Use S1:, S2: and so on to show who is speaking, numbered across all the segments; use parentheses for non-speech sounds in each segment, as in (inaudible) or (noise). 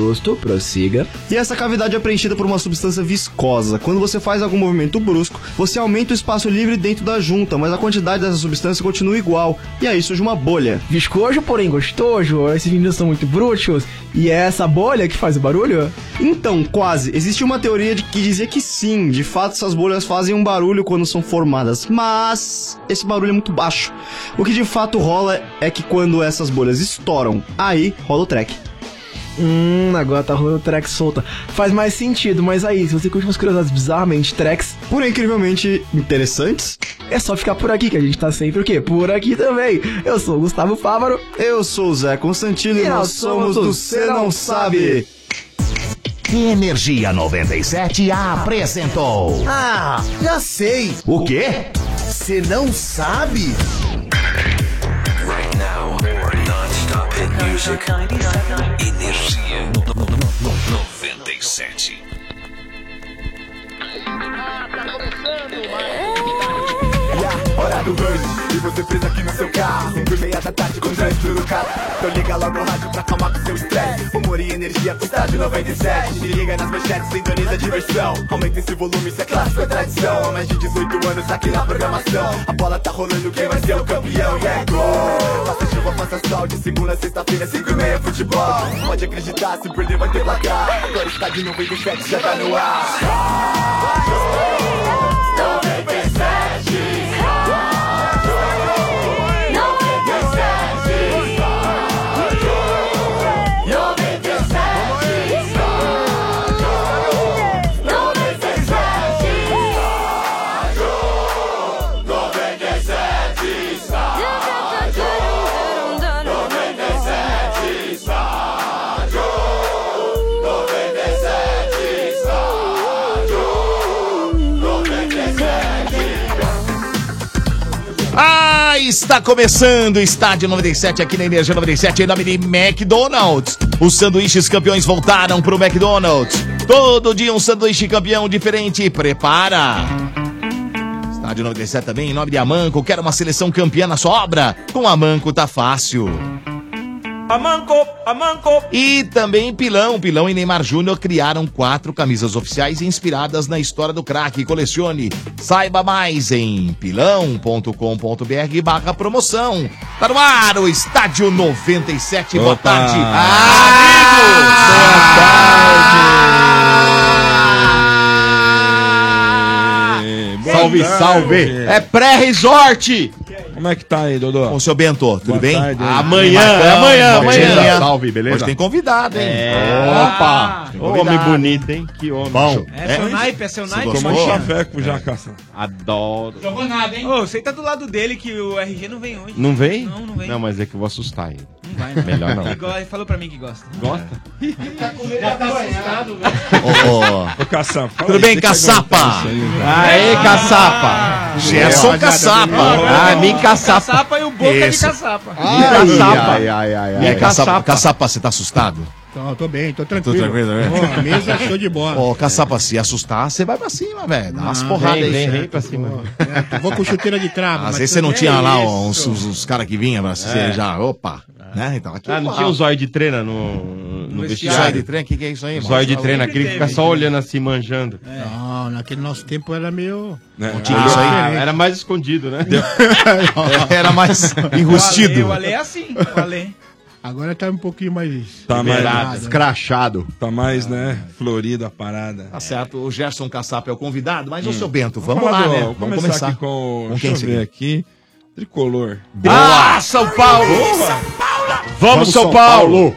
S1: Justo, prossiga.
S2: E essa cavidade é preenchida por uma substância viscosa. Quando você faz algum movimento brusco, você aumenta o espaço livre dentro da junta, mas a quantidade dessa substância continua igual. E aí surge uma bolha.
S1: Viscojo, porém gostoso. Esses meninos são muito bruxos. E é essa bolha que faz o barulho?
S2: Então, quase, existe uma teoria de que dizia que sim, de fato essas bolhas fazem um barulho quando são formadas, mas esse barulho é muito baixo. O que de fato rola é que quando essas bolhas estouram, aí rola o track.
S1: Hum, agora tá rolando track solta. Faz mais sentido, mas aí, se você curte umas curiosidades bizarramente tracks,
S2: Por incrivelmente interessantes,
S1: é só ficar por aqui, que a gente tá sempre o quê? Por aqui também. Eu sou o Gustavo Fávaro.
S2: eu sou o Zé Constantino e nós somos do Cê Não Sabe.
S3: Energia 97 apresentou.
S4: Ah, já sei.
S3: O quê?
S4: Você não sabe?
S5: Right now, more non-stop hit music. Energia no- no- no- 97.
S6: Hora do rush, e você presa aqui no seu carro Sempre meia da tarde com trânsito no carro Então liga logo o rádio pra acalmar com seu estresse Humor e energia custa de 97 Me liga nas manchetes, sintoniza a diversão Aumenta esse volume, isso é clássico, é tradição Há mais de 18 anos aqui na programação A bola tá rolando, quem vai ser o campeão? E é gol! Faça chuva, faça sol, de segunda a sexta-feira 5 e meia futebol Pode acreditar, se perder vai ter placar Agora está de 97, já tá no ar 97
S3: Ah, está começando o Estádio 97 aqui na Energia 97 em nome de McDonald's. Os sanduíches campeões voltaram pro McDonald's. Todo dia um sanduíche campeão diferente. Prepara! Estádio 97 também em nome de Amanco. Quer uma seleção campeã na sua obra? Com Amanco tá fácil. E também Pilão. Pilão e Neymar Júnior criaram quatro camisas oficiais inspiradas na história do craque. Colecione. Saiba mais em pilão.com.br barra promoção. Tá no ar o Estádio 97. Boa
S7: Opa.
S3: tarde, Ah, amigos! Salve, salve! É pré-resort!
S7: Como é que tá aí, Dodô?
S3: Ô, seu Bento, tudo
S7: Boa
S3: bem?
S7: tarde.
S3: amanhã,
S7: Marcão, beleza?
S3: amanhã, amanhã. É.
S7: Salve, beleza?
S3: Hoje tem convidado, hein?
S8: É.
S7: Opa!
S3: Homem bonito.
S7: hein? Que homem.
S3: Bom,
S9: É, seu naipe, é seu naipe.
S3: gostou?
S7: Tomou um café com o Jacaça.
S8: Adoro.
S9: Ô, você tá do lado dele que o RG não vem hoje.
S8: Não vem?
S9: Não, não vem.
S8: Não, mas é que eu vou assustar ele.
S9: Não
S8: (laughs)
S9: vai, não.
S8: Melhor não.
S9: (laughs) Ele go- Ele falou pra mim que gosta. (laughs) tá
S8: Gosta?
S3: Ô, ô,
S7: (laughs) Ô, Caçapa. fala
S3: tudo
S7: aí,
S3: bem,
S7: tem que
S3: caçapa?
S7: aguentar isso aí, velho.
S8: Aê, caçapa!
S3: Gerson Caçapa.
S8: Ah, me caçapa.
S9: Caçapa e o boca
S3: Esse.
S9: de caçapa.
S3: Ah.
S8: Me caçapa.
S7: Ai, ai, ai, ai.
S3: E aí, caçapa, caçapa, você tá assustado?
S10: Então, eu tô bem, tô
S3: Tô
S10: tranquilo.
S3: tranquilo, né?
S10: Ó, a mesa é show de bola. Ah,
S3: Ô, caçapa, se assustar, você vai pra cima, velho. Dá umas porradas
S8: Ah, Vem, vem,
S3: aí. Ah,
S8: vem pra cima.
S10: é, Vou com chuteira de trava. é
S3: Às vezes você não tinha lá ó, um uns, uns, uns caras que vinham pra assistir já. Opa! Né? Então, aqui
S8: Ah, não
S3: ó,
S8: tinha o zóio de treina no, no
S3: zóio de
S8: vestiário?
S3: trem, o que, que é isso aí, mano?
S8: Zóio de treina, aquele que fica só olhando assim, manjando.
S10: É. Não, naquele nosso tempo era meio.
S3: Não Né? tinha isso aí.
S8: Ah, era mais escondido, né?
S10: (laughs)
S3: Era mais enrustido.
S9: O Ale, o Ale é assim. O Ale.
S10: Agora tá um pouquinho mais.
S7: Tá mais,
S10: liberado.
S2: Crachado.
S7: tá mais, né? Florida a parada.
S3: Tá certo, o Gerson Caçapa é o convidado, mas o seu Bento, vamos
S7: Falar
S3: lá,
S7: do-
S3: né?
S7: É. Vamos começar, aqui com.
S3: Com
S7: deixa
S3: quem
S7: eu
S3: você
S7: ver aqui. Tricolor.
S3: Ah, São Paulo! Vamos, São, Paulo!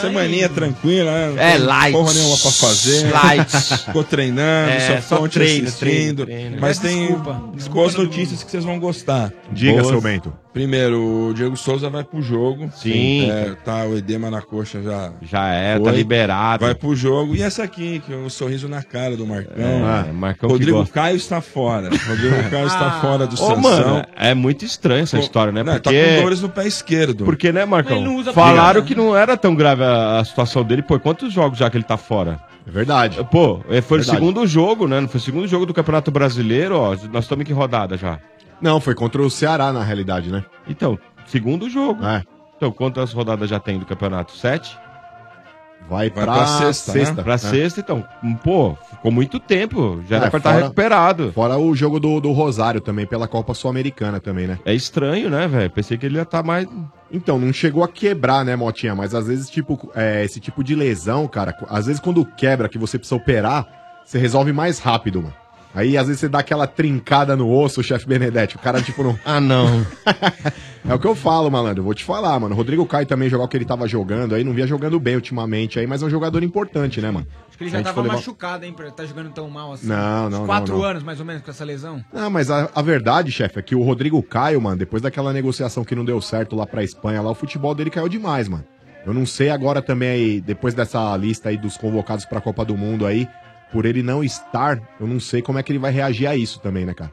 S7: Semaninha tranquila, né?
S8: É,
S7: Não tem
S8: light.
S7: Porra nenhuma pra fazer.
S8: Light.
S7: (laughs) Ficou treinando,
S8: É,
S7: só um
S8: só
S7: fonte
S8: treina,
S7: assistindo.
S8: treina, treina.
S7: Mas tem
S9: Desculpa.
S7: boas
S9: Desculpa do
S7: notícias que vocês vão gostar.
S8: Diga,
S7: Boas.
S8: seu Bento.
S7: Primeiro, o Diego Souza vai pro jogo.
S8: Sim.
S7: É, tá o edema na coxa já.
S8: Já é, tá
S7: Foi.
S8: liberado.
S7: Vai pro jogo. E essa aqui, que é um sorriso na cara do Marcão.
S8: É, Marcão que
S7: Rodrigo
S8: gosta.
S7: Caio está fora.
S8: (laughs)
S7: Rodrigo Caio
S8: Ah.
S7: está fora do
S8: Ô,
S7: Sansão.
S8: mano, é muito estranha essa história, né?
S7: Não,
S8: Porque...
S7: Tá com dores no pé esquerdo.
S8: Porque, né, Marcão?
S9: Ele não usa
S8: Falaram
S9: perna.
S8: que não era tão grave a, a situação dele. Pô, quantos jogos já que ele tá fora?
S2: É verdade.
S8: Pô, é, foi
S2: Verdade.
S8: o segundo jogo, né? Não foi o segundo jogo do Campeonato Brasileiro, ó. Nós estamos em que rodada já?
S2: Não, foi contra o Ceará, na realidade, né?
S8: Então, segundo jogo.
S2: É.
S8: Então, quantas rodadas já tem do campeonato? Sete? Vai,
S7: pra pra sexta, né?
S8: Pra
S7: É.
S8: sexta, então. Pô, ficou muito tempo. Já era pra estar
S11: É, fora-
S8: recuperado.
S11: Fora o jogo do, do Rosário também, pela Copa Sul-Americana também, né?
S8: É estranho, né, velho? Pensei que ele ia estar mais.
S11: Então, não chegou a quebrar, né, Motinha? Mas às vezes, tipo, é, esse tipo de lesão, cara, às vezes quando quebra, que você precisa operar, você resolve mais rápido, mano. Aí, às vezes, você dá aquela trincada no osso, chefe Benedetti. O cara, tipo,
S8: (laughs)
S11: não.
S2: ah, não.
S11: é o que eu falo, malandro. Vou te falar, mano. Rodrigo Caio também jogou o que ele tava jogando aí, não via jogando bem ultimamente aí, mas é um jogador importante, né, mano?
S12: Acho que ele
S11: Se
S12: já
S11: a gente
S12: tava
S11: for levar-
S12: machucado, hein, pra tá jogando tão mal assim.
S11: Não,
S12: Uns
S11: não, não,
S12: Quatro
S11: não.
S12: anos, mais ou menos, com essa lesão.
S11: Ah, mas a, a verdade, chefe, é que o Rodrigo Caio, mano, depois daquela negociação que não deu certo lá pra Espanha, lá o futebol dele caiu demais, mano. Eu não sei agora também aí, depois dessa lista aí dos convocados pra Copa do Mundo aí, por ele não estar, eu não sei como é que ele vai reagir a isso também, né, cara?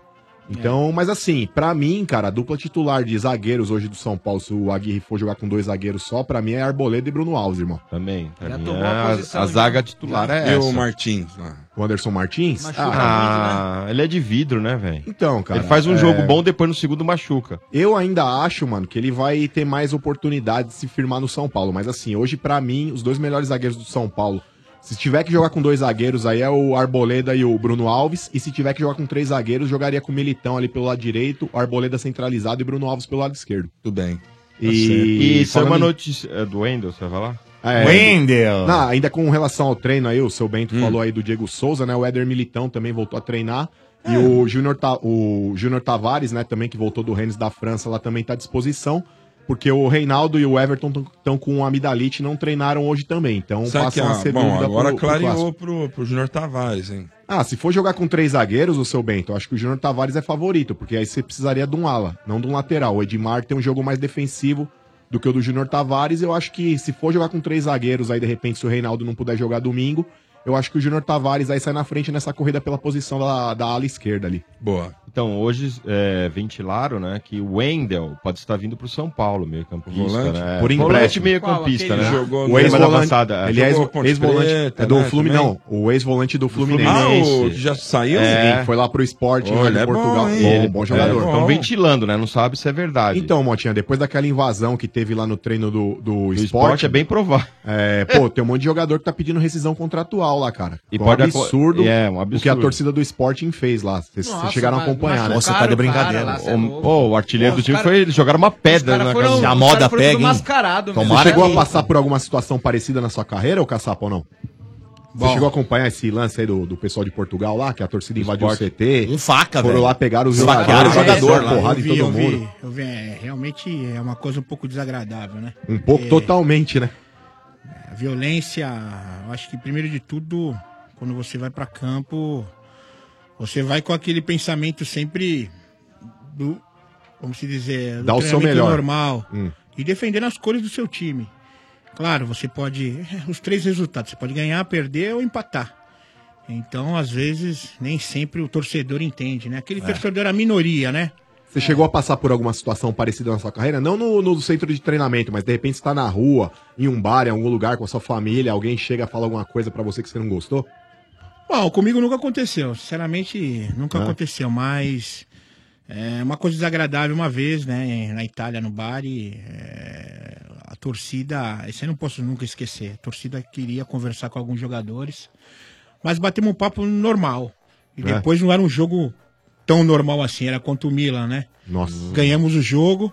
S8: É.
S11: Então, mas assim, pra mim, cara, a dupla titular de zagueiros hoje do São Paulo, se o Aguirre for jogar com dois zagueiros só, pra mim é Arboleda e Bruno Alves, irmão.
S8: Também.
S11: Já
S8: mim tomou é a a- posição, a já. zaga titular é
S11: e
S8: essa.
S11: o Martins? lá? O Anderson Martins?
S8: Ah, ele é de vidro, né, velho?
S11: Então, cara.
S8: Ele faz um jogo bom,
S11: depois no segundo machuca. Eu ainda acho, mano, que ele vai ter mais oportunidade de se firmar no São Paulo. Mas assim, hoje, pra mim, os dois melhores zagueiros do São Paulo. Se tiver que jogar com dois zagueiros, aí é o Arboleda e o Bruno Alves. E se tiver que jogar com três zagueiros, jogaria com o Militão ali pelo lado direito, o Arboleda centralizado e Bruno Alves pelo lado esquerdo. Tudo bem.
S8: Tá certo. E,
S11: E,
S8: isso é
S11: falando
S8: uma
S11: em-
S8: notícia é do Wendel, você vai falar?
S11: é, Não, ainda com relação ao treino aí, o seu
S7: Hum.
S11: Bento falou aí do Diego Souza, né? O Éder Militão também voltou a treinar.
S7: É.
S11: E o Júnior Ta- o Júnior Tavares, né, também que voltou do Rennes da França, lá também tá à disposição. Porque o Reinaldo e o Everton estão com o amidalite e não treinaram hoje também. Então
S7: Sabe que,
S11: passa
S7: ah,
S11: a ser
S7: bom,
S11: dúvida
S7: agora
S11: pro- pro
S7: clareou
S11: clássico.
S7: pro, pro Júnior Tavares, hein?
S11: Ah, se for jogar com três zagueiros, o seu Bento, eu acho que o Júnior Tavares é favorito, porque aí você precisaria de um ala, não de um lateral. O Edmar tem um jogo mais defensivo do que o do Júnior Tavares. Eu acho que se for jogar com três zagueiros, aí de repente, se o Reinaldo não puder jogar domingo, eu acho que o Júnior Tavares aí sai na frente nessa corrida pela posição da, da ala esquerda ali.
S8: Boa. Então, hoje é, ventilaram, né, que o Wendel pode estar vindo pro São Paulo, meio campista,
S11: Volante?
S8: né?
S11: Por empréstimo.
S8: meio campista,
S11: Qual,
S8: né?
S11: aquele jogou
S8: o
S11: no-
S8: ex-volante.
S11: Semana
S8: Passada,
S11: Ele é ex- ex-volante. é do Fluminense. Não, o ex-volante do Fluminense.
S8: Fluminense. Ah, o que já saiu?
S11: É. Foi lá pro esporte
S8: Olha,
S11: de
S8: é bom,
S11: Portugal.
S8: hein?
S11: bom,
S8: Ele-
S11: bom jogador.
S8: é, tão ventilando, né? Não sabe se é verdade.
S11: Então, Motinha, depois daquela invasão que teve lá no treino do, do esporte,
S8: esporte, é bem provável.
S11: É, pô, tem um monte de jogador que tá pedindo rescisão contratual lá, cara.
S8: E
S11: É um
S8: pode aco-
S11: absurdo,
S8: É, um absurdo.
S11: o que a torcida do Sporting fez lá. Vocês vocês
S8: Nossa,
S11: chegaram a
S8: mas-
S11: acompanhar, né?
S8: mas machucaram Nossa, tá de o cara brincadeira. lá, cê é louco. Pô, o artilheiro
S11: Pô,
S8: do
S11: os
S8: time
S11: cara-
S8: foi. Eles jogaram uma pedra
S11: caras
S8: na
S11: foram-
S8: cabeça.
S11: os caras foram tudo né?
S12: mascarado mesmo.
S11: Você chegou a
S12: Sim.
S11: passar por alguma situação parecida na sua carreira, ou caçapa, ou não? Você
S12: Bom.
S11: chegou a acompanhar esse lance aí do, do pessoal de Portugal lá, que a torcida invadiu
S10: esporte.
S11: o CT.
S8: Um
S10: Com faca,
S11: Foram
S10: velho.
S11: lá pegar os
S10: Esfaquearam
S11: jogadores,
S10: o jogador
S11: jogador,
S10: lá. Eu
S11: porrada em
S10: vi, eu
S11: todo
S10: vi,
S11: mundo.
S10: eu vi, é, realmente é uma coisa um pouco desagradável, né?
S11: Um pouco
S10: É,
S11: totalmente, né?
S10: a violência, eu acho que primeiro de tudo, quando você vai pra campo, você vai com aquele pensamento sempre do, vamos se dizer, do
S11: Dá o seu
S10: treinamento
S11: melhor.
S10: normal
S11: Hum.
S10: e defendendo as cores do seu time. Claro, você pode é, os três resultados, você pode ganhar, perder ou empatar. Então, às vezes, nem sempre o torcedor entende, né? Aquele
S11: É.
S10: torcedor é a minoria, né?
S11: Você chegou a passar por alguma situação parecida na sua carreira? Não no, no centro de treinamento, mas de repente você tá na rua, em um bar, em algum lugar com a sua família, alguém chega e fala alguma coisa pra você que você não gostou?
S10: Bom, comigo nunca aconteceu. Sinceramente, nunca aconteceu, mas é uma coisa desagradável uma vez, né? Na Itália, no bar, e é, a torcida, isso eu não posso nunca esquecer. A torcida queria conversar com alguns jogadores, mas batemos um papo normal. E
S11: É.
S10: depois não era um jogo tão normal assim, era contra o Milan, né?
S11: Nossa.
S10: Ganhamos o jogo,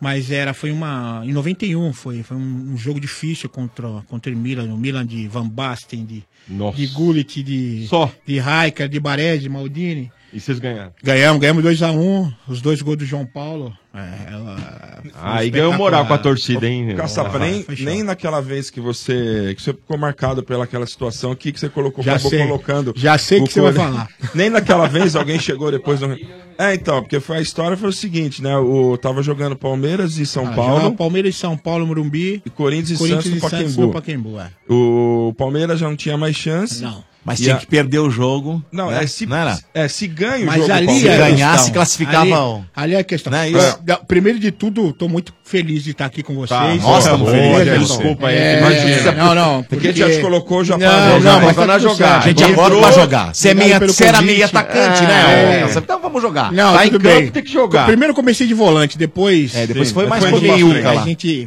S10: mas era foi uma em 91 foi foi um, um jogo difícil contra contra o Milan, o Milan de Van Basten, de
S8: Nossa.
S10: de Gullit, de
S8: Só.
S10: de Rijkaard, de Baresi, de Maldini.
S8: E vocês ganharam.
S10: Ganhamos, ganhamos 2 a 1, um, os dois gols do João Paulo. É, ela- foi
S12: Ah,
S8: Aí ganhou Ah, moral com a torcida, hein?
S7: Caçapa,
S8: Ah,
S7: nem,
S10: foi
S7: nem naquela vez que você, que você ficou marcado pela aquela situação aqui que você colocou,
S10: Já
S7: acabou
S10: sei.
S7: colocando.
S10: Já sei
S7: o
S10: que você vai
S7: cole-
S10: falar.
S7: (laughs) Nem naquela vez alguém chegou depois do. É, então, porque foi, a história foi o seguinte, né? O, tava jogando Palmeiras e São
S10: Ah, jogava
S7: Paulo.
S10: Palmeiras e São Paulo, Morumbi.
S7: E Corinthians e Santos no Pacaembu.
S10: no Pacaembu, é.
S7: O Palmeiras já não tinha mais chance.
S10: Não.
S12: Mas
S7: E
S12: tinha
S7: a-
S12: que perder o jogo.
S7: Não,
S12: né?
S7: é se,
S12: Não era?
S7: é se ganha o
S10: Mas
S7: jogo.
S10: ali
S7: Palmeiras.
S10: é a
S12: ganhar,
S10: questão.
S12: se classificava
S10: ali,
S12: ao-
S10: ali é a questão.
S12: Não é
S10: Eu-
S12: isso?
S10: da- primeiro de tudo, estou muito feliz de estar aqui com vocês.
S8: Tá, nós estamos
S10: Boa,
S8: felizes,
S10: Jefferson.
S8: desculpa aí,
S10: É,
S8: imagina.
S10: Não, não.
S8: Porque a gente já te colocou já pra
S10: não,
S8: jogar,
S10: não,
S8: né?
S10: mas tá
S8: Pra nós
S10: tudo
S8: jogar.
S10: certo.
S8: Gente,
S10: Obrigado
S8: agora
S10: pelo
S8: vai
S10: convite.
S8: jogar. Você é
S10: Obrigado
S8: meia-
S10: pelo
S8: você era meia
S10: convite.
S8: atacante,
S10: É,
S8: né,
S10: é.
S8: Nelson? Então vamos jogar.
S10: Não,
S8: Tá em
S10: tudo
S8: campo,
S10: bem.
S8: tem que jogar.
S10: Primeiro eu comecei de volante, depois...
S8: É, depois
S10: Sim,
S8: foi mais
S10: depois
S8: pro
S10: eu-
S8: meiuca lá.
S10: A gente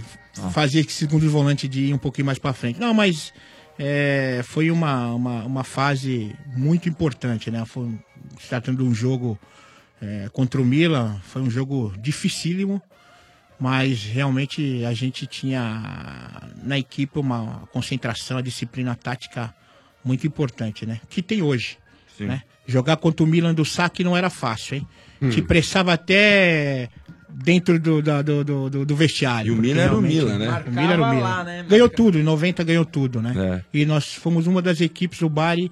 S10: fazia esse segundo volante de ir um pouquinho mais pra frente. Não, mas é, foi uma, uma, uma fase muito importante, né? Foi, se tratando de um jogo é, contra o Milan, foi um jogo dificílimo, mas realmente a gente tinha na equipe uma concentração, a disciplina tática muito importante, né? Que tem hoje,
S13: Sim.
S10: né? Jogar contra o Milan do saque não era fácil, hein?
S13: Hum.
S10: Te pressava até dentro do, da- do, do, do- do vestiário.
S7: E o
S10: porque
S7: Milan era o
S10: realmente-
S7: Milan, né?
S10: O Milan era o
S7: Marcava
S10: Milan.
S7: lá, né,
S10: ganhou tudo, em 90 ganhou tudo, né?
S7: É.
S10: E nós fomos uma das equipes do Bari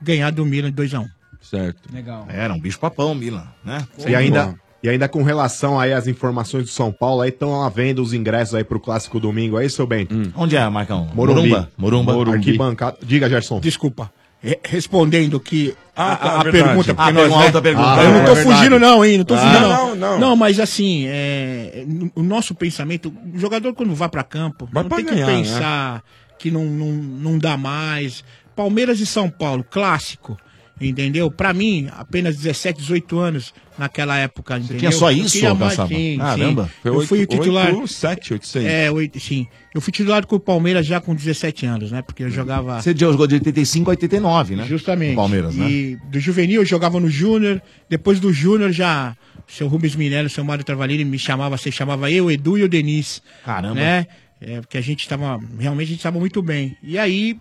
S10: ganhar do Milan 2x1.
S7: Certo.
S12: Legal.
S10: Era um bicho papão, Milan, né?
S11: E ainda, e ainda com relação aí às informações do São Paulo, aí estão à venda os ingressos aí pro Clássico Domingo, é isso, seu Bento?
S8: Hum.
S3: Onde é, Marcão?
S11: Morumbi.
S3: Morumba? Morumba. Morumbi.
S11: Arquibancada. Diga, Gerson.
S10: Desculpa. Re- Respondendo que a,
S11: tá,
S10: a
S11: verdade.
S10: pergunta, porque
S11: Ah,
S10: nós,
S11: pegou
S10: né?
S11: outra pergunta.
S10: eu não tô
S11: Ah, verdade.
S10: fugindo não, hein? Não tô
S11: Ah,
S10: fugindo
S11: não,
S10: não.
S11: não.
S10: mas assim, é, n- o nosso pensamento, o jogador quando vai pra campo,
S7: Vai
S10: não
S7: pra
S10: tem
S7: ganhar,
S10: que pensar que não, não, não dá mais. Palmeiras e São Paulo, clássico. Entendeu? Pra mim, apenas 17, 18 anos naquela época, entendeu?
S3: tinha só isso,
S10: Eu queria mais,
S3: Caçaba?
S10: sim, sim.
S3: Caramba.
S7: Foi
S10: Eu fui o
S7: oito-
S10: titular.
S7: oito, sete, oito, seis.
S10: É, oito, sim. Eu fui titular com o Palmeiras já com 17 anos, né? Porque eu jogava.
S3: Você jogou de 85 a 89, né?
S10: Justamente.
S3: O Palmeiras, né?
S10: E do juvenil eu jogava no Júnior, depois do Júnior já o seu Rubens Minello, o seu Mário Travalini me chamava, você chamava eu, o Edu e o Denis.
S3: Caramba.
S10: Né? É, porque a gente tava, realmente a gente estava muito bem. E aí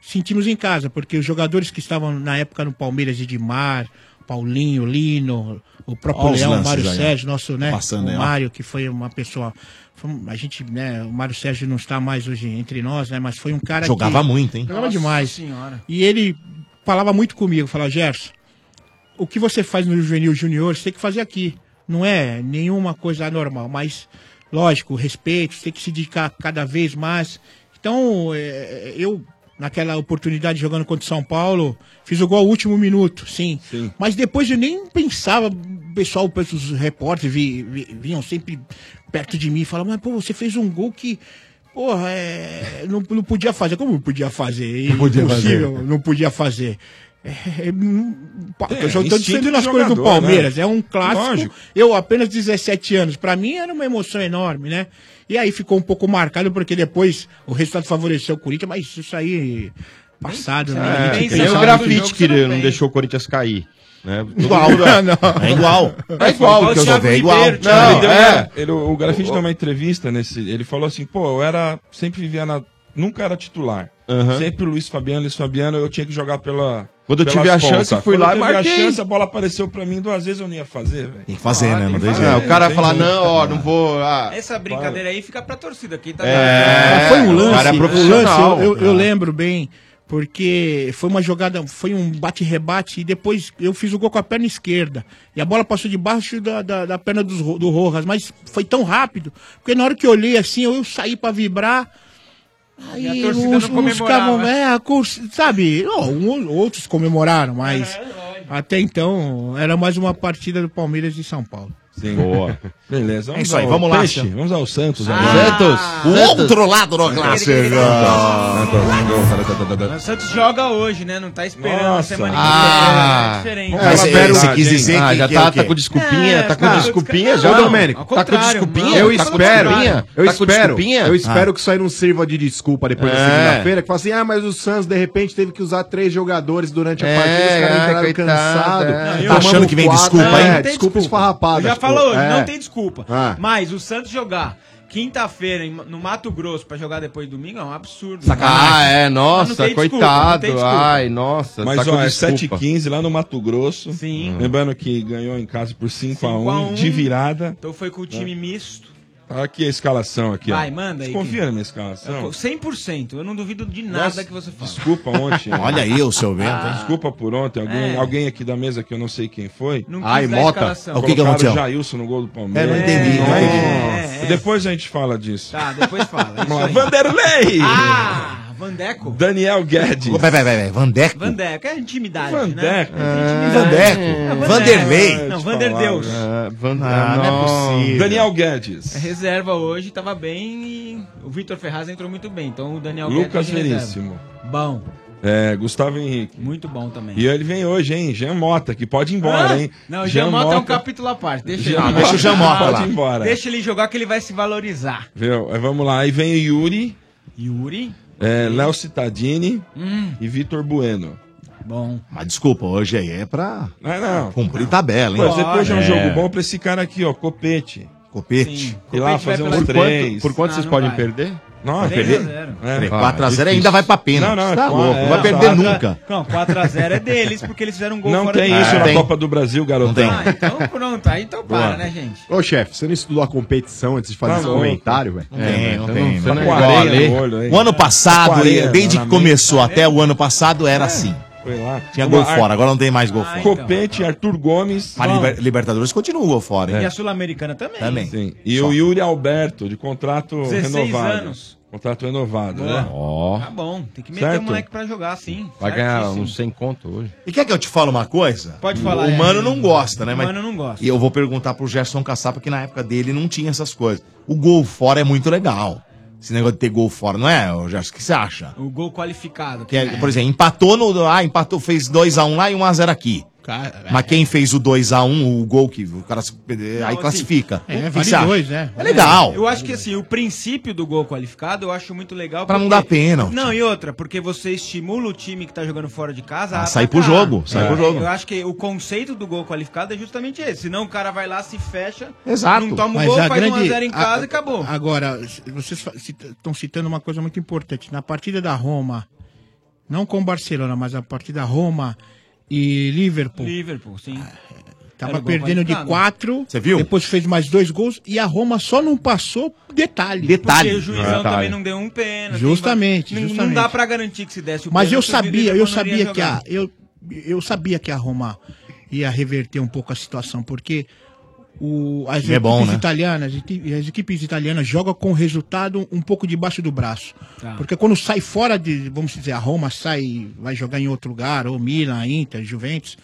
S10: sentimos em casa, porque os jogadores que estavam na época no Palmeiras, Edmar, Paulinho, Lino, o próprio
S3: Ó os
S10: Leão,
S3: lances
S10: Mário
S3: aí, ó.
S10: Sérgio, nosso, né,
S3: Passando
S10: o
S3: aí, ó.
S10: Mário, que foi uma pessoa, foi um- a gente, né, o Mário Sérgio não está mais hoje entre nós, né, mas foi um cara
S3: Jogava
S10: que-
S3: muito, hein?
S10: Jogava
S3: Nossa
S10: demais.
S12: Senhora.
S10: E ele falava muito comigo, falava, Gerson, o que você faz no juvenil júnior, você tem que fazer aqui. Não é nenhuma coisa anormal, mas, lógico, respeito, você tem que se dedicar cada vez mais. Então, é, eu, naquela oportunidade jogando contra o São Paulo, fiz o gol ao último minuto, sim. Mas depois eu nem pensava, o pessoal, os repórteres vi- vi- vinham sempre perto de mim e falavam, mas, pô, você fez um gol que... Porra, é, não, não podia fazer. Como não podia fazer? Não
S3: podia
S10: Não podia fazer. É, é, não- pá,
S3: É,
S10: eu só tô
S3: instinto
S10: dizendo
S3: de
S10: as coisas do
S3: jogador,
S10: Palmeiras.
S3: né?
S10: É um clássico.
S3: Lógico.
S10: Eu, apenas 17 anos. Pra mim era uma emoção enorme, né? E aí ficou um pouco marcado, porque depois o resultado favoreceu o Corinthians, mas isso aí. Passado, né? A gente
S8: é, Nem
S10: pensava
S8: o
S10: no jogo,
S8: grafite que
S10: você não
S8: não,
S10: tem.
S8: deixou o Corinthians cair.
S11: (laughs)
S8: Né? Todo
S10: Igual,
S8: mundo
S10: não.
S8: É igual. É igual, porque eu só vejo igual.
S7: Não, ele deu,
S8: é.
S7: ele- o Grafite deu uma entrevista nesse. Ele falou assim, pô, eu era. Sempre vivia na. Nunca era titular.
S8: Aham.
S7: Sempre Luiz Fabiano, Luiz Fabiano, eu tinha que jogar pela.
S8: Quando eu
S7: pelas
S8: tive a
S7: pontas.
S8: chance, fui
S7: Quando
S8: lá
S7: eu
S8: e
S7: tive
S8: marquei.
S7: a chance, a bola apareceu pra mim duas vezes, eu não ia fazer, velho.
S3: Tem que fazer, né? Não tem
S7: fazer,
S3: jeito.
S8: o cara
S7: tem
S8: fala,
S7: jeito.
S8: não, ó, não vou. Ah,
S9: Essa brincadeira aí fica pra torcida. Quem tá
S8: É,
S10: Mas foi um
S8: o
S10: lance.
S8: cara é
S10: um
S8: profissional,
S10: lance, eu, eu- eu
S8: cara.
S10: lembro bem, porque foi uma jogada, foi um bate-rebate e depois eu fiz o gol com a perna esquerda. E a bola passou debaixo da, da, da perna dos Ro- do Rojas, mas foi tão rápido, porque na hora que eu olhei assim, eu, eu saí pra vibrar. Aí
S9: E a torcida não
S10: uns, uns
S9: comemorava.
S10: cavam, é, curs- sabe, ó, um- outros comemoraram,
S9: É,
S10: mas até então era mais uma partida do Palmeiras e São Paulo.
S7: Sim.
S8: (laughs) Boa.
S7: Beleza,
S10: É isso aí, vamos lá,
S7: Peixe.
S10: Santos.
S7: Vamos ao Santos
S10: Ah,
S7: agora.
S10: Santos,
S7: O
S10: Santos.
S7: outro lado do
S9: Clássico.
S7: Clássico.
S9: Mas o Santos joga hoje, né? Não tá esperando a
S7: Nossa.
S9: semana
S8: Ah.
S9: que vem. né? É diferente.
S8: Mas
S9: Fala a
S8: é,
S9: verdade,
S8: você quis dizer
S9: hein?
S8: que- que é o quê? É, tá.
S11: Ô,
S8: Não,
S11: Domênico,
S7: tá
S8: ao contrário, não.
S11: Eu
S8: Tá com
S11: espero.
S8: desculpinha?
S11: Eu
S8: Tá com
S11: espero.
S8: desculpinha?
S11: Eu espero
S8: Ah.
S11: que isso aí não sirva de desculpa depois da
S8: É.
S11: segunda-feira. Que fala assim, ah, mas o Santos de repente teve que usar três jogadores durante a
S8: É,
S11: partida. Os caras
S8: ai,
S11: entraram
S8: coitado,
S11: cansados.
S8: é.
S11: Tomamos
S8: Tá achando que vem desculpa,
S11: É,
S8: hein? Não tem
S11: desculpa
S9: Eu
S11: esfarrapada.
S9: já
S11: tipo,
S9: falou hoje,
S11: é.
S9: não tem desculpa.
S11: Ah.
S9: Mas o Santos jogar quinta-feira em- no Mato Grosso pra jogar depois do domingo é um absurdo.
S8: Ah, é,
S9: Mas
S8: nossa,
S9: não tem desculpa, não
S8: coitado.
S9: tem desculpa.
S8: Ai, nossa.
S7: Mas,
S8: tá
S7: ó,
S8: com
S7: é
S8: desculpa.
S7: 7h15 lá no Mato Grosso. Hum.
S9: Sim.
S7: Lembrando que ganhou em casa por 5x1,
S9: a um.
S7: de virada.
S9: Então foi com o
S8: É.
S9: time misto.
S7: Tá aqui a escalação aqui, ó.
S9: Vai, manda aí.
S7: Confia na minha
S9: Eu-
S7: escalação.
S9: 100%. Eu não duvido de nada
S7: Nossa,
S9: que você fala.
S7: Desculpa um ontem.
S9: (laughs)
S7: Ah.
S3: Olha aí o seu Bento, hein?
S7: Desculpa por ontem. Alguém,
S9: É.
S7: alguém aqui da mesa que eu não sei quem foi.
S9: Não quis Ai, dar Mota. escalação.
S7: O que, que
S3: aconteceu?
S7: o Jailson no gol do Palmeiras.
S3: É, não entendi, não
S7: Nossa.
S3: entendi.
S9: É, é.
S7: Depois a gente fala disso.
S9: Tá, depois fala.
S7: Vamos lá. Vanderlei!
S9: Ah, Vandeco.
S7: Daniel Guedes.
S3: Vai, vai, vai, vai. Vandeco.
S9: Vandeco, é intimidade,
S7: Vandeco.
S9: né? É intimidade.
S3: Vandeco.
S9: É,
S3: Vanderlei.
S9: Não, Vanderdeus.
S7: né?
S8: Ah, Van-
S3: Ah,
S8: não é
S3: não.
S8: possível.
S7: Daniel Guedes.
S9: É reserva hoje, tava bem e o Vitor Ferraz entrou muito bem. Então o Daniel
S7: Lucas
S9: Guedes é reserva.
S7: Veríssimo.
S9: Bom.
S7: É, Gustavo Henrique.
S9: Muito bom também.
S7: E ele vem hoje, hein? Jean Mota, que pode ir embora,
S9: Ah,
S7: hein?
S9: Não, o Jean Mota é um capítulo à parte. Deixa
S7: Jean
S9: ele.
S7: Mota. Deixa o Jean Mota lá.
S9: Pode ir embora. Deixa ele jogar que ele vai se valorizar.
S7: Viu? Aí Vamos lá. Aí vem o Yuri,
S9: Yuri?
S7: é, Léo Cittadini
S9: Hum.
S7: e Vitor Bueno.
S9: Bom.
S3: Mas desculpa, hoje aí é pra
S7: Não, não.
S3: cumprir tabela, hein?
S7: Pô, você puxa um
S3: É.
S7: jogo bom pra esse cara aqui, ó, Copete.
S3: Copete.
S7: E lá
S3: Copete vai
S7: fazer um
S3: pela-
S7: uns
S3: Por quanto-
S7: três.
S3: por quanto Ah, vocês não podem vai. perder?
S7: Não,
S3: Três a
S7: perder?
S3: zero.
S7: É,
S3: Três,
S7: vai,
S3: quatro a zero
S7: difícil.
S3: ainda vai pra pênalti.
S7: Não, não,
S3: Tá
S7: é,
S3: louco,
S7: claro.
S3: não vai perder
S7: Exato.
S3: nunca.
S9: Não, 4x0 é deles, porque eles fizeram um gol
S7: Não
S9: fora
S7: tem
S9: de
S7: isso
S9: casa.
S7: na Copa do Brasil, garotão.
S9: Ah, então pronto, aí então para,
S11: Boa.
S9: né, gente?
S11: Ô, chefe, você não estudou a competição antes de fazer
S3: Tá
S11: esse
S3: louco.
S11: comentário, velho?
S3: Não tem, não
S11: então
S3: tem.
S11: você
S3: Não
S11: é
S3: é
S11: igual a
S3: igual,
S11: lei.
S3: né? O ano passado,
S11: Quarenta,
S3: desde que
S11: na
S3: começou até o ano passado, era assim.
S7: Foi lá.
S3: Tinha gol
S7: É. Ar-
S3: fora, agora não tem mais gol fora.
S7: Copete, Arthur Gomes.
S3: Mas Liber- Libertadores continua o gol fora,
S9: E
S3: hein?
S9: a Sul-Americana também.
S3: Também.
S7: É. Sim. E o Yuri Alberto, de contrato
S9: 16
S7: renovado.
S9: anos.
S7: Contrato renovado,
S9: Boa.
S7: né?
S3: Ó.
S9: Tá bom, tem que meter
S3: Certo.
S9: o moleque pra jogar, sim.
S3: Vai ganhar
S9: Certíssimo.
S3: uns
S8: 100 conto hoje.
S3: E quer que eu te fale uma coisa?
S9: Pode falar,
S3: O
S9: é.
S3: Mano não gosta, né?
S9: O
S3: Mas-
S9: Mano não gosta.
S3: E eu vou perguntar pro Gerson Caçapa, que na época dele não tinha essas coisas. O gol fora é muito legal. Esse negócio de ter gol fora, não é, ô, Gerson? O que você acha?
S9: O gol qualificado.
S3: Que é, por exemplo, empatou no. Ah, empatou, fez 2x1 lá e 1x0 aqui.
S10: Cara,
S3: É. Mas quem fez o 2x1, o gol que o cara se- aí
S9: assim,
S3: classifica.
S10: é,
S3: O que
S10: vale
S3: você acha?
S10: dois, né?
S3: É legal.
S9: Eu acho que assim, o princípio do gol qualificado eu acho muito legal.
S3: Pra não
S9: porque-
S3: dar pênalti.
S9: Não, e outra, porque você estimula o time que tá jogando fora de casa
S3: Ah, sair pro jogo, sair
S9: É.
S3: pro jogo.
S9: Eu acho que o conceito do gol qualificado é justamente esse. Senão o cara vai lá, se fecha,
S10: Exato.
S9: não toma o
S10: Mas
S9: gol,
S10: a
S9: faz
S10: grande-
S9: 1x0 em
S10: a-
S9: casa e acabou.
S10: Agora, vocês estão citando uma coisa muito importante. Na partida da Roma, não com o Barcelona, mas a partida Roma e Liverpool.
S9: Liverpool, né? sim.
S10: Tava
S9: Era o gol
S10: perdendo de
S9: qualificado.
S10: 4.
S3: Você viu?
S10: Depois fez mais dois gols e a Roma só não passou detalhe.
S9: Porque o juizão também não deu um pênalti.
S10: Justamente,
S9: Não-
S10: justamente.
S9: Não dá pra garantir que se desse o
S10: Mas eu
S9: pênalti, o
S10: sabia,
S9: Liverpool
S10: eu
S9: não
S10: sabia
S9: iria
S10: que a
S9: jogar.
S10: eu, eu sabia que a Roma ia reverter um pouco a situação, porque o, as
S3: Time é bom, né?
S10: italianas, e as equipes italianas jogam com o resultado um pouco debaixo do braço.
S9: Tá.
S10: Porque quando sai fora de, vamos dizer, a Roma sai, vai jogar em outro lugar, ou Milan, Inter, Juventus,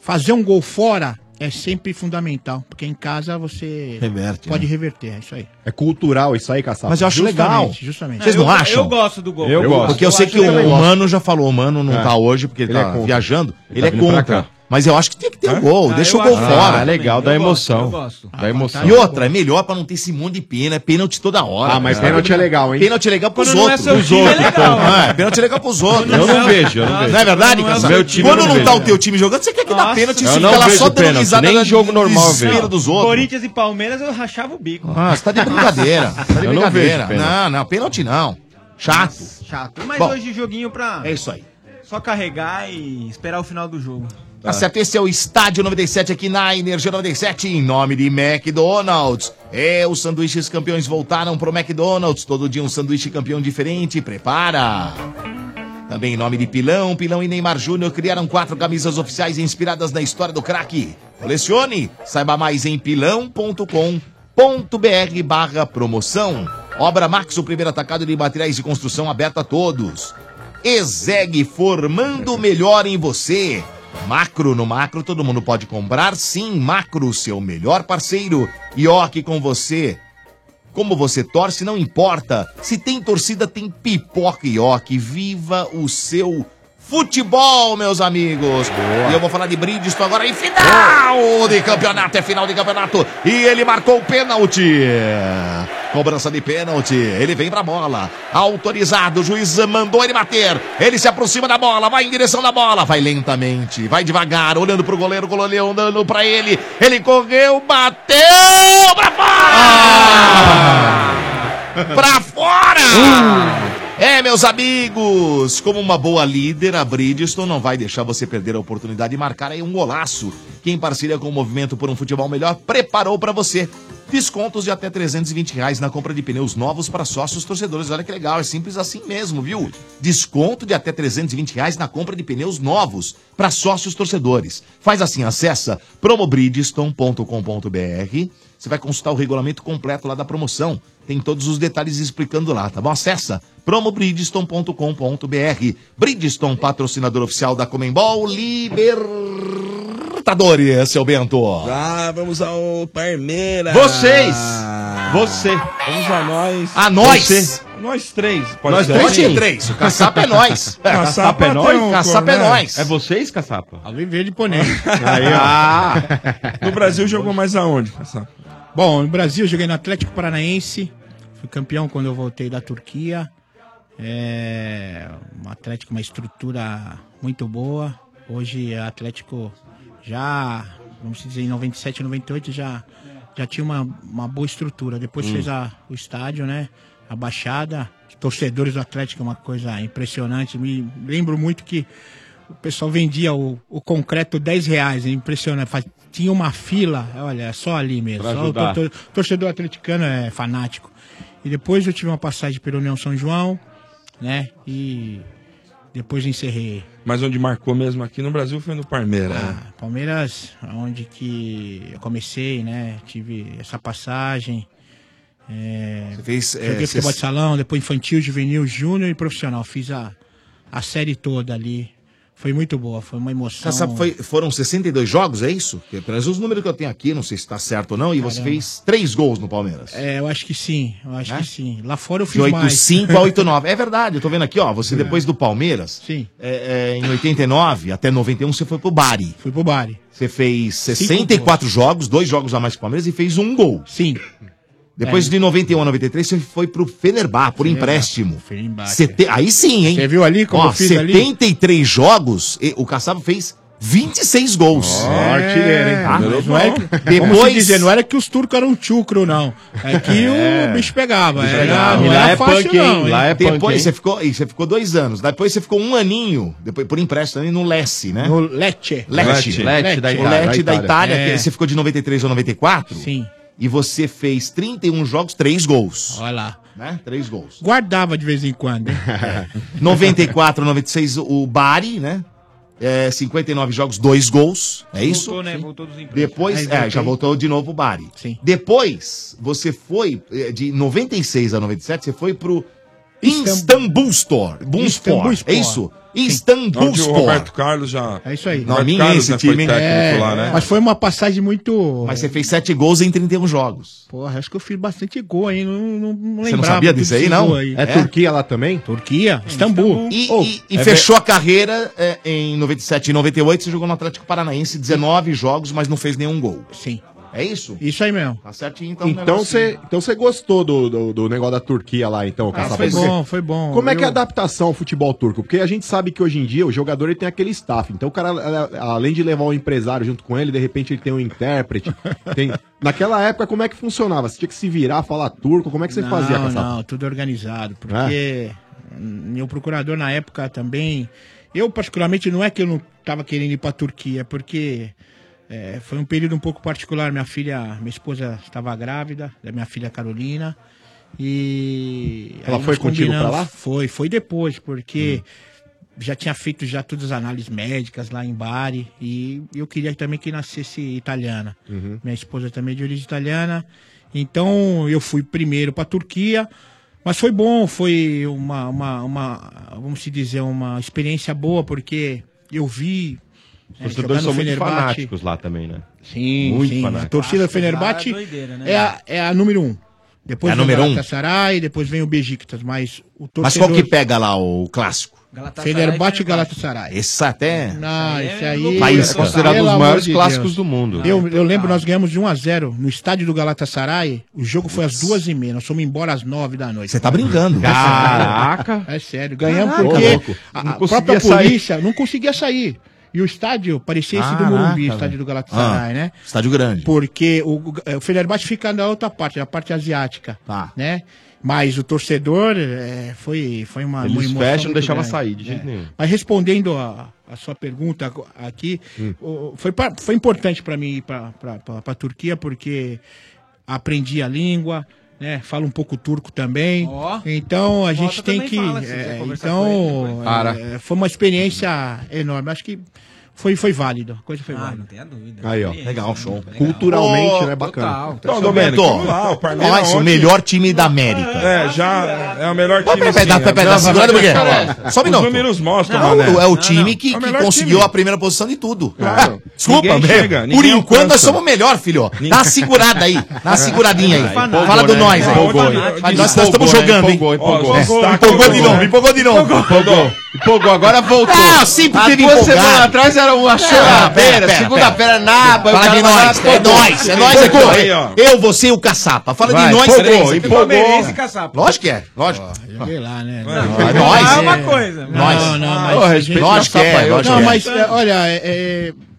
S10: fazer um gol fora é sempre fundamental, porque em casa você
S11: Reverte,
S10: pode
S11: né?
S10: reverter, é isso aí.
S11: É cultural isso aí, caçapa.
S3: Mas eu acho
S10: Justamente,
S3: legal.
S10: justamente.
S3: Vocês
S10: Não,
S3: não,
S10: eu-
S3: acham?
S10: eu gosto do gol.
S3: Eu,
S10: Eu
S3: gosto.
S10: gosto.
S3: Porque eu,
S10: Eu
S3: sei
S10: acho
S3: que
S10: também
S3: o
S10: gosto.
S3: Mano já falou, o Mano não
S10: É.
S3: tá hoje porque ele,
S10: Ele é
S3: tá
S10: contra.
S3: viajando.
S10: Ele
S3: Ele,
S10: tá
S3: é
S10: vindo pra
S3: contra.
S10: cá.
S3: Mas eu acho que tinha que ter o gol.
S10: Ah,
S3: Deixa
S10: eu
S3: o gol
S10: acho-
S3: fora.
S10: Ah, legal, dá Eu gosto, emoção. eu gosto.
S3: Dá emoção.
S10: tá,
S3: E
S10: eu
S3: outra, é melhor pra não ter esse monte de pena. É pênalti toda hora.
S11: Ah, mas
S3: cara.
S11: pênalti é legal, hein?
S3: Pênalti é legal pros
S11: Quando não é
S3: outros.
S11: seu
S3: Pros
S11: time, é
S3: outros,
S11: legal.
S3: então. É, pênalti é legal pros outros.
S11: Eu não vejo, eu não vejo.
S3: Não é verdade,
S11: Não é o
S3: Cassio?
S11: meu time, eu
S3: Quando
S11: não
S3: não tá
S11: vejo.
S3: o teu time jogando, você quer que dá
S9: Nossa.
S3: pênalti e
S9: Eu
S8: não
S3: fica lá
S8: vejo
S3: só dando
S8: pênalti,
S3: risada
S8: nem
S3: no
S8: jogo normal eu vejo.
S3: desespero dos outros.
S9: Corinthians e Palmeiras eu rachava o bico.
S3: Ah, você tá de
S8: (laughs)
S3: brincadeira. (laughs) Tá de
S8: Eu não
S3: brincadeira.
S8: vejo pênalti.
S3: Não, não, pênalti não. Chato.
S9: Chato. Mas
S3: Bom.
S9: hoje joguinho pra. É
S3: isso aí.
S9: Só carregar e esperar o final do jogo.
S3: Tá certo, esse é o Estádio 97 aqui na Energia 97, em nome de McDonald's. É, os sanduíches campeões voltaram pro McDonald's. Todo dia um sanduíche campeão diferente. Prepara! Também em nome de Pilão, Pilão e Neymar Júnior criaram quatro camisas oficiais inspiradas na história do craque. Colecione! Saiba mais em pilão.com.br barra promoção. Obra Max, o primeiro atacado de materiais de construção aberto a todos. Exeg, formando o melhor em você. Macro, no macro todo mundo pode comprar, sim, macro, seu melhor parceiro. E ó, que com você, como você torce, não importa. Se tem torcida, tem pipoca e ó, que Viva o seu futebol, meus amigos. E eu vou falar de Bridgestone agora em final de campeonato. É final de campeonato. E ele marcou o pênalti. Cobrança de pênalti. Ele vem pra bola. Autorizado. O juiz mandou ele bater. Ele se aproxima da bola. Vai em direção da bola. Vai lentamente. Vai devagar. Olhando pro goleiro. Goleiro olhando pra ele. Ele correu. Bateu pra pra fora! É, meus amigos, como uma boa líder, a Bridgestone não vai deixar você perder a oportunidade de marcar aí um golaço. Quem parceria com o Movimento por um Futebol Melhor preparou pra você. Descontos de até 320 reais na compra de pneus novos para sócios torcedores. Olha que legal, é simples assim mesmo, viu? Desconto de até 320 reais na compra de pneus novos para sócios torcedores. Faz assim, acessa promobridgestone.com.br você vai consultar o regulamento completo lá da promoção. Tem todos os detalhes explicando lá, tá bom? Acessa promobridgestone.com.br. Bridgestone, patrocinador oficial da Comembol Libertadores, seu Bento.
S7: Ah, vamos ao Palmeiras.
S3: Vocês!
S8: Você.
S7: Vamos a nós.
S3: A nós?
S7: Você. Nós três.
S8: Nós três
S7: Pode
S8: quem?
S3: três. O caçapa
S7: (laughs)
S3: é nós.
S8: Caçapa é
S7: tem
S8: nós?
S7: um
S8: Caçapa é
S7: coronel.
S8: nós. Ah. É vocês, caçapa?
S10: Alviverde e Ponente.
S8: Aí, ó.
S7: Ah. No Brasil jogou mais aonde?
S10: Bom, no Brasil eu joguei no Atlético Paranaense. Fui campeão quando eu voltei da Turquia. É, um Atlético, uma estrutura muito boa. Hoje o Atlético já, vamos dizer, em 97, 98 já, já tinha uma, uma boa estrutura. Depois
S13: Hum.
S10: fez a- o estádio, né? A Baixada. Os torcedores do Atlético é uma coisa impressionante. Me lembro muito que o pessoal vendia o, o concreto 10 reais, é impressionante. Faz- Tinha uma fila, olha, só ali mesmo.
S8: Pra
S10: Só o
S8: ajudar.
S10: tortor- torcedor atleticano é fanático. E depois eu tive uma passagem pela União São João, né? E depois encerrei.
S7: É. Mas onde marcou mesmo aqui no Brasil foi no Palmeiras.
S3: Ah.
S7: né?
S10: Ah, Palmeiras, onde que eu comecei, né? Tive essa passagem. É,
S3: Você fez, é,
S10: joguei
S3: você-
S10: futebol de salão, depois infantil, juvenil, júnior e profissional. Fiz a, a série toda ali. Foi muito boa, foi uma emoção.
S3: Caçapa, foi, foram 62 jogos, é isso? Porque, pelo menos os números que eu tenho aqui, não sei se tá certo ou não, e você
S10: Caramba.
S3: fez três gols no Palmeiras.
S10: É, eu acho que sim, eu acho que sim. Lá fora eu fiz
S3: Né? De
S10: mais.
S3: 85 a 89. É verdade, eu tô vendo aqui, ó. Você depois do Palmeiras,
S10: É. Sim.
S3: é, é, em 89 até 91, você foi pro Bari.
S10: Fui pro Bari.
S3: Você fez 64 jogos, dois jogos a mais que o Palmeiras e fez um gol.
S10: Sim.
S3: Depois
S10: É.
S3: de 91 a 93, você foi pro Fenerbah, por
S10: Fenerbahçe.
S3: empréstimo.
S10: Fenerbahçe.
S3: Sete- Aí sim, hein? Você
S10: viu ali
S3: como Ó,
S10: eu fiz ali?
S3: 73 jogos, e o Caçava fez 26 gols.
S10: artilheiro, hein?
S3: Tá?
S10: Mas não (laughs) é que- como se
S3: Depois...
S10: dizer, não era que os turcos eram chucro, não. É que
S3: É.
S10: o bicho pegava. Era,
S3: Não,
S10: não era fácil, não. é hein?
S3: Depois você ficou, e você ficou dois anos. Depois você ficou um aninho, depois por empréstimo também no Lesse, né?
S10: No Lecce.
S3: Lecce.
S8: Lecce. Lecce da
S3: O
S8: Itália.
S3: Lecce da
S8: Da Itália.
S3: Itália, que
S8: É.
S3: você ficou de 93 a 94.
S10: Sim.
S3: E você fez 31 jogos, 3 gols.
S10: Olha lá.
S3: Né? Três gols.
S10: Guardava de vez em quando.
S3: (laughs)
S10: hein?
S3: 94, 96, o Bari, né? É, 59 jogos, 2 gols. É isso?
S9: Voltou, né? Voltou dos empregos.
S3: Depois, é, já voltou de novo o Bari.
S10: Sim.
S3: Depois, você foi, eh, de 96 a 97, você foi pro Istanbul Store. Bunspor,
S7: Istanbul
S3: é
S7: Sport.
S3: isso? Istanbul
S7: Onde o
S3: Store.
S7: Roberto Carlos já.
S10: É isso aí.
S7: Roberto Carlos, né, foi
S3: É.
S7: técnico lá, né?
S10: É, Mas foi uma passagem muito.
S3: Mas você fez 7 gols em 31 jogos.
S10: Porra, acho que eu fiz bastante gol, hein? Não, não, não
S3: Você
S10: lembrava.
S3: não sabia
S10: tudo
S3: disso aí,
S10: esse
S3: não?
S10: gol
S3: É Turquia
S10: lá também? Turquia, Istambul.
S3: E,
S10: Oh,
S3: e- e
S10: é
S3: fechou
S10: ver-
S3: a carreira eh, em 97 e 98, você jogou no Atlético Paranaense 19 jogos, mas não fez nenhum gol.
S10: Sim.
S3: É isso?
S10: Isso aí mesmo.
S3: Tá certinho, então. o
S11: Então
S3: negócio-
S11: você então você gostou do, do, do negócio da Turquia lá, então, Caçapa?
S10: Ah, foi
S11: Porque
S10: bom, foi bom.
S11: Como é que é a
S10: Eu-
S11: adaptação ao futebol turco? Porque a gente sabe que hoje em dia o jogador ele tem aquele staff. Então o cara, a- a- além de levar um empresário junto com ele, de repente ele tem
S10: (laughs)
S11: um intérprete. tem- Naquela época, como é que funcionava? Você tinha que se virar, falar turco? Como é que você
S10: não,
S11: fazia, É? Caçapa?
S10: Não, tudo organizado, porque meu procurador na época também, eu particularmente não é que eu não estava querendo ir para a Turquia, é porque é, foi um período um pouco particular, minha filha, minha esposa estava grávida, da minha filha Carolina, e...
S11: Ela
S10: aí
S11: foi
S10: nós
S11: contigo pra
S10: combinamos-
S11: lá? Hum.
S10: Foi, foi depois, porque... Já tinha feito já todas as análises médicas lá em Bari e eu queria também que nascesse italiana.
S2: Uhum.
S10: Minha esposa também é de origem italiana. Então eu fui primeiro para a Turquia, mas foi bom, foi uma, uma, uma, vamos se dizer, uma experiência boa, porque eu vi.
S8: Os
S10: é, jogar
S8: torcedores são
S10: no
S8: muito
S10: Fenerbahçe.
S8: fanáticos lá também, né?
S10: Sim,
S8: muito
S10: sim. A
S8: fanáticos.
S10: torcida do Fenerbahçe
S9: Lá é doideira, né?
S10: é, a, é a número um. Depois
S3: É a
S10: vem o
S3: número um?
S10: Galatasaray, depois vem o Besiktas, mas o torcedor...
S3: Mas qual que pega lá o clássico?
S10: Fenerbahçe e
S9: é
S10: Galatasaray.
S3: Esse até.
S10: Não, isso aí.
S8: é
S3: País é considerado
S10: Pelo
S8: um
S3: os
S10: amor
S3: maiores
S10: de
S3: clássicos
S10: Deus.
S3: do mundo.
S10: Eu, eu lembro, nós ganhamos de 1 a 0 no estádio do Galatasaray. O jogo foi às duas e meia. Nós fomos embora às nove da noite.
S3: Você tá
S14: (laughs)
S3: brincando.
S8: Caraca.
S10: É sério. Ganhamos
S8: Caraca. Ô,
S10: porque
S8: louco.
S10: a,
S8: Não
S10: a
S8: conseguia
S10: própria
S8: sair.
S10: polícia não conseguia sair. E o estádio parecia esse do
S3: Caraca,
S10: Morumbi,
S3: velho.
S10: estádio do Galatasaray,
S3: Ah,
S10: né?
S3: Estádio grande.
S10: Porque o, o Fenerbahçe fica na outra parte, na parte asiática,
S3: Tá.
S10: né? Mas o torcedor é, foi, foi uma, uma
S8: Eles
S10: emoção
S8: fecham, não
S10: muito
S8: deixavam
S10: grande. né?
S8: sair de jeito
S3: É.
S8: nenhum.
S10: Mas respondendo a, a sua pergunta ago- aqui, o- foi, pa- foi importante para mim ir para a Turquia, porque aprendi a língua, né? Falo um pouco turco também. então a
S9: O
S10: gente
S9: Mota
S10: tem
S9: também
S10: que.
S9: fala, se
S10: é,
S9: quiser conversar com ele
S10: então,
S9: depois.
S10: é, foi uma experiência enorme. Acho que foi, foi válido. A coisa foi
S12: Ah,
S10: válida.
S12: não tem a dúvida.
S11: Aí, ó.
S3: Legal, show.
S11: Culturalmente, né,
S10: Ah,
S11: bacana.
S10: tá.
S7: Então,
S3: Domênico,
S7: Domênico, vamos lá, o Palmeiras
S3: Nossa, é o
S7: ontem-
S3: melhor time da América.
S7: É, já é o melhor time.
S3: Peraí, peraí,
S7: sim,
S3: peraí, peraí,
S7: né?
S3: dá segurada por quê?
S7: Cara,
S3: Só um minuto.
S7: Os números mostram,
S3: Não,
S7: Mané.
S3: É o time que,
S7: É o
S3: que
S7: melhor
S3: conseguiu
S7: time.
S3: a primeira posição de tudo.
S7: Claro.
S3: Desculpa,
S7: Ninguém
S3: meu.
S7: chega,
S3: Por
S7: ninguém
S3: enquanto nós
S7: alcança.
S3: somos o melhor, filho. Dá uma segurada aí. Dá uma seguradinha aí.
S7: Ah, empolgou,
S3: Fala do
S7: né?
S3: nós aí.
S7: Empolgou,
S3: Mas
S7: hein?
S3: nós- nós
S7: Empolgou,
S3: estamos
S7: né?
S3: jogando, hein?
S7: Empolgou, empolgou.
S3: Ó,
S7: Destaque,
S3: Empolgou de
S7: empolgou,
S3: novo,
S7: né?
S3: empolgou de novo.
S7: Empolgou.
S13: Empolgou, agora voltou.
S3: Ah, eu sempre
S13: Há
S3: teve
S13: duas
S3: empolgado. É,
S13: semanas atrás era
S8: um
S13: uma choradeira, segunda-feira naba.
S3: Fala de nós, é nós, é nós
S13: Empolgou.
S3: aqui. ó. Eu, você e o Caçapa. Fala
S13: Vai,
S3: de nós
S13: empolgou,
S3: três. aqui.
S13: empolgou. Palmeirense
S10: e Caçapa.
S3: Lógico que é, lógico.
S10: Sei lá, né?
S3: Ah, nós, é uma coisa. Nós.
S10: Não, não,
S3: Ah,
S10: mas.
S3: ô, respeito
S10: lógico
S3: ao
S10: que é,
S3: Sampaio,
S10: lógico
S3: não,
S10: que é.
S3: mas, é,
S10: olha,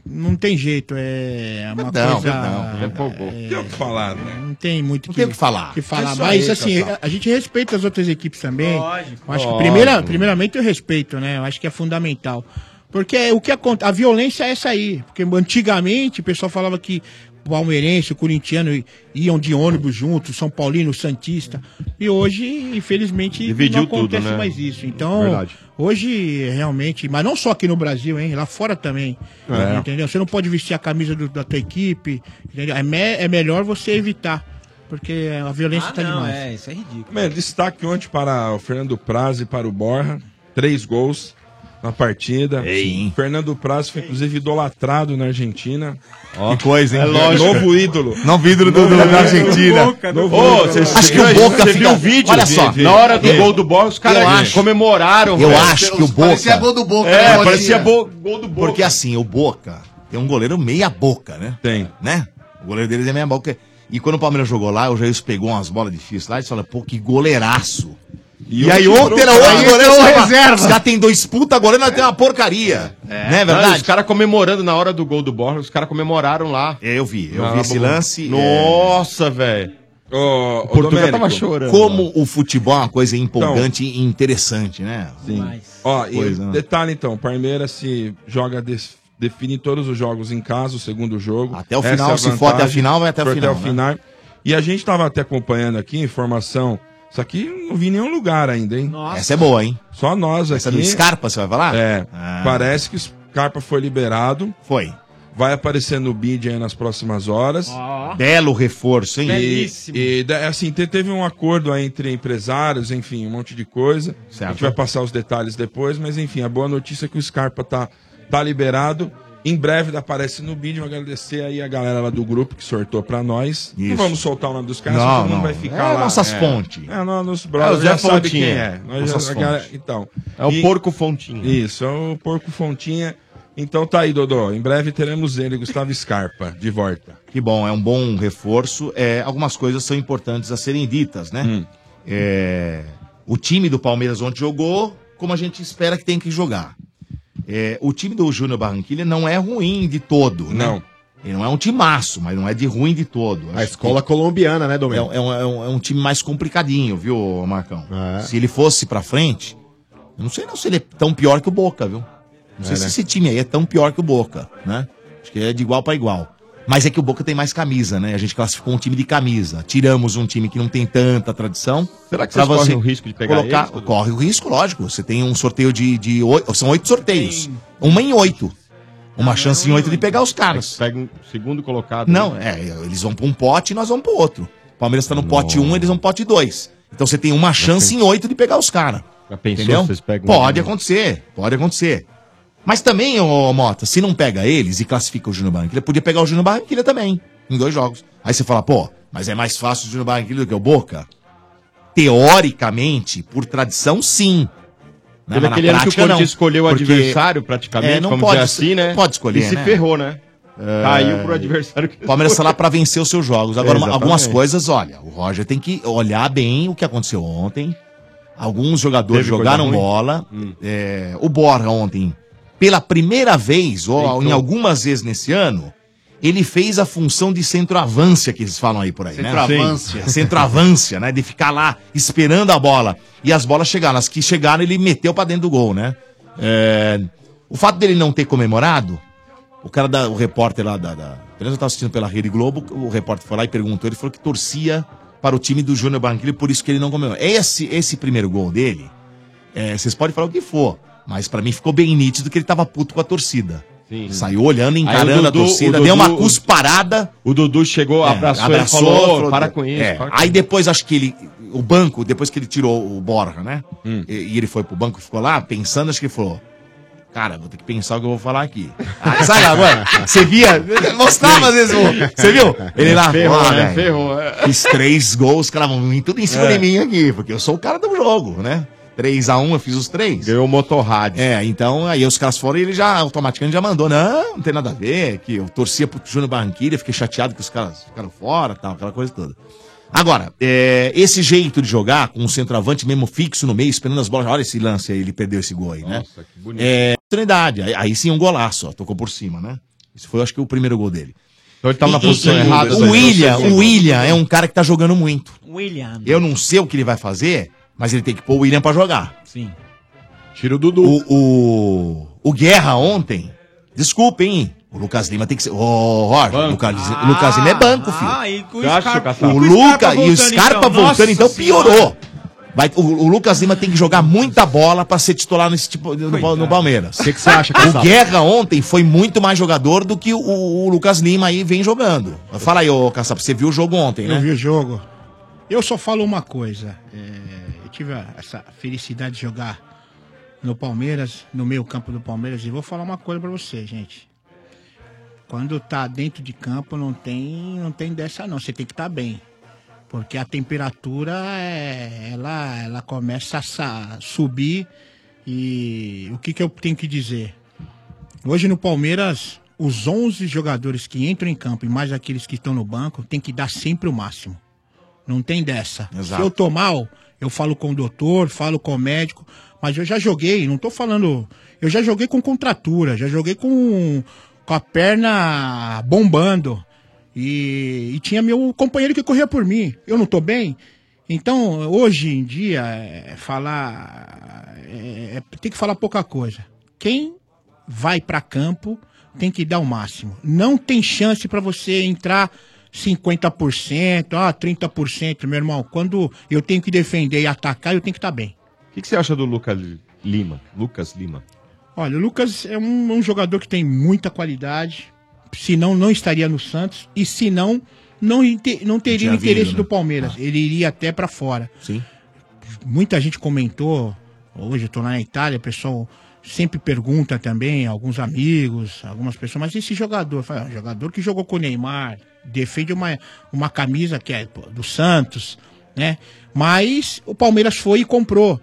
S10: não tem jeito, é uma
S3: Não,
S10: coisa... é,
S3: não, empolgou.
S7: Tem o que falar, né?
S10: Não tem muito o
S7: tem o que falar.
S10: Que falar.
S7: É isso
S10: mas
S7: aí,
S10: assim,
S7: Cassal.
S10: a, a gente respeita as outras equipes também.
S7: Lógico.
S10: Eu acho que
S7: Lógico.
S10: primeira, primeiramente eu respeito, né? Eu acho que é fundamental. Porque é o que acontece, a violência é essa aí. Porque antigamente o pessoal falava que o palmeirense, o corintiano i- iam de ônibus juntos, São Paulino, Santista. E hoje, infelizmente,
S8: Dividiu
S10: não acontece
S8: tudo, né?
S10: mais isso. Então,
S8: Verdade.
S10: hoje realmente, mas não só aqui no Brasil, hein? Lá fora também.
S8: É.
S10: Entendeu? Você não pode vestir a camisa do- da tua equipe. Entendeu? É, me- é melhor você evitar. Porque a violência tá demais.
S7: isso é ridículo. destaque ontem para o Fernando Praz e para o Borja. Três gols na partida. O Fernando Praz foi, inclusive, idolatrado na Argentina.
S3: que coisa, hein? É lógico.
S7: Novo ídolo.
S3: Novo ídolo do- do- da Argentina. Ô, você- Acho que o Boca
S8: Você
S3: fica-
S8: viu o vídeo?
S3: Olha só.
S8: Na hora do
S3: Eu-
S8: gol do Boca, os
S3: eu
S8: caras
S3: acho-
S8: comemoraram.
S3: Eu
S8: velho.
S3: acho que o Boca.
S8: Parecia gol do Boca.
S3: É,
S8: né?
S3: parecia bo-
S8: gol do
S3: Porque assim, o Boca tem um goleiro meia boca, né?
S7: Tem.
S3: Né? O goleiro deles é meia boca. E quando o Palmeiras jogou lá, o Jair pegou umas bolas difíceis lá e fala, pô, que goleiraço. E, aí ontem era
S8: Aí
S3: outro
S8: entrou
S3: goleiro
S8: o
S3: você fala,
S8: reserva.
S3: Os caras tem dois puta goleiro, nós tem uma porcaria. É, não é
S8: Não,
S3: verdade?
S8: Os caras comemorando na hora do gol do Borja, os caras comemoraram lá.
S3: Eu vi, eu
S8: Na
S3: vi esse
S8: bola.
S3: lance. é.
S8: Nossa, velho.
S7: O
S8: Portugal tava chorando.
S3: Como o futebol é uma coisa empolgante e interessante, né?
S7: Sim. Ó, e
S3: Coisa, né?
S7: detalhe então, o Palmeiras se joga des- define todos os jogos em casa, o segundo jogo.
S3: Até o
S7: Essa
S3: final,
S7: é a
S3: se for até a
S7: vantagem.
S3: final, vai até o
S7: For
S3: final, né?
S7: final. E a
S8: tá-
S7: gente tava até acompanhando aqui informação. Isso aqui eu não vi em nenhum lugar ainda, hein?
S3: Essa é boa, hein?
S7: Só nós aqui.
S3: Essa do Scarpa, você vai falar?
S7: É.
S3: Ah.
S7: Parece que o Scarpa foi liberado.
S3: Foi.
S7: Vai aparecer no bid aí nas próximas horas.
S3: Belo reforço, hein?
S7: Belíssimo. E, da- assim, te- teve um acordo aí entre empresários, enfim, um monte de coisa. A gente vai passar os detalhes depois, mas enfim, a boa notícia é que o Scarpa tá, tá liberado. Em breve aparece no vídeo. Agradecer aí a galera lá do grupo que sortou pra nós. Não
S3: Isso.
S7: vamos soltar o nome dos caras,
S3: Não,
S7: todo mundo
S3: não.
S7: vai ficar
S3: É
S7: lá.
S3: nossas fontes.
S7: É, nós, nossos
S8: É,
S7: brothers
S8: o
S7: já
S8: Zé
S7: sabe quem
S8: Fontinha.
S7: é. Nós
S8: Nossas
S7: já, a galera-
S8: fontes.
S7: então,
S8: É o
S7: E-
S8: Porco Fontinha.
S7: Isso, é o Porco Fontinha. Então tá aí, Dodô. Em breve teremos ele, Gustavo Scarpa, de volta.
S3: Que bom, é um bom reforço. É, algumas coisas são importantes a serem ditas, né? É, o time do Palmeiras ontem jogou como a gente espera que tem que jogar. É, o time do Júnior Barranquilla não é ruim de todo, né?
S11: Não.
S3: Ele não é um timaço, mas não é de ruim de todo.
S11: A escola colombiana, né, Domênico?
S3: É, um, é um- é um time mais complicadinho, viu, Marcão?
S11: Ah, é?
S3: Se ele fosse pra frente, eu não sei não se ele é tão pior que o Boca, viu? Não sei
S11: É,
S3: se
S11: né?
S3: esse time aí é tão pior que o Boca, né? Acho que é de igual pra igual. Mas é que o Boca tem mais camisa, né? A gente classificou um time de camisa. Tiramos um time que não tem tanta tradição.
S8: Será que
S3: Pra
S8: vocês
S3: você
S8: correm o risco de pegar
S3: colocar...
S8: eles, Dudu?
S3: Corre o risco, lógico. Você tem um sorteio de... de oito- São oito sorteios. Uma em oito. Uma chance em oito de pegar os caras.
S8: Pega um segundo colocado. né?
S3: Não, é, eles vão pra um pote e nós vamos pro outro. O Palmeiras tá no pote 1, um, eles vão pro pote 2. Então você tem uma chance em oito de pegar os caras.
S8: Já pensou
S3: Entendeu?
S8: se vocês pegam
S3: Pode
S8: um-
S3: acontecer, pode acontecer. Mas também, ô Mota, se não pega eles e classifica o Júnior Barranquilla, podia pegar o Júnior Barranquilla também, em dois jogos. Aí você fala, pô, mas é mais fácil o Júnior Barranquilla do que o Boca? Teoricamente, por tradição, sim. Né?
S8: Teve
S3: Mas na
S8: aquele ano que o
S3: prática, não.
S8: Corinthians escolheu o
S3: Porque-
S8: adversário, praticamente,
S3: É, não
S8: vamos
S3: pode,
S8: dizer assim, né?
S3: Pode escolher,
S8: E se
S3: né?
S8: ferrou, né?
S3: É.
S8: Caiu pro adversário que
S3: O Palmeiras tá lá pra vencer os seus jogos. Agora,
S8: Exatamente.
S3: algumas coisas, olha, o Roger tem que olhar bem o que aconteceu ontem. Alguns jogadores
S8: Teve coisa
S3: jogaram
S8: ruim?
S3: bola.
S11: Hum.
S3: É, o Borja ontem, pela primeira vez, ou em algumas vezes nesse ano, ele fez a função de centroavância que eles falam aí por aí, né?
S13: Centroavância.
S3: Sim. Centroavância, né? De ficar lá esperando a bola. E as bolas chegaram. As que chegaram, ele meteu pra dentro do gol, né? É, o fato dele não ter comemorado, o cara da, o repórter lá da, da. Pelo menos eu tava assistindo pela Rede Globo, o repórter foi lá e perguntou, ele falou que torcia para o time do Júnior Barranquilla, por isso que ele não comemorou. Esse, esse primeiro gol dele, é, vocês podem falar o que for, mas pra mim ficou bem nítido que ele tava puto com a torcida. Saiu olhando,
S8: Aí o
S3: encarando a
S8: Dudu-
S3: torcida,
S8: o
S3: deu uma
S8: Dudu-
S3: cusparada.
S8: O Dudu chegou, abraçou, e falou, "Ô, para com isso.
S3: É,
S8: para com
S3: Aí depois, acho que ele. O banco, depois que ele tirou o Borja, né?
S8: Hum.
S3: E, e ele foi pro banco e ficou lá pensando, acho que ele falou. Cara, vou ter que pensar o que eu vou falar aqui. Ah, sai lá, mano. Você via? (laughs) Mostrava às vezes. o- Você viu? Ele lá.
S8: Ferrou,
S3: "Ah,
S8: né?
S3: velho,
S8: Ferrou, é."
S3: (laughs) Fiz três gols, os caras vão vir tudo em cima
S8: É.
S3: de mim aqui, porque eu sou o cara do jogo, né? 3x1, eu fiz os três. Ganhou
S8: o Motorrad.
S3: É, então aí os caras foram e ele já automaticamente já mandou. Não, não tem nada a ver, que eu torcia pro Júnior Barranquilla, fiquei chateado que os caras ficaram fora tal, aquela coisa toda. Agora, é, esse jeito de jogar, com o centroavante mesmo fixo no meio, esperando as bolas. Olha esse lance aí, ele perdeu esse gol aí, né? Nossa, que bonito. É, oportunidade. Aí, aí sim, um golaço, ó, tocou por cima, né? Isso foi, acho que, o primeiro gol dele. Então ele
S8: tava na posição errada,
S3: O
S8: né?
S3: William,
S8: Não sei se-
S3: o William é um cara que tá jogando muito.
S9: William.
S3: Eu não sei o que ele vai fazer, mas ele tem que pôr o William pra jogar.
S9: Sim.
S3: Tira o Dudu. O, o, Guerra ontem. Desculpa, hein? O Lucas Lima tem que ser. Ô, Roger, o Lucas, o Lucas Lima é banco, filho.
S9: Ah, e com o
S3: Eu acho,
S9: Scarpa.
S3: Cassaro. o Luca e o Scarpa voltando, então piorou. Vai- o, o Lucas Lima tem que jogar muita bola pra ser titular nesse tipo no, no Palmeiras. O que,
S11: você acha, Cassaro?
S3: O Guerra ontem foi muito mais jogador do que o, o Lucas Lima aí vem jogando. Fala aí, ô Cassap, você viu o jogo ontem, né?
S10: Eu vi o jogo. Eu só falo uma coisa. é, eu tive a- essa felicidade de jogar no Palmeiras, no meio campo do Palmeiras, e vou falar uma coisa pra você, gente. Quando tá dentro de campo, não tem, não tem dessa não. Você tem que estar bem. Porque a temperatura, é, ela, ela começa a sa- subir. E o que, que eu tenho que dizer? Hoje no Palmeiras, os 11 jogadores que entram em campo e mais aqueles que estão no banco, tem que dar sempre o máximo. Não tem dessa.
S15: Exato.
S10: Se eu tô mal, eu falo com o doutor, falo com o médico, mas eu já joguei, não tô falando. Eu já joguei com contratura, já joguei com, com a perna bombando. E, e tinha meu companheiro que corria por mim. Eu não tô bem? Então, hoje em dia, é, falar. é, é, tem que falar pouca coisa. Quem vai para campo, tem que dar o máximo. Não tem chance para você entrar 50%, ah, 30%, meu irmão. Quando eu tenho que defender e atacar, eu tenho que estar bem.
S8: O que, que você acha do Lucas Lima? Lucas Lima.
S10: Olha, o Lucas é um, um jogador que tem muita qualidade. Senão, não estaria no Santos. E senão, não, inte- não teria
S15: Tinha
S10: o interesse
S15: vindo, né?
S10: do Palmeiras. Ele iria até para fora.
S3: Sim.
S10: Muita gente comentou. Hoje eu tô lá na Itália, o pessoal sempre pergunta também, alguns amigos, algumas pessoas, mas esse jogador, fala, "Ah, um jogador que jogou com o Neymar, defende uma, uma camisa que é pô, do Santos, né? Mas o Palmeiras foi e comprou.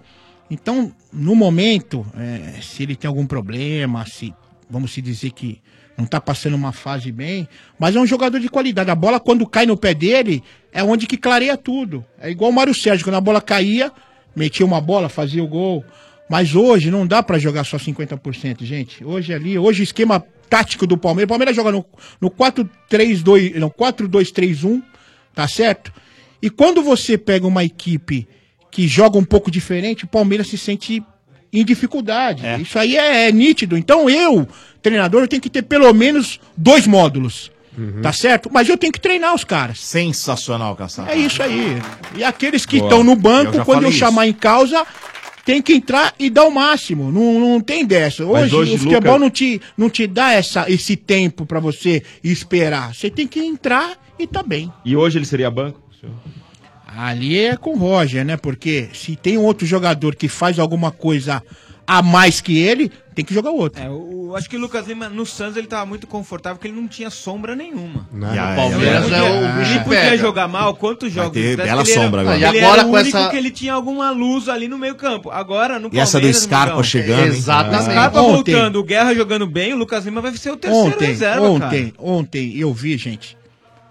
S10: Então, no momento, eh, se ele tem algum problema, se vamos se dizer que não tá passando uma fase bem, mas é um jogador de qualidade. A bola, quando cai no pé dele, é onde que clareia tudo. É igual o Mário Sérgio, quando a bola caía, metia uma bola, fazia o gol. Mas hoje não dá pra jogar só 50%, gente. Hoje ali, hoje o esquema tático do Palmeiras, o Palmeiras joga no, no 4-3-2, não, 4-2-3-1, tá certo? E quando você pega uma equipe que joga um pouco diferente, o Palmeiras se sente em dificuldade. Isso aí é, é nítido. Então eu, treinador, eu tenho que ter pelo menos dois módulos. Tá certo? Mas eu tenho que treinar os caras.
S3: Uhum. Sensacional, Cassaro.
S10: É isso aí. E aqueles que
S3: Boa.
S10: estão no
S3: Eu
S10: banco,
S3: já
S10: quando
S3: falei
S10: eu
S3: isso.
S10: chamar em causa, tem que entrar e dar o máximo. Não, não tem dessa.
S8: Mas
S10: Hoje,
S8: hoje,
S10: o futebol
S8: Lucas-
S10: não, te, não te dá essa, esse tempo pra você esperar. Você tem que entrar e tá bem.
S8: E hoje ele seria banco?
S10: Ali é com o Roger, né? Porque se tem um outro jogador que faz alguma coisa a mais que ele, tem que jogar o outro.
S9: É, o- o- acho que o Lucas Lima no Santos ele tava muito confortável porque ele não tinha sombra nenhuma.
S10: Não,
S9: Ele
S10: no
S9: podia-
S10: Palmeiras é o bicho
S9: Ele podia
S10: pega.
S9: jogar mal, quantos jogos
S3: ter
S9: ele
S3: bela
S9: ele era-
S3: sombra agora.
S9: Ele
S3: E
S9: era
S3: agora
S9: o
S3: com
S9: único
S3: essa-
S9: que ele tinha alguma luz ali no meio campo. Agora no
S3: E essa do
S9: Palmeiras,
S3: Scarpa
S9: amigão,
S3: chegando, hein?
S9: O
S3: Exatamente.
S9: Scarpa
S10: Ontem.
S9: voltando, o Guerra jogando bem, o Lucas Lima vai ser o terceiro
S10: ontem,
S9: reserva,
S10: ontem,
S9: cara.
S10: ontem eu vi, gente.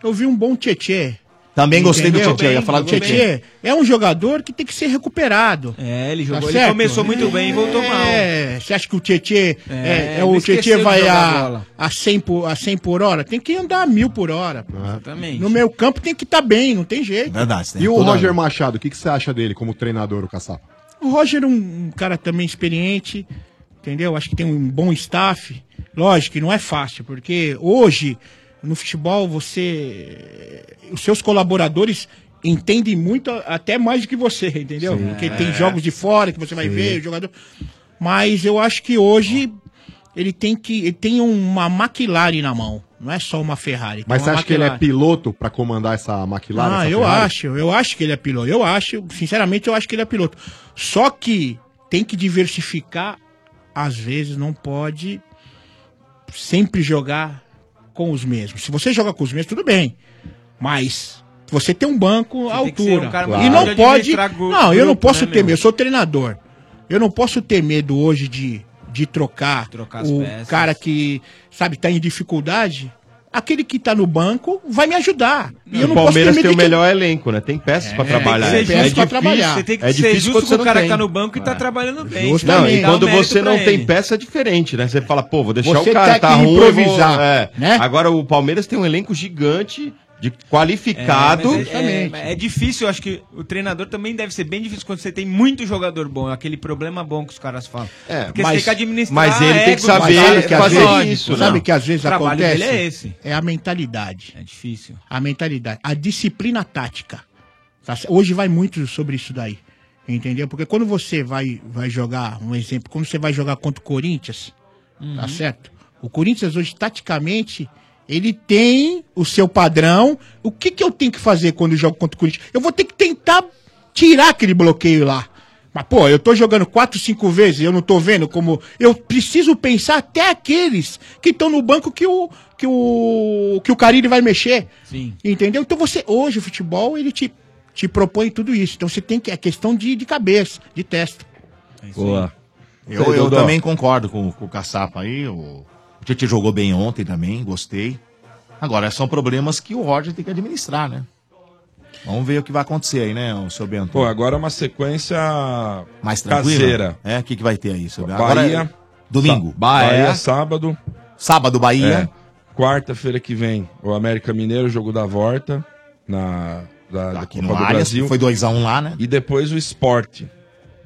S10: Eu vi um bom Tietê.
S3: Também gostei do Tietê, eu ia falar do
S10: Jogou
S3: Tietê.
S10: bem. é um jogador que tem que ser recuperado. Tá
S9: É, ele jogou, ele
S10: certo?
S9: começou muito bem e voltou mal.
S10: É, você acha que o Tietê é,
S9: É,
S10: é o
S9: ele
S10: Tietê
S9: esqueceu de
S10: vai
S9: jogar
S10: a,
S9: bola.
S10: a, 100 por, a 100 por hora? Tem que andar a mil por hora. pô.
S9: Exatamente.
S10: No meu campo tem que estar bem, não tem
S3: É
S10: jeito.
S11: E o Roger Machado, o que, que você acha dele como treinador, o Caçapa?
S10: O Roger é um, um cara também experiente, entendeu? Acho que tem um bom staff. Lógico que não é fácil, porque hoje, no futebol, você. Os seus colaboradores entendem muito, até mais do que você, (laughs) entendeu?
S15: Sim.
S10: Porque
S15: É.
S10: tem jogos de fora que você vai
S15: Sim.
S10: ver, o jogador. Mas eu acho que hoje ele tem que ele tem uma McLaren na mão. Não é só uma Ferrari. tem
S11: Mas você
S10: uma
S11: acha que ele é
S10: McLaren.
S11: piloto pra comandar essa McLaren?
S10: Ah,
S11: essa
S10: eu
S11: Ferrari?
S10: acho, eu acho que ele é piloto. Eu acho, sinceramente, eu acho que ele é piloto. Só que tem que diversificar, às vezes não pode sempre jogar com os mesmos. Se você joga com os mesmos, tudo bem. Mas você tem um banco à
S9: tem que ser
S10: altura.
S9: um cara muito
S10: E
S9: bom de
S10: não pode.
S9: administrar gru-
S10: Não, eu não
S9: grupo,
S10: posso
S9: né,
S10: temer,
S9: meu?
S10: eu sou treinador. Eu não posso ter medo hoje de, de trocar,
S9: Trocar as
S10: o
S9: peças.
S10: cara que, sabe, tá em dificuldade. Aquele que tá no banco vai me ajudar. E eu
S8: o
S10: não posso ter
S8: Palmeiras
S10: medo
S8: tem
S10: de
S8: o
S10: quem-
S8: melhor elenco, né? Tem peças
S9: É,
S8: pra
S10: tem que
S8: trabalhar.
S10: ser justo pra trabalhar.
S8: Você
S10: Você
S8: tem
S10: tem
S8: que é ser difícil quando
S9: justo com
S8: você
S9: o
S8: não
S9: cara
S8: tem. Ah,
S9: que tá no banco e tá trabalhando bem.
S8: Não, e
S9: Dá um
S8: quando
S9: mérito
S8: você
S9: pra
S8: não
S9: ele.
S8: tem peça é diferente, né? Você fala, pô, vou deixar
S9: Você
S8: o cara
S9: tem
S8: tá
S9: que
S8: ruim, eu vou-
S9: improvisar,
S8: é. Agora o Palmeiras tem um elenco gigante de
S9: É,
S8: qualificado.
S9: mas é, é, é difícil, eu acho que o treinador também deve ser bem difícil quando você tem muito jogador bom, aquele problema bom que os caras falam.
S8: É,
S9: Porque
S10: mas-
S9: você tem que administrar.
S8: mas ele tem
S9: ego
S8: que
S9: do
S8: saber né?
S10: Sabe
S9: cara.
S10: que às vezes- Sabe que às vezes
S9: né? o trabalho
S10: acontece?
S9: Dele é esse.
S10: a mentalidade.
S9: É difícil.
S10: A mentalidade. A disciplina tática. Tá cer- Hoje vai muito sobre isso daí. Entendeu? Porque quando você vai, vai jogar, um exemplo, quando você vai jogar contra o Corinthians, tá certo? O Corinthians hoje, taticamente, ele tem o seu padrão. O que, que eu tenho que fazer quando eu jogo contra o Corinthians? Eu vou ter que tentar tirar aquele bloqueio lá. Mas, pô, eu tô jogando quatro, cinco vezes, eu não tô vendo como. Eu preciso pensar até aqueles que estão no banco que o. que o. que o Carilli vai mexer.
S9: Sim.
S10: Entendeu? Então você, hoje, o futebol, ele te, te propõe tudo isso. Então você tem que. É questão de, de cabeça, de testa.
S15: Boa.
S10: Você,
S15: Eu, eu
S10: Dodô?
S15: também concordo com, com o Caçapa aí. O, o Tite jogou bem ontem também, gostei. Agora, são problemas que o Roger tem que administrar, né? Vamos ver o que vai acontecer aí, né, o seu Bento?
S7: Pô, agora é uma sequência
S15: Mais tranquila?
S7: caseira.
S15: É, o que, que vai ter aí, seu Bento?
S7: Bahia.
S15: Agora, é domingo.
S7: Sa-
S15: Bahia.
S7: sábado.
S15: Sábado, Bahia.
S7: É. Quarta-feira que vem, o América Mineiro, jogo da volta. Na, da, da Copa
S15: no
S7: do
S15: Allianz,
S7: Brasil.
S15: foi 2x1 lá, né?
S7: E depois o esporte.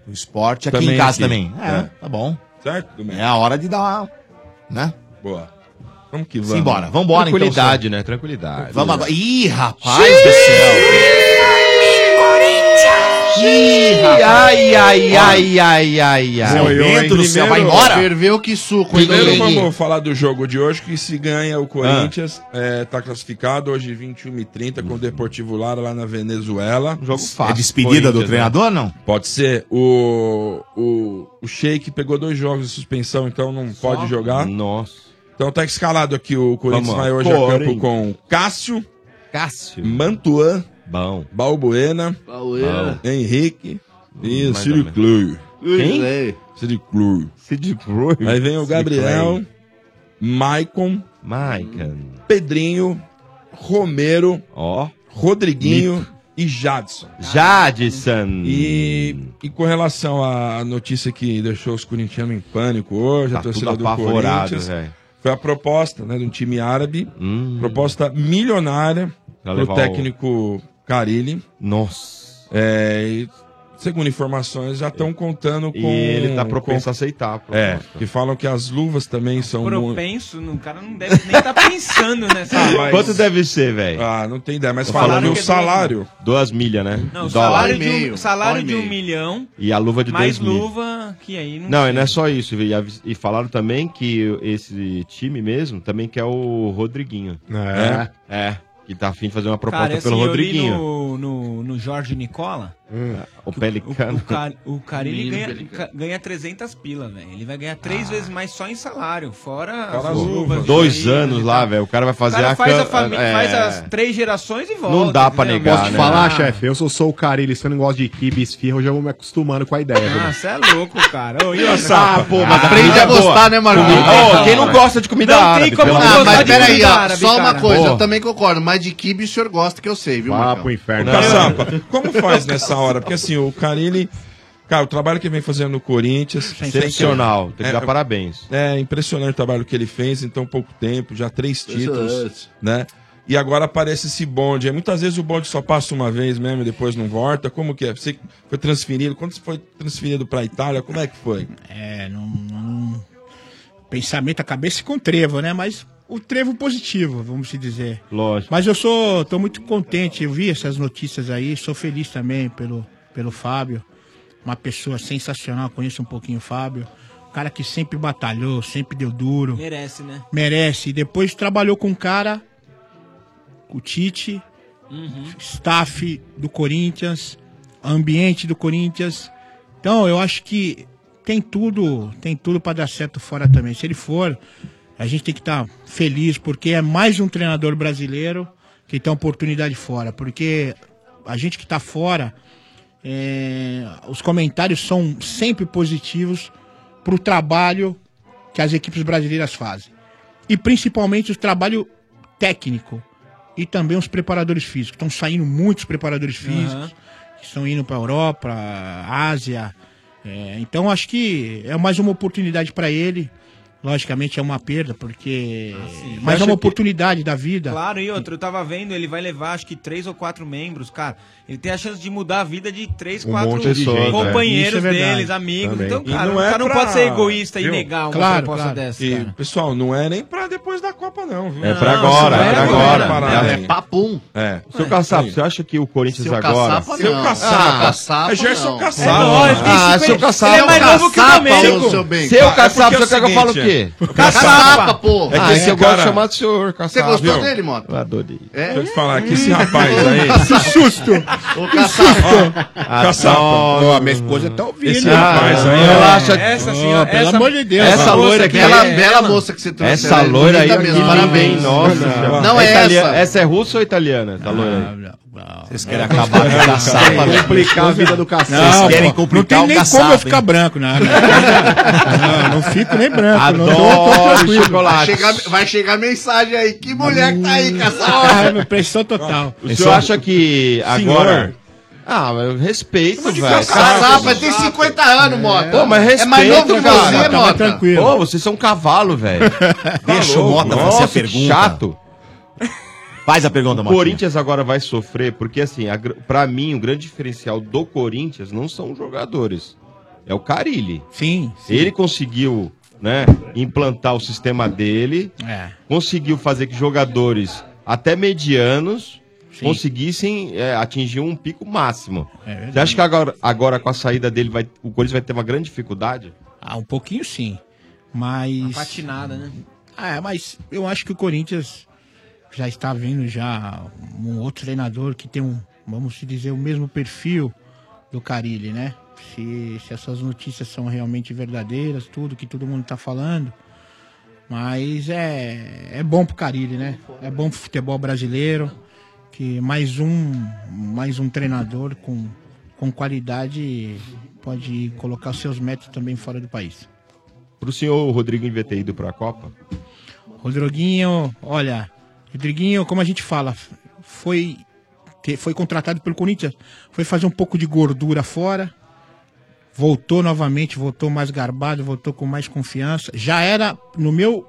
S15: O esporte aqui em casa também. É, tá bom.
S7: Certo, Domingos?
S15: É a hora de dar, né?
S7: Boa. Vamos que vamos.
S15: Vamos embora, vamos embora
S8: Tranquilidade,
S15: então.
S8: né? Tranquilidade.
S15: Vamos agora. Ih, rapaz do céu! Ih,
S13: Ih, ai, ai,
S15: Olha,
S13: ai, ai, ai, ai.
S7: Morreu, hein?
S13: Dentro do céu, vai
S7: Primeiro-
S13: embora? Ferveu que suco, hein,
S7: Primeiro
S13: Dominguinho?
S7: vamos falar do jogo de hoje, que se ganha o Corinthians,
S15: Ah.
S7: é, tá classificado hoje 21h30 com o Deportivo Lara lá na Venezuela.
S15: jogo fácil. É despedida
S3: né?
S15: do treinador, não?
S7: Pode ser. O, o, o Sheik pegou dois jogos de suspensão, então não pode jogar.
S8: Nossa.
S7: Então tá escalado aqui o Corinthians
S8: Vamos lá.
S7: vai hoje a campo
S8: Corinthians.
S7: com Cássio.
S8: Cássio.
S7: Mantuan.
S8: Bom.
S7: Balbuena.
S8: Balbuena.
S7: Bom. Henrique. E
S8: Mais ou
S7: Ciro
S8: menos.
S7: Cluy.
S8: Quem?
S7: Ciro Cluy.
S8: Ciro Cluy.
S7: Aí vem o
S8: Ciro
S7: Gabriel.
S8: Cluy.
S7: Maicon.
S8: Maicon.
S7: Pedrinho. Romero.
S8: Ó.
S7: Rodriguinho. E Jadson.
S8: Jadson.
S7: E, e com relação à notícia que deixou os corintianos em pânico hoje,
S8: Tá
S7: a torcida
S8: tudo
S7: do
S8: apavorado,
S7: Corinthians,
S8: velho. Hum.
S7: foi a proposta né, de um time árabe, proposta milionária
S8: Pra
S7: pro
S8: levar o-
S7: técnico Carilli.
S8: Nossa.
S7: É, e, segundo informações, já estão contando com...
S8: E ele tá propenso
S7: com-
S8: a aceitar a proposta.
S7: É, que falam que as luvas também são... muito-
S9: Propenso, não, o cara não deve nem estar tá pensando
S8: (laughs)
S9: nessa.
S7: Ah, mas-
S8: Quanto deve ser, velho?
S7: Ah, não tem ideia, mas
S8: Tô
S7: falaram
S8: falando é
S7: que o salário-
S8: Duas milhas, né?
S9: Não, o
S8: Dólar.
S9: salário, de um,
S8: Meio.
S9: salário
S8: Dólar e
S9: de um
S8: meio.
S9: milhão.
S8: E a luva de
S9: mais
S8: dois mil.
S9: luva, um que aí não.
S8: Não, e
S9: sei.
S8: não é só isso. E, avi- e falaram também que esse time mesmo também quer o Rodriguinho.
S11: É.
S8: É. é. Que tá afim de fazer uma proposta
S9: Cara, assim,
S8: pelo
S9: eu li
S8: Rodriguinho.
S9: No, no, no Jorge Nicola.
S8: O
S9: que
S8: Pelicano.
S9: O, cara, o cara ele
S8: Menino
S9: ganha, ca-
S8: Pelicano.
S9: ganha 300 pila, velho. Ele vai ganhar três vezes mais só em salário, Ah. fora
S8: Pô,
S9: as luvas.
S8: Dois
S9: isso aí.
S8: anos lá, velho. O cara vai
S9: O
S8: fazer
S9: cara
S8: a
S9: faz,
S8: can-
S9: a família,
S8: é.
S9: faz as três gerações e volta.
S8: Não dá pra
S9: entendeu?
S8: negar,
S11: Posso
S8: né?
S11: falar,
S8: Ah.
S11: chefe? Eu sou, sou o Carilli, se eu não gosto de kibe esfirra, eu já vou me acostumando com a ideia.
S9: Ah, você é louco, cara. Ô, e o
S11: Ah, pô, mas
S13: a Aprende
S11: comida
S13: a
S11: é boa.
S13: gostar, né, Marcão?
S11: Comida- Ô, quem não gosta de comida
S13: não
S11: árabe,
S13: Tem como
S11: pelo
S13: não,
S11: amor de
S13: mas
S11: Deus.
S13: peraí,
S11: comida
S13: ó,
S11: árabe,
S13: só
S11: cara.
S13: uma coisa,
S11: Porra.
S13: eu também concordo, mas de kibe o senhor gosta que eu sei, viu,
S11: Vá
S13: Marcão?
S11: pro inferno.
S7: Ô, Caçapa, como faz nessa hora? Porque assim, o Carilli... Cara, o trabalho que ele vem fazendo no Corinthians...
S8: Sensacional, tem que dar parabéns.
S7: É impressionante o trabalho que ele fez em tão pouco tempo, já três títulos,
S8: Impressionante.
S7: né? E agora aparece esse bonde. Aí, Muitas vezes o bonde só passa uma vez mesmo e depois não volta. Como que é? Você foi transferido? Quando você foi transferido pra Itália, como é que foi?
S10: É, não, não- Pensamento, a cabeça com trevo, né? Mas o trevo positivo, vamos se dizer.
S8: Lógico.
S10: Mas eu sou, tô muito contente, eu vi essas notícias aí, sou feliz também pelo, pelo Fábio, uma pessoa sensacional, conheço um pouquinho o Fábio. cara que sempre batalhou, sempre deu duro.
S12: Merece, né?
S10: Merece. E depois trabalhou com um cara, com o Tite, staff do Corinthians, ambiente do Corinthians. Então, eu acho que tem tudo, tem tudo para dar certo fora também. Se ele for, a gente tem que estar feliz porque é mais um treinador brasileiro que tem oportunidade fora, porque a gente que está fora, é, os comentários são sempre positivos para o trabalho que as equipes brasileiras fazem e principalmente o trabalho técnico e também os preparadores físicos. Estão saindo muitos preparadores físicos que estão indo para a Europa, Ásia. É, então acho que é mais uma oportunidade para ele. Logicamente é uma perda, porque. mas
S9: Ah, Acha
S10: é
S9: que-
S10: uma oportunidade da vida.
S9: Claro, e outro, eu tava vendo, ele vai levar acho que três ou quatro membros, cara. Ele tem a chance de mudar a vida de três,
S10: Um
S9: quatro
S10: monte de gente,
S9: companheiros
S10: é. Isso é verdade.
S9: deles, amigos.
S7: né? Também.
S9: Então,
S7: E
S9: cara,
S7: não
S9: o
S7: é
S9: cara não
S7: pra-
S9: pode ser egoísta e
S7: viu?
S9: negar uma
S7: Claro,
S9: proposta
S7: claro.
S9: dessa.
S7: E,
S9: cara.
S7: pessoal, não é nem pra depois da Copa, não, viu?
S8: É pra agora, é pra agora.
S15: papum.
S8: É. Seu Caçapa, você acha que o Corinthians
S15: Seu
S8: agora.
S15: Caçapa,
S7: Seu
S15: não.
S7: Caçapa.
S15: Ah, Caçapa,
S7: É Gerson
S15: não.
S7: Caçapa.
S15: É lógico, tem
S7: Ah,
S15: 50.
S7: seu Caçapa.
S15: Ele é mais novo que o
S13: Caçapa,
S15: Domênico.
S13: ô, seu bem.
S15: Seu
S13: Ah, é
S15: Caçapa,
S13: porque
S15: você quer que eu falo o quê?
S13: seguinte, é. Caçapa, pô.
S15: É que
S13: Ah,
S15: esse
S13: é,
S15: eu gosto de
S13: cara.
S15: chamar de senhor, Caçapa.
S13: Você gostou dele, Mota?
S15: Eu adorei.
S13: É?
S7: Deixa eu te falar que
S13: (laughs)
S7: esse rapaz aí.
S13: Que susto! Ô, Caçapa.
S7: Caçapa.
S11: Ah, Ó, minha esposa tá ouvindo.
S7: Esse rapaz aí, ó.
S13: relaxa.
S7: Essa
S13: senhora-
S7: essa-
S13: Essa moça
S15: Essa loira
S13: aqui,
S15: aqui.
S13: ela- bela moça que você trouxe,
S8: Essa
S13: ela é
S8: loira aí,
S13: bonita mesmo,
S8: que
S13: parabéns.
S8: linda, Nossa,
S13: Não,
S8: senhora.
S13: é
S8: itali-
S13: essa.
S8: Essa é russa ou italiana? Essa loira?
S15: Vocês querem acabar com o Caçapa,
S8: né?
S15: né?
S8: Complicar a vida do
S10: Não,
S8: Caçapa.
S10: pô, não tem nem como eu ficar branco, não. Não,
S8: (laughs)
S10: não, não fico nem branco. não tô, tô tranquilo.
S13: Vai chegar, vai chegar mensagem aí. Que mulher que tá aí,
S14: é
S10: Ah,
S13: Caçapa?
S10: meu, pressão total.
S8: O senhor acha que agora. Ah, mas respeito, velho.
S13: Caçapa tem 50 anos, Mota.
S8: Pô, mas respeito,
S13: É mais novo que
S8: cara.
S13: você,
S8: Tá
S13: Mota.
S8: tranquilo. Pô, vocês são um cavalo, (laughs) velho.
S15: Deixa o Mota fazer a
S8: tá Nossa, que
S15: pergunta.
S8: chato.
S15: Faz a pergunta,
S8: O
S15: Motinha.
S8: Corinthians agora vai sofrer, porque assim, a gr- pra mim, o grande diferencial do Corinthians não são os jogadores. É o Carilli.
S10: Sim.
S8: Ele conseguiu, né, implantar o sistema dele,
S10: É.
S8: conseguiu fazer que jogadores até medianos
S10: Sim.
S8: conseguissem é, atingir um pico máximo.
S10: É verdade.
S8: Você acha que agora, agora com a saída dele vai, o Corinthians vai ter uma grande dificuldade?
S10: Ah, um pouquinho sim. Mas.
S8: Uma
S9: patinada, né?
S10: Ah, é, mas eu acho que o Corinthians já está vendo já um outro treinador que tem um, vamos dizer, o mesmo perfil do Carilli, né? Se, se essas notícias são realmente verdadeiras, tudo que todo mundo está falando. Mas é, é bom pro Carilli, né? É bom pro futebol brasileiro. Que mais um, mais um treinador com, com qualidade pode colocar os seus métodos também fora do país.
S8: Pro senhor Rodrigo Invete ido pra Copa?
S10: Rodriguinho, olha, Rodriguinho, como a gente fala, foi, te- foi contratado pelo Corinthians, foi fazer um pouco de gordura fora, voltou novamente, voltou mais garbado, voltou com mais confiança. Já era, no meu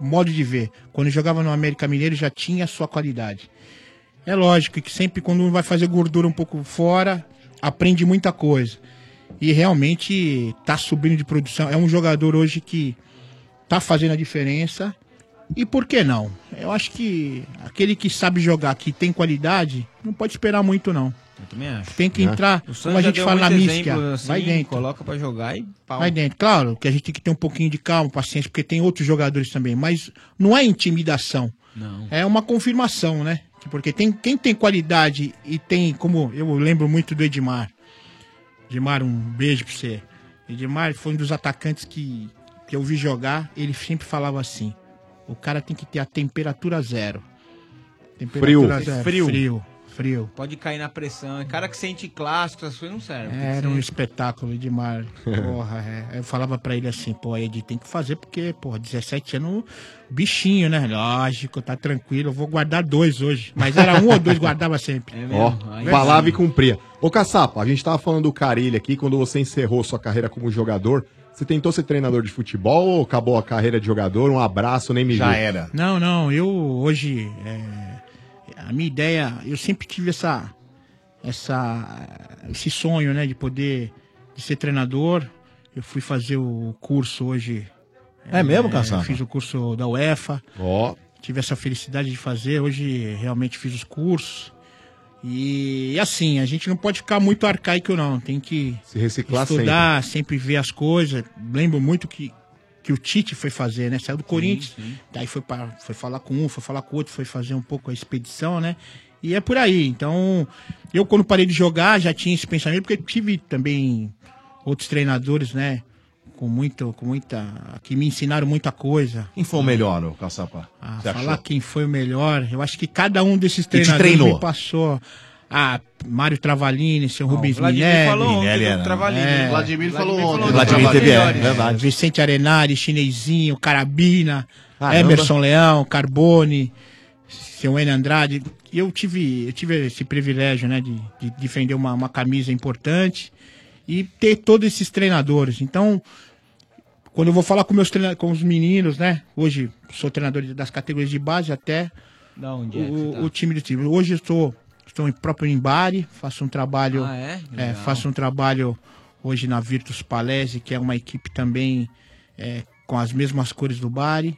S10: modo de ver, quando jogava no América Mineiro, já tinha a sua qualidade. É lógico que sempre quando vai fazer gordura um pouco fora, aprende muita coisa. E realmente tá subindo de produção. É um jogador hoje que tá fazendo a diferença. E por que não? Eu acho que aquele que sabe jogar, que tem qualidade, não pode esperar muito não.
S9: Eu também acho.
S10: Tem que entrar,
S9: O Santos
S10: como a
S9: já
S10: gente
S9: deu
S10: fala na
S9: muito
S10: mística,
S9: exemplo, assim,
S10: vai dentro.
S9: Coloca pra jogar e pau.
S10: Vai dentro. Claro que a gente tem que ter um pouquinho de calma, paciência, porque tem outros jogadores também, mas não é intimidação.
S9: Não.
S10: É uma confirmação, né? Que Porque tem, quem tem qualidade e tem, como eu lembro muito do Edmar. Edmar, um beijo pra você. Edmar foi um dos atacantes que, que eu vi jogar, ele sempre falava assim: o cara tem que ter a temperatura zero. Temperatura zero.
S9: Frio.
S10: Frio. Frio.
S9: Pode cair na pressão. É cara que sente clássico, as coisas não servem. Tem que
S10: Era
S9: ser- tipo
S10: um espetáculo de mar. Porra, é. Eu falava pra ele assim, pô, Ed, tem que fazer porque, pô, 17 anos, um bichinho, né? Lógico, tá tranquilo, eu vou guardar dois hoje. Mas era um ou dois, guardava
S9: É
S10: sempre.
S11: Ó, palavra e cumpria. Ô, Caçapa, a gente tava falando do Carilho aqui, quando você encerrou sua carreira como jogador, você tentou ser treinador de futebol ou acabou a carreira de jogador? Um abraço, nem me viu.
S10: Não, não, eu hoje. é, a minha ideia, eu sempre tive essa, essa, esse sonho, né, de poder de ser treinador. Eu fui fazer o curso hoje.
S15: É mesmo, Caçapa?
S10: Fiz o curso da UEFA. Tive essa felicidade de fazer. Hoje realmente fiz os cursos. E assim, a gente não pode ficar muito arcaico, não. Tem que
S11: Se reciclar
S10: estudar, sempre. ver as coisas. Lembro muito que, que o Tite foi fazer, né? Saiu do Corinthians, daí foi, pra, foi falar com um, foi falar com outro, foi fazer um pouco a expedição, né? E é por aí. Então, eu quando parei de jogar já tinha esse pensamento, porque tive também outros treinadores, né? Com muito, com muita. que me ensinaram muita coisa.
S15: Quem foi o melhor, o Caçapa?
S10: Ah,
S15: Você
S10: falar
S15: achou?
S10: quem foi o melhor, eu acho que cada um desses
S15: te
S10: treinadores
S15: treinou?
S10: me passou. Ah, Mário Travalini, seu Rubens
S15: Vladimir
S10: Minelli.
S15: falou ontem Minelli do era, né?
S10: Travalini.
S15: É. Vladimir falou ontem. Vladimir teve, é, verdade.
S10: Vicente Arenari, Chinesinho, Carabina,
S15: Caramba.
S10: Emerson Leão, Carbone, seu N Andrade. E Eu tive, eu tive esse privilégio, né, de, de defender uma, uma camisa importante e ter todos esses treinadores. Então, quando eu vou falar com meus treina- com os meninos, né? Hoje sou treinador de- das categorias de base até
S9: Da onde é que
S10: o,
S9: você tá?
S10: o time do time. Hoje eu estou, estou em próprio Embare, faço um trabalho.
S9: Ah, é?
S10: é,
S9: Legal.
S10: faço um trabalho hoje na Virtus Palese, que é uma equipe também é, com as mesmas cores do Bari.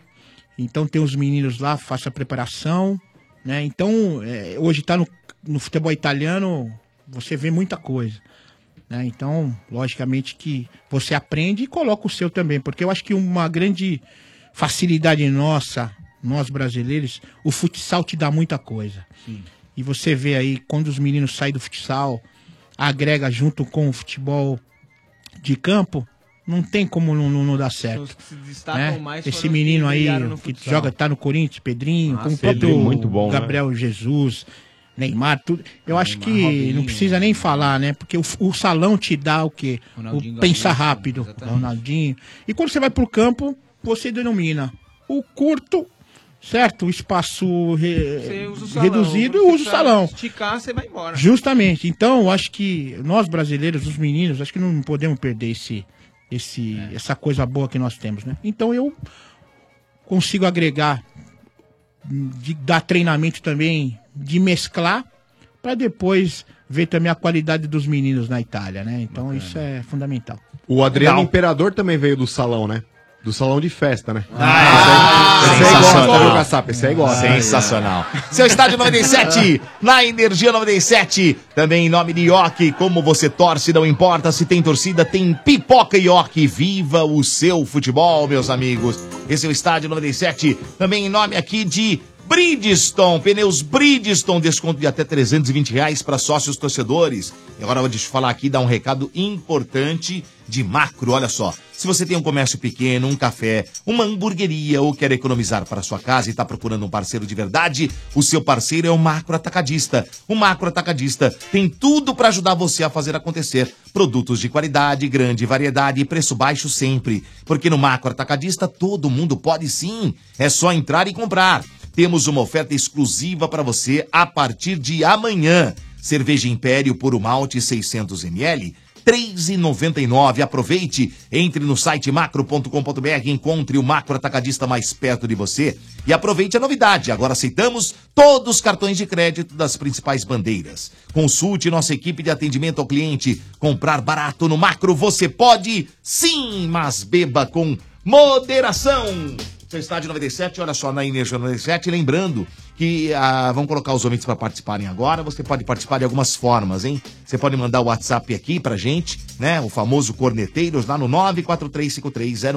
S10: Então tem os meninos lá, faço a preparação. Né? Então, é, hoje está no, no futebol italiano, você vê muita coisa. né? Então, logicamente que você aprende e coloca o seu também, porque eu acho que uma grande facilidade nossa, nós brasileiros, o futsal te dá muita coisa. E você vê aí, quando os meninos saem do futsal, agrega junto com o futebol de campo, não tem como não, não- não dar
S9: Os
S10: certo.
S9: que se
S10: né?
S9: destacam mais
S10: Esse
S9: foram
S10: menino
S9: que
S10: aí
S9: brilharam no
S10: que
S9: futsal.
S10: joga, tá no Corinthians, Pedrinho,
S9: Ah,
S10: como o
S9: Pedrinho,
S10: próprio
S9: muito bom, né?
S10: Gabriel Jesus, Neymar, tudo. Eu acho que não precisa nem falar, né? Porque o, o salão te dá o quê?
S9: Ronaldinho
S10: o pensa
S9: Gaúcho,
S10: rápido, Ronaldinho. E quando você vai pro campo, você denomina o curto, certo? O espaço re-
S9: Você usa o salão.
S10: é reduzido,
S9: Quando
S10: usa o
S9: você
S10: salão.
S9: Esticar, você vai embora.
S10: Justamente. Então, eu acho que nós brasileiros, os meninos, acho que não podemos perder esse, esse,
S9: É.
S10: essa coisa boa que nós temos, né? Então, eu consigo agregar, hum, de dar treinamento também, de mesclar, para depois ver também a qualidade dos meninos na Itália, né? Então, isso é fundamental.
S11: O Adriano
S10: Legal.
S11: Imperador também veio do salão, né? Do salão de festa, né? é
S3: Ah,
S11: esse aí, esse aí gosta, viu, Caçapa? é Esse aí gosta.
S15: Sensacional.
S3: Seu estádio 97, na Energia 97, também em nome de Yoki. Como você torce, não importa. Se tem torcida, tem pipoca Yoki. Viva o seu futebol, meus amigos. Esse é o estádio 97, também em nome aqui de. Bridgestone, pneus Bridgestone, desconto de até 320 reais para sócios torcedores. E agora deixa eu falar aqui, dar um recado importante de macro, olha só. Se você tem um comércio pequeno, um café, uma hamburgueria ou quer economizar para sua casa e está procurando um parceiro de verdade, o seu parceiro é o Macro Atacadista. O Macro Atacadista tem tudo para ajudar você a fazer acontecer. Produtos de qualidade, grande variedade e preço baixo sempre. Porque no Macro Atacadista todo mundo pode sim. É só entrar e comprar. Temos uma oferta exclusiva para você a partir de amanhã. Cerveja Império Puro Malte 600ml, 3,99. Aproveite, entre no site macro.com.br, encontre o macro atacadista mais perto de você e aproveite a novidade. Agora aceitamos todos os cartões de crédito das principais bandeiras. Consulte nossa equipe de atendimento ao cliente. Comprar barato no macro você pode, sim, mas beba com moderação. Seu estádio 97, olha só, na Energia 97. Lembrando que ah, vamos colocar os ouvintes para participarem agora. Você pode participar de algumas formas, hein? Você pode mandar o WhatsApp aqui pra gente, né? O famoso Corneteiros, lá no 943530150.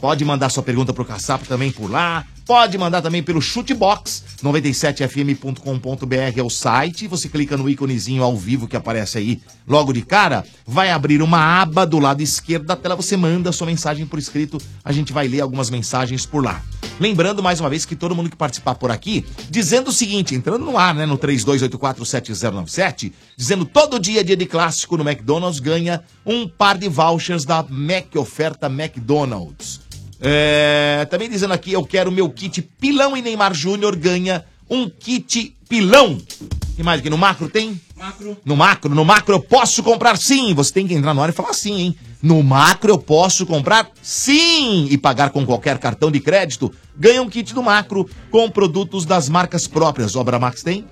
S3: Pode mandar sua pergunta pro Caçapo também por lá. Pode mandar também pelo Chutebox, 97fm.com.br é o site. Você clica no íconezinho ao vivo que aparece aí logo de cara. Vai abrir uma aba do lado esquerdo da tela. Você manda sua mensagem por escrito. A gente vai ler algumas mensagens por lá. Lembrando mais uma vez que todo mundo que participar por aqui, dizendo o seguinte, entrando no ar, né, no 32847097, dizendo todo dia é dia de clássico no McDonald's, ganha um par de vouchers da Mac Oferta McDonald's. É, também dizendo aqui, eu quero meu kit pilão e Neymar Júnior ganha um kit pilão. E mais que no macro tem? Macro. No macro, no macro eu posso comprar sim. Você tem que entrar na hora e falar sim, hein? No macro eu posso comprar sim e pagar com qualquer cartão de crédito. Ganha um kit do macro com produtos das marcas próprias. Obra Max tem?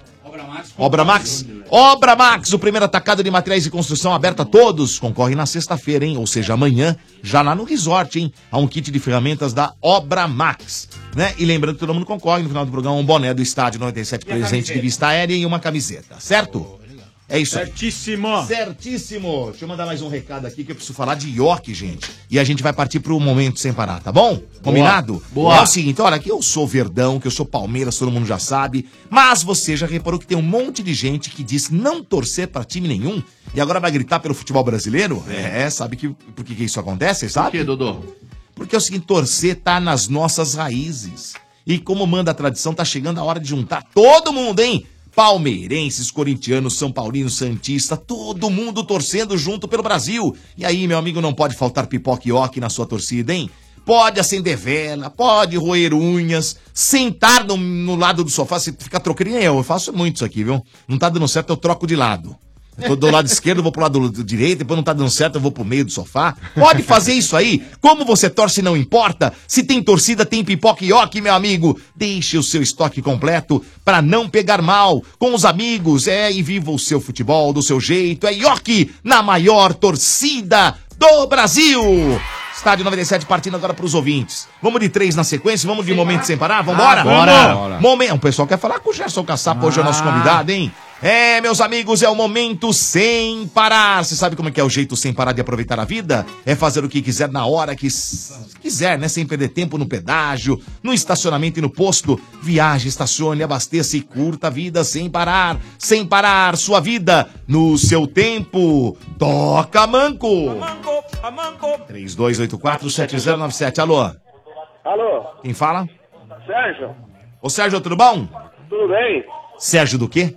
S3: Obra Max? Obra Max, o primeiro atacado de materiais de construção aberto a todos. Concorre na sexta-feira, hein? Ou seja, amanhã, já lá no resort, hein? Há um kit de ferramentas da Obra Max, né? E lembrando que todo mundo concorre no final do programa, um boné do estádio 97 presente de
S16: camiseta?
S3: vista aérea e uma camiseta, certo? É isso aí.
S16: Certíssimo.
S3: Certíssimo. Deixa eu mandar mais um recado aqui que eu preciso falar de York, gente. E a gente vai partir pro momento sem parar, tá bom? Combinado?
S16: Boa.
S3: É o seguinte, olha, que eu sou Verdão, que eu sou Palmeiras, todo mundo já sabe. Mas você já reparou que tem um monte de gente que diz não torcer pra time nenhum e agora vai gritar pelo futebol brasileiro? É, sabe que, por que, que isso acontece, sabe? Por que, Dodô? Porque é o seguinte, torcer tá nas nossas raízes. E como manda a tradição, tá chegando a hora de juntar todo mundo, hein? Palmeirenses, corintianos, São Paulino, Santista, todo mundo torcendo junto pelo Brasil. E aí, meu amigo, não pode faltar pipoca e oque na sua torcida, hein? Pode acender vela, pode roer unhas, sentar no, no lado do sofá, se ficar trocando, nem eu, eu faço muito isso aqui, viu? Não tá dando certo, eu troco de lado. Eu tô do lado esquerdo, eu vou pro lado do- direito, depois não tá dando certo, eu vou pro meio do sofá. Pode fazer isso aí. Como você torce, não importa. Se tem torcida, tem pipoca e oque, meu amigo. Deixe o seu estoque completo pra não pegar mal. Com os amigos, é, e viva o seu futebol do seu jeito. É ioki na maior torcida do Brasil. Estádio 97 partindo agora pros ouvintes. Vamos de três na sequência, vamos de momento sem parar, vambora?
S16: Ah, bora.
S3: Vamos. Momento. O pessoal quer falar com o Gerson Caçapa, hoje é o nosso convidado, hein? É, meus amigos, é o momento sem parar. Você sabe como é que é o jeito sem parar de aproveitar a vida? É fazer o que quiser na hora que s- quiser, né? Sem perder tempo no pedágio, no estacionamento e no posto. Viaje, estacione, abasteça e curta a vida sem parar. Sem parar sua vida no seu tempo. Toca, Manco! Manco, Manco! 3284-7097. Alô?
S15: Alô,
S3: Quem fala?
S15: Sérgio,
S3: Ô, Sérgio, tudo bom?
S15: tudo bem?
S3: Sérgio do quê?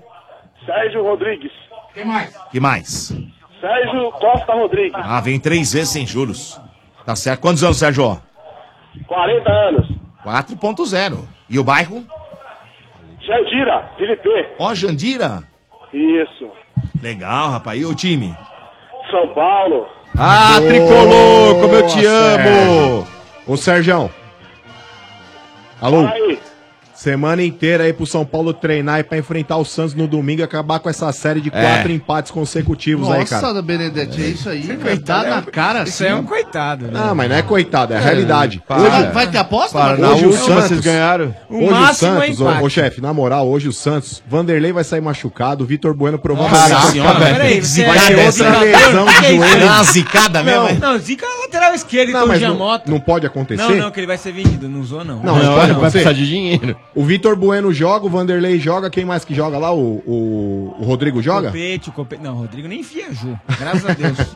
S15: Sérgio Rodrigues. Quem mais?
S3: Que mais?
S15: Sérgio Costa Rodrigues,
S3: Ah, vem três vezes sem juros. Tá certo. Quantos anos, Sérgio?
S15: 40 anos.
S3: 4.0. E o bairro?
S15: Jandira, Felipe.
S3: Ó, Jandira.
S15: Isso.
S3: Legal, rapaz. E o time?
S15: São Paulo.
S11: Ah,
S16: tricolor, como eu te
S11: amo! Ô, Sérgio. Alô? Semana inteira aí pro São Paulo treinar e pra enfrentar o Santos no domingo e acabar com essa série de
S14: É.
S11: quatro empates consecutivos aí, cara.
S14: Nossa, Benedetti, é isso aí.
S13: Tá
S14: Coitado na cara.
S11: Isso
S13: assim,
S11: aí é um
S14: coitado.
S11: Ah, mas não é coitado, é a
S14: É,
S11: realidade.
S14: para. Vai ter aposta,
S11: Para,
S14: Marcão?
S11: hoje o
S14: Hoje
S11: Santos,
S14: vocês ganharam. O
S11: hoje o
S14: máximo é
S11: Santos, ô,
S14: empate.
S11: ô, chefe, na moral, hoje o Santos, Vanderlei vai sair machucado, Vitor Bueno provavelmente.
S9: Nossa senhora,
S11: Caraca,
S9: peraí,
S11: velho.
S9: você
S11: vai
S9: é
S11: ter outra
S9: zicador?
S11: lesão
S9: Que
S11: de
S9: é isso?
S11: joelho.
S9: Dá uma zicada
S11: Não,
S9: mesmo, Não, zica é lateral esquerdo,
S11: Não,
S9: então
S11: mas
S9: já
S11: não,
S9: moto.
S11: não pode acontecer.
S9: Não, não, que ele vai ser vendido, não usou não.
S11: Não, não pode acontecer.
S14: dinheiro.
S11: O Vitor Bueno joga, o Vanderlei joga, quem mais que joga lá? O, o, o Rodrigo joga?
S9: Copete, o copete. Não, o Rodrigo nem
S11: (laughs)
S9: viajou. Graças a Deus.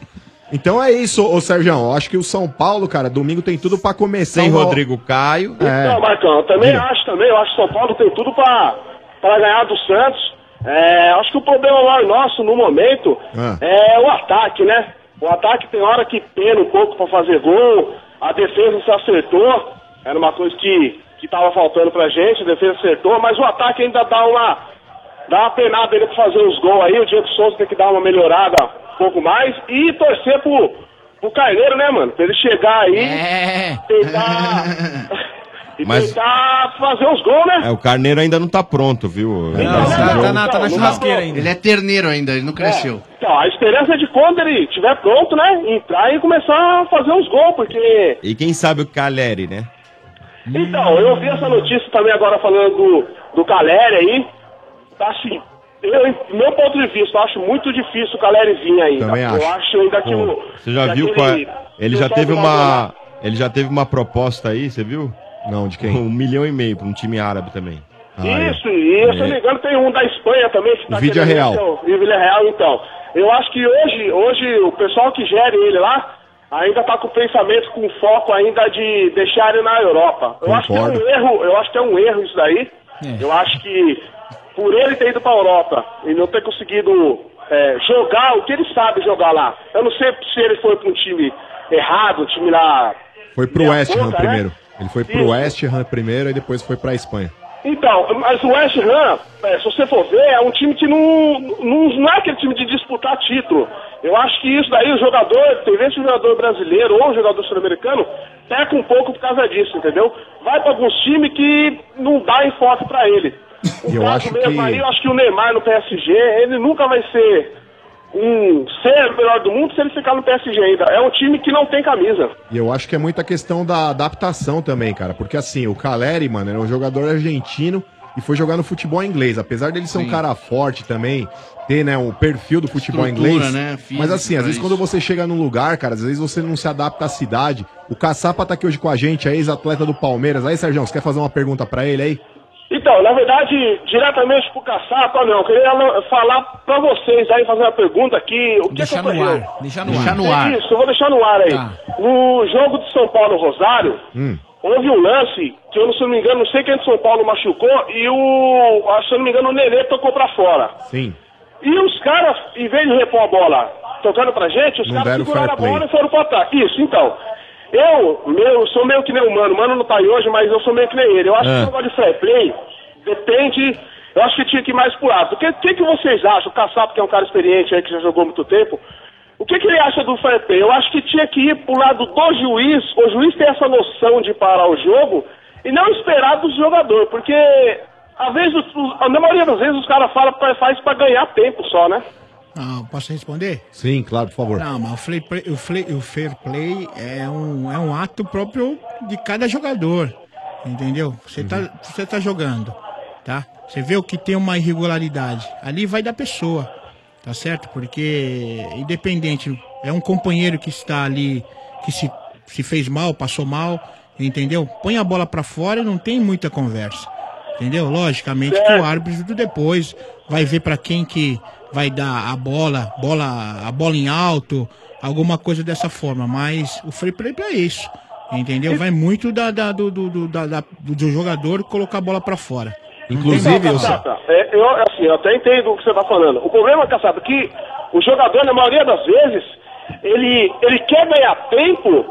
S11: Então é isso, ô Sérgio. Eu acho que o São Paulo, cara, domingo tem tudo pra começar. É.
S15: Sem
S11: uma-
S15: Rodrigo
S11: Caio.
S15: Não, Marcão, eu também acho também. Eu acho que São Paulo tem tudo pra, pra ganhar do Santos. É, acho que o problema maior nosso no momento
S17: Ah.
S15: é o ataque, né? O ataque tem hora que pena um pouco pra fazer gol, a defesa se acertou, era uma coisa que, que tava faltando pra gente, a defesa acertou, mas o ataque ainda dá uma, dá uma penada ainda pra fazer uns gols aí, o Diego Souza tem que dar uma melhorada um pouco mais e torcer pro, pro Carneiro, né, mano? Pra ele chegar aí, tentar, e
S8: Mas-
S15: tentar fazer os gols, né?
S8: É, o Carneiro ainda não tá pronto, viu?
S14: Não, tá, tá na, tá na
S15: Não,
S14: churrasqueira
S15: não.
S14: ainda. Ele é terneiro ainda, ele não cresceu.
S15: Então, a esperança é de quando ele estiver pronto, né? Entrar e começar a fazer uns gols, porque.
S8: E quem sabe o Caleri, né?
S15: Então, eu ouvi essa notícia também agora falando do, do Caleri aí. Tá assim. Eu, do meu ponto de vista, eu acho muito difícil o Caleri vir ainda.
S8: Também
S15: eu
S8: acho.
S15: acho ainda que
S8: Pô,
S15: o.
S8: você já
S15: que
S8: viu
S15: aquele
S8: qual é- Ele
S15: pessoal
S8: já teve
S15: do
S8: uma. Ele já teve uma proposta aí, você viu?
S11: Não, de quem?
S8: Um milhão e meio pra um time árabe também.
S15: Isso, e se eu não me engano tem um da Espanha também. Que tá
S8: O Ah, é. vídeo é
S15: querendo
S8: real.
S15: ser O vídeo é real, então. Eu acho que hoje, hoje o pessoal que gere ele lá ainda tá com o pensamento, com foco ainda de deixar ele na Europa. Eu acho que é um
S17: Concordo.
S15: erro, eu acho que é um erro isso daí. Eu acho que por ele ter ido pra Europa e não ter conseguido é, jogar o que ele sabe jogar lá. Eu não sei se ele foi pra um time errado, um time lá
S11: Foi pro West Ham
S15: conta, né?
S11: primeiro. Ele foi pro
S15: Isso.
S11: West Ham primeiro e depois foi pra Espanha.
S15: Então, mas o West Ham, é, se você for ver, é um time que não, não, não é aquele time de disputar título. Eu acho que isso daí, o jogador, tem vezes o jogador brasileiro ou o jogador sul-americano, peca um pouco por causa disso, entendeu? Vai para alguns times que não dá enfoque para ele. É, O
S11: (laughs) Eu
S15: caso
S11: acho
S15: mesmo
S11: que-
S15: aí, eu acho que o Neymar no PSG, ele nunca vai ser um ser o melhor do mundo se ele ficar no PSG ainda. É um time que não tem camisa.
S11: E eu acho que é muita questão da adaptação também, cara. Porque assim, o Caleri, mano, era um jogador argentino e foi jogar no futebol inglês. Apesar dele ser um cara forte também, ter, né, um perfil do futebol
S14: Estrutura,
S11: inglês.
S14: né, física
S11: mas assim, às
S14: pra
S11: vezes
S14: isso.
S11: quando você chega num lugar, cara, às vezes você não se adapta à cidade. O Caçapa tá aqui hoje com a gente, é ex-atleta do Palmeiras. Aí, Sérgio, você quer fazer uma pergunta pra ele aí?
S15: Então, na verdade, diretamente pro Caçapa, não, eu queria la- falar pra vocês aí, fazer uma pergunta aqui. O que
S9: Deixar
S15: que
S9: no
S15: ocorreu?
S9: ar.
S18: Tá
S9: Deixar no ar. Deixar no ar.
S15: Isso, eu vou deixar no ar aí.
S9: Tá.
S15: No jogo de São Paulo e Rosário,
S8: Hum,
S15: houve um lance que eu, se não me engano, não sei quem de São Paulo machucou e o, ah, se eu não me engano, o Nenê tocou pra fora.
S11: Sim.
S15: Então, E os caras, em vez de repor a bola tocando pra gente, os
S11: Não
S15: caras
S11: deram
S15: seguraram a
S11: fair
S15: bola
S11: play.
S15: e foram pro ataque. Isso, então. Eu meu, sou meio que nem o Mano. O Mano não tá aí hoje, mas eu sou meio que nem ele. Eu acho
S19: Ah.
S15: que o negócio de fair play depende... Eu acho que tinha que ir mais pro lado. O que, que, que vocês acham? O Caçapo, que é um cara experiente aí, que já jogou muito tempo, o que, que ele acha do fair play? Eu acho que tinha que ir pro lado do juiz, o juiz ter essa noção de parar o jogo e não esperar do jogador, porque às vezes, os- os- na maioria das vezes, os caras falam pra- faz pra ganhar tempo só, né?
S10: Ah, posso responder?
S11: Sim, claro, por favor.
S10: Não, mas o, play, play- o, play- o fair play é um, é um ato próprio de cada jogador. Entendeu? Você
S11: Uhum.
S10: tá, você tá jogando, tá? Você vê o que tem uma irregularidade. Ali vai da pessoa, tá certo? Porque, independente, é um companheiro que está ali, que se, se fez mal, passou mal, entendeu? Põe a bola pra fora e não tem muita conversa. Entendeu? Logicamente que o árbitro depois vai ver pra quem que vai dar a bola, bola, a bola em alto, alguma coisa dessa forma. Mas o free play pra isso. Entendeu? Vai muito da, da- do, do, do- da- da- do- do jogador colocar a bola pra fora. Não tem
S15: Então, Caçapa, é, eu, assim, eu até entendo o que você está falando. O problema, Caçapa, é que o jogador, na maioria das vezes, ele, ele quer ganhar tempo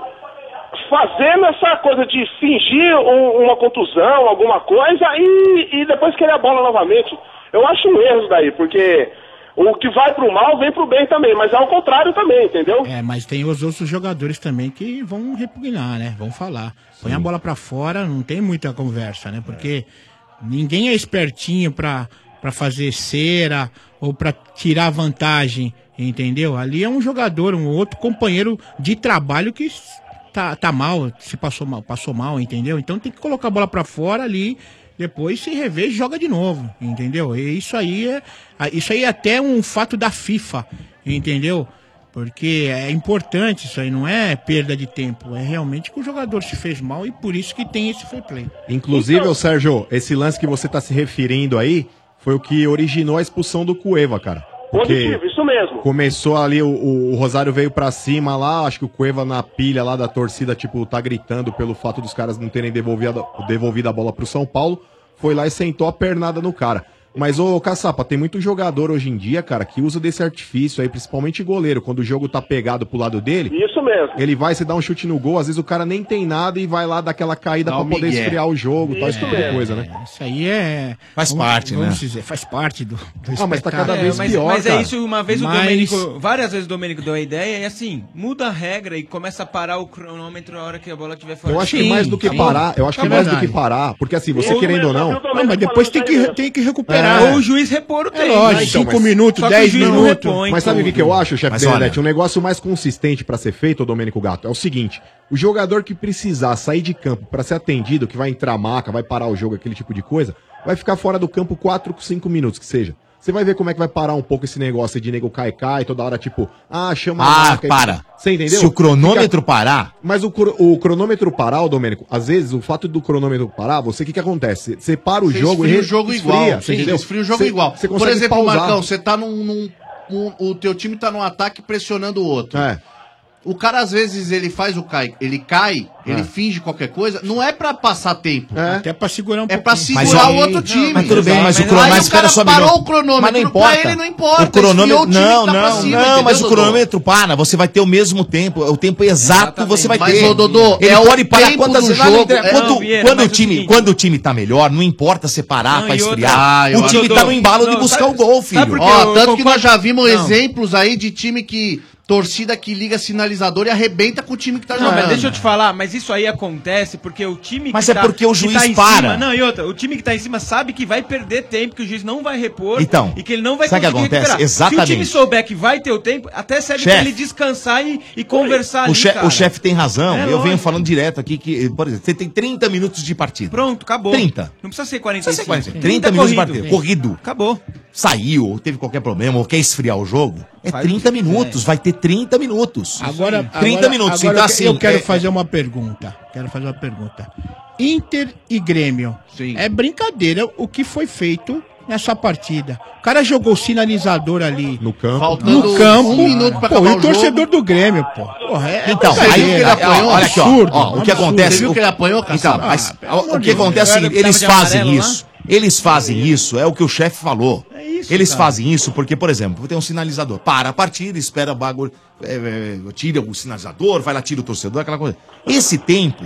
S15: fazendo essa coisa de fingir um- uma contusão, alguma coisa, e, e depois querer a bola novamente. Eu acho um erro isso daí, porque o que vai pro mal vem pro bem também, mas é ao contrário também, entendeu?
S10: É, mas tem os outros jogadores também que vão repugnar, né? Vão falar. Põe a bola pra fora, não tem muita conversa, né? Porque ninguém é espertinho pra, pra fazer cera ou pra tirar vantagem, entendeu? Ali é um jogador, um outro companheiro de trabalho que s- tá, tá mal, se passou mal, passou mal, entendeu? Então tem que colocar a bola pra fora ali. Depois se rever e joga de novo, entendeu? E isso aí é, a- isso aí é até um fato da FIFA, entendeu? Porque é importante isso aí, não é perda de tempo. É realmente que o jogador se fez mal e por isso que tem esse fair play.
S11: Inclusive, ô Sérgio, esse lance que você tá se referindo aí foi o que originou a expulsão do Cueva, cara. Porque
S15: Positivo, isso mesmo.
S11: começou ali, o, o- o Rosário veio pra cima lá, acho que o Cueva na pilha lá da torcida, tipo, tá gritando pelo fato dos caras não terem devolvido, devolvido a bola pro São Paulo, foi lá e sentou a pernada no cara. Mas, ô Caçapa, tem muito jogador hoje em dia, cara, que usa desse artifício aí, principalmente goleiro, quando o jogo tá pegado pro lado dele.
S15: Isso mesmo.
S11: Ele vai, se dá um chute no gol, às vezes o cara nem tem nada e vai lá dar aquela caída
S10: Dá
S11: pra
S10: um
S11: poder
S3: é.
S10: migué.
S11: esfriar o jogo, tal, esse
S10: Isso
S11: tipo de
S10: mesmo.
S11: coisa, né?
S10: Isso aí é.
S3: Faz
S10: vamos-
S3: parte,
S10: vamos
S3: né?
S10: dizer, faz parte do. do
S11: Ah, mas tá cada
S10: espetáculo.
S11: vez
S9: mas,
S11: pior,
S9: mas é
S11: cara.
S9: isso, uma vez
S10: Mas-
S9: o Domênico, várias vezes o Domênico deu a ideia e assim, muda a regra e começa a parar o cronômetro na hora que a bola estiver fora.
S11: Eu acho que
S9: Sim,
S11: mais do que
S9: sim.
S11: parar, eu acho que
S9: É
S11: mais do
S9: verdade.
S11: que parar, porque assim, você
S9: Eu
S11: querendo ou não.
S10: Não, mas depois tem que, tem que recuperar.
S11: É.
S9: Ou o juiz repor o tempo.
S3: É
S10: lógico,
S11: Então,
S10: cinco
S11: mas-
S10: minutos,
S9: né? Só que o
S10: 10
S9: juiz não
S10: minutos.
S9: repõe
S11: Mas sabe o que,
S9: tudo.
S11: que eu acho, chefe
S3: Mas olha-
S11: Benedetti? Um negócio mais consistente pra ser feito, ô Domênico Gato, é o seguinte: o jogador que precisar sair de campo pra ser atendido, que vai entrar maca, vai parar o jogo, aquele tipo de coisa, vai ficar fora do campo 4, 5 minutos, que seja. Você vai ver como é que vai parar um pouco esse negócio de nego cai cai toda hora tipo, ah, chama a
S3: Ah,
S11: maca e-
S3: para.
S11: Você entendeu?
S3: Se o cronômetro parar.
S11: Mas o, cro- o cronômetro parar, ô, Domênico, às vezes o fato do cronômetro parar, você o que, que acontece? Você para o
S14: Você
S11: jogo
S14: esfria
S11: re-
S14: o jogo
S11: esfria,
S14: igual.
S11: você
S14: Você
S11: entendeu?
S14: esfria o jogo
S11: Você-
S14: igual.
S11: você
S14: Por
S11: consegue
S14: exemplo,
S11: pausar.
S14: Marcão, você tá num. num- um- o teu time tá num ataque pressionando o outro.
S11: É.
S14: O cara, às vezes, ele faz o cai, ele cai,
S11: É.
S14: ele finge qualquer coisa, não é pra passar tempo. É.
S10: Até pra segurar um
S14: É pra segurar
S3: Mas, ó,
S14: o outro time.
S3: Mas tudo bem, mas o
S14: Aí
S3: cronômetro. Mas
S14: o cara
S3: espera só um
S14: parou
S3: minuto.
S14: o cronômetro.
S3: Mas não
S14: Pra
S3: importa.
S14: ele não importa.
S3: O cronômetro.
S14: esfriou o time
S3: Não,
S14: que tá pra
S3: não,
S14: cima,
S3: não,
S14: entendeu,
S3: mas o
S14: Dodô?
S3: cronômetro para. Você vai ter o mesmo tempo. é O tempo exato você vai
S14: Mas,
S3: ter.
S14: ô, Dodô,
S3: ele
S14: é o
S3: pode parar
S14: tempo
S3: quantas
S14: do
S3: vezes. Ah, não
S14: jogo,
S3: interessa.
S14: é-
S3: Quando,
S14: Não, Vieira,
S3: quando
S14: mas
S3: o time, quando o time tá melhor, não importa separar
S14: Não,
S3: pra
S14: e outra-
S3: esfriar.
S14: Ah, eu
S3: o time
S14: acho-
S3: tá no embalo
S14: Não,
S3: de buscar
S14: sabe-
S3: o gol,
S14: sabe
S3: filho.
S14: por quê? Ó, tanto que nós já vimos exemplos aí de time que Torcida que liga sinalizador e arrebenta com o time que tá
S9: Não,
S14: jogando.
S9: mas deixa eu te falar, mas isso aí acontece porque o time
S14: Mas
S9: que tá-
S14: é porque o
S9: que
S14: juiz
S9: em
S14: para.
S9: cima- não, e outra, o time que tá em cima sabe que vai perder tempo, que o juiz não vai repor
S3: Então,
S9: e que ele não vai
S3: sabe o que
S9: conseguir
S3: acontece?
S9: Se o time
S3: Exatamente.
S9: souber que vai ter o tempo, até serve
S3: Chefe.
S9: pra ele descansar e, e
S14: tá
S9: conversar
S3: O,
S9: ali,
S3: che-
S9: cara.
S3: o chefe tem razão.
S9: É
S3: eu venho
S9: lógico.
S3: falando direto aqui que, por exemplo, você tem 30 minutos de partida.
S9: Pronto, acabou.
S3: 30.
S9: Não precisa ser
S3: Não precisa ser
S9: 45.
S3: 45. 30 minutos de partida.
S9: corrido.
S3: Corrido.
S9: Acabou.
S3: Saiu, ou teve qualquer problema, ou quer esfriar o jogo. É
S10: Faz
S3: 30 minutos. Vai ter 30 minutos.
S10: Agora,
S3: 30
S10: agora- agora
S3: minutos. então,
S10: eu que-
S3: assim.
S10: eu quero
S3: é-
S10: fazer uma pergunta. Quero fazer uma pergunta. Inter e Grêmio. É brincadeira o que foi feito nessa partida. O cara jogou o sinalizador ali. No campo.
S14: Faltando
S10: no campo.
S14: um minuto pra
S10: pô,
S14: acabar
S10: e o
S14: o
S10: torcedor do Grêmio, pô. Porra, é, é
S3: Então, aí,
S10: brincadeira.
S3: aí, ó, olha aqui, ó,
S10: Absurdo, É um
S3: ó, o que
S10: absurdo.
S3: acontece. o- então,
S10: Cassio?
S3: mas,
S10: Ah,
S3: ó,
S10: pelo amor
S3: o
S10: de
S3: que
S10: Deus.
S3: acontece é o seguinte,
S10: Cara,
S3: eles
S10: tava de
S3: fazem
S10: amarelo lá?
S3: isso. Eles fazem isso, é o que o chefe falou.
S10: isso,
S3: eles
S10: cara.
S3: fazem isso porque, por exemplo, tem um sinalizador. Para a partida, espera o bagulho. é, é, tira o sinalizador, vai lá, tira o torcedor, aquela coisa. Esse tempo,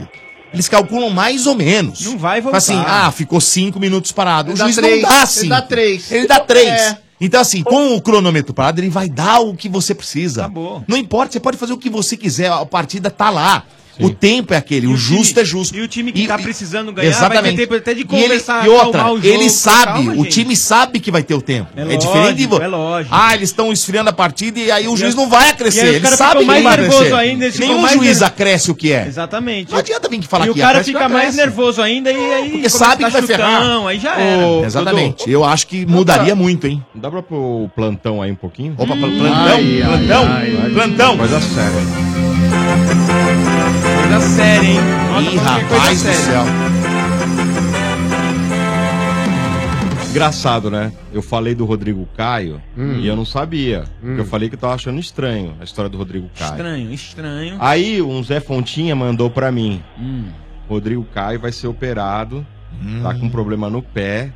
S3: eles calculam mais ou menos. Não vai
S14: voltar.
S3: Assim, ah, ficou cinco minutos parado.
S14: Ele
S3: o
S14: dá
S3: juiz
S14: três,
S3: não dá
S14: ele
S3: cinco.
S14: dá três.
S3: Assim. Ele dá três.
S14: É.
S3: Então, assim, com o cronômetro parado, ele vai dar o que você precisa. Não importa, você pode fazer o que você quiser, a partida tá lá. O tempo é aquele, o justo é justo. E o time
S9: que tá precisando ganhar vai ter tempo até de conversar,
S3: E, ele, e outra,
S9: acalmar o jogo.
S3: ele sabe,
S9: Calma,
S3: o
S9: gente.
S3: time sabe que vai ter o tempo. É,
S9: lógico,
S3: diferente de você.
S9: é lógico.
S3: Ah, eles estão esfriando a partida e aí o
S9: E
S3: juiz
S9: aí-
S3: não
S9: e
S3: vai
S9: aí
S3: acrescer.
S9: os
S3: Ele
S9: caras
S3: sabe
S9: ficam
S3: que
S9: mais
S3: não vai
S9: nervoso
S3: acrescer.
S9: ainda, eles ficam
S3: Nenhum
S9: mais
S3: juiz
S9: nervo-
S3: acresce o que é.
S9: Exatamente.
S3: Não adianta vir falar
S9: e
S3: que
S9: o cara
S3: acresce,
S9: fica
S3: não
S9: mais
S3: acresce.
S9: nervoso ainda e aí
S3: Porque sabe que vai ferrar.
S9: aí já era.
S3: Ô, Exatamente. Eu acho que mudaria muito, hein?
S8: Dá pra pôr o plantão aí um pouquinho?
S3: Opa, pl- plantão, plantão, plantão.
S8: Coisa séria.
S9: Coisa séria, hein?
S3: Ih, rapaz do céu.
S8: Engraçado, né? Eu falei do Rodrigo Caio
S9: Hum.
S8: e eu não sabia.
S3: Hum.
S8: Porque Eu falei que eu tava achando estranho a história do Rodrigo Caio.
S9: Estranho, estranho.
S8: Aí um Zé Fontinha mandou pra mim.
S9: Hum.
S8: Rodrigo Caio vai ser operado,
S11: Hum.
S8: tá com um problema no pé,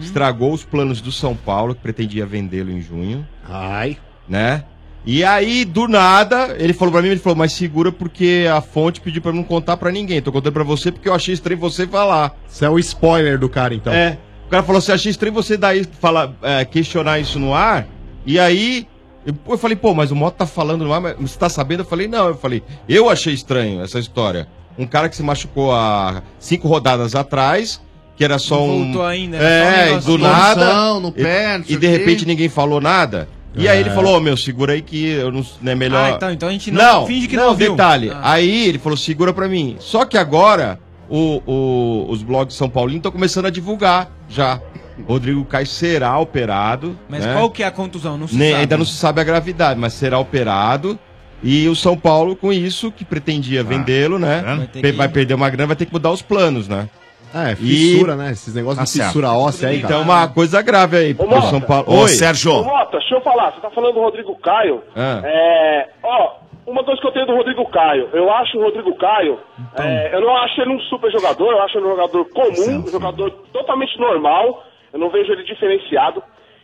S8: estragou os planos do São Paulo, que pretendia vendê-lo em junho. Ai. Né? E aí, do nada, ele falou pra mim, ele falou, mas segura porque a fonte pediu pra eu não contar pra ninguém. Tô contando pra você porque eu achei estranho você falar.
S11: Isso é o spoiler do cara, então.
S8: É. O cara falou assim: achei estranho você dar isso, falar, é, questionar isso no ar. E aí. Eu, eu falei, pô, mas o Moto tá falando no ar, mas você tá sabendo? Eu falei, não. Eu falei, eu achei estranho essa história. Um cara que se machucou há cinco rodadas atrás, que era só um.
S9: Voltou ainda, era só um
S8: É,
S9: negócio
S8: do
S9: assim.
S8: nada.
S9: Torção no pé, não
S8: e,
S9: sei
S8: e
S9: o
S8: de
S9: quê.
S8: repente ninguém falou nada. E aí ele
S9: É.
S8: falou, ô meu, segura aí que eu não, não é melhor.
S9: Ah, então- então a gente não- finge que não ouviu.
S8: detalhe.
S9: Ah.
S8: Aí ele falou, segura pra mim. Só que agora o- o- os blogs São Paulino estão começando a divulgar já. Rodrigo Caio será operado.
S9: Mas
S8: né?
S9: qual que é a contusão? Não se
S8: Nem-
S9: sabe.
S8: Né, Ainda
S3: né?
S8: não se sabe a gravidade, mas será operado. E o São Paulo, com isso, que pretendia
S3: Ah,
S8: vendê-lo,
S3: tá
S8: né?
S11: vendo?
S8: Pe- Vai, perder uma grana, vai ter que mudar os planos, né?
S11: É, fissura, né? Esses negócios
S3: Tá
S11: de fissura óssea aí, cara.
S8: Então, uma coisa grave aí, pro
S11: Mota.
S8: São Paulo.
S11: Ô, Sérgio.
S15: Ô, Mota, deixa eu falar. Você tá falando do Rodrigo Caio.
S8: Ah.
S15: É, ó, uma coisa que eu tenho do Rodrigo Caio. Eu acho o Rodrigo Caio.
S8: Então,
S3: Então.
S15: é, eu não acho ele um super jogador. Eu acho ele um jogador comum, um jogador totalmente normal. Eu não vejo ele diferenciado.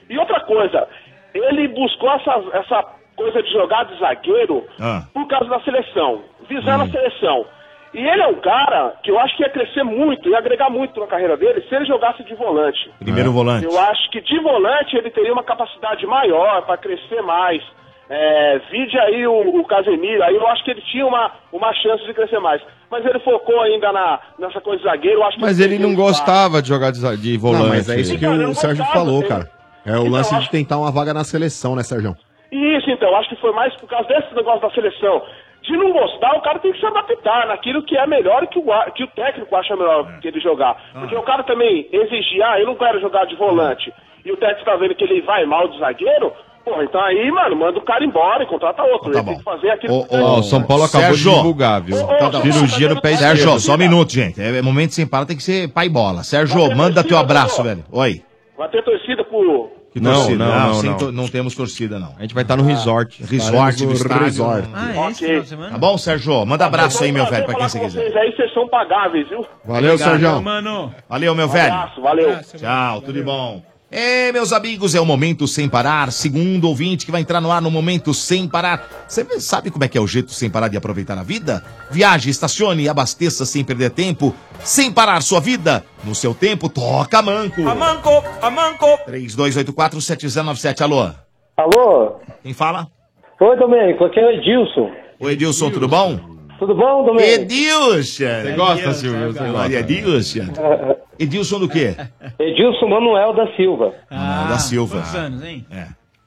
S15: E outra coisa, ele buscou essa, essa coisa de jogar de zagueiro
S3: Ah.
S15: por causa da seleção,
S3: Hum.
S15: visando a seleção. E ele é um cara que eu acho que ia crescer muito, ia agregar muito na carreira dele se ele jogasse de volante.
S3: Primeiro É. volante.
S15: Eu acho que de volante ele teria uma capacidade maior para crescer mais. É, vide aí o, o Casemiro, aí eu acho que ele tinha uma, uma chance de crescer mais. Mas ele focou ainda na, nessa coisa de zagueiro, eu acho que
S8: Mas ele não
S15: perdeu espaço.
S8: gostava de jogar de, de volante.
S11: Não, mas é isso que o Sérgio falou, cara. É o lance de tentar uma vaga na seleção, né, Sérgio?
S15: E isso, então, eu acho que foi mais por causa desse negócio da seleção. De não gostar, o cara tem que se adaptar naquilo que é melhor e que o, a- que o técnico acha melhor
S8: É.
S15: que ele jogar. Porque
S8: Ah.
S15: o cara também exigir, ah, eu não quero jogar de volante, e o técnico tá vendo que ele vai mal de zagueiro, porra, então aí, mano, manda o cara embora e contrata
S8: Tá
S15: outro. ele tem que fazer aquilo que
S8: Ó, o São Paulo acabou
S3: Sérgio.
S8: de divulgar, viu?
S3: Então, tá bom.
S8: Cirurgia no pé esquerdo.
S3: Sérgio, só um minuto, gente. É momento sem parar, tem que ser pai bola. Tá Sérgio, manda teu abraço, velho. Oi.
S15: Vai ter torcida pro...
S3: Que
S8: Não,
S3: torcida?
S8: não, não,
S3: sem
S8: não.
S3: to- temos torcida, não. A
S8: gente vai estar no resort.
S3: Resort do
S8: Estaremos no
S3: estádio.
S8: resort.
S3: Ah, é esse final de semana? Tá bom, Sérgio? Manda abraço aí, meu velho, pra quem você quiser.
S15: Vocês aí, vocês são pagáveis, viu?
S3: Valeu, Sérgio.
S9: Mano.
S3: Valeu, meu
S15: Um
S3: velho.
S15: abraço, valeu.
S3: Tchau, tudo de bom. É, meus amigos, é o Momento Sem Parar, segundo ouvinte que vai entrar no ar no Momento Sem Parar. Você sabe como é que é o jeito sem parar de aproveitar a vida? Viaje, estacione, abasteça sem perder tempo, sem parar sua vida. No seu tempo, toca manco.
S9: Amanco, amanco.
S3: 3284-7097, um alô.
S20: Alô?
S3: Quem fala?
S18: Oi, Domênico, aqui é o Edilson.
S3: Oi, Edilson, tudo bom?
S18: Tudo bom, Domênico?
S3: Edilson!
S9: É
S3: Você gosta,
S9: né,
S3: Silvio? Você gosta.
S8: É
S3: Edilson? Edilson do quê?
S18: Edilson Manuel da Silva.
S3: Ah, da Silva.
S9: Quantos anos, hein?
S3: É.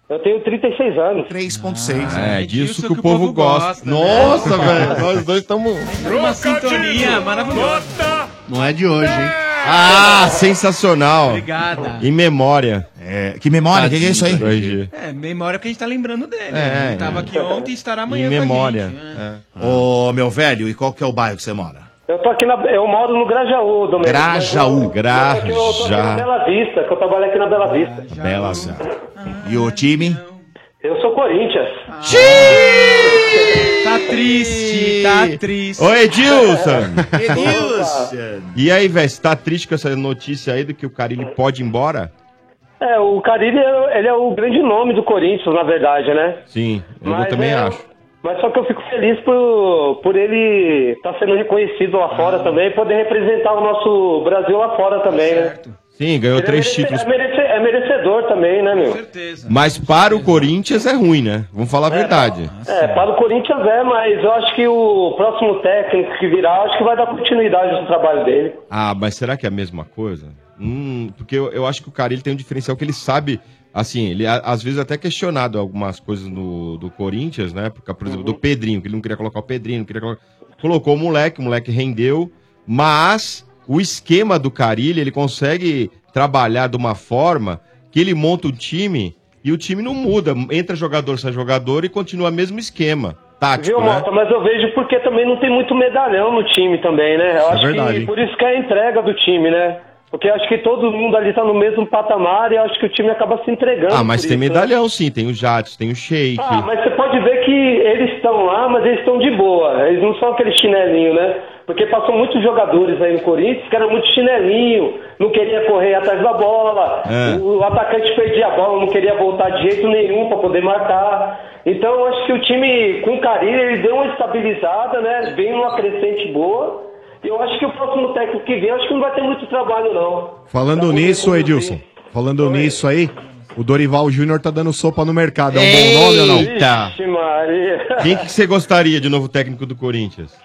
S18: Eu tenho 36 anos.
S3: 3.6.
S8: É, disso que o povo gosta. né?
S18: né? (laughs)
S8: (laughs)
S14: Nossa,
S8: velho.
S14: Nós dois estamos.
S9: Uma sintonia maravilhosa.
S14: Não é de hoje, hein?
S8: Ah, sensacional.
S9: Obrigada.
S8: Em memória.
S3: É, que memória?
S8: Que que é isso aí?
S9: É, memória porque a gente tá lembrando dele.
S3: É,
S9: né?
S3: é.
S9: Tava aqui ontem e estará
S3: Em
S9: amanhã com a
S3: memória.
S9: gente, né?
S3: É. Ô, meu velho, e qual que é o bairro que você mora?
S18: Eu tô aqui na. Eu moro no Grajaú, Domênico.
S3: Grajaú.
S18: Eu tô aqui- eu tô aqui na Bela Vista, que eu trabalho aqui na Bela
S8: Ah.
S18: Vista.
S3: Bela Vista. E o time?
S18: Eu sou Corinthians.
S9: Tá triste, tá triste.
S8: Oi, Edilson.
S18: Edilson.
S8: E aí, velho, você tá triste com essa notícia aí do que o Carilli pode ir embora?
S18: É, o Carille, é- ele é o grande nome do Corinthians, na verdade, né?
S8: Sim, eu
S18: Mas
S8: também
S18: é-
S8: acho.
S18: Mas só que eu fico feliz por, por ele estar sendo reconhecido lá fora
S8: Ah.
S18: também e poder representar o nosso Brasil lá fora também, né?
S8: Sim, ganhou
S18: Ele é
S8: três
S18: merece-
S8: títulos.
S18: É, merece- é merecedor também, né, meu?
S8: Mas para o Corinthians é ruim, né? Vamos falar a verdade.
S18: É, para o Corinthians é, mas eu acho que o próximo técnico que virá, acho que vai dar continuidade no trabalho dele.
S8: Ah, mas será que é a mesma coisa? Hum, porque eu, eu acho que o cara ele tem um diferencial que ele sabe, assim, ele a- às vezes até questionado algumas coisas no, do Corinthians, né? Porque, por exemplo, do Pedrinho, que ele não queria colocar o Pedrinho, não queria colocar... Colocou o moleque, o moleque rendeu, mas o esquema do Carilli, ele consegue trabalhar de uma forma que ele monta o time e o time não muda. Entra jogador, sai jogador e continua o mesmo esquema. Tático,
S18: Viu,
S8: né?
S18: Mota? Mas eu vejo porque também não tem muito medalhão no time também, né? Eu
S8: é
S18: acho
S8: verdade,
S18: que
S8: hein?
S18: por isso que é a entrega do time, né? Porque eu acho que todo mundo ali tá no mesmo patamar e eu acho que o time acaba se entregando.
S8: Ah, mas
S18: por
S8: tem
S18: isso, né?
S8: medalhão sim, tem o Jatos, tem o Sheik.
S18: Ah, mas você pode ver que eles estão lá, mas eles estão de boa. Eles não são aquele chinelinho, né? Porque passou muitos jogadores aí no Corinthians que eram muito chinelinho, não queria correr atrás da bola,
S19: É.
S18: o atacante perdia a bola, não queria voltar de jeito nenhum para poder marcar. Então eu acho que o time, com carinho, ele deu uma estabilizada, né? Vem numa crescente boa. E eu acho que o próximo técnico que vem, eu acho que não vai ter muito trabalho, não.
S11: Falando nisso, Edilson. Falando nisso aí, o Dorival Júnior tá dando sopa no mercado. É um bom nome ou não?
S8: Eita!
S18: Vixe, Maria.
S8: Quem que você gostaria de novo técnico do Corinthians?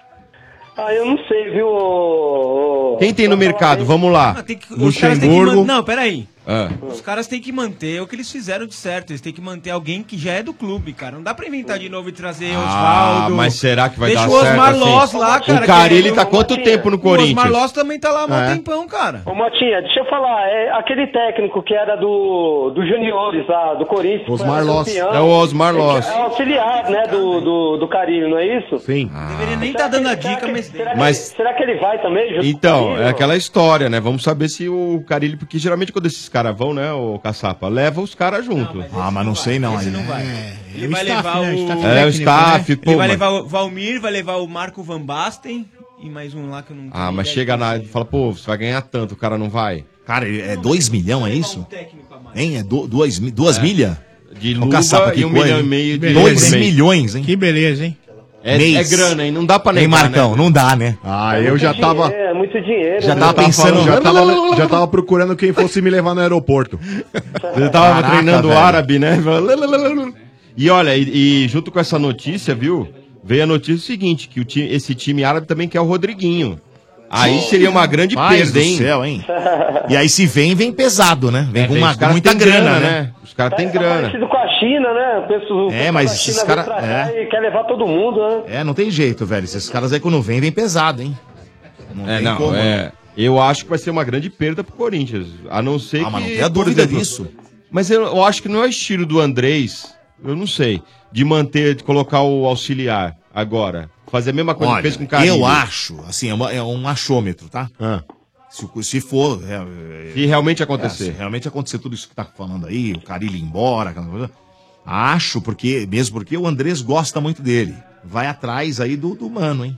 S18: Ah, eu não sei, viu? ô- ô-
S8: Quem tem no mercado? Vamos lá.
S9: Os caras têm Ah, que
S8: Luxemburgo.
S9: man- Não, peraí.
S8: Ah.
S9: Os caras têm que manter o que eles fizeram de certo. Eles têm que manter alguém que já é do clube, cara. Não dá pra inventar de novo e trazer
S8: Ah,
S9: Osvaldo.
S8: mas será que vai
S9: Deixa
S8: dar
S9: o Osmar
S8: certo assim?
S9: Loss lá, cara.
S8: O Carilli
S9: que- é um
S8: tá quanto tempo no
S9: O Osmar Loss
S8: Corinthians?
S9: também tá lá há mó
S8: É.
S9: tempão, cara.
S18: Ô Motinha, deixa eu falar, é aquele técnico que era do, do Juniores lá, do Corinthians.
S11: Osmar
S18: foi
S11: Loss.
S18: campeão.
S11: É o Osmar Loss.
S18: É auxiliar, né, do, do, do Carilho, não é isso?
S11: Sim.
S8: Ah.
S9: Ele nem tá dando a dica, mas...
S8: Mas-
S18: Será que ele vai também, junto com o
S8: Então,
S18: Carilho?
S8: é aquela história, né? Vamos saber se o Carilli... Porque geralmente quando esses caras vão, né, o Caçapa, leva os caras junto.
S3: ah, mas não sei não aí.
S9: É, Ele vai levar o...
S8: É, o staff, pô,
S9: Ele vai
S8: mano.
S9: levar o Valmir, vai levar o Marco Van Basten e mais um lá que eu não...
S8: Ah, mas chega na... e Fala, pô, você vai ganhar tanto, o cara não vai.
S3: Cara, é 2 milhão, é isso?
S9: um
S3: Hein? É 2 duas milhas?
S8: De
S3: luva
S8: e um milhão e meio de-
S3: 2
S8: Beleza, hein?
S3: milhões, hein?
S10: Que beleza, hein?
S8: É,
S3: Mês.
S8: é grana, hein? Não dá pra
S3: Hein,
S8: negar,
S3: Marcão?
S8: né?
S3: Não dá, né?
S11: Ah, eu já
S18: Muito dinheiro,
S11: tava.
S18: É, muito dinheiro.
S11: Já
S18: né?
S11: tava falando, já tava, já tava procurando quem fosse me levar no (laughs) aeroporto.
S8: Você tava treinando árabe, né? E olha, e, e junto com essa notícia, viu? Veio a notícia seguinte, que o ti- esse time árabe também quer o Rodriguinho. Aí seria uma grande
S3: Paz
S8: perda,
S3: do
S8: hein?
S18: (laughs)
S3: céu, hein? E aí se vem, vem pesado, né? Vem
S8: É,
S3: com
S8: vem,
S3: uma,
S8: os caras
S3: muita
S8: têm
S3: grana,
S8: grana,
S3: né?
S8: né? Os caras têm
S18: Tá Parecido com a China, né? O pessoal- o
S3: É,
S18: pessoal
S3: mas
S18: da China
S3: esses
S18: vem
S3: cara-
S18: pra cá e quer levar todo mundo, né?
S3: É, não tem jeito, velho. Esses caras aí quando vem, vem pesado, hein? Não
S8: É,
S3: tem
S8: não,
S3: como, né?
S8: é. Eu acho que vai ser uma grande perda pro Corinthians. A não ser
S3: Ah,
S8: que.
S3: mas não tenha
S8: por
S3: dúvida disso.
S8: Mas eu, eu acho que não é o estilo do Andrés, eu não sei, de manter, de colocar o auxiliar agora. Fazer a mesma coisa
S3: Olha,
S8: que fez com o Carilli.
S3: eu acho, assim, é, uma- é um achômetro, tá? Se, o- se for... É,
S8: Ah. Se realmente
S3: se
S8: acontecer.
S3: realmente acontecer tudo isso que tá falando aí, o Carilho ir embora, aquela coisa, acho, porque mesmo porque o Andrés gosta muito dele. Vai atrás aí do, do Mano, hein?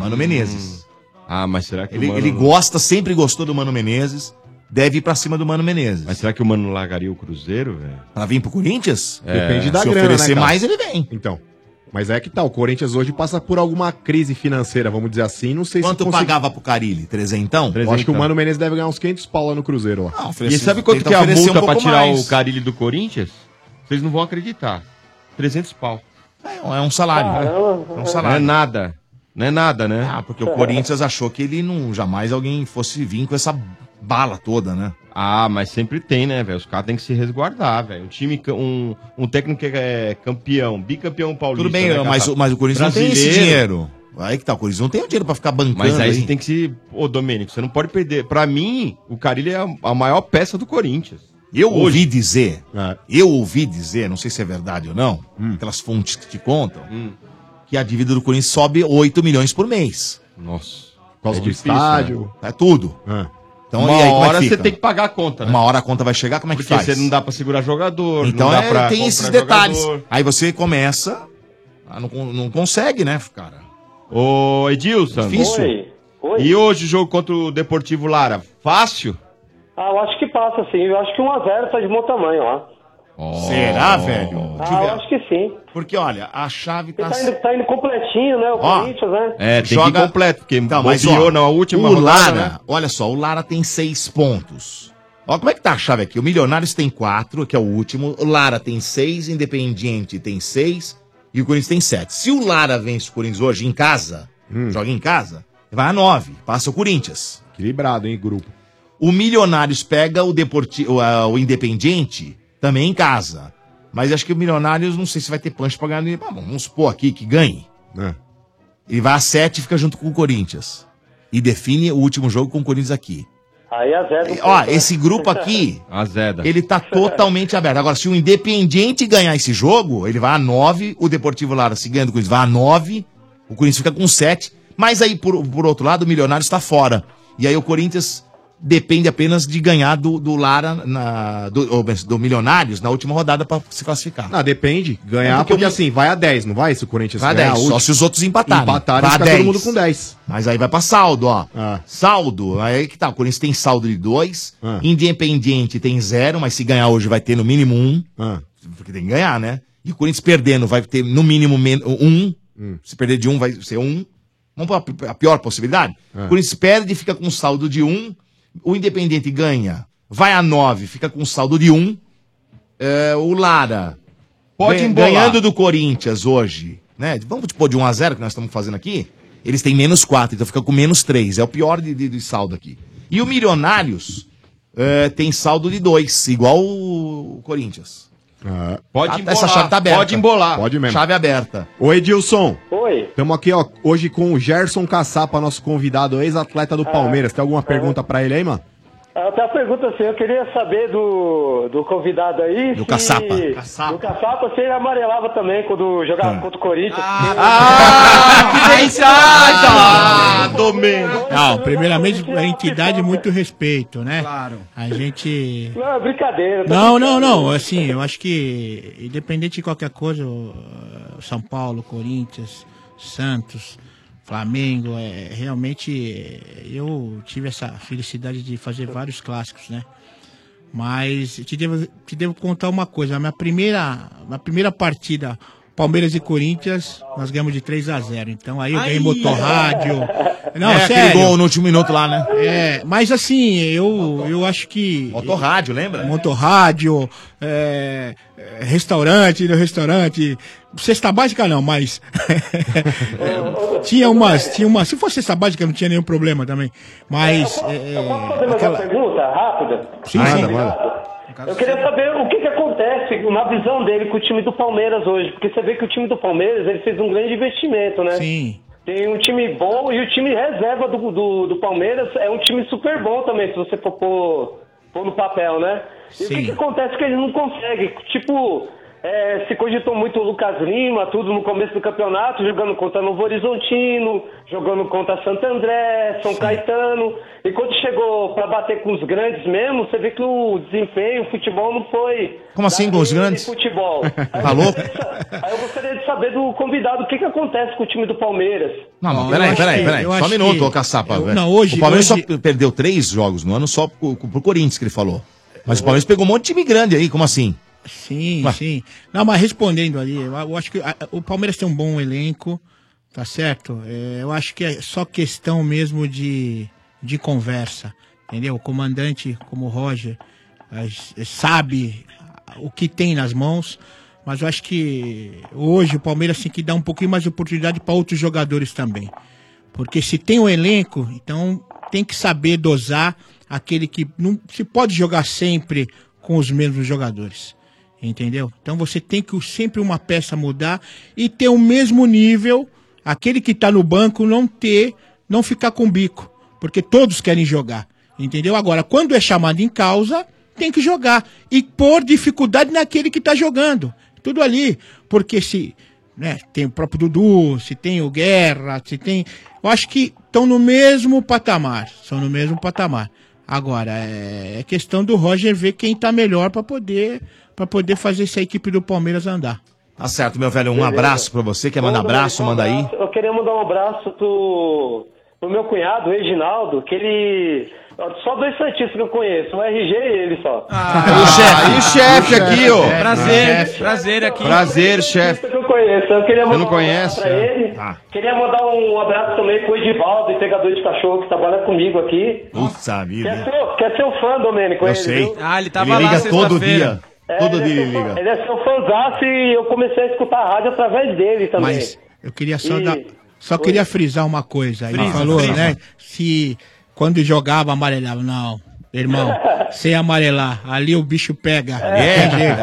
S3: Mano Menezes.
S8: Ah, mas será que
S3: ele,
S8: o Mano
S3: ele
S8: não-
S3: gosta, sempre gostou do Mano Menezes, deve ir pra cima do Mano Menezes.
S8: Mas será que o Mano largaria o Cruzeiro, velho?
S3: Pra vir pro Corinthians?
S11: Depende da
S3: É, Se
S11: grana,
S3: oferecer
S11: né, cara?
S3: mais, ele vem.
S11: Então. Mas é que tá, o Corinthians hoje passa por alguma crise financeira, vamos dizer assim. Não sei
S3: Quanto
S11: se
S3: pagava pro Carilli? Trezentão?
S11: Eu acho que o
S3: Trezentão.
S11: Mano Menezes deve ganhar uns 500 pau lá no Cruzeiro. Lá.
S3: Não,
S8: E
S3: oferece-
S8: sabe quanto
S3: tenta
S8: que é a
S3: oferecer
S8: multa
S3: um
S8: pra
S3: pouco
S8: tirar
S3: mais.
S8: o Carilli do Corinthians? Vocês não vão acreditar. 300 pau.
S3: É um salário.
S8: Caramba.
S3: É um salário.
S8: Não é nada. Não é nada, né?
S3: Ah, porque o Corinthians achou que ele não jamais alguém fosse vir com essa bala toda, né?
S8: Ah, mas sempre tem, né, velho? Os caras têm que se resguardar, velho. Um time, ca- um, um técnico que é campeão, bicampeão paulista.
S3: Tudo bem,
S8: né, cara?
S3: mas, o- mas o Corinthians não tem esse
S8: Brasileiro.
S3: dinheiro. Aí que tá, o Corinthians não tem o dinheiro pra ficar bancando.
S8: Mas aí
S3: aí.
S8: você tem que se. Ô, Domênico, você não pode perder. Pra mim, o Carilho é a, a maior peça do Corinthians.
S3: Eu ouvi dizer,
S8: Ah.
S3: eu ouvi dizer, não sei se é verdade ou não,
S8: Hum.
S3: aquelas fontes que te contam, que a dívida do Corinthians sobe 8 milhões por mês.
S8: Nossa. Por
S11: causa do estádio.
S3: É tudo. Então,
S8: Ah. Uma
S3: e aí, como é
S8: hora
S3: que
S8: você
S3: fica?
S8: tem que pagar a conta, né?
S3: Uma hora a conta vai chegar, como é que
S8: Porque
S3: faz?
S8: você não dá pra segurar jogador,
S3: Então
S8: não dá
S3: é,
S8: pra
S3: tem
S8: comprar
S3: esses detalhes.
S8: jogador.
S3: Aí você começa, ah, não, con- não consegue, né, cara?
S8: Ô, Edilson.
S3: Difícil. Oi,
S18: oi.
S8: E hoje o jogo contra o Deportivo Lara? Fácil?
S18: Ah, eu acho que passa, sim. Eu acho que 1x0 tá de bom tamanho lá.
S3: Será, velho? Deixa eu
S18: Ah,
S3: ver.
S18: eu acho que sim.
S3: Porque, olha, a chave
S18: tá... Tá indo, tá indo completinho, né? O
S3: Ó.
S18: Corinthians, né?
S8: É, tem que ir completo, porque
S3: Então, mas
S8: bobeou
S3: ó,
S8: na última
S3: o
S8: rodada,
S3: Lara,
S8: né?
S3: olha só, o Lara tem seis pontos. Ó, como é que tá a chave aqui? O Milionários tem quatro, que é o último. O Lara tem seis, Independiente tem seis e o Corinthians tem sete. Se o Lara vence o Corinthians hoje em casa,
S8: Hum.
S3: joga em casa, vai a nove, passa o Corinthians.
S11: Equilibrado, hein, grupo.
S3: O Milionários pega o, Deporti o, ah, o Independiente também em casa. Mas acho que o Milionários não sei se vai ter punch pra ganhar. do- Ah, bom, Vamos supor aqui que ganhe.
S8: É.
S3: Ele vai a 7 e fica junto com o Corinthians. E define o último jogo com o Corinthians aqui.
S18: Aí a zero. do
S3: Ó,
S18: Corinthians.
S3: esse grupo
S11: (laughs)
S3: aqui,
S8: Azeda.
S3: ele tá totalmente aberto. Agora, se o Independiente ganhar esse jogo, ele vai a 9. O Deportivo Lara, se ganha do Corinthians, vai a 9. O Corinthians fica com 7. Mas aí, por, por outro lado, o Milionário está fora. E aí o Corinthians depende apenas de ganhar do, do Lara, na, do, ou, do Milionários, na última rodada para se classificar.
S11: Ah, depende. Ganhar,
S3: É
S11: porque,
S3: porque o-
S11: assim, vai a 10, não vai? Se o Corinthians
S3: Vai a
S11: ganhar
S3: 10,
S11: a
S3: só
S11: última-
S3: se os outros empatarem.
S11: Empatarem,
S3: né? Vai a
S11: fica
S3: 10.
S11: todo mundo com Ah. 10.
S3: Mas aí vai pra saldo, ó. Saldo, aí que tá. O Corinthians tem saldo de 2.
S11: Ah.
S3: Independiente tem 0, mas se ganhar hoje vai ter no mínimo 1. Um,
S11: Ah.
S3: Porque tem que ganhar, né? E o Corinthians perdendo vai ter no mínimo 1. Um.
S11: Hum.
S3: Se perder de 1 um, vai ser 1. Um. Vamos pra pi- a pior possibilidade?
S15: Ah.
S17: É.
S3: O Corinthians perde e fica com saldo de 1. Um. O Independiente ganha, vai a 9, fica com saldo de 1. Um. É, o Lara.
S8: Pode
S3: ganha-
S8: embolar.
S3: Ganhando do Corinthians hoje, né? Vamos pôr de 1 a 0 que nós estamos fazendo aqui. Eles têm menos 4, então fica com menos 3. É o pior de, de- de saldo aqui. E o Milionários é, tem saldo de 2, igual o Corinthians.
S8: Pode
S3: Tá-
S8: embolar.
S3: Essa chave tá aberta.
S8: Pode embolar.
S11: Pode mesmo.
S3: Chave aberta.
S11: Ô Edilson.
S18: Oi.
S11: Estamos aqui, ó, hoje com o Gerson Caçapa, nosso convidado, ex-atleta do Palmeiras. Tem alguma pergunta pra ele aí, mano?
S18: Até a pergunta assim, eu queria saber do, do convidado aí. Do
S11: Caçapa.
S18: Do caçapa, se ele amarelava também quando jogava contra o Corinthians.
S10: Ah. Que então. Não, Ah, primeiramente, a entidade, muito respeito, né? Claro. A gente.
S18: Não, é brincadeira. tá
S10: Não, não,
S18: brincando.
S10: não. Assim, eu acho que, independente de qualquer coisa, o, eh, São Paulo, Corinthians, Santos, Flamengo, é, realmente eh, eu tive essa felicidade de fazer vários clássicos, né? Mas te devo, te devo contar uma coisa. A minha primeira, na primeira partida, Palmeiras e Corinthians, nós ganhamos de 3 a 0 Então aí eu ganhei motorrádio. Não,
S3: é, aquele
S10: sério.
S3: gol no último minuto lá, né?
S10: É, mas assim, eu, eu acho que.
S3: Motorrádio, lembra?
S10: Motorrádio, é, é, restaurante, no restaurante. Cesta básica não, mas. (laughs) é, tinha umas, tinha umas. Se fosse cesta básica, não tinha nenhum problema também. Mas. é,
S18: Fazer mais uma pergunta rápida?
S10: Sim,
S18: Tá
S10: sim.
S18: ligado? Eu queria saber o que, que acontece na visão dele com o time do Palmeiras hoje, porque você vê que o time do Palmeiras ele fez um grande investimento, né?
S10: Sim.
S18: Tem um time bom e o time reserva do, do, do Palmeiras é um time super bom também, se você for pôr, pôr no papel, né? E o que, que acontece que ele não consegue? Tipo, é, se cogitou muito o Lucas Lima, tudo no começo do campeonato, jogando contra Novo Horizontino, jogando contra Santo André, São Caetano. E quando chegou pra bater com os grandes mesmo, você vê que o desempenho, o futebol não foi.
S3: Como assim, com os
S18: daquele
S3: grandes? (laughs)
S18: Futebol. (laughs)
S3: Tá louco?
S18: Aí eu gostaria de saber do convidado o que, que acontece com o time do Palmeiras.
S3: Não, Ah, mas
S18: Eu
S3: peraí,
S18: acho
S3: peraí,
S18: que-
S3: peraí.
S18: eu
S3: Só um
S18: acho
S3: minuto,
S18: que-
S3: ô caçapa.
S18: eu-
S3: velho.
S18: não, hoje-
S3: o Palmeiras
S18: hoje-
S3: só perdeu três jogos no ano só pro, pro Corinthians que ele falou. Mas o Palmeiras pegou um monte de time grande aí, como assim?
S10: Sim, sim. Não, mas respondendo ali, eu, eu acho que a- o Palmeiras tem um bom elenco, tá certo? É, eu acho que é só questão mesmo de, de conversa, entendeu? O é, comandante, como o Roger, eh, s- sabe o que tem nas mãos, Mas eu acho que hoje o Palmeiras tem que dar um pouquinho mais de oportunidade para outros jogadores também. Porque se tem um elenco, então tem que saber dosar aquele que não se pode jogar sempre com os mesmos jogadores. Entendeu? Então você tem que sempre uma peça mudar e ter o mesmo nível. Aquele que está no banco não ter, não ficar com bico, porque todos querem jogar. Entendeu? Agora, quando é chamado em causa, tem que jogar e pôr dificuldade naquele que está jogando. Tudo ali, porque se né, tem o próprio Dudu, se tem o Guerra, se tem, eu acho que estão no mesmo patamar, são no mesmo patamar. Agora é é questão do Roger ver quem está melhor para poder para poder fazer essa equipe do Palmeiras andar.
S3: Tá certo, meu velho. Um
S10: Beleza.
S3: abraço pra você. Quer mandar
S18: Vamos dar
S3: abraço?
S18: um
S3: Manda aí.
S18: abraço. Eu queria mandar um abraço pro, pro meu cunhado, o Reginaldo, que ele. Só dois Santistas que eu conheço, o RG e ele só.
S8: E o chefe, e
S18: o
S8: o chefe
S18: chefe,
S8: aqui, ó.
S18: é,
S9: Prazer,
S8: Chefe.
S9: prazer aqui.
S8: Prazer, chefe.
S18: Eu conheço, eu queria
S8: Você
S18: mandar
S8: não conhece?
S18: um abraço pra ele.
S8: Tá.
S18: Queria mandar um abraço também pro Edivaldo, entregador de cachorro, que trabalha comigo aqui.
S3: Puta
S18: Que é
S3: vida.
S18: seu, que é seu fã, Domênico,
S3: Eu
S18: ele,
S3: sei.
S18: viu?
S3: Ele liga todo dia.
S18: É,
S3: Todo
S18: ele é
S3: dia ele
S18: seu
S3: liga.
S18: fã- Ele é seu fãzaço e eu comecei a escutar a rádio através dele também.
S10: Mas eu queria só
S18: E-
S10: dar, só queria frisar uma coisa. Ele
S18: Frisa,
S10: falou,
S18: frisa.
S10: né? Se quando jogava amarelava, não. Irmão, sem amarelar, ali o bicho pega.
S21: É.
S10: Tem jeito.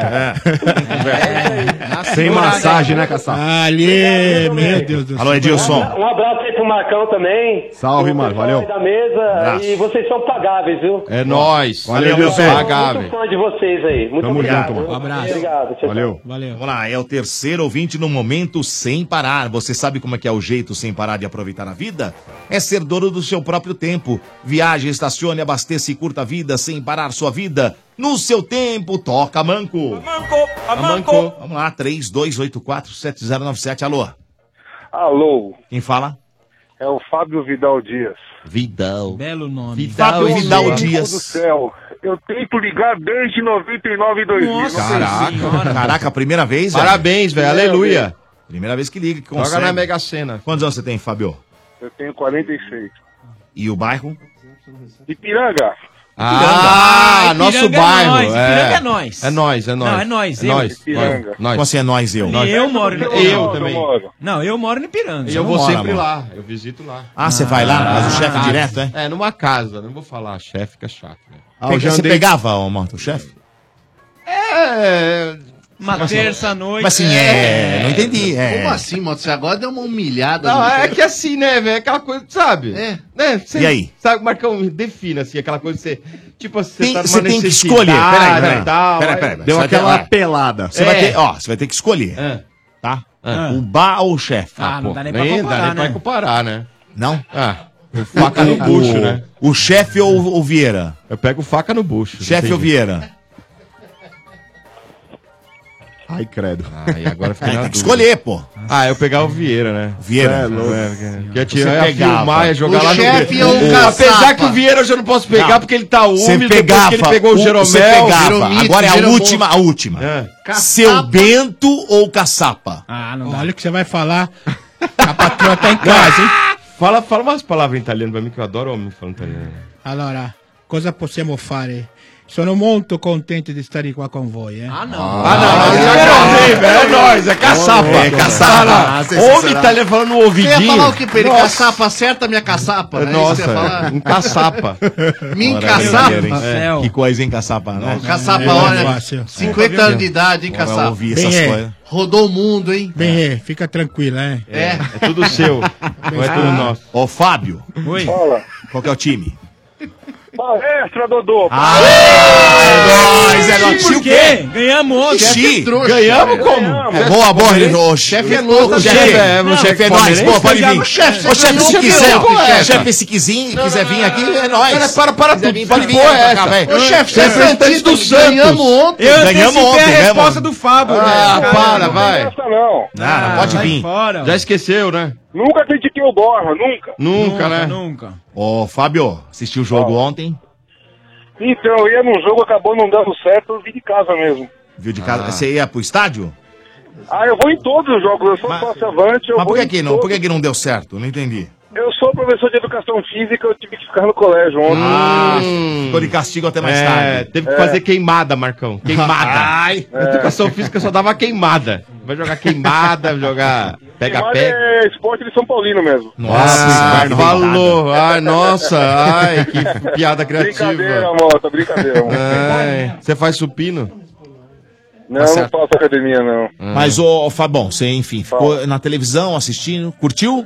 S11: Sem massagem, né, Caçapa?
S10: Ali, meu Deus do céu.
S3: Alô, Edilson.
S18: Um abraço aí pro Marcão também.
S11: Salve,
S18: Pro
S11: mano,
S18: pessoal
S11: valeu.
S18: aí Da mesa.
S11: Abraço.
S18: E vocês são pagáveis, viu?
S8: É nóis.
S11: Valeu, meu
S18: Eu sou
S11: velho.
S18: Muito fã de vocês aí. Muito
S3: Tamo
S18: obrigado.
S3: junto, mano.
S18: Um
S3: abraço.
S18: Obrigado. Tchau, Tchau.
S10: Valeu.
S3: Vamos lá, é o terceiro ouvinte no momento sem parar. Você sabe como é que é o jeito sem parar de aproveitar a vida? É ser dono do seu próprio tempo. Viaje, estacione, abasteça e curta a vida sem parar sua vida. No seu tempo, toca Manco. Manco,
S19: Ah,
S3: a Manco. Ah, Vamos lá, 32847097. Alô.
S19: Alô.
S3: Quem fala?
S19: É o Fábio Vidal Dias.
S3: Vidal.
S10: Belo nome.
S3: Vidal, Fábio Vidal
S19: Meu
S3: Dias.
S19: Deus do céu. Eu tento ligar desde 99 e 2000.
S3: Caraca, caraca, primeira vez. é?
S19: Parabéns, velho, aleluia.
S3: Primeira vez que liga, que
S19: Joga
S3: consegue.
S19: na
S3: Mega Sena. Quantos anos você tem, Fábio?
S19: Eu tenho 46.
S3: E o bairro?
S19: Ipiranga.
S8: Ah,
S19: Ipiranga.
S8: nosso
S19: Ipiranga é
S8: bairro.
S19: nós, Ipiranga é nós.
S8: É nós, é nós.
S19: Não, é nós,
S8: É
S19: eu.
S8: nós.
S19: Ipiranga.
S8: nós,
S3: Como assim é nós eu?
S8: E
S3: Nós.
S9: Eu moro no
S8: Eu também.
S9: Não, eu moro no Piranga.
S8: E eu vou sempre lá,
S9: eu visito lá.
S3: Ah, você vai lá, mas o chefe
S8: casa.
S3: direto, é?
S8: É, numa casa, não vou falar, chefe fica chato, né?
S3: Tem- Ah, você pegava, ô, Mota, o chefe?
S8: É.
S9: Uma terça-noite.
S3: Mas assim, é, não entendi, é.
S14: Como assim, mano? Você agora deu uma humilhada.
S8: Não,
S14: no-
S8: é que assim, né, velho? Aquela coisa, sabe? É. Né? Cê,
S14: E aí?
S8: Sabe, Marcão, defina assim, aquela coisa que você. Tipo, você
S3: Tem-
S8: tá numa
S3: você tem que
S8: necessidade né,
S3: escolher. Peraí,
S8: e
S3: peraí.
S8: tal,
S3: Peraí,
S8: aí-
S3: peraí. é Você vai ter- olha, Você vai
S8: É.
S3: ter, ó, você vai ter que escolher. Tá? O bar ou o chefe?
S8: Ah, não dá nem pra comparar, dá nem pra comparar, né?
S3: Não?
S8: Ah, o faca no
S3: O-
S8: bucho, né?
S3: O chefe ou o Vieira?
S8: Eu pego faca no bucho.
S3: Chefe ou Vieira?
S11: Ai, credo.
S8: Aí agora fica
S3: Tem
S8: na
S3: que
S8: dúvida.
S3: escolher, pô.
S8: Ah, eu pegava o Vieira, né?
S3: Vieira.
S8: É, louco.
S3: É,
S8: que ia tirar,
S3: Você
S8: ia
S3: pegava.
S8: filmar, ia jogar
S3: O
S8: lá
S3: chefe
S8: no...
S3: ou o caçapa?
S8: Apesar que o Vieira eu já não posso pegar,
S3: Não.
S8: porque ele tá úmido,
S3: Você
S8: depois
S3: pegava.
S8: que ele pegou o Jeromel.
S3: Você pegava.
S8: Jeromito,
S3: Agora é a
S8: Jeromo-
S3: última, a última. É. Seu Bento ou Caçapa?
S10: Ah, não dá.
S8: é
S10: Olha o que você vai falar. A patroa tá em casa, hein?
S8: Fala, fala umas palavras em italiano pra mim, que eu adoro homem falando italiano.
S10: Allora, cosa possiamo fare? Sono molto contento di stare qua con voi, eh.
S9: Ah, no.
S8: Ah, não, não, já gravei, velho. É nóis, é caçapa.
S10: É, caçapa.
S8: Cara,
S10: Ah,
S14: sensacional.
S8: Homem italiano falando
S3: um
S8: no
S14: Você
S8: ouvidinho.
S14: ia falar o que pra ele?
S8: Nossa.
S14: Caçapa, acerta minha caçapa.
S3: É,
S14: né? Isso que você ia
S8: Nossa,
S14: falar.
S8: um caçapa.
S14: (laughs) Me
S3: Ora,
S14: encaçapa?
S3: hein? É. Que coisa, hein, Caçapa, né?
S14: Caçapa, olha. 50 anos de idade, hein, caçapa?
S10: Bem, é.
S14: Rodou o mundo, hein?
S10: Bem, é, fica tranquilo, é.
S14: É.
S8: É tudo
S19: (laughs)
S8: seu. Não é tudo
S19: Ah.
S8: nosso.
S3: Ô, Fábio.
S10: Oi.
S3: Qual que é o time?
S19: Palestra, Dodô.
S3: Ah, Mas é nóis.
S19: Por
S3: Tio
S19: quê?
S3: quê?
S9: Ganhamos
S19: ontem. Chefe é
S3: Xi.
S19: trouxa, velho. Ganhamos.
S3: É boa, boa,
S19: Chefe
S3: ele- ô,
S19: é
S3: chefe é
S19: louco,
S3: louco,
S19: chefe
S3: chefe.
S19: é-
S3: Não,
S19: chefe
S3: Chefe é
S19: é
S3: nóis,
S19: palmeirense?
S3: boa, pode
S19: Chefe é
S3: vir.
S19: o chefe, você
S3: Ô, chefe,
S19: ganhou,
S3: se
S19: chefe é
S3: quiser,
S19: louco,
S3: ó,
S19: chefe.
S3: chefe, se quiser, quiser vir aqui, é nóis.
S19: Cara, para, para tudo,
S3: vir
S19: para
S3: pra
S19: de
S3: cá,
S19: boa
S3: vem pra cá,
S19: essa.
S3: vem.
S19: Ô, chefe, você é
S8: representante do Santos.
S19: Ganhamos ontem.
S8: Eu
S3: Ganhamos
S8: antecipei
S3: ontem,
S8: a
S3: né, mano?
S8: resposta do Fábio,
S3: Ah,
S8: né?
S3: para,
S8: Não
S3: vai.
S8: tem
S19: essa, não.
S3: Ah, não pode vir.
S8: Já esqueceu, né?
S19: Nunca critiquei o Borra, nunca.
S8: Nunca, né?
S9: Nunca.
S3: Ô, Fábio, assistiu o jogo ontem?
S19: Então, eu ia no jogo, acabou não dando certo, eu vim de casa mesmo.
S3: Viu de casa? Você ia pro estádio?
S19: Ah, eu vou em todos os jogos, eu sou sócio avante, eu vou
S3: Mas por que
S19: em
S3: que não?
S19: todos.
S3: Por que que não deu certo? Não entendi.
S19: Eu sou professor de educação física, eu tive que ficar no colégio ontem.
S8: Ah,
S15: ficou de castigo até
S8: mais tarde. Teve que
S19: É.
S8: fazer queimada, Marcão. Queimada. Ai. Educação física só dava queimada. Vai jogar queimada, vai jogar
S19: Mas
S8: pega-pega.
S19: é Ah, esporte de São Paulino mesmo.
S8: Nossa,
S19: Inferno
S8: falou. Ai, nossa. Ai, que piada criativa.
S19: Brincadeira, moça, brincadeira.
S8: Ai, você faz supino?
S19: Não, não faço academia, não.
S8: Hum.
S3: Mas, ô, Fabão, você, enfim, ficou na televisão assistindo, curtiu?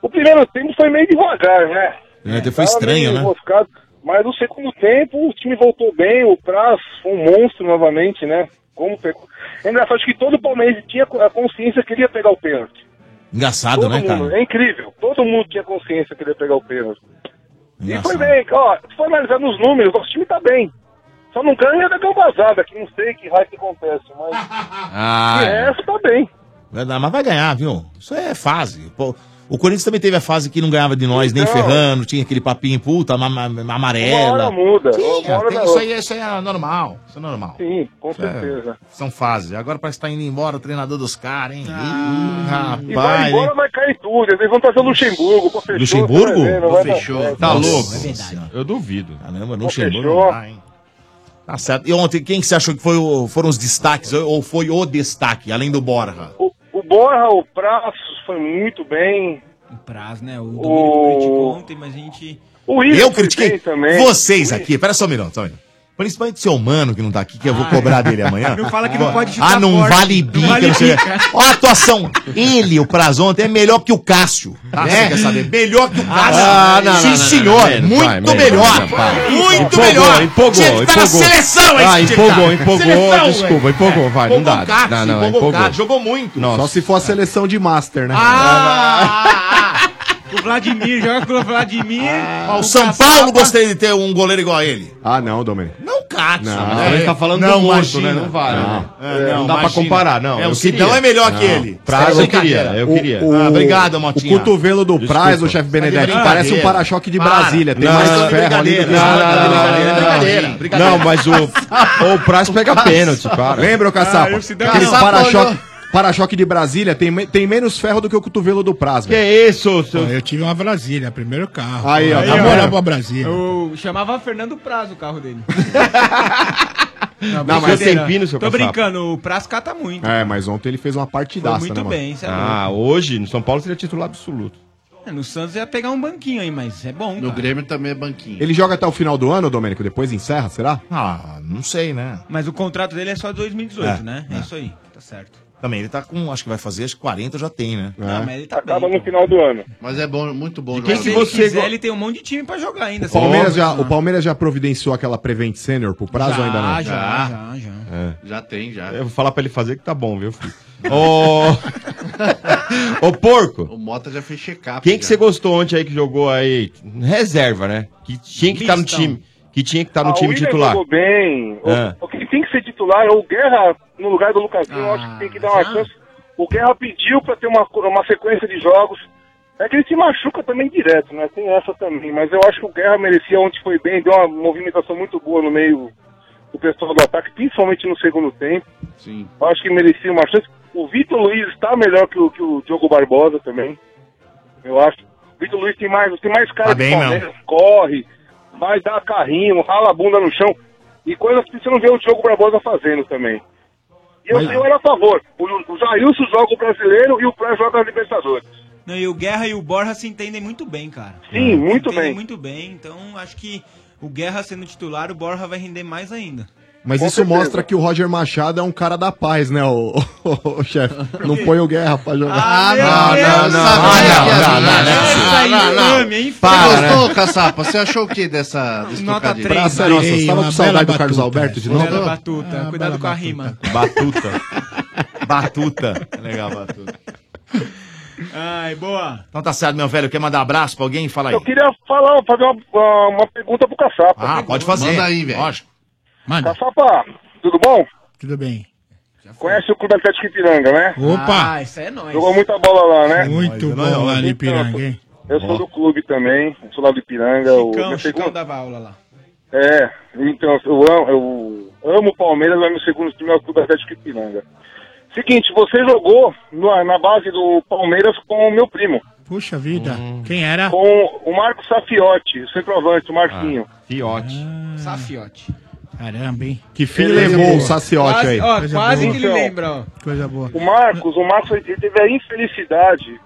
S19: O primeiro tempo foi meio devagar, né?
S3: É, até foi
S19: Tava
S3: estranho,
S19: meio
S3: né?
S19: enroscado. Mas no segundo tempo o time voltou bem, o Praz foi um monstro novamente, né? Como pegou. É engraçado acho que todo palmeirense tinha a consciência que ele ia pegar o pênalti.
S3: Engraçado, né,
S19: Todo mundo,
S3: cara?
S19: É incrível. Todo mundo tinha consciência que ele ia pegar o pênalti. E foi
S3: Engraçado.
S19: bem, ó, se for analisar nos números, nosso time tá bem. Só não ganha da gambazada, que não sei que raio que acontece,
S3: (laughs)
S19: mas.
S3: Ah,
S19: de resto, tá bem.
S3: Vai dar, Mas vai ganhar, viu? Isso é fase. Pô, o Corinthians também teve a fase que não ganhava de nós, nem
S19: Então.
S3: ferrando, tinha aquele papinho, puta, ma- ma- ma-
S19: Uma hora
S3: amarela.
S19: muda.
S3: Tinha,
S19: uma hora
S3: tem
S19: da
S3: isso
S19: outra.
S3: aí, isso aí é normal. Isso é normal.
S19: Sim, com
S3: Isso é-
S19: certeza.
S3: são fases. Agora parece que tá indo embora o treinador dos caras, hein? Ih,
S19: Ah. E vai
S3: rapaz. hein?
S19: embora, vai cair tudo. Eles vão trazer o Luxemburgo. pô, fechou,
S3: Luxemburgo?
S19: você vai ver, não vai dar certo.
S3: Tá
S19: Nossa.
S15: é
S3: louco.
S8: Eu duvido.
S3: Caramba,
S19: Pô,
S3: Luxemburgo
S19: fechou.
S3: não dá, hein? Tá certo. E ontem, quem que você achou que foi o- foram os destaques, ou ou foi o destaque, além do Borja?
S19: O Borra, o Praços foi muito bem.
S9: O Praz, né? O
S19: O-
S9: Domingo criticou ontem, mas a gente.
S19: O Isla
S3: Eu
S19: foi bem
S3: critiquei
S19: também.
S3: vocês aqui. Pera só um minuto, só um minuto. Principalmente seu mano que não tá aqui, que eu
S15: Ah.
S3: vou cobrar dele
S15: (laughs)
S3: amanhã.
S9: Não fala que não pode chutar
S3: Ah, não
S9: forte.
S3: vale
S9: Não
S3: bica.
S9: vale
S3: não sei o quê.
S9: bica.
S3: Ó a atuação. Ele, o Prazonte, é melhor que o Cássio.
S15: Ah,
S3: né?
S15: você quer saber?
S3: Melhor que o Cássio.
S15: Ah, não, não,
S3: Sim,
S15: não, não,
S3: senhor.
S15: não, não, não, vai,
S3: muito
S15: vai, vai,
S3: melhor.
S15: vai.
S3: Muito
S8: Empolgou,
S3: melhor.
S8: empolgou,
S3: Tinha que estar na
S8: empolgou.
S3: seleção,
S8: Ah,
S3: esse
S8: empolgou,
S3: tinha que estar.
S8: empolgou,
S3: velho.
S8: desculpa, empolgou, vai, não dá.
S3: o Cássio,
S8: Não, não,
S3: empolgou o
S8: empolgou.
S3: Cássio, jogou muito.
S11: Só se for a seleção de Master, né?
S8: Ah!
S9: O Vladimir, joga com o Vladimir. tá-
S3: Ó, Ah. o São Paulo gostaria de ter um goleiro igual a ele.
S11: Ah, não, Domenico.
S3: Não, Cássio.
S11: Não,
S3: né?
S11: mas ele tá
S8: falando
S3: não,
S8: do morto,
S3: imagina.
S8: né? Não vale, né?
S3: É,
S8: É,
S3: não
S8: não dá pra
S3: imagina.
S8: comparar, não.
S3: É,
S8: Eu
S3: o Sidão
S8: queria.
S3: é melhor que
S8: Não.
S3: ele.
S8: Prazo
S3: Você tá
S8: eu queria,
S3: brincadeira.
S8: eu queria.
S3: O, ah, obrigado, Motinha.
S11: O cotovelo do
S3: Desculpa.
S11: Praz, o chefe Benedetti,
S3: Tá de
S11: parece um
S3: brincadeira.
S11: para-choque de
S3: Para.
S11: Brasília. Tem
S3: Não,
S11: mais
S3: não, não,
S11: ferro ali do que...
S3: brincadeira. Não, não, não, não, não, não.
S8: Não, mas o, (laughs) o Praz pega pênalti, cara.
S11: Lembra, ô Caçapa?
S8: Ah, eu se der-
S11: Aquele
S8: Caçapa
S11: para-choque
S8: olhou.
S11: para-choque de Brasília tem, me- tem menos ferro do que o cotovelo do Praz. Que
S8: é isso, seu...
S11: Eu
S10: tive uma Brasília, primeiro carro.
S11: Aí, ó,
S10: Aí,
S11: tá
S10: ó.
S11: moral
S10: pra Brasília.
S9: Eu chamava Fernando Praz o carro dele.
S11: Não, mas tem pino, seu
S9: Tô
S11: caçapa.
S9: brincando, o Praz cata muito.
S11: É, mas ontem ele fez uma partidaça,
S9: Foi muito
S11: né, mano?
S9: bem, isso é
S8: Ah, hoje no São Paulo seria titular absoluto.
S9: No Santos ia pegar um banquinho aí, mas é bom. No
S14: Grêmio também é banquinho.
S11: Ele joga até o final do ano, Domênico? Depois encerra, será?
S3: Ah, não sei, né?
S9: Mas o contrato dele é só 2018,
S3: É,
S9: né? É,
S3: é.
S9: isso aí, tá certo.
S3: Também ele tá com, acho que vai fazer, acho que 40 já tem, né?
S9: Ah, mas ele tá
S19: Acaba
S9: bem.
S19: no final do ano.
S14: Mas é bom, muito bom.
S9: E quem se você quiser, ele tem um monte de time pra jogar ainda.
S11: O Palmeiras, já, o Palmeiras já providenciou aquela Prevent Senior pro prazo ou ainda
S9: Já,
S11: não?
S9: já, já, já.
S14: Já tem, já.
S8: é. Eu vou falar pra ele fazer que tá bom, viu, filho? (laughs) Ô, Ô, porco.
S14: O Mota já fez check-up.
S8: Quem que
S14: já.
S8: você gostou ontem aí que jogou aí? Reserva, né? Que tinha que estar no
S19: Mistão.
S8: time. Que tinha que estar tá no
S19: Ah, o
S8: time
S19: Willian
S8: titular.
S19: jogou bem. O-
S8: Ah.
S19: O, que tem que ser titular é o Guerra no lugar do Lucasinho. eu acho que tem que dar uma chance. O Guerra pediu pra ter uma, co- uma sequência de jogos. É que ele se machuca também direto, né? Tem essa também. Mas eu acho que o Guerra merecia ontem foi bem. Deu uma movimentação muito boa no meio do pessoal do ataque, principalmente no segundo tempo.
S14: Sim.
S19: Eu acho que merecia uma chance. O Vitor Luiz está melhor que o, que o Diogo Barbosa também. Eu acho. O Vitor Luiz tem mais, tem mais cara
S3: Tá
S19: que
S3: bem,
S19: o corre, vai dar carrinho, rala a bunda no chão. E coisas que você não vê o Diogo Barbosa fazendo também. E eu, eu era a favor. O, o Jailson joga o brasileiro e o Praia joga a Libertadores.
S9: Não, e o Guerra e o Borja se entendem muito bem, cara.
S19: Sim,
S9: É.
S19: muito
S9: se entendem
S19: bem.
S9: muito bem. Então, acho que o Guerra sendo titular, o Borja vai render mais ainda.
S11: Mas isso mostra que o Roger Machado é um cara da paz, né, o, chefe? Não põe o guerra pra jogar.
S14: Ah, meu Deus, sabe
S11: Ah,
S14: que é
S11: não,
S14: que é
S11: não,
S14: assim,
S11: não,
S14: né?
S11: não.
S14: Isso aí,
S11: Não, não.
S14: infame, é infame.
S11: Para,
S14: Você gostou,
S11: né?
S14: Caçapa? Você achou o que dessa, desse
S11: Nota
S14: trocadilho?
S11: três, Praça Nossa, você tava com saudade do Carlos Alberto de novo? Ah,
S9: Cuidado
S14: Ah,
S9: batuta, cuidado com a rima.
S8: Batuta. (laughs)
S3: Batuta.
S8: É
S14: Legal, Batuta.
S9: Ai, boa.
S3: Então tá certo, meu velho. Quer mandar abraço pra alguém? Fala aí.
S19: Eu queria falar, fazer uma, uma- uma pergunta pro Caçapa.
S3: Ah, pode fazer. Manda aí, velho. Lógico.
S19: Caçapa, tudo bom?
S10: Tudo bem.
S19: Conhece o Clube Atlético Ipiranga, né?
S10: Opa!
S9: Ah, isso aí é nóis.
S19: Jogou muita bola lá, né?
S10: Muito
S3: é
S10: bom lá de Piranga, hein?
S19: Eu sou do clube também, sou lá do Ipiranga. o
S9: Chicão,
S19: meu
S9: Chicão
S19: segundo...
S9: dava aula lá.
S19: É, então, eu amo, eu amo o Palmeiras, mas meu segundo time é o Clube Atlético Ipiranga. Seguinte, você jogou no- na base do Palmeiras com o meu primo.
S10: Puxa vida, quem era?
S19: Com o Marco Safiotti, o centroavante, o Marquinho.
S22: Fiote.
S9: Safiote.
S10: Ah, Caramba, hein?
S11: Que fim
S10: Beleza,
S11: levou o
S10: boa.
S11: saciote
S10: Quase-
S11: aí?
S10: ó, quase que ele
S19: Então,
S10: lembra, Coisa boa.
S19: O Marcos, o Marcos ele teve a infelicidade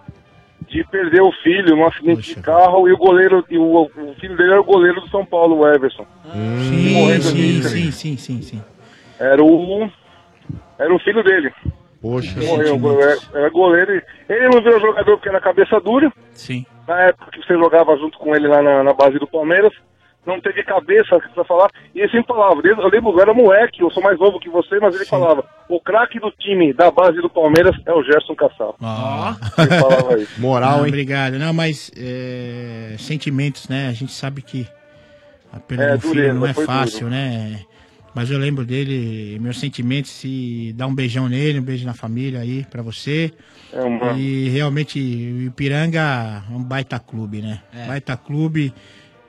S19: de perder o filho num acidente de carro e o goleiro, e o, o filho dele era o goleiro do São Paulo, o Everson.
S10: Sim, sim, sim, sim, sim, sim.
S19: Era o. um, Era o filho dele.
S11: Poxa.
S19: Morreu, goleiro- era goleiro. e- Ele não virou jogador porque era cabeça dura.
S10: Sim.
S19: Na época que você jogava junto com ele lá na, na base do Palmeiras, não teve cabeça pra falar. E ele sempre falava, eu eu lembro, eu era moleque, eu sou mais novo que você, mas ele falava, o craque do time da base do Palmeiras é o Gerson Cassal.
S10: Ah.
S19: Ele falava isso.
S10: Não, Obrigado. Não, mas é, sentimentos, né? A gente sabe que a perda
S19: É,
S10: do filho
S19: dureza,
S10: não é
S19: foi duro.
S10: fácil, né? Mas eu lembro dele, meus sentimentos, se dar um beijão nele, um beijo na família aí pra você.
S19: É uma-
S10: E realmente o Ipiranga é um baita clube, né? Baita clube.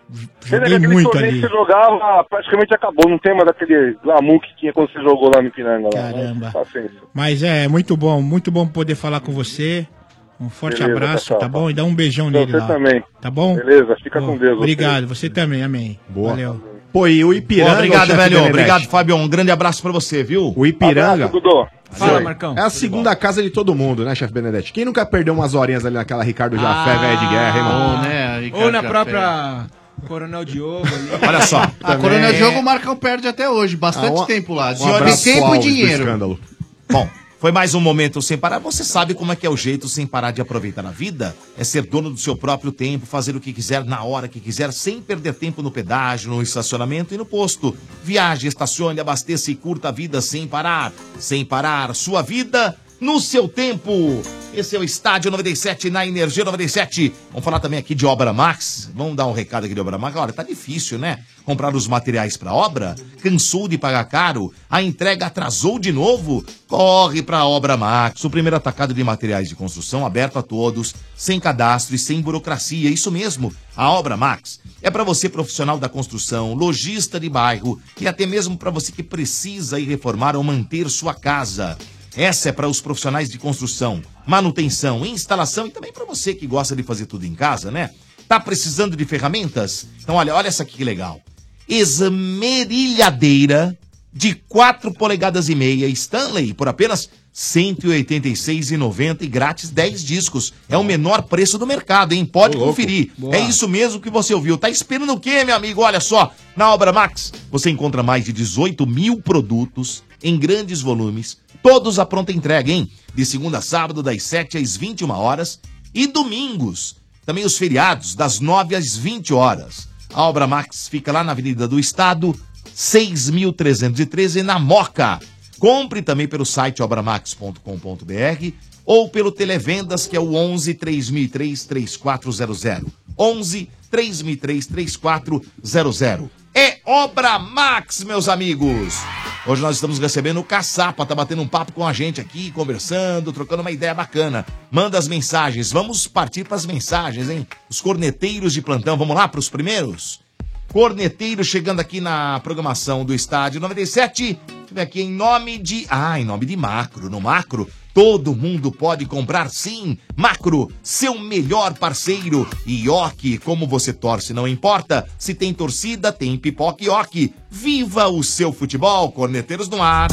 S10: v-
S19: Ele,
S10: Joguei
S19: aquele
S10: muito
S19: torneio
S10: ali.
S19: que você jogava praticamente acabou, não tem mais aquele glamour que tinha quando você jogou lá no Ipiranga. lá, né?
S10: Caramba.
S19: Paciência.
S10: Mas é muito bom, muito bom poder falar com você. Um forte
S19: Beleza,
S10: abraço,
S19: pessoal.
S10: tá bom? E dá um beijão
S19: Pra
S10: nele
S19: você
S10: lá.
S19: também.
S10: Tá bom?
S19: Beleza, fica
S10: Bom,
S19: com Deus. você.
S10: Obrigado, você também, amém.
S11: Boa.
S10: Valeu.
S11: Pô, e o Ipiranga.
S10: Boa, obrigado,
S11: o chefe
S10: velho,
S11: Benedetti.
S10: obrigado.
S3: Fabião, um grande abraço pra você, viu?
S11: O Ipiranga.
S19: Abraço, Dudu.
S11: Fala, Marcão. É a segunda casa de todo mundo, né, chefe Benedetti? Quem nunca perdeu umas horinhas ali naquela Ricardo Jafé, velho de guerra, hein, mano?
S9: Ah, Ou né, na própria Coronel Diogo ali.
S11: Olha só.
S14: A
S11: Também
S14: Coronel
S11: é.
S14: Diogo o Marcão perde até hoje, bastante
S3: Ah, um-
S14: tempo lá.
S3: um
S14: Senhor de
S3: abraço pro
S14: tempo e
S3: Alves do
S14: dinheiro.
S11: escândalo.
S3: Bom, foi mais um momento sem parar. Você sabe como é que é o jeito sem parar de aproveitar na vida? É ser dono do seu próprio tempo, fazer o que quiser na hora que quiser, sem perder tempo no pedágio, no estacionamento e no posto. Viaje, estacione, abasteça e curta a vida sem parar. Sem parar, sua vida no seu tempo. Esse é o Estádio 97 na Energia 97. Vamos falar também aqui de Obra Max. Vamos dar um recado aqui de Obra Max. Olha, tá difícil, né? Comprar os materiais para obra? Cansou de pagar caro? A entrega atrasou de novo? Corre para Obra Max, o primeiro atacado de materiais de construção aberto a todos, sem cadastro e sem burocracia. Isso mesmo, a Obra Max é para você profissional da construção, lojista de bairro e até mesmo para você que precisa ir reformar ou manter sua casa. Essa é para os profissionais de construção, manutenção, instalação e também para você que gosta de fazer tudo em casa, né? Tá precisando de ferramentas? Então olha, olha essa aqui que legal. Esmerilhadeira de 4 polegadas e meia Stanley por apenas R$ 186,90 e grátis 10 discos. É o menor preço do mercado, hein? Pode conferir. É isso mesmo que você ouviu. Tá esperando o quê, meu amigo? Olha só, na Obra Max você encontra mais de 18 mil produtos em grandes volumes, todos à pronta entrega, hein? De segunda a sábado, das 7 às 21 horas e domingos. Também os feriados, das 9 às 20 horas. A Obra Max fica lá na Avenida do Estado, 6.313, na Moca. Compre também pelo site obramax.com.br ou pelo Televendas, que é o 11 3003 3400. 11 3003 3400. É Obra Max, meus amigos! Hoje nós estamos recebendo o Caçapa, tá batendo um papo com a gente aqui, conversando, trocando uma ideia bacana. Manda as mensagens, vamos partir para as mensagens, hein? Os corneteiros de plantão, vamos lá para os primeiros? Corneteiro chegando aqui na programação do Estádio 97. Vem aqui em nome de. Ah, em nome de Macro. No Macro, todo mundo pode comprar sim. Macro, seu melhor parceiro. E Oki, como você torce, não importa. Se tem torcida, tem pipoca e Oki. Viva o seu futebol, Corneteiros no ar.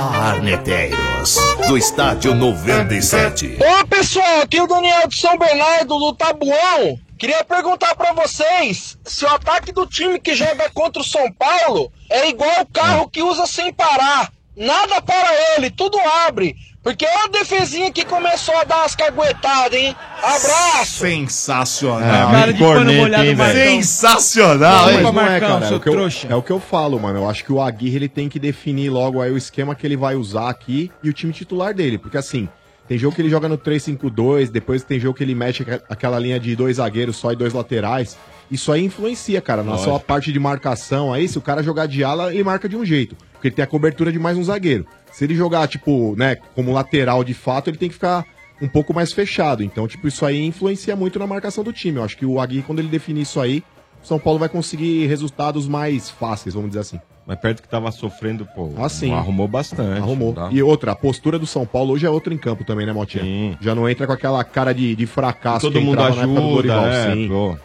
S23: Arneteiros, do estádio 97.
S4: Ô pessoal, aqui é o Daniel de São Bernardo do Tabuão. Queria perguntar pra vocês se o ataque do time que joga contra o São Paulo é igual o carro que usa sem parar. Nada para ele, tudo abre. Porque olha a defesinha que começou a dar as caguetadas, hein? Abraço!
S11: É,
S3: Sensacional.
S11: Cara de pano
S3: Corneta,
S11: molhado, é um
S3: hein,
S11: Marcão.
S3: velho? Sensacional,
S11: Mas
S3: hein?
S11: não é, cara. É o, que eu, é o que eu falo, mano. Eu acho que o Aguirre ele tem que definir logo aí o esquema que ele vai usar aqui e o time titular dele. Porque assim, tem jogo que ele joga no 3-5-2, depois tem jogo que ele mete aqua- aquela linha de dois zagueiros só e dois laterais. Isso aí influencia, cara. Na sua parte de marcação aí, se o cara jogar de ala, ele marca de um jeito. Porque ele tem a cobertura de mais um zagueiro. Se ele jogar, tipo, né, como lateral de fato, ele tem que ficar um pouco mais fechado. Então, tipo, isso aí influencia muito na marcação do time. Eu acho que o Agui, quando ele definir isso aí, o São Paulo vai conseguir resultados mais fáceis, vamos dizer assim.
S8: Mas perto que tava sofrendo, pô.
S11: Ah, sim.
S8: Arrumou bastante.
S11: Arrumou.
S8: tá?
S11: E outra, a postura do São Paulo hoje é outra em campo também, né, Motinha? Já não entra com aquela cara de, de fracasso
S8: Todo
S11: que
S8: mundo
S11: entrava na época do
S8: ajuda,
S11: Dorival,
S8: é,
S11: sim.
S8: pô.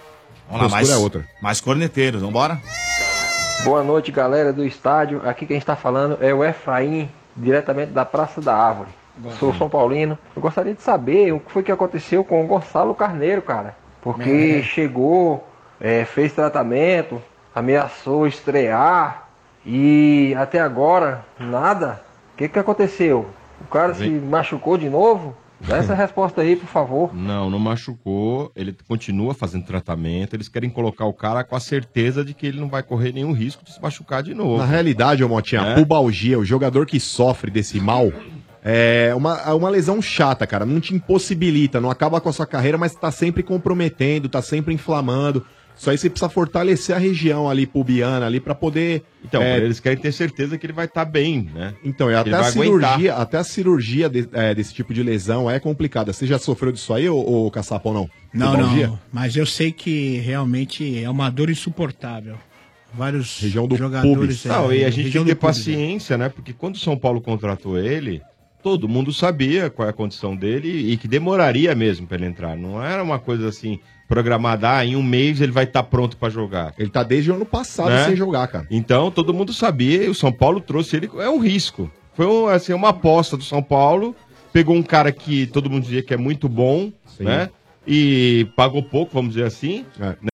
S11: Vamos lá, mais-
S3: mais corneteiros, vambora?
S24: Boa noite, galera do estádio. Aqui quem está falando é o Efraim, diretamente da Praça da Árvore. Sou São Paulino. Eu gostaria de saber o que foi que aconteceu com o Gonçalo Carneiro, cara. Porque
S25: É.
S24: chegou, é, fez tratamento, ameaçou estrear e até agora nada. O que, que aconteceu? O cara se machucou de novo? Dá essa resposta aí, por favor.
S8: Não, não machucou. Ele continua fazendo tratamento. Eles querem colocar o cara com a certeza de que ele não vai correr nenhum risco de se machucar de novo.
S11: Na realidade, ô Motinha,
S8: É?
S11: a pubalgia, o jogador que sofre desse mal, é uma, é uma lesão chata, cara. Não te impossibilita, não acaba com a sua carreira, mas tá sempre comprometendo, tá sempre inflamando. Só aí você precisa fortalecer a região ali, pubiana, ali, pra poder. é,
S8: Então, eles querem ter certeza que ele vai estar bem, né?
S11: Então, e até
S8: Ele
S11: a,
S8: vai aguentar.
S11: cirurgia, até a cirurgia de- é, desse tipo de lesão é complicada. Você já sofreu disso aí, ô, ô Caçapão, não?
S10: Não,
S11: Pubalgia?
S10: não. Mas eu sei que realmente é uma dor insuportável. Vários jogadores. é,
S8: Não,
S11: né?
S8: e a gente tem
S10: região
S8: que ter
S10: do pubis,
S8: paciência, né? Porque quando o São Paulo contratou ele, todo mundo sabia qual é a condição dele e que demoraria mesmo pra ele entrar. Não era uma coisa assim programada, ah, em um mês ele vai estar pronto pra jogar. Né?
S11: Ele tá desde o ano passado sem jogar, cara.
S8: Então, todo mundo sabia, e o São Paulo trouxe ele, é um risco. Foi um, assim, uma aposta do São Paulo, pegou um cara que todo mundo dizia que é muito bom, né? E pagou pouco, vamos dizer assim.
S11: É.
S8: né?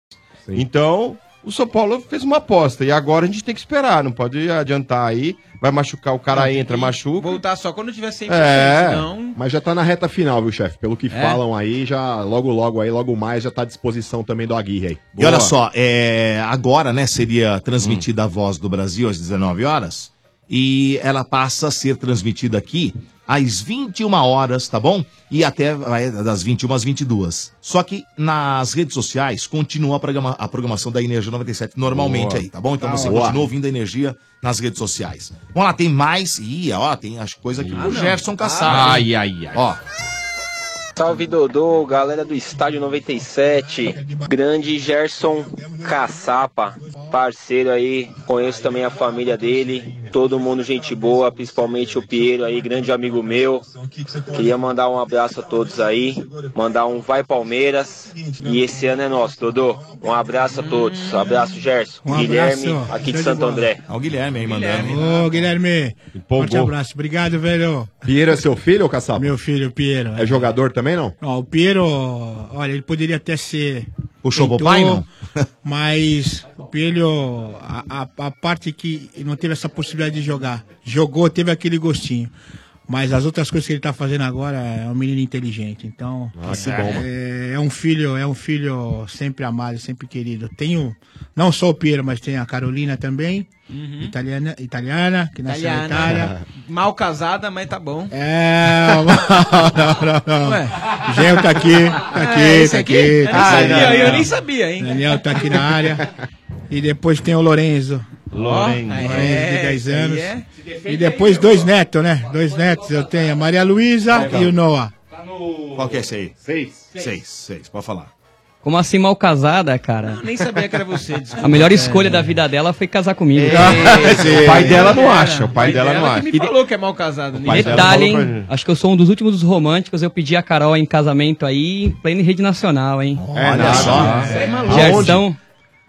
S8: Então, o São Paulo fez uma aposta, e agora a gente tem que esperar, não pode adiantar aí, vai machucar, o cara entra, machuca.
S9: Voltar só quando tiver 100%,
S11: É,
S9: senão...
S11: mas já tá na reta final, viu, chefe?
S10: É?
S11: Pelo que falam aí, já logo, logo aí, logo mais, já tá à disposição também do Aguirre aí.
S3: E olha só, é, agora, né, seria
S15: Hum.
S3: transmitida a Voz do Brasil às 19 horas e ela passa a ser transmitida aqui às 21 horas, tá bom? E até vai das 21 às 22. Só que nas redes sociais continua a, programa- a programação da Energia 97 normalmente
S15: Boa.
S3: aí, tá bom? Então
S15: Tá
S3: você
S15: ótimo.
S3: continua ouvindo a energia nas redes sociais. Vamos lá, tem mais. Ih, ó, tem as coisas aqui
S15: Ah,
S3: pro
S15: não.
S3: Gerson Cassar.
S15: Ai,
S3: hein?
S15: ai, ai.
S3: Ó,
S26: Salve Dodô, galera do Estádio 97, grande Gerson Caçapa, parceiro aí, conheço também a família dele, todo mundo gente boa, principalmente o Piero aí, grande amigo meu. Queria mandar um abraço a todos aí, mandar um vai Palmeiras e esse ano é nosso, Dodô. Um abraço a todos, abraço Gerson,
S10: Um abraço,
S26: Guilherme,
S10: ó.
S26: aqui de
S10: Show de
S26: Santo
S10: bola.
S26: André.
S3: É o Guilherme aí
S10: né? Ô, Guilherme, forte abraço. Obrigado, velho.
S11: Piero é seu filho, Caçapa?
S10: Meu filho, Piero.
S11: É jogador também, não?
S10: Ó, o Piero, olha, ele poderia até ser.
S11: Puxou
S10: pintor,
S11: pro pai, não?
S10: (laughs) mas o Piero, a, a- a parte que não teve essa possibilidade de jogar, jogou, teve aquele gostinho. Mas as outras coisas que ele tá fazendo agora é um menino inteligente. Então,
S11: Ah, que
S10: é,
S11: bom, mano.
S10: é um filho, é um filho sempre amado, sempre querido. Tenho não só o Piero, mas tem a Carolina também, italiana, italiana, que nasceu na
S11: (laughs)
S10: Itália.
S9: Italiana. (laughs) Mal casada, mas tá bom.
S10: É, (laughs) não, não, não.
S9: Ué.
S10: O Gel tá aqui, tá aqui,
S9: É, esse
S10: tá
S9: aqui?
S10: aqui.
S9: Ah,
S10: Tá aqui.
S9: sabia, eu nem sabia, hein?
S10: Daniel tá aqui na área. E depois tem o Lorenzo.
S9: Lorenzo.
S10: Lorenzo,
S9: É,
S10: de 10
S9: esse aí
S10: anos.
S9: é.
S10: E depois dois netos, né? Dois netos eu tenho, a Maria Luísa e o Noah.
S3: qual que é esse aí? Seis. Seis, seis, pode falar.
S27: Como assim mal casada, cara?
S9: Nem sabia que era
S10: (laughs)
S9: você, desculpa.
S27: A melhor escolha da vida dela foi casar comigo.
S8: É.
S10: é
S8: o
S27: (laughs)
S8: pai dela não acha, o pai dela não
S9: Ela
S8: acha.
S9: que me falou que é mal casado.
S27: E
S9: né?
S27: Detalhe, hein? Acho que eu sou um dos últimos dos românticos. Eu pedi a Carol em casamento aí, em plena rede nacional, hein?
S8: É, nada, nada.
S27: Você
S8: É.
S27: é maluco.
S8: Aonde?
S27: Gerson,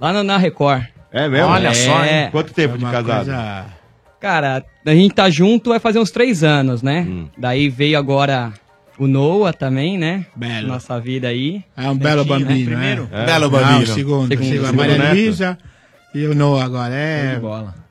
S27: lá na, na Record.
S8: É mesmo?
S27: Olha só, hein?
S8: Quanto
S10: É
S8: tempo de casado?
S27: Cara, a gente tá junto vai fazer uns três anos, né?
S10: Hum.
S27: Daí veio agora o Noah também, né?
S10: Belo.
S27: Nossa vida aí.
S10: É um belo
S27: Netinho, né?
S10: bambino. né?
S27: Primeiro?
S10: É. Não,
S27: Belo bambino.
S10: segundo.
S27: Segundo.
S10: segundo. né? A
S27: Segundo né?
S10: Maria
S27: neto.
S10: Luísa e o Noah agora. É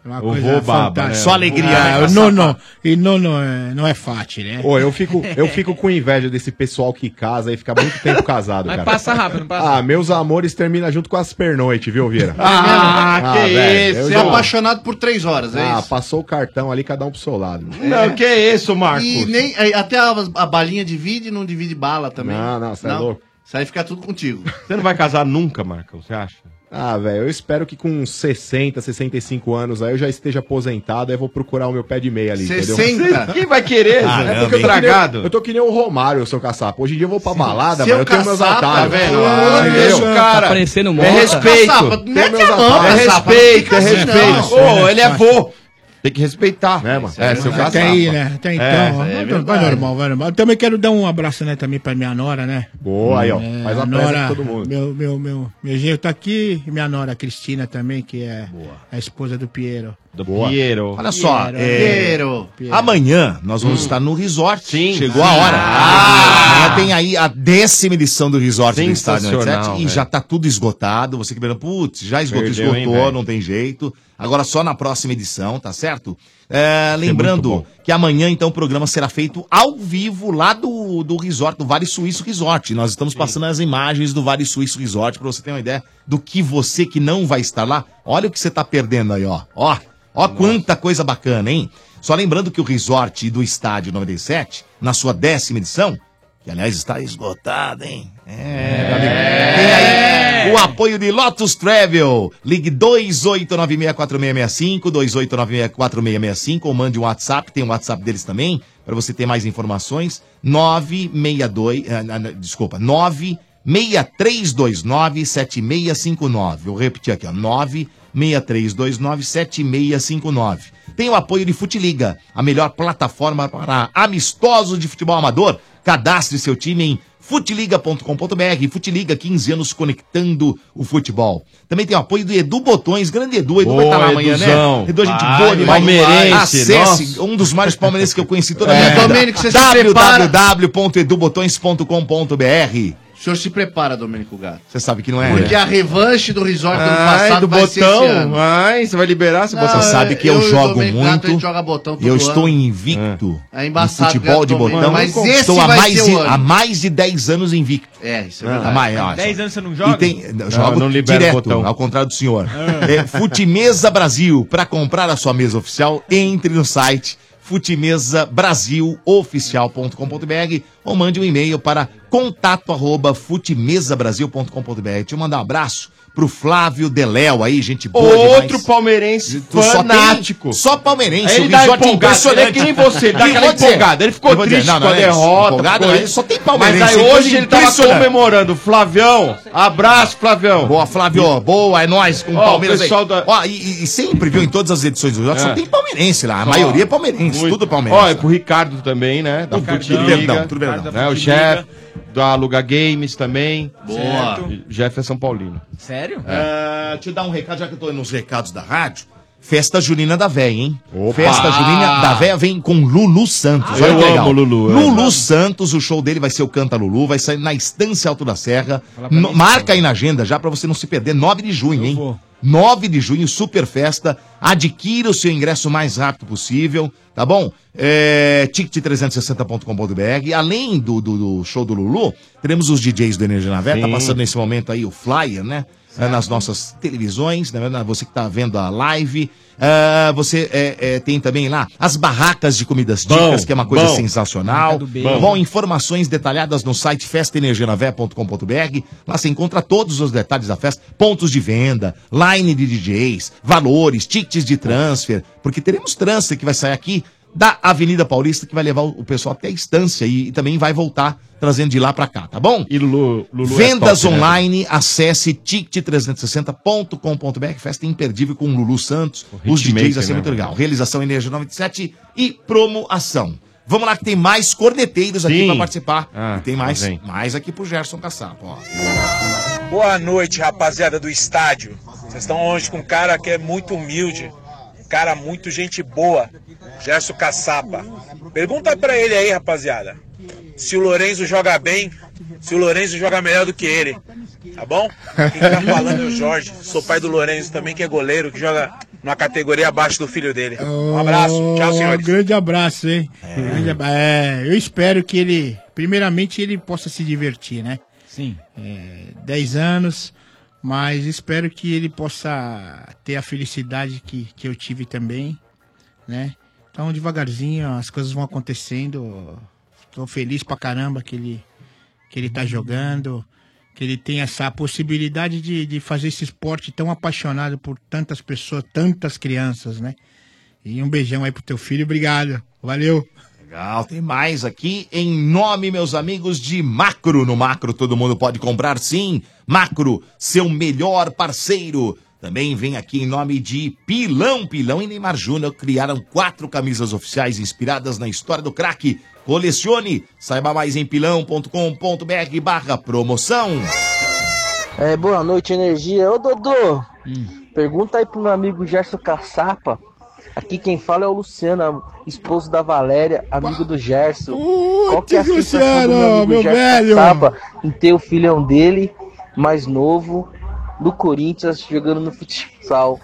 S10: uma
S8: O
S10: coisa
S8: Robaba,
S10: fantástica.
S8: né? Só alegria,
S10: Ah,
S8: né?
S10: o nono, e nono é, não é fácil, né?
S11: Ô, eu fico, eu fico com inveja desse pessoal que casa e fica muito tempo casado,
S10: Mas
S11: cara.
S10: passa rápido, não passa.
S11: Ah, meus amores termina junto com as pernoites, viu, Vieira?
S14: Ah, que
S11: velho, eu
S14: isso. Você é
S11: já-
S14: apaixonado por três horas, é
S11: ah,
S14: isso?
S11: passou o cartão ali, cada um pro seu lado.
S10: É.
S14: Não, que
S8: isso, Marcos?
S14: E nem, aí, até a, a balinha divide e não divide bala também.
S11: Não, não, você é louco.
S14: Isso aí fica tudo contigo.
S8: Você não vai casar nunca, Marcão, você acha?
S11: Ah, velho, eu espero que com 60, 65 anos aí eu já esteja aposentado, aí eu vou procurar o meu pé de meia ali, entendeu? (laughs)
S8: Quem vai querer,
S11: Caramba,
S8: Zé? É porque
S11: hein?
S8: eu tragado.
S11: Eu tô que nem o Romário, seu caçapa. Hoje em dia eu vou pra balada,
S8: Seu
S11: mas eu tenho meus
S3: tá
S8: caçapa,
S11: atalhos.
S8: velho.
S11: Ah,
S8: Deixa o
S11: entendeu?
S8: cara,
S28: tá aparecendo
S11: É
S28: mota.
S11: respeito.
S3: mete
S11: Tem
S3: a mão, caçapa,
S11: meus
S3: não
S11: ataques. É respeito,
S3: fica
S11: é
S3: assim,
S11: respeito.
S3: não.
S11: Pô, ele é vô.
S8: Tem que respeitar.
S3: Né,
S8: É, mano. É, seu
S10: Até
S8: caçapa.
S10: aí, né? Até então.
S8: É,
S10: ó, vai-
S8: é
S10: vai
S8: verdade.
S10: normal, vai normal. Eu Também quero dar um abraço, né, também pra minha nora, né?
S29: Boa, aí, ó.
S10: É,
S29: Faz a
S10: nora,
S29: presa pra todo mundo.
S10: Meu, meu, meu, meu genro tá aqui e minha nora, Cristina, também, que é a esposa do Piero.
S3: Do
S10: Boa.
S3: Piero. Olha só,
S10: Piero,
S3: é,
S10: Piero.
S3: amanhã nós vamos estar no resort. Chegou a
S10: Sim.
S3: hora. Amanhã tem aí a décima edição do resort do Estádio 97
S8: Sensacional,
S3: e
S8: velho.
S3: já tá tudo esgotado. Você que pergunta, putz, já esgotou,
S8: Perdeu, hein,
S3: esgotou,
S8: velho?
S3: não tem jeito. Agora só na próxima edição, tá certo? É,
S8: muito
S3: lembrando
S8: bom.
S3: que amanhã, então, o programa será feito ao vivo lá do, do resort, do Vale Suíço Resort. Nós estamos passando as imagens do Vale Suíço Resort pra você ter uma ideia do que você que não vai estar lá, olha o que você tá perdendo aí, ó. Ó, ó quanta coisa bacana, hein? Só lembrando que o resort do Estádio 97, na sua décima edição, que aliás está esgotado, hein? O apoio de Lotus Travel. Ligue 28964665, 28964665 ou mande um WhatsApp, tem o WhatsApp deles também, para você ter mais informações. 962, ah, ah, ah, desculpa, 963297659. Vou repetir aqui, ó, 963297659. Tem o apoio de Futiliga, a melhor plataforma para amistosos de futebol amador. Cadastre seu time em futiliga.com.br, Futiliga 15 anos conectando o futebol. Também tem o apoio do Edu Botões, grande Edu, Edu vai
S8: Ô,
S3: estar lá amanhã,
S8: Eduzão.
S3: né? Edu, a gente
S8: Vai,
S3: boa demais.
S8: palmeirense,
S3: Acesse um dos maiores palmeirenses que eu conheci toda a
S14: É.
S3: minha vida.
S14: Domênico, você se prepara?
S3: www.edubotões.com.br
S14: O senhor se prepara, Ah, Domênico Gato.
S3: Você sabe que não é.
S14: Porque
S3: né?
S14: a revanche do Resort do ano
S3: Ai,
S14: passado
S3: do
S14: vai ser
S3: botão,
S14: esse ano.
S8: Ai, você vai liberar
S14: Você
S8: se botar.
S3: sabe que eu,
S14: eu e o
S3: jogo
S14: Domênico Gato, a gente
S3: muito.
S14: joga botão
S3: e eu
S14: todo
S3: estou
S14: ano.
S3: invicto.
S14: É embaçado,
S3: no futebol
S14: Gato
S3: de
S14: Domênico,
S3: botão.
S14: mas esse
S3: estou há
S14: vai
S3: mais,
S14: ser
S3: de,
S14: o ano.
S3: há mais de 10 anos invicto.
S14: É, isso é
S3: Ah,
S14: verdade.
S3: mas, ó,
S30: 10 anos você não joga?
S3: E tem,
S30: Não,
S3: não, jogo
S30: não libera
S3: direto,
S30: botão.
S3: ao contrário do senhor.
S8: Ah.
S3: É, Futimesa Brasil, para comprar a sua mesa oficial, entre no site futimesabrasiloficial.com.br ou mande um e-mail para contato arroba futimesabrasil.com.br. Deixa eu mandar um abraço pro Flávio Deléu aí, gente boa
S8: Outro
S3: demais.
S8: palmeirense
S3: Tu só tem-
S8: fanático.
S3: Só palmeirense.
S8: Ele
S3: o
S8: dá
S3: resort
S8: empolgado,
S3: impressionante.
S8: ele é que nem você, ele dá
S3: E
S8: aquela
S3: vou dizer,
S8: empolgada, ele ficou
S3: eu vou dizer,
S8: triste
S3: não, não,
S8: com a
S3: não é isso,
S8: derrota,
S3: empolgado,
S8: ficou-
S3: ele só tem palmeirense.
S8: Mas aí
S3: coisa
S8: hoje ele tava
S3: impressionante.
S8: comemorando. Flavião, abraço, Flavião.
S3: Boa, Flávio, boa, é nóis com o
S8: Ó,
S3: Palmeiras
S8: o pessoal
S3: aí. Ó, e- e, e sempre, viu, em todas as edições do jogo, só
S8: É.
S3: tem palmeirense lá, a
S8: Só.
S3: maioria é palmeirense,
S8: Muito.
S3: tudo palmeirense.
S8: Ó, é pro Ricardo também, né? Da
S3: Ricardão.
S8: Futiliga.
S3: Tudo verdão, tudo verdão.
S8: Né, o
S3: Futiliga.
S8: chefe da Luga Games também.
S3: Boa.
S8: E Jeff é São Paulino.
S30: Sério?
S3: Ah, deixa eu dar um recado, já que eu tô nos recados da rádio. Festa Junina da Véia, hein? Festa
S8: Ah.
S3: Junina da Véia vem com Lulu Santos.
S8: Eu
S3: Olha que
S8: amo
S3: legal.
S8: o Lulu, eu
S3: Lulu
S8: amo.
S3: Santos, o show dele vai ser o Canta Lulu, vai sair na Estância Alto da Serra.
S8: Fala pra
S3: No-
S8: mim,
S3: marca aí na agenda já pra você não se perder. 9 de junho, hein? 9 de junho, super festa. Adquira o seu ingresso o mais rápido possível, tá bom? É, ticket360.com.br. Além do, do, do show do Lulu, teremos os DJs do Energia na Véia. Tá
S8: Sim.
S3: passando nesse momento aí o flyer, né? É, nas nossas televisões, né? Na- você que está vendo a live. Ah, você é, é, tem também lá as barracas de comidas
S8: Bom,
S3: dicas, que é uma coisa
S8: bom.
S3: sensacional.
S8: Mercado Bem.
S3: Bom, informações detalhadas no site festaenergianavé.com.br. Lá você encontra todos os detalhes da festa, pontos de venda, line de DJs, valores, tickets de transfer, porque teremos transfer que vai sair aqui da Avenida Paulista, que vai levar o pessoal até a estância e, e também vai voltar trazendo de lá pra cá, tá bom?
S8: E Lulu, Lulu é
S3: Vendas
S8: top, né?
S3: online, acesse ticket360.com.br, festa imperdível com o Lulu Santos, os
S8: hitmaker,
S3: DJs vai ser
S8: né?
S3: muito legal. Realização Energia 97 e promo ação. Vamos lá que tem mais corneteiros aqui
S8: Sim.
S3: pra participar.
S8: Ah,
S3: e tem mais,
S8: tá bem.
S3: mais aqui pro Gerson Caçapo, ó.
S9: Boa noite, rapaziada do estádio. Vocês estão hoje com um cara que é muito humilde, um cara muito gente boa, Gerson Caçapa. Pergunta pra ele aí, rapaziada, se o Lorenzo joga bem, se o Lorenzo joga melhor do que ele, tá bom? Quem tá falando é o Jorge, sou pai do Lorenzo também, que é goleiro, que joga numa categoria abaixo do filho dele.
S3: É,
S9: Um abraço, tchau, senhores.
S10: Um grande abraço, hein? Grande abra- É, eu espero que ele, primeiramente, ele possa se divertir, né?
S30: Sim.
S10: É, 10 anos, mas espero que ele possa ter a felicidade que, que eu tive também, né? Então, devagarzinho, as coisas vão acontecendo. Tô feliz pra caramba que ele, que ele tá jogando, que ele tem essa possibilidade de, de fazer esse esporte tão apaixonado por tantas pessoas, tantas crianças, né? E um beijão aí pro teu filho, obrigado. Valeu.
S3: Legal, tem mais aqui. Em nome, meus amigos, de Macro. No Macro todo mundo pode comprar, sim. Macro, seu melhor parceiro. Também vem aqui em nome de Pilão. Pilão e Neymar Júnior criaram quatro camisas oficiais inspiradas na história do craque. Colecione. Saiba mais em pilão.com.br barra promoção.
S4: É, boa noite, energia. Ô, Dodô,
S10: Hum.
S4: pergunta aí pro meu amigo Gerson Caçapa. Aqui quem fala é o Luciano, esposo da Valéria, amigo do Gerson. Qual que é a
S10: Putz,
S4: sensação
S10: Luciano,
S4: do meu amigo
S10: meu
S4: Gerson
S10: velho.
S4: Caçapa em ter o filhão dele, mais novo, do Corinthians, jogando no futsal?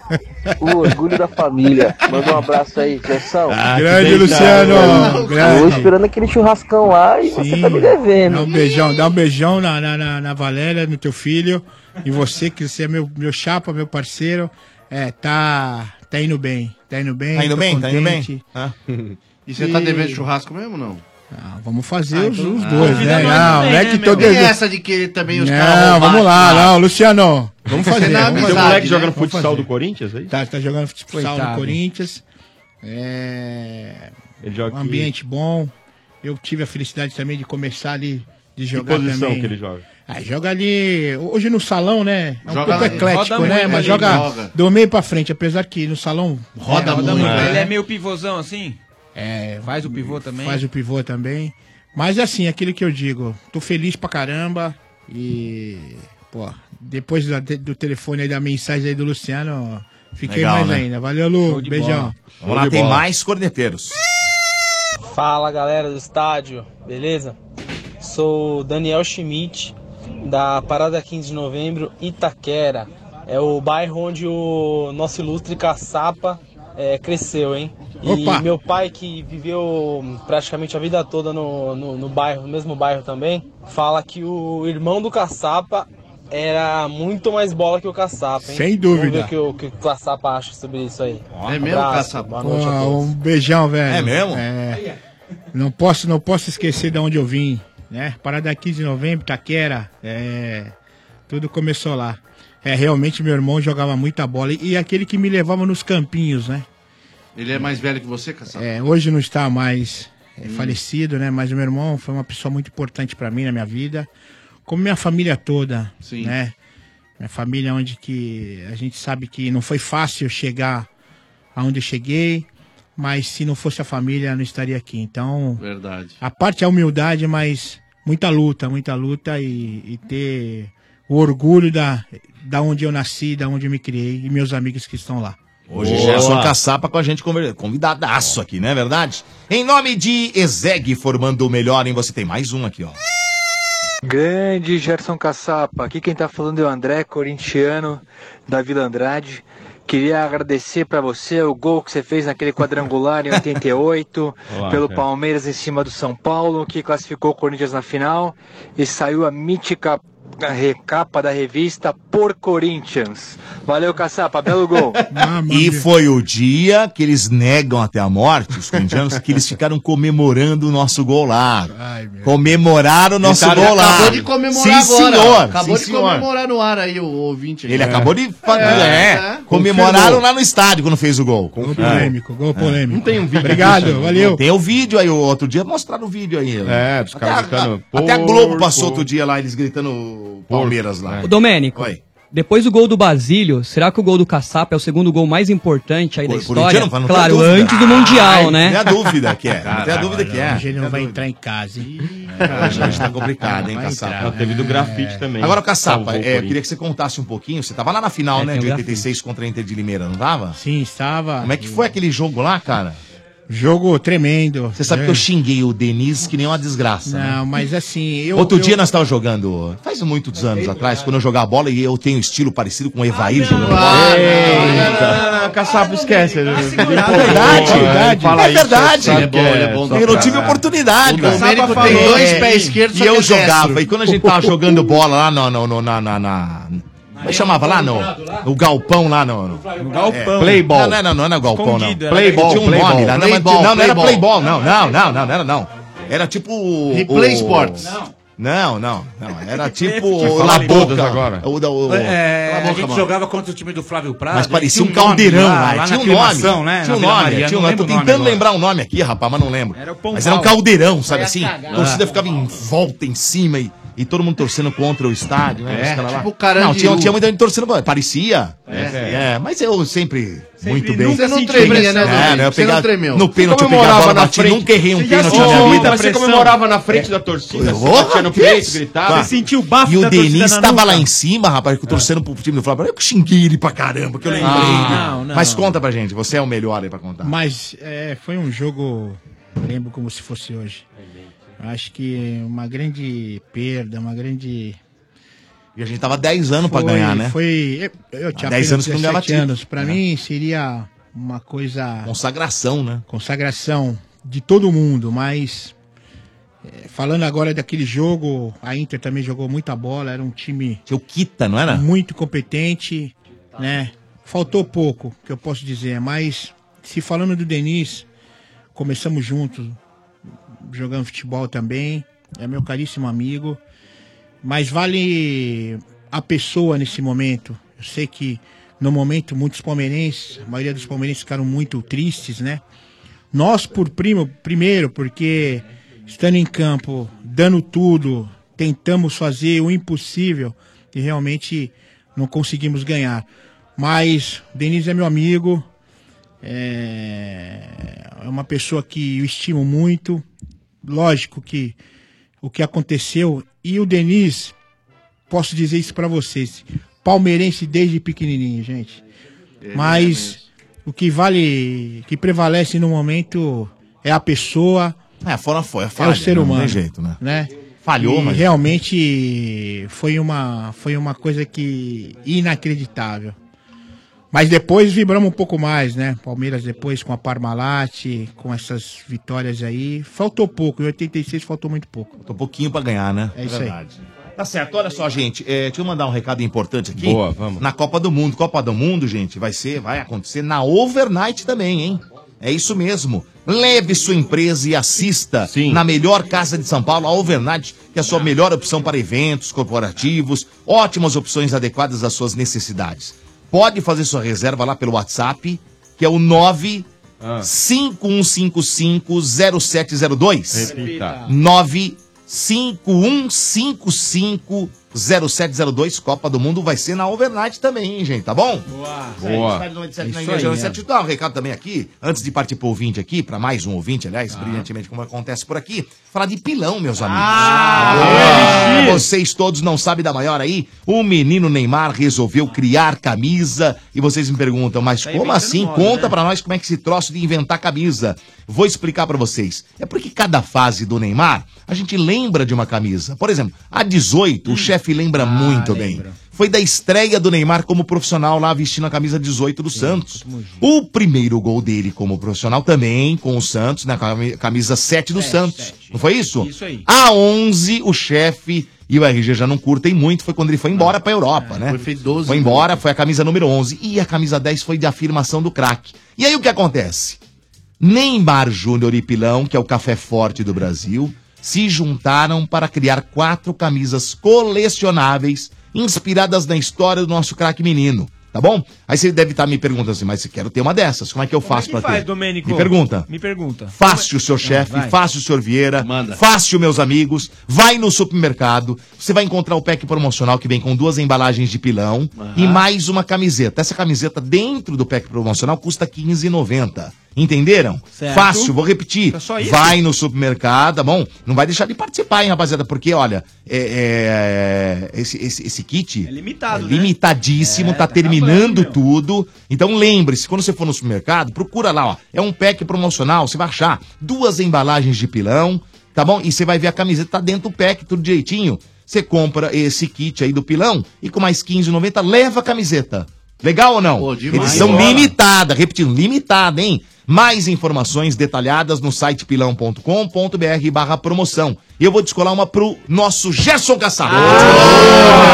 S4: O orgulho da família. Manda um abraço aí, Gerson.
S10: grande, Luciano, grande.
S4: Tô esperando aquele churrascão lá e você tá me devendo.
S10: Dá um beijão, dá um beijão na, na, na, na Valéria, no teu filho. E você, que você é meu, meu chapa, meu parceiro. É, tá, tá indo bem. Tá indo bem.
S3: Tá indo
S10: tô
S3: bem? Tá indo bem?
S10: contente.
S3: Hã?
S8: E você tá devendo churrasco mesmo ou não?
S10: Ah, vamos fazer os, os dois, né? Não, não é que tô
S8: todo
S10: devendo.
S8: essa de que também os caras Ah.
S10: Não, vamos lá, não, Luciano. Vamos
S8: Você
S10: fazer.
S8: na
S10: vamos
S8: amizade,
S10: fazer.
S8: Tem um moleque né? jogando
S10: Vamos
S8: futsal
S10: fazer.
S8: do Corinthians é aí?
S10: Tá, tá jogando futsal
S8: Coitado.
S10: do Corinthians. É.
S8: Ele joga
S10: um
S8: que-
S10: ambiente bom. Eu tive a felicidade também de começar ali de jogar
S8: posição
S10: também.
S8: que ele joga?
S10: Ah, joga ali. Hoje no salão, né? É um
S8: Joga-
S10: pouco
S8: ele
S10: eclético,
S8: roda
S10: né?
S8: muito,
S10: Mas
S8: ele
S10: joga,
S8: joga.
S10: do meio pra frente, apesar que no salão roda, muito. né?
S9: Ele é meio pivôzão assim?
S10: É.
S9: Faz o pivô também?
S10: Faz o pivô também. Mas é assim, aquilo que eu digo. Tô feliz pra caramba. E, pô, depois da- do telefone aí, da mensagem aí do Luciano, fiquei
S3: Legal,
S10: mais
S3: né?
S10: ainda. Valeu, Lu. Beijão.
S3: Vamos lá, tem mais corneteiros.
S6: Fala galera do estádio, beleza? Sou Daniel Schmidt, da Parada 15 de Novembro, Itaquera. É o bairro onde o nosso ilustre caçapa eh, cresceu, hein? E
S25: Opa!
S6: meu pai, que viveu praticamente a vida toda no, no, no bairro, no mesmo bairro também, fala que o irmão do caçapa era muito mais bola que o caçapa, hein?
S10: Sem dúvida.
S6: Vamos ver o que o, que o caçapa acha sobre isso aí.
S10: É mesmo,
S6: Caçapa? Boa noite a
S10: Pô,
S6: todos.
S10: um beijão, velho.
S6: É mesmo?
S10: É. Não posso, não posso esquecer de onde eu vim, né? Parada 15 de novembro, Taquera, é, tudo começou lá. É, realmente meu irmão jogava muita bola e, e aquele que me levava nos campinhos, né?
S8: Ele é mais velho que você, Caçapa?
S10: É, hoje não está mais é,
S8: Hum.
S10: falecido, né? Mas o meu irmão foi uma pessoa muito importante para mim na minha vida, como minha família toda,
S8: Sim.
S10: né? Minha família é onde que a gente sabe que não foi fácil chegar aonde eu cheguei, mas se não fosse a família eu não estaria aqui. Então,
S8: Verdade.
S10: a parte é a humildade, mas muita luta, muita luta e, e ter o orgulho da, da onde eu nasci, da onde eu me criei e meus amigos que estão lá.
S3: Hoje é
S10: Boa.
S3: Gerson Caçapa com a gente conver- convidadaço aqui, não é verdade? Em nome de Ezeg, formando o melhor em você. Tem mais um aqui, ó.
S25: Grande Gerson Caçapa, aqui quem tá falando é o André, corintiano da Vila Andrade. Queria agradecer pra você o gol que você fez naquele
S2: (laughs)
S25: quadrangular em 88
S2: Olá,
S25: pelo
S2: cara.
S25: Palmeiras em cima do São Paulo, que classificou o Corinthians na final e saiu a mítica recapa da revista Por Corinthians. Valeu, Caçapa, belo gol.
S3: E foi o dia que eles negam até a morte, os corintianos, que eles ficaram comemorando o nosso gol lá. Comemoraram o nosso
S8: Ele
S3: gol lá.
S8: Acabou de comemorar
S3: Sim,
S8: agora.
S3: senhor.
S8: Acabou
S3: Sim,
S8: de
S3: senhor.
S8: comemorar no ar aí o ouvinte. aí.
S3: Ele
S8: É.
S3: acabou de. fa- É, Comemoraram lá no estádio quando fez o gol. Gol
S10: polêmico, gol polêmico. Não
S3: tem um vídeo.
S10: Obrigado, valeu.
S3: Tem o vídeo aí, o outro dia mostraram o vídeo aí.
S31: É, dos caras gritando,
S3: A, até a Globo
S31: "Porco".
S3: passou outro dia lá, eles gritando Palmeiras lá.
S27: Ô, Domênico,
S3: É. Oi.
S27: depois do gol do Basílio, será que o gol do Caçapa é o segundo gol mais importante aí da história?
S3: Corintiano, não tem
S27: claro,
S3: dúvida.
S27: antes do Mundial,
S3: Ai,
S27: né?
S3: Não tem a dúvida que é. Não tem a
S10: Caralho,
S3: dúvida que é.
S10: Hoje ele não vai entrar em casa, hein?
S3: Hoje hoje tá complicado, hein,
S10: Vai
S3: Caçapa?
S10: entrar. É. Não, teve do grafite também.
S3: Agora, Caçapa,
S10: Salvou o
S3: é, eu
S10: Corinthians.
S3: queria que você contasse um pouquinho. Você tava lá na final,
S10: É,
S3: né,
S10: tem o
S3: de
S10: grafite.
S3: 86 contra a Inter de Limeira, não tava?
S10: Sim, estava.
S3: Como é que foi aquele jogo lá, cara?
S10: Jogo tremendo.
S3: Você sabe
S10: É.
S3: que eu xinguei o Denis que nem uma desgraça, né?
S10: Não, mas assim, eu.
S3: Outro
S10: eu-
S3: dia nós estávamos jogando, faz muitos anos atrás, quando eu jogava bola e eu tenho um estilo parecido com o Evair jogando bola.
S8: Não, não, não, Caçapa, esquece.
S3: É verdade,
S8: Ele fala
S3: é
S8: isso,
S3: verdade.
S8: sabe que é bom
S3: eu não
S8: pra
S3: tive
S8: caralho.
S3: oportunidade.
S8: O
S3: cara.
S8: Domênico
S3: Sabe,
S8: tem
S3: falou,
S8: dois
S3: é,
S8: pés esquerdos, só
S3: E
S8: que
S3: eu
S8: é destro.
S3: jogava. E quando a gente tava jogando bola lá no, no, no- na, na, na- Como é que chamava lá no... O galpão lá no... no-
S9: No galpão.
S3: É, playball. Não, não, não, não era galpão, não.
S9: Escondida, né?
S3: Playball,
S9: Tinha um
S3: playball.
S9: nome
S3: não,
S9: lá,
S3: não, mas-
S9: playball,
S3: não, não era
S9: playball.
S3: playball, não. Não, não, não, não era não. Era tipo... o-
S9: Replay
S3: o-
S9: Sports.
S3: Não, não, não. (laughs) Era tipo o
S2: Fala
S3: La
S2: em
S3: Boca.
S2: todas agora.
S3: O, da- o-
S2: É,
S3: Cala a
S2: a
S3: boca,
S2: gente
S3: mano.
S2: jogava contra o time do Flávio Prado.
S10: né?
S3: Mas parecia
S2: Tinha
S3: um caldeirão,
S2: nome lá,
S3: lá,
S2: lá
S3: tinha um
S2: na
S3: nome,
S2: Aclimação, né,
S3: tinha um
S2: na Vila
S3: nome,
S2: Maria,
S3: tinha um
S2: não
S3: nome.
S2: lembro
S3: Tô
S2: o nome
S3: tentando
S2: agora.
S3: lembrar o nome aqui, rapaz, mas não lembro.
S2: Era o Pombal.
S3: mas era um caldeirão,
S2: Foi a
S3: sabe assim? A
S2: cagada.
S3: torcida ficava em volta, em cima e, e todo mundo torcendo contra o estádio, né?
S15: É,
S3: os caras lá.
S15: tipo Carandiru.
S3: Não, tinha, tinha muita gente torcendo, mas parecia.
S15: É,
S3: É, mas eu sempre, muito
S15: nunca
S3: bem.
S15: sentiu pressão, né,
S3: É, né?
S15: Você
S3: Eu
S15: não
S3: pegava,
S15: tremeu.
S3: No pênalti eu pegava a bola, bati, nunca errei um pênalti na minha vida.
S2: Mas você comemorava na frente da
S8: tá
S2: torcida,
S3: Ô,
S2: você batia no
S3: rapaz!
S2: peito, gritava.
S8: né?
S3: Tá. E o Denis tava lá em cima, rapaz, que
S10: É.
S3: eu torcendo pro time do Flamengo. Eu que xinguei ele pra caramba, que eu lembrei.
S10: Ah. não, não.
S3: Mas conta pra gente, você é o melhor aí pra contar.
S10: Mas é, foi um jogo, lembro como se fosse hoje. Acho que uma grande perda, uma grande.
S3: E a gente tava 10 anos pra ganhar, né?
S10: Foi. Eu, eu tinha
S3: Há 10
S10: apenas
S3: anos que não ganhava
S10: 17 anos.
S3: título,
S10: Pra
S3: né?
S10: mim seria uma coisa.
S3: Consagração, né?
S10: Consagração de todo mundo, mas. é, Falando agora daquele jogo, a Inter também jogou muita bola, era um time.
S3: Tinha o Kita, não era?
S10: Muito competente, né? Faltou pouco, que eu posso dizer, mas se falando do Denis, começamos juntos, jogando futebol também, é meu caríssimo amigo, mas vale a pessoa nesse momento. Eu sei que no momento muitos palmeirenses, a maioria dos palmeirenses ficaram muito tristes, né? Nós por primo, primeiro, porque estando em campo, dando tudo, tentamos fazer o impossível e realmente não conseguimos ganhar. Mas o Denis é meu amigo, é, é uma pessoa que eu estimo muito. Lógico que o que aconteceu. E o Denis, posso dizer isso pra vocês, palmeirense desde pequenininho, gente.
S7: É,
S10: Mas o que vale, que prevalece no momento é a pessoa.
S3: É, fora foi,
S10: é
S3: falha,
S10: o ser
S3: né? Não
S10: humano.
S3: tem jeito, né? Falhou,
S10: Falhou,
S3: mas-
S10: mas realmente foi uma foi uma coisa que inacreditável. Mas depois vibramos um pouco mais, né? Palmeiras depois com a Parmalat, com essas vitórias aí. Faltou pouco, em 86 faltou muito pouco.
S3: Faltou pouquinho pra ganhar, né?
S10: É isso aí.
S3: Tá certo, olha só, gente. é, deixa eu mandar um recado importante aqui.
S10: Boa,
S3: vamos. Na Copa do Mundo. Copa do Mundo, gente, vai ser, vai acontecer na overnight também, hein? É isso mesmo. Leve sua empresa e assista na melhor casa de São Paulo, a Overnight, que é a sua melhor opção para eventos corporativos, ótimas opções adequadas às suas necessidades. Pode fazer sua reserva lá pelo WhatsApp, que é o um 9 51550702.
S8: Repita.
S3: 951550702. Copa do Mundo vai ser na overnight também, hein, gente, tá bom? Boa.
S17: É,
S8: Boa.
S3: Boa.
S8: Isso aí né?
S3: Deixa eu dar um recado também aqui, antes de partir pro ouvinte aqui, para mais um ouvinte, aliás, brilhantemente como acontece por aqui, falar de pilão, meus amigos. Ah, vocês todos não sabem da maior aí, o menino Neymar resolveu criar camisa e vocês me perguntam, mas como
S15: Tá inventando
S3: assim?
S15: moda,
S3: Conta
S15: né?
S3: pra nós como é que esse troço de inventar camisa. Vou explicar pra vocês. É porque cada fase do Neymar, a gente lembra de uma camisa. Por exemplo, a 18, o
S15: Hum.
S3: chefe
S15: Ah,
S3: lembra muito bem. Foi da estreia do Neymar como profissional lá vestindo a camisa 18 do Santos. O primeiro gol dele como profissional também com o Santos, na cami- camisa 7 do Santos. Não foi isso?
S2: Isso aí.
S3: A 11, o chefe e o RG já não curtem muito, foi quando ele foi
S2: Ah,
S3: embora pra Europa,
S2: é,
S3: né? Foi, 12, foi embora, foi a camisa número 11. E a camisa 10 foi de afirmação do craque. E aí o que acontece? Neymar Júnior e Pilão, que é o café forte do Brasil, se juntaram para criar quatro camisas colecionáveis inspiradas na história do nosso craque menino. Tá bom? Aí você deve estar me perguntando assim, mas eu quero ter uma dessas. Como é que eu faço pra
S9: que faz,
S3: ter?
S9: Domênico?
S3: Me pergunta.
S9: Me pergunta.
S3: Fácil,
S15: Ah,
S3: seu chefe,
S9: vai.
S3: fácil, senhor Vieira, fácil, meus amigos. Vai no supermercado, você vai encontrar o pack promocional que vem com duas embalagens de pilão e mais uma camiseta. Essa camiseta dentro do pack promocional custa R$15,90. Entenderam?
S15: Certo.
S3: Fácil, vou repetir.
S15: É só isso?
S3: vai no supermercado, tá bom? Não vai deixar de participar, hein, rapaziada? Porque, olha, é, é, esse, esse- esse kit é
S9: limitado,
S3: né? limitadíssimo, tá, terminando tudo. Então lembre-se, quando você for no supermercado, procura lá, ó. É um pack promocional, você vai achar duas embalagens de pilão, tá bom? E você vai ver a camiseta tá dentro do pack, tudo direitinho. Você compra esse kit aí do pilão e com mais 15,90 leva a camiseta. Legal ou não? Edição
S15: Bora.
S3: limitada, repetindo, limitada, hein? Mais informações detalhadas no site pilão.com.br barra promoção.
S17: e eu vou descolar uma pro nosso Gerson Caçapa.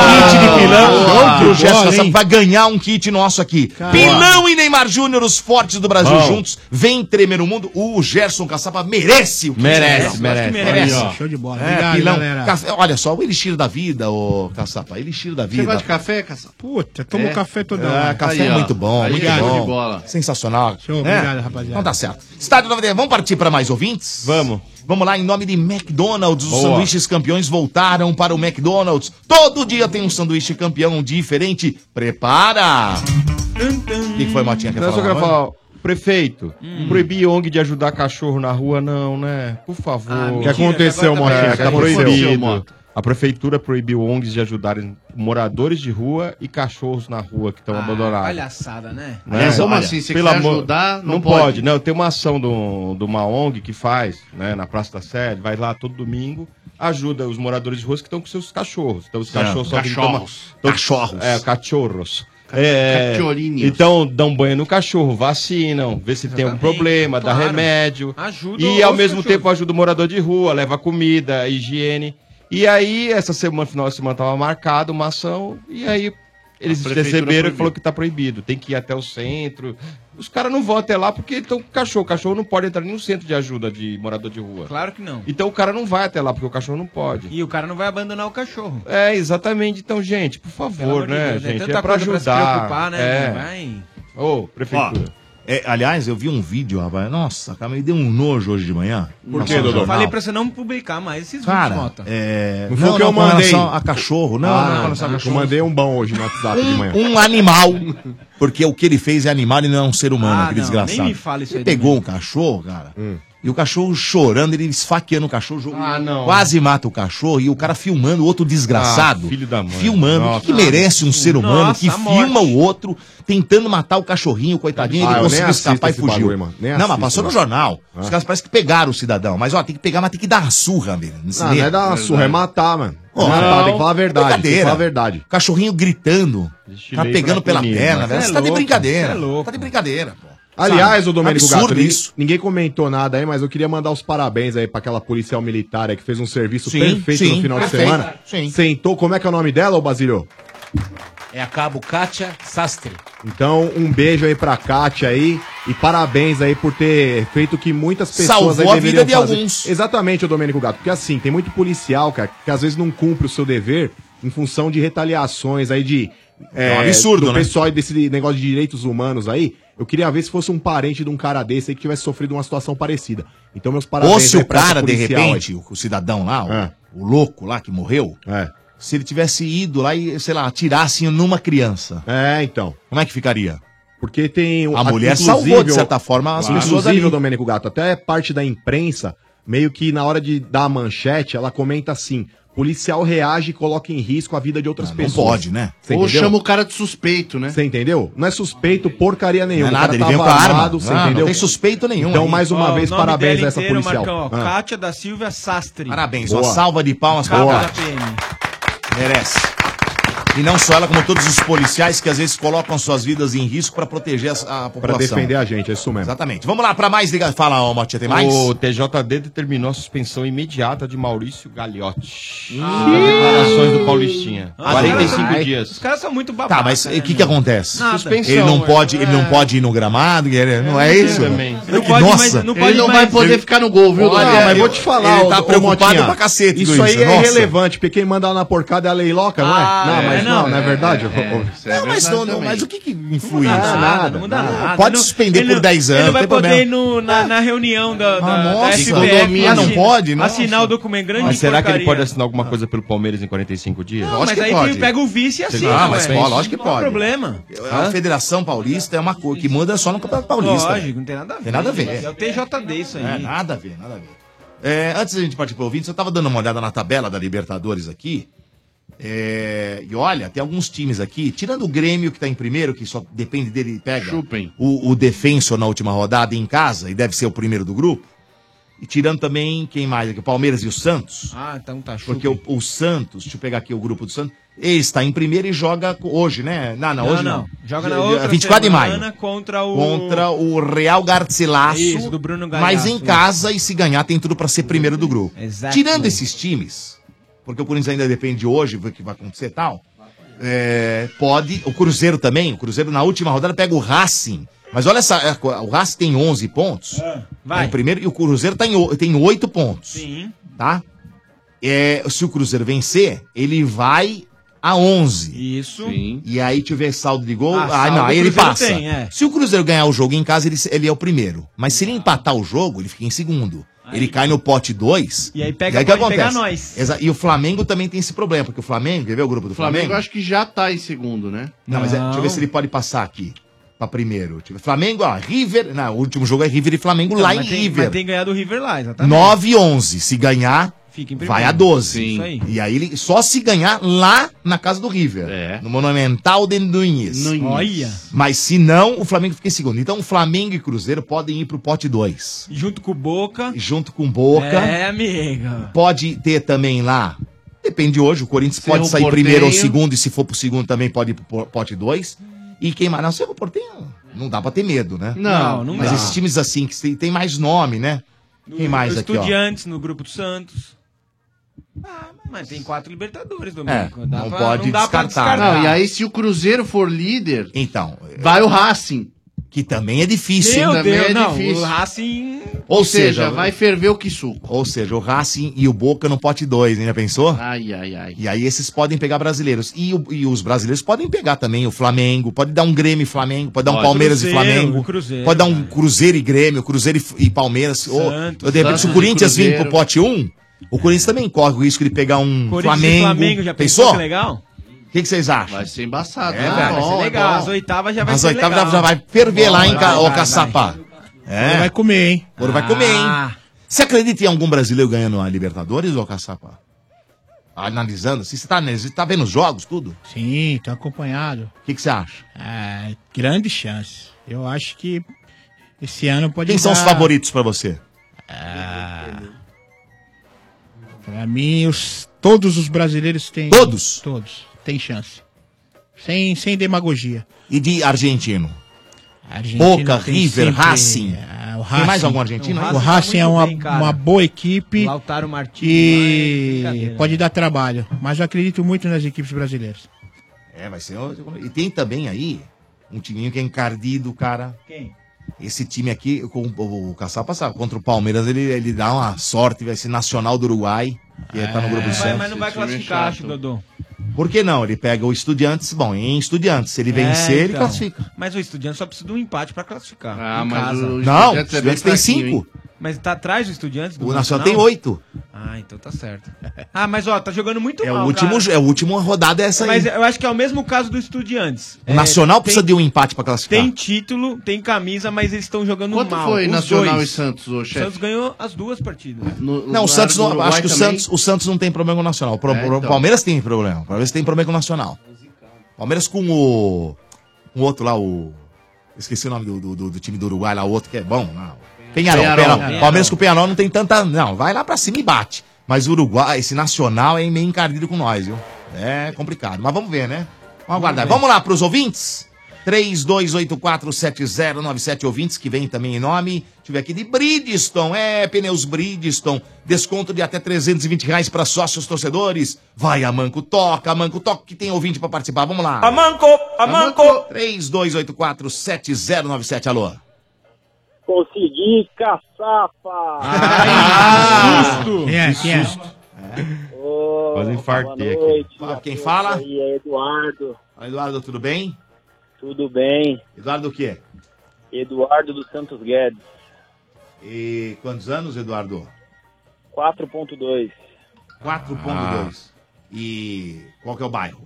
S3: kit de pilão. Show de
S17: o Gerson
S3: Ah! bola,
S17: Caçapa
S3: hein?
S17: vai ganhar um kit nosso aqui. Pilão e Neymar Júnior, os fortes do Brasil
S3: Bom.
S17: juntos, vem tremer o mundo. O Gerson Caçapa merece o kit.
S3: Merece,
S17: Eu acho que
S3: merece.
S17: merece.
S3: Aí, ó.
S10: Show de bola.
S17: É,
S10: Obrigado,
S17: pilão.
S10: galera.
S17: Café- olha só, o Elixir da Vida, ô Caçapa. Elixir da Vida.
S14: gosta de café, Caçapa?
S10: Puta, tomo um café toda
S17: Ah,
S10: hora.
S17: café é muito bom,
S10: Aí,
S17: muito
S10: show
S17: bom.
S10: de bola.
S17: Sensacional.
S10: Show, obrigado, rapaziada.
S17: Então tá certo. Estádio 90, vamos partir para mais ouvintes? Vamos. Vamos lá, em nome de McDonald's, os
S3: Boa.
S17: sanduíches campeões voltaram para o McDonald's. Todo dia tem um sanduíche campeão diferente. Prepara! O que que foi, Motinha? Quer
S8: Não, só
S17: falar
S8: quero
S17: uma coisa?
S8: falar, ó, prefeito, proibir ONG de ajudar cachorro na rua, não, né? Por favor.
S11: Ah, mentira, O que aconteceu, agora tá- Motinha? O
S8: Motinha? Tá
S11: que aconteceu,
S8: proibido.
S11: Mota?
S8: A prefeitura proibiu ONGs de ajudarem moradores de rua e cachorros na rua que
S9: Ah,
S8: estão abandonados.
S32: Palhaçada, né?
S8: Né?
S14: Aliás, como
S8: Olha,
S14: assim? Você
S8: pelo
S14: quer
S8: amor-
S14: ajudar, não
S8: não pode.
S14: pode.
S8: Não, tem uma ação de um- de uma ONG que faz, né, na Praça da Sé, vai lá todo domingo, ajuda os moradores de ruas que estão com seus cachorros. Então os
S3: Certo.
S8: cachorros só
S3: Cachorros.
S8: Cachorros. É, cachorros. É,
S3: Ca- cachorrinhos.
S8: então dão banho no cachorro, vacinam, vê se tem algum problema, dá
S3: Claro.
S8: remédio.
S3: Ajuda
S8: e ao
S3: os
S8: mesmo
S3: cachorros.
S8: tempo ajuda o morador de rua, leva comida, higiene. E aí, essa semana, final de semana, tava marcada uma ação, e aí eles
S3: prefeitura
S8: receberam e
S3: proibiu.
S8: falou que tá proibido, tem que ir até o centro. Os caras não vão até lá porque estão com cachorro. O cachorro não pode entrar em nenhum centro de ajuda de morador de rua.
S9: Claro que não.
S8: Então o cara não vai até lá porque o cachorro não pode.
S9: E o cara não vai abandonar o cachorro.
S8: É, exatamente. Então, gente, por
S9: Pelo
S8: favor,
S9: amor de
S8: né,
S9: Deus, né?
S8: gente?
S9: Tanta
S8: É pra
S9: coisa pra se
S8: ajudar.
S9: preocupar, né?
S8: É.
S9: Vai.
S8: Ô, prefeitura.
S3: é, aliás, eu vi um vídeo, rapaz. Nossa, cara, me deu um nojo hoje de manhã.
S17: Tá
S9: Por quê, Dodô? Eu falei pra você não publicar mais esses vídeos,
S3: Cara,
S9: Mota.
S3: é...
S11: Não foi o que eu
S3: com
S11: mandei.
S3: relação A cachorro, não,
S11: Ah,
S3: não, com relação a
S11: eu
S3: cachorro.
S11: mandei um bom hoje no WhatsApp de manhã.
S3: Um, um animal. (laughs) Porque o que ele fez é animal e não é um ser humano,
S11: Ah,
S3: aquele
S11: não,
S3: desgraçado.
S11: nem me fala isso
S3: ele
S11: aí
S3: pegou um cachorro, cara. E o cachorro chorando, ele esfaqueando o cachorro, jogando-
S8: Ah, não.
S3: quase mata o cachorro e o cara filmando o outro desgraçado.
S8: Ah, filho da mãe.
S3: Filmando,
S8: Nossa.
S3: que merece um ser humano
S8: Nossa,
S3: que
S8: a
S3: filma o outro tentando matar o cachorrinho, coitadinho,
S11: Ah, eu
S3: ele
S11: nem
S3: conseguiu
S11: assisto
S3: escapar e
S11: esse
S3: fugiu.
S11: bagulho, mano. Nem
S3: não, mas
S11: assisto,
S3: passou no
S11: mano.
S3: jornal. Os
S11: Ah.
S3: caras parecem que pegaram o cidadão, mas ó, tem que pegar, mas tem que dar a surra nele.
S11: Não, não é dar uma surra, é matar, mano.
S3: Ó,
S11: matar,
S3: não.
S11: tem que falar a verdade. Tem que
S3: Brincadeira.
S11: falar a verdade.
S3: Cachorrinho gritando. Tá pegando pela perna, velho. Você tá de brincadeira.
S11: é louco. é
S3: Tá de brincadeira, pô.
S11: Aliás,
S3: Sabe?
S11: o Domênico
S3: Absurdo
S11: Gato, ninguém,
S3: isso.
S11: ninguém comentou nada aí, mas eu queria mandar os parabéns aí pra aquela policial militar aí que fez um serviço
S3: Sim,
S11: perfeito
S3: sim,
S11: no final
S3: perfeito,
S11: de semana.
S3: sim.
S11: Sentou, como é que é o nome dela, ô Basílio?
S33: É a Cabo Kátia Sastre.
S11: Então, um beijo aí pra Kátia aí e parabéns aí por ter feito que muitas pessoas
S3: Salvou
S11: aí
S3: a
S11: deveriam
S3: vida de
S11: fazer.
S3: alguns.
S11: Exatamente, o Domênico Gato, porque assim, tem muito policial, cara, que às vezes não cumpre o seu dever em função de retaliações aí de
S3: É um absurdo,
S11: do
S3: né?
S11: pessoal e desse negócio de direitos humanos aí. Eu queria ver se fosse um parente de um cara desse aí que tivesse sofrido uma situação parecida. Então, meus parabéns
S3: Ou se
S11: aí
S3: o
S11: pra essa
S3: cara, de
S11: policial aí. É.
S3: repente, o, o cidadão lá, o, o louco lá que morreu, se ele tivesse ido lá e, sei lá, atirasse numa criança.
S11: É, então.
S3: Como é que ficaria?
S11: Porque tem
S3: A mulher salvou, de certa forma, as pessoas ali.
S11: Inclusive, Domênico Gato, até parte da imprensa, meio que na hora de dar a manchete, ela comenta assim: policial reage e coloca em risco a vida de outras pessoas.
S3: pode, né?
S11: Você
S14: Ou
S11: entendeu?
S14: chama o cara de suspeito, né?
S11: Você entendeu? Não é suspeito porcaria nenhuma.
S3: Não é nada, ele veio
S11: vem
S3: com a arma. Ah, não tem suspeito nenhum
S11: Então,
S3: aí.
S11: mais uma
S3: Ó,
S11: vez,
S3: o nome
S11: parabéns
S3: dela
S11: a essa
S3: inteiro,
S11: policial.
S9: Marcão, ó,
S11: Ah.
S9: Kátia da Silvia Sastre.
S3: Parabéns,
S11: Boa.
S3: uma salva de palmas pra
S9: Cabo da
S3: ela.
S9: PM.
S3: Merece. E não só ela, como todos os policiais que às vezes colocam suas vidas em risco pra proteger as- a população.
S11: Pra defender a gente, é isso mesmo.
S3: Exatamente. Vamos lá pra mais ligar. Fala, ó, Motinha, tem mais?
S8: O TJD determinou a suspensão imediata de Maurício Gagliotti.
S3: Ah.
S8: Por declarações do Paulistinha.
S3: Ah,
S8: 45
S3: ai.
S8: dias.
S9: Os caras são muito babaca. né?
S3: Tá, mas o que que acontece?
S9: Nada.
S3: Ele não
S9: é.
S3: pode, ele não pode ir no gramado, ele- não é isso?
S8: também.
S3: Olha que Nossa,
S14: ele não vai poder ficar no gol, viu,
S3: Olha,
S14: Dodô?
S11: mas vou te falar,
S3: ele
S11: ô-
S3: tá
S11: ô,
S3: preocupado
S11: Motinha,
S3: pra cacete
S11: Isso
S3: com
S11: aí
S3: isso,
S11: é
S3: nossa.
S11: irrelevante, porque quem manda na porcada é a leiloca, não é?
S3: Ah,
S11: não,
S3: é, não,
S11: mas não, não é,
S3: é,
S11: verdade?
S3: Não, mas, não, É não, mas o que que influi
S9: Não
S3: isso?
S9: muda nada, não muda nada.
S3: Pode
S9: Ele não-
S3: suspender
S9: ele
S3: por
S9: não-
S3: 10 anos,
S9: Ele
S3: não
S9: vai
S3: tem
S9: poder ir
S3: problema.
S9: no- na, na reunião da, da,
S3: Ah, nossa,
S9: da
S3: condomínio,
S9: pra
S3: não
S9: assin-
S3: pode, nossa.
S9: Assinar o documento grande
S8: Mas será que ele
S9: porcaria.
S8: pode assinar alguma coisa pelo Palmeiras em 45 dias?
S9: Não, mas aí tem- pega o vice e assina.
S3: Ah, mas
S9: ué.
S3: pode, lógico que
S9: Não
S3: pode.
S9: há problema.
S3: A Federação Paulista é uma coisa que muda só no Campeonato Paulista.
S9: Lógico, não tem nada a ver.
S3: Tem nada a ver.
S9: É o TJD isso aí.
S3: É, nada a ver, nada a ver. É, antes da gente partir para ouvinte, eu tava dando uma olhada na tabela da Libertadores aqui. É, e olha, tem alguns times aqui, tirando o Grêmio que tá em primeiro, que só depende dele e pega o, o Defensor na última rodada em casa e deve ser o primeiro do grupo. E tirando também, quem mais aqui? O Palmeiras e o Santos.
S9: Ah, então tá
S3: Porque o, o Santos, deixa eu pegar aqui o grupo do Santos, está em primeiro e joga hoje, né? Não, não,
S9: Não,
S3: hoje
S9: não.
S3: não.
S9: Joga na
S3: Dia-
S9: outra
S3: 24 de
S9: semana
S3: maio.
S9: contra o-
S3: Contra o Real Garcilasso.
S9: Isso, do Bruno Galhaço,
S3: Mas em
S9: né?
S3: casa e se ganhar tem tudo para ser primeiro do grupo. Tirando esses times, porque o Corinthians ainda depende de hoje, ver o que vai acontecer e tal. é, pode. O Cruzeiro também. O Cruzeiro na última rodada pega o Racing. Mas olha essa. é, O Racing tem 11 pontos.
S9: É,
S3: Tá em primeiro, e o Cruzeiro tá em o- tem 8 pontos. Sim. Tá? É, se o Cruzeiro vencer, ele vai a 11.
S9: Isso.
S3: E aí, deixa eu ver saldo de gol.
S9: Ah,
S3: Ah,
S9: saldo
S3: não, aí
S9: o
S3: ele
S9: Cruzeiro
S3: passa.
S9: tem, é. Ah.
S3: Se o Cruzeiro ganhar o jogo em casa, ele, se- ele é o primeiro. Mas se ele empatar o jogo, ele fica em segundo. Ele cai no pote 2.
S9: E aí pega- pode pegar nós.
S3: Exa- e o Flamengo também tem esse problema, porque o Flamengo, quer ver o grupo do
S14: O Flamengo,
S3: Flamengo?
S14: eu acho que já tá em segundo, né?
S3: Não, mas é, deixa eu ver se ele pode passar aqui. Pra primeiro. Deixa eu ver. Flamengo, ó, River. Não, o último jogo é River e Flamengo lá em
S9: Então, mas tem,
S3: River.
S9: Mas tem ganhado o River lá, exatamente.
S3: 9 e 11. Se ganhar,
S9: Fica em primeiro.
S3: vai a 12.
S9: Isso aí.
S3: E aí ele só se ganhar lá na casa do River. No Monumental de Nunes.
S9: É. Nunes. Olha.
S3: Mas se não, o Flamengo fica em segundo. Então Flamengo e Cruzeiro podem ir pro pote 2.
S9: Junto com o Boca.
S3: Junto com Boca.
S9: É, amiga.
S3: Pode ter também lá. Depende hoje, o Corinthians
S9: Cerro
S3: pode sair
S9: Porteño.
S3: primeiro ou segundo, e se for pro segundo também pode ir pro po- pote 2. E quem mais? Não, Cerro Porteño não dá pra ter medo, né?
S9: Não, não
S3: Mas
S9: dá.
S3: esses times assim, que tem, tem mais nome, né? Quem mais
S9: O
S3: aqui, ó?
S9: Estudiantes no grupo do Santos. Ah, mas tem quatro Libertadores, Domenico.
S3: É, não
S9: pra-
S3: pode
S9: dá pra
S3: descartar. né?
S14: Não, e aí se o Cruzeiro for líder,
S3: então
S14: vai o Racing.
S3: Que também é difícil.
S14: Meu
S3: hein?
S14: Deus,
S3: Também é
S14: não,
S3: difícil.
S14: o
S9: Racing...
S3: Ou
S14: Ou
S3: seja,
S14: seja, vai ferver o que suco.
S3: Ou seja, o Racing e o Boca no pote 2, ainda pensou?
S14: Ai, ai, ai.
S3: E aí esses podem pegar brasileiros. E, o- e os brasileiros podem pegar também o Flamengo, pode dar um Grêmio e Flamengo, pode dar um
S14: Ó,
S3: Palmeiras
S14: Cruzeiro,
S3: e Flamengo,
S14: Cruzeiro,
S3: pode dar um Cruzeiro e Grêmio, Cruzeiro e, F- e Palmeiras. ou, ou de repente, se o
S14: Santos
S3: Corinthians
S14: e
S3: vir
S14: Cruzeiro.
S3: pro pote 1, um, o Corinthians também corre o risco de pegar um
S9: Corinthians
S3: Flamengo.
S9: e Flamengo, já pensou que legal?
S3: O que, que vocês acham?
S14: Vai ser embaçado.
S3: É,
S14: né?
S3: velho,
S14: Bom,
S3: vai
S9: Vai ser
S14: é
S9: legal.
S14: bom.
S9: As oitavas já vai
S3: As
S9: ser
S3: oitavas
S9: legal.
S3: já, já vai ferver lá, hein,
S9: Vai,
S3: ca-
S9: vai,
S3: ô
S9: vai.
S3: caçapa. É.
S10: Vai comer, hein?
S3: Ouro vai comer,
S10: Ah.
S3: hein? Você acredita em algum brasileiro ganhando a Libertadores, ô caçapa? Analisando, assim, você tá, você tá vendo os jogos, tudo?
S10: Sim, tô acompanhado.
S3: O que que você acha?
S10: É, grande chance. Eu acho que esse ano pode
S3: Quem são os
S10: dar-
S3: favoritos pra você?
S10: Pra mim, os, todos os brasileiros têm.
S3: Todos?
S10: Todos. Tem chance. Sem, sem demagogia.
S3: E de argentino?
S10: Argentino
S3: Boca,
S10: tem
S3: River,
S10: sempre-
S3: Racing.
S10: Ah, o Racing.
S3: Tem mais algum argentino? aí?
S10: O Racing é uma,
S9: bem, cara.
S10: uma boa equipe.
S9: Lautaro Martins.
S10: que
S9: lá é brincadeira.
S10: pode dar trabalho. Mas eu acredito muito nas equipes brasileiras.
S3: É, vai ser. outro. E tem também aí um timinho que é encardido, cara.
S9: Quem?
S3: Esse time aqui, com o, o Caçapa sabe, contra o Palmeiras, ele, ele dá uma sorte, vai ser Nacional do Uruguai, que
S14: é,
S3: tá no grupo do
S9: É, Mas-
S3: Santos.
S9: Mas não vai classificar, acho, Dodô.
S3: Por que não? Ele pega o Estudiantes, bom, em Estudiantes, se ele vencer,
S9: É,
S3: ele
S9: então.
S3: classifica.
S9: Mas o Estudiantes só precisa de um empate pra classificar.
S14: Ah,
S9: em
S14: mas
S9: casa.
S14: o
S3: Não, o Estudiantes tem cinco.
S9: Mas tá atrás do Estudiantes? Do
S3: O Nacional tem oito.
S9: Ah, então tá certo. Ah, mas ó, tá jogando muito
S3: É
S9: mal,
S3: o último,
S9: cara.
S3: é o último rodada é essa aí.
S9: Mas eu acho que é o mesmo caso do Estudiantes. É,
S3: O Nacional precisa
S9: tem,
S3: de um empate pra classificar.
S9: Tem título, tem camisa, mas eles estão jogando
S14: Quanto
S9: mal.
S14: foi
S9: os
S14: Nacional
S9: dois.
S14: e Santos, ô, chefe?
S9: Santos ganhou as duas partidas.
S3: Não, o Santos não, acho que o Santos, o Santos não tem problema com o Nacional. O pro-
S9: É,
S3: pro-
S9: então.
S3: Palmeiras tem problema. O Palmeiras tem problema com o Nacional. O Palmeiras com o. com o outro lá, o. Esqueci o nome do, do- do- do time do Uruguai lá, o outro que é bom. Não. Penharol,
S14: Penharol.
S3: Penharol.
S14: Penharol.
S3: Palmeiras com o Penharol não tem tanta. Não, vai lá pra cima e bate. Mas o Uruguai, esse Nacional é meio encardido com nós, viu? É complicado. Mas vamos ver, né? Vamos aguardar. Vamos lá pros ouvintes? 32847097 ouvintes que vem também em nome. Tive aqui de Bridgestone, é, pneus Bridgestone. Desconto de até 320 reais para sócios torcedores. Vai, a Manco Toca, a Manco Toca que tem ouvinte para participar. Vamos lá.
S34: Amanco, Amanco.
S3: 32847097, alô.
S34: Consegui caçapa.
S3: susto!
S10: Quem é? Quem é?
S34: Ah, Ô,
S3: é? Quase infartei
S34: boa
S3: aqui.
S34: noite.
S3: Fala, quem
S34: a todos
S3: fala?
S34: Aí é Eduardo.
S3: Eduardo, tudo bem?
S34: Tudo bem.
S3: Eduardo o quê?
S34: Eduardo dos Santos Guedes,
S3: E quantos anos, Eduardo?
S34: 4.2.
S3: 4.2. E qual que é o bairro?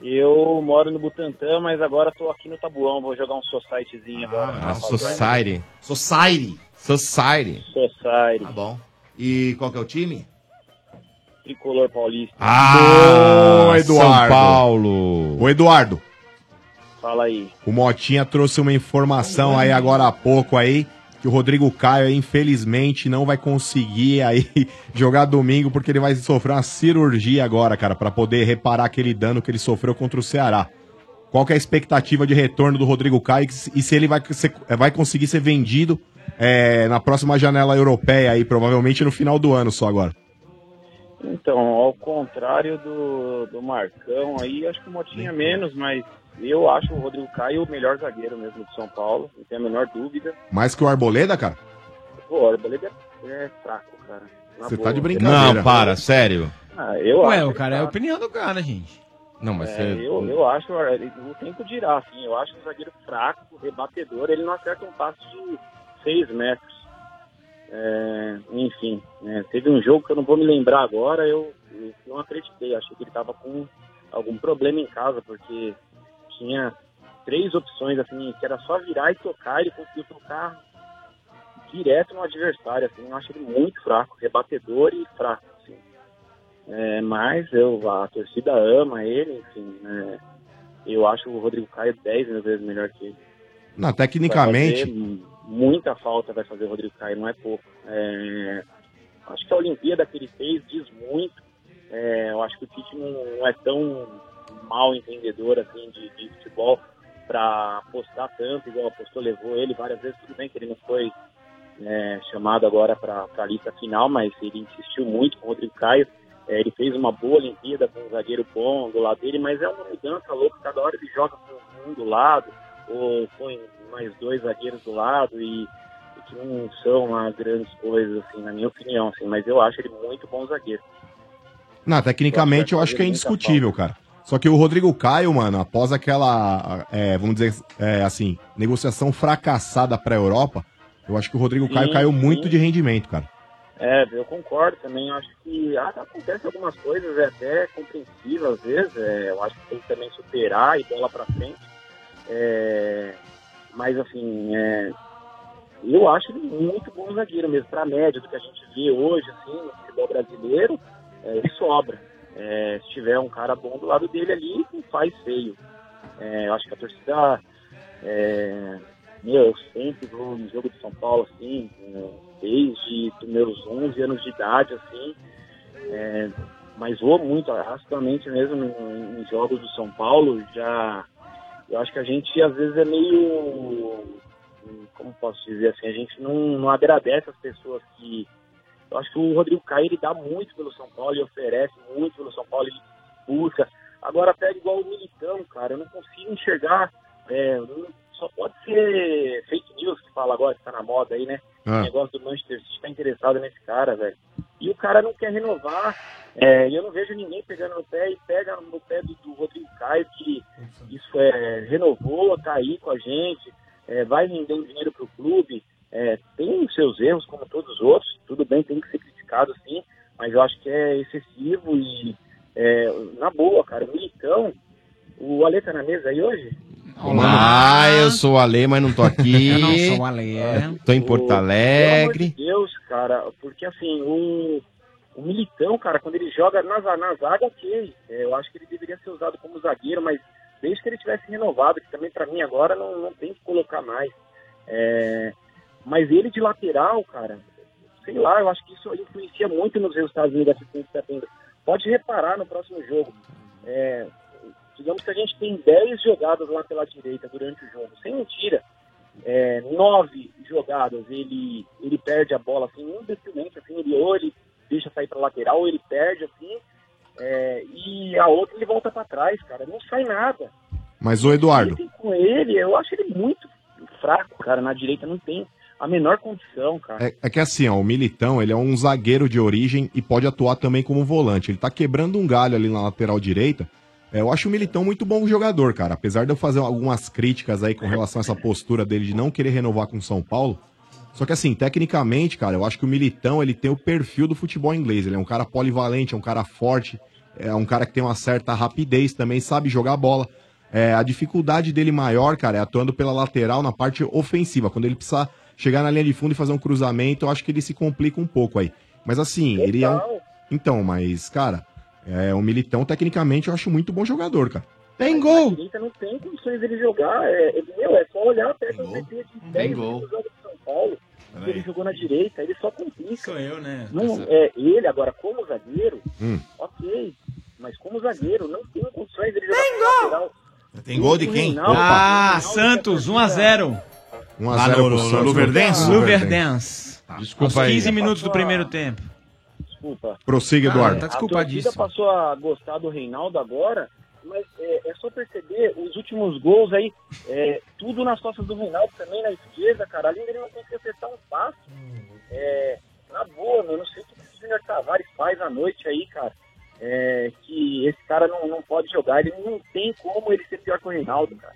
S34: Eu moro no Butantã, mas agora tô aqui no Tabuão. Vou jogar um societyzinho agora.
S3: um
S8: Ah, Society.
S3: Society.
S8: Society.
S34: Society.
S3: Tá bom. E qual que é o time?
S34: Tricolor Paulista.
S11: Ah, Eduardo. Ah, São Paulo. Ô, Eduardo.
S34: Fala aí.
S11: O Motinha trouxe uma informação aí agora há pouco aí que o Rodrigo Caio, infelizmente, não vai conseguir aí (laughs) jogar domingo, porque ele vai sofrer uma cirurgia agora, cara, pra poder reparar aquele dano que ele sofreu contra o Ceará. Qual que é a expectativa de retorno do Rodrigo Caio e se ele vai, ser- vai conseguir ser vendido é, na próxima janela europeia aí, provavelmente no final do ano só agora.
S34: Então, ao contrário do, do Marcão aí, acho que o Motinha é menos, mas eu acho o Rodrigo Caio o melhor zagueiro mesmo de São Paulo, não tem a menor dúvida.
S11: Mais que o Arboleda, cara?
S34: Pô, o Arboleda é fraco, cara. Na
S11: Você tá
S34: boa.
S11: de brincadeira.
S8: Não, para, sério.
S34: Ah, eu
S9: Ué,
S34: acho
S9: o cara é a
S34: fraco.
S9: opinião do cara, gente.
S8: Não, mas
S34: É,
S8: você.
S34: eu, eu acho, é, o tempo dirá, assim, eu acho que o zagueiro fraco, rebatedor, ele não acerta um passe de 6 metros. É, enfim, né, teve um jogo que eu não vou me lembrar agora, eu, eu não acreditei, achei que ele estava com algum problema em casa, porque tinha três opções, assim, que era só virar e tocar, ele conseguiu tocar direto no adversário, assim, eu acho ele muito fraco, rebatedor e fraco, assim. É, mas eu, a torcida ama ele, enfim, né? Eu acho o Rodrigo Caio 10 mil vezes melhor que ele.
S11: Não, tecnicamente.
S34: Vai fazer mu- muita falta vai fazer o Rodrigo Caio, não é pouco. É, acho que a Olimpíada que ele fez diz muito. É, eu acho que o Tite não, não é tão mal entendedor assim de, de futebol para apostar tanto, igual apostou, levou ele várias vezes. Tudo bem que ele não foi é, chamado agora para a lista final, mas ele insistiu muito com o Rodrigo Caio. É, ele fez uma boa Olimpíada com um zagueiro bom do lado dele, mas é uma mudança louca. Cada hora ele joga com um do lado, ou põe mais dois zagueiros do lado, e, e que não são lá grandes coisas, assim, na minha opinião. Assim, mas eu acho ele muito bom zagueiro.
S11: Não, tecnicamente eu acho que é indiscutível, cara. Só que o Rodrigo Caio, mano, após aquela, é, vamos dizer é, assim, negociação fracassada pra Europa, eu acho que o Rodrigo Caio
S34: Sim,
S11: caiu
S34: sim.
S11: muito de rendimento, cara.
S34: É, eu concordo também. Eu acho que ah, acontece algumas coisas é até compreensível às vezes. é, eu acho que tem que também superar e bola pra frente. É, mas assim, é, eu acho ele muito bom zagueiro mesmo. Pra média do que a gente vê hoje, assim, no futebol brasileiro, é, ele sobra. É, se tiver um cara bom do lado dele ali, não faz feio. É, eu acho que a torcida. é, meu, eu sempre vou no jogo de São Paulo, assim, é, desde os meus 11 anos de idade, assim. é, mas vou muito, racionalmente mesmo, em, em jogos do São Paulo, já. Eu acho que a gente, às vezes, é meio. Como posso dizer assim? A gente não, não agradece as pessoas que. Eu acho que o Rodrigo Caio, ele dá muito pelo São Paulo, ele oferece muito pelo São Paulo, ele busca. Agora pega igual o Militão, cara, eu não consigo enxergar. é, não- só pode ser fake news que fala agora, que tá na moda aí, né?
S5: Ah.
S34: O negócio do Manchester City tá interessado nesse cara, velho. E o cara não quer renovar. É, e eu não vejo ninguém pegando no pé e pega no pé do, do Rodrigo Caio, que isso é, renovou, tá aí com a gente, é, vai rendendo dinheiro pro clube. É, tem os seus erros, como todos os outros, tudo bem, tem que ser criticado sim, mas eu acho que é excessivo e é, na boa, cara. O Militão, o Ale tá na mesa aí hoje?
S8: Ah, eu sou o Ale, mas não tô
S34: (laughs)
S8: aqui.
S34: Eu não sou um o Ale.
S8: É, Tô em Porto
S34: Pelo
S8: Alegre.
S34: amor de Deus, cara, porque assim, o, o Militão, cara, quando ele joga na, za- na zaga, ok. É, eu acho que ele deveria ser usado como zagueiro, mas desde que ele tivesse renovado, que também pra mim agora não, não tem que colocar mais. É, mas ele de lateral, cara, sei lá, eu acho que isso influencia muito nos resultados negativos que a gente tá tendo. Pode reparar no próximo jogo. É, digamos que a gente tem 10 jogadas lá pela direita durante o jogo, sem mentira. É, nove jogadas ele, ele perde a bola assim, imbecilmente, assim, ele ou ele deixa sair pra lateral, ou ele perde assim, é, e a outra ele volta pra trás, cara. Não sai nada.
S11: Mas o Eduardo,
S34: E com ele, eu acho ele muito fraco, cara. Na direita não tem a menor condição, cara.
S11: é, é que assim, ó, o Militão, ele é um zagueiro de origem e pode atuar também como volante. Ele tá quebrando um galho ali na lateral direita. É, eu acho o Militão muito bom jogador, cara. Apesar de eu fazer algumas críticas aí com relação a essa postura dele de não querer renovar com o São Paulo. Só que assim, tecnicamente, cara, eu acho que o Militão, ele tem o perfil do futebol inglês. Ele é um cara polivalente, é um cara forte, é um cara que tem uma certa rapidez também, sabe jogar bola. É, a dificuldade dele maior, cara, é atuando pela lateral na parte ofensiva. Quando ele precisar chegar na linha de fundo e fazer um cruzamento, eu acho que ele se complica um pouco aí. Mas assim, ele é um... Então, mas, cara, é, o Militão, tecnicamente, eu acho muito bom jogador, cara.
S34: Tem gol! Na direita não é tem condições dele jogar. É, ele, meu, é só olhar a peça de 10
S11: gol.
S34: jogos de São Paulo. que ele jogou na direita, ele só complica.
S9: Sou eu, né?
S34: Não, é, ele agora, como zagueiro,
S8: Hum.
S34: ok, mas como zagueiro, não tem condições dele jogar como lateral.
S15: Tem gol de quem?
S9: Não, ah, Santos, 1x0.
S11: 1 a 0 pro Santos.
S9: Luverdense? Luverdense.
S11: Desculpa
S9: Aos
S11: aí.
S9: 15 minutos
S34: Ah,
S9: do primeiro tempo.
S34: Desculpa. Ah,
S11: Prossiga, Eduardo.
S9: tá
S34: A torcida passou a gostar do Reinaldo agora, mas é, é só perceber os últimos gols aí, é, tudo nas costas do Reinaldo também, na esquerda, cara. Ali ele não tem que acertar um passo. É, na boa, meu, não sei o que o Júnior Tavares faz à noite aí, cara. É, que esse cara não, não pode jogar, ele não tem como ele ser pior que o Reinaldo, cara.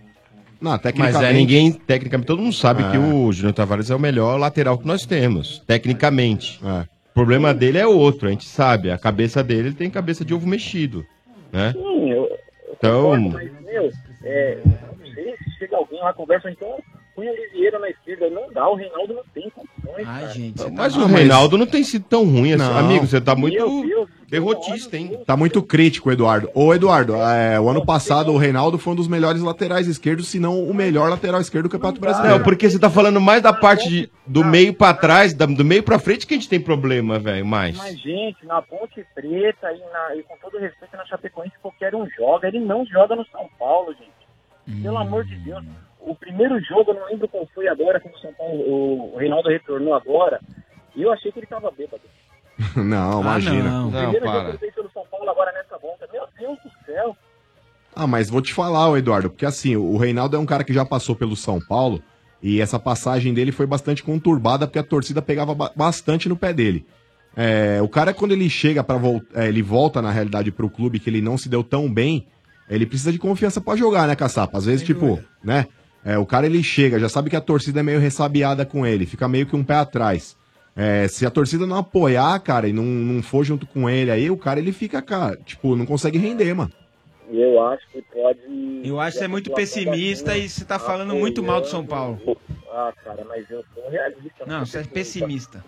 S8: Não, tecnicamente... Mas
S34: é,
S8: ninguém, tecnicamente, todo mundo sabe
S11: É.
S8: que o Júnior Tavares é o melhor lateral que nós temos, tecnicamente. O problema dele é outro, a gente sabe. A cabeça dele ele tem cabeça de ovo mexido, né?
S34: Sim, eu,
S8: Então,
S34: Mas, meu, é, não sei se chega alguém lá, conversa, então põe o Lisieiro na esquerda. Não dá, o Reinaldo não tem condições. Ai, gente,
S11: tá
S8: mas o Reinaldo não tem sido tão ruim assim.
S11: Ah, Não.
S8: Amigo, você tá muito
S34: Meu Deus.
S8: derrotista, hein?
S11: Tá muito crítico, Eduardo. Ô, Eduardo, é, o ano passado o Reinaldo foi um dos melhores laterais esquerdos, se não o melhor lateral esquerdo do Campeonato Brasileiro.
S8: Não, porque você tá falando mais da parte de- do meio pra trás, da- do meio pra frente que a gente tem problema, velho, mais.
S34: Mas, gente, na Ponte Preta e, na- e com todo respeito na Chapecoense, qualquer um joga. Ele não joga no São Paulo, gente.
S9: Hum.
S34: Pelo amor de Deus. O primeiro jogo, eu não lembro qual foi agora, quando o São Paulo, o Reinaldo retornou agora. E eu achei que ele tava bêbado.
S11: Não, imagina.
S34: O primeiro jogo que ele fez pelo São Paulo agora nessa volta. Meu Deus do céu.
S11: Ah, mas vou te falar, ô, Eduardo, porque assim, o Reinaldo é um cara que já passou pelo São Paulo e essa passagem dele foi bastante conturbada porque a torcida pegava ba- bastante no pé dele. É, o cara, quando ele chega para voltar, ele volta na realidade pro clube que ele não se deu tão bem, ele precisa de confiança pra jogar, né, caçapa? Às vezes, tipo, né? é, o cara ele chega, já sabe que a torcida é meio ressabiada com ele, fica meio que um pé atrás. É, se a torcida não apoiar, cara, e não, não for junto com ele aí, o cara ele fica, cara, tipo, não consegue render, mano.
S34: E eu acho que pode.
S9: Eu acho que você é muito
S34: a população
S9: pessimista e você tá falando
S34: é,
S9: muito mal do São Paulo.
S34: Ah, cara, mas eu sou realista.
S9: Não, você é pessimista.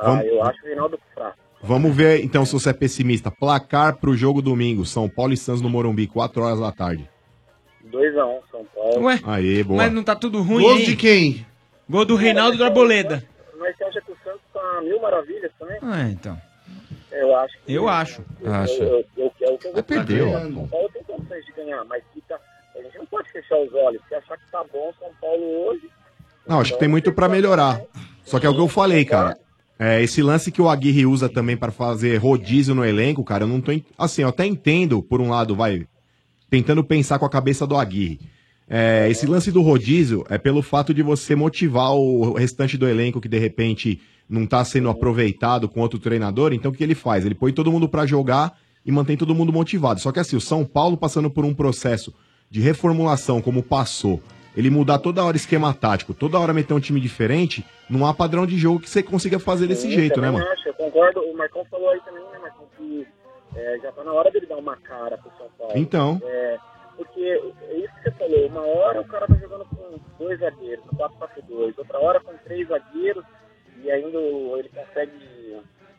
S34: Ah, eu acho o Reinaldo fraco.
S11: Vamos ver então se você é pessimista. Placar pro jogo domingo, São Paulo e Santos no Morumbi, 4 horas da tarde.
S34: 2x1 São Paulo.
S9: Ué,
S11: Aí, boa.
S9: mas não tá tudo ruim,
S11: Gols
S9: hein?
S11: de quem?
S9: Gol do Reinaldo da Arboleda.
S34: Mas você acha que o Santos tá mil maravilhas também?
S9: Ah, então.
S34: Eu acho. que-
S9: Eu acho.
S34: Eu, eu, eu, eu, eu, eu
S9: perdeu, ó.
S34: São Paulo tem condições de ganhar, mas fica, a gente não pode fechar os olhos, porque achar que tá bom São Paulo hoje.
S11: Não, acho que tem muito pra melhorar. Só que é o que eu falei, cara. É, esse lance que o Aguirre usa também pra fazer rodízio no elenco, cara, eu não tô. en- Assim, eu até entendo, por um lado, vai. Tentando pensar com a cabeça do Aguirre. É, esse lance do rodízio é pelo fato de você motivar o restante do elenco que de repente não tá sendo aproveitado com outro treinador. Então o que ele faz? Ele põe todo mundo pra jogar e mantém todo mundo motivado. Só que assim, o São Paulo passando por um processo de reformulação como passou, ele mudar toda hora esquema tático, toda hora meter um time diferente, não há padrão de jogo que você consiga fazer desse
S34: Sim,
S11: jeito, né,
S34: também
S11: mano?
S34: Acho, eu concordo, o Marcão falou aí também, né, Marcão, que é, já tá na hora dele dar uma cara pro São Paulo.
S11: Então.
S34: É, porque é isso que você falou, uma hora o cara tá jogando com dois zagueiros, no 4-4-2, outra hora com três zagueiros, e ainda o- ele consegue,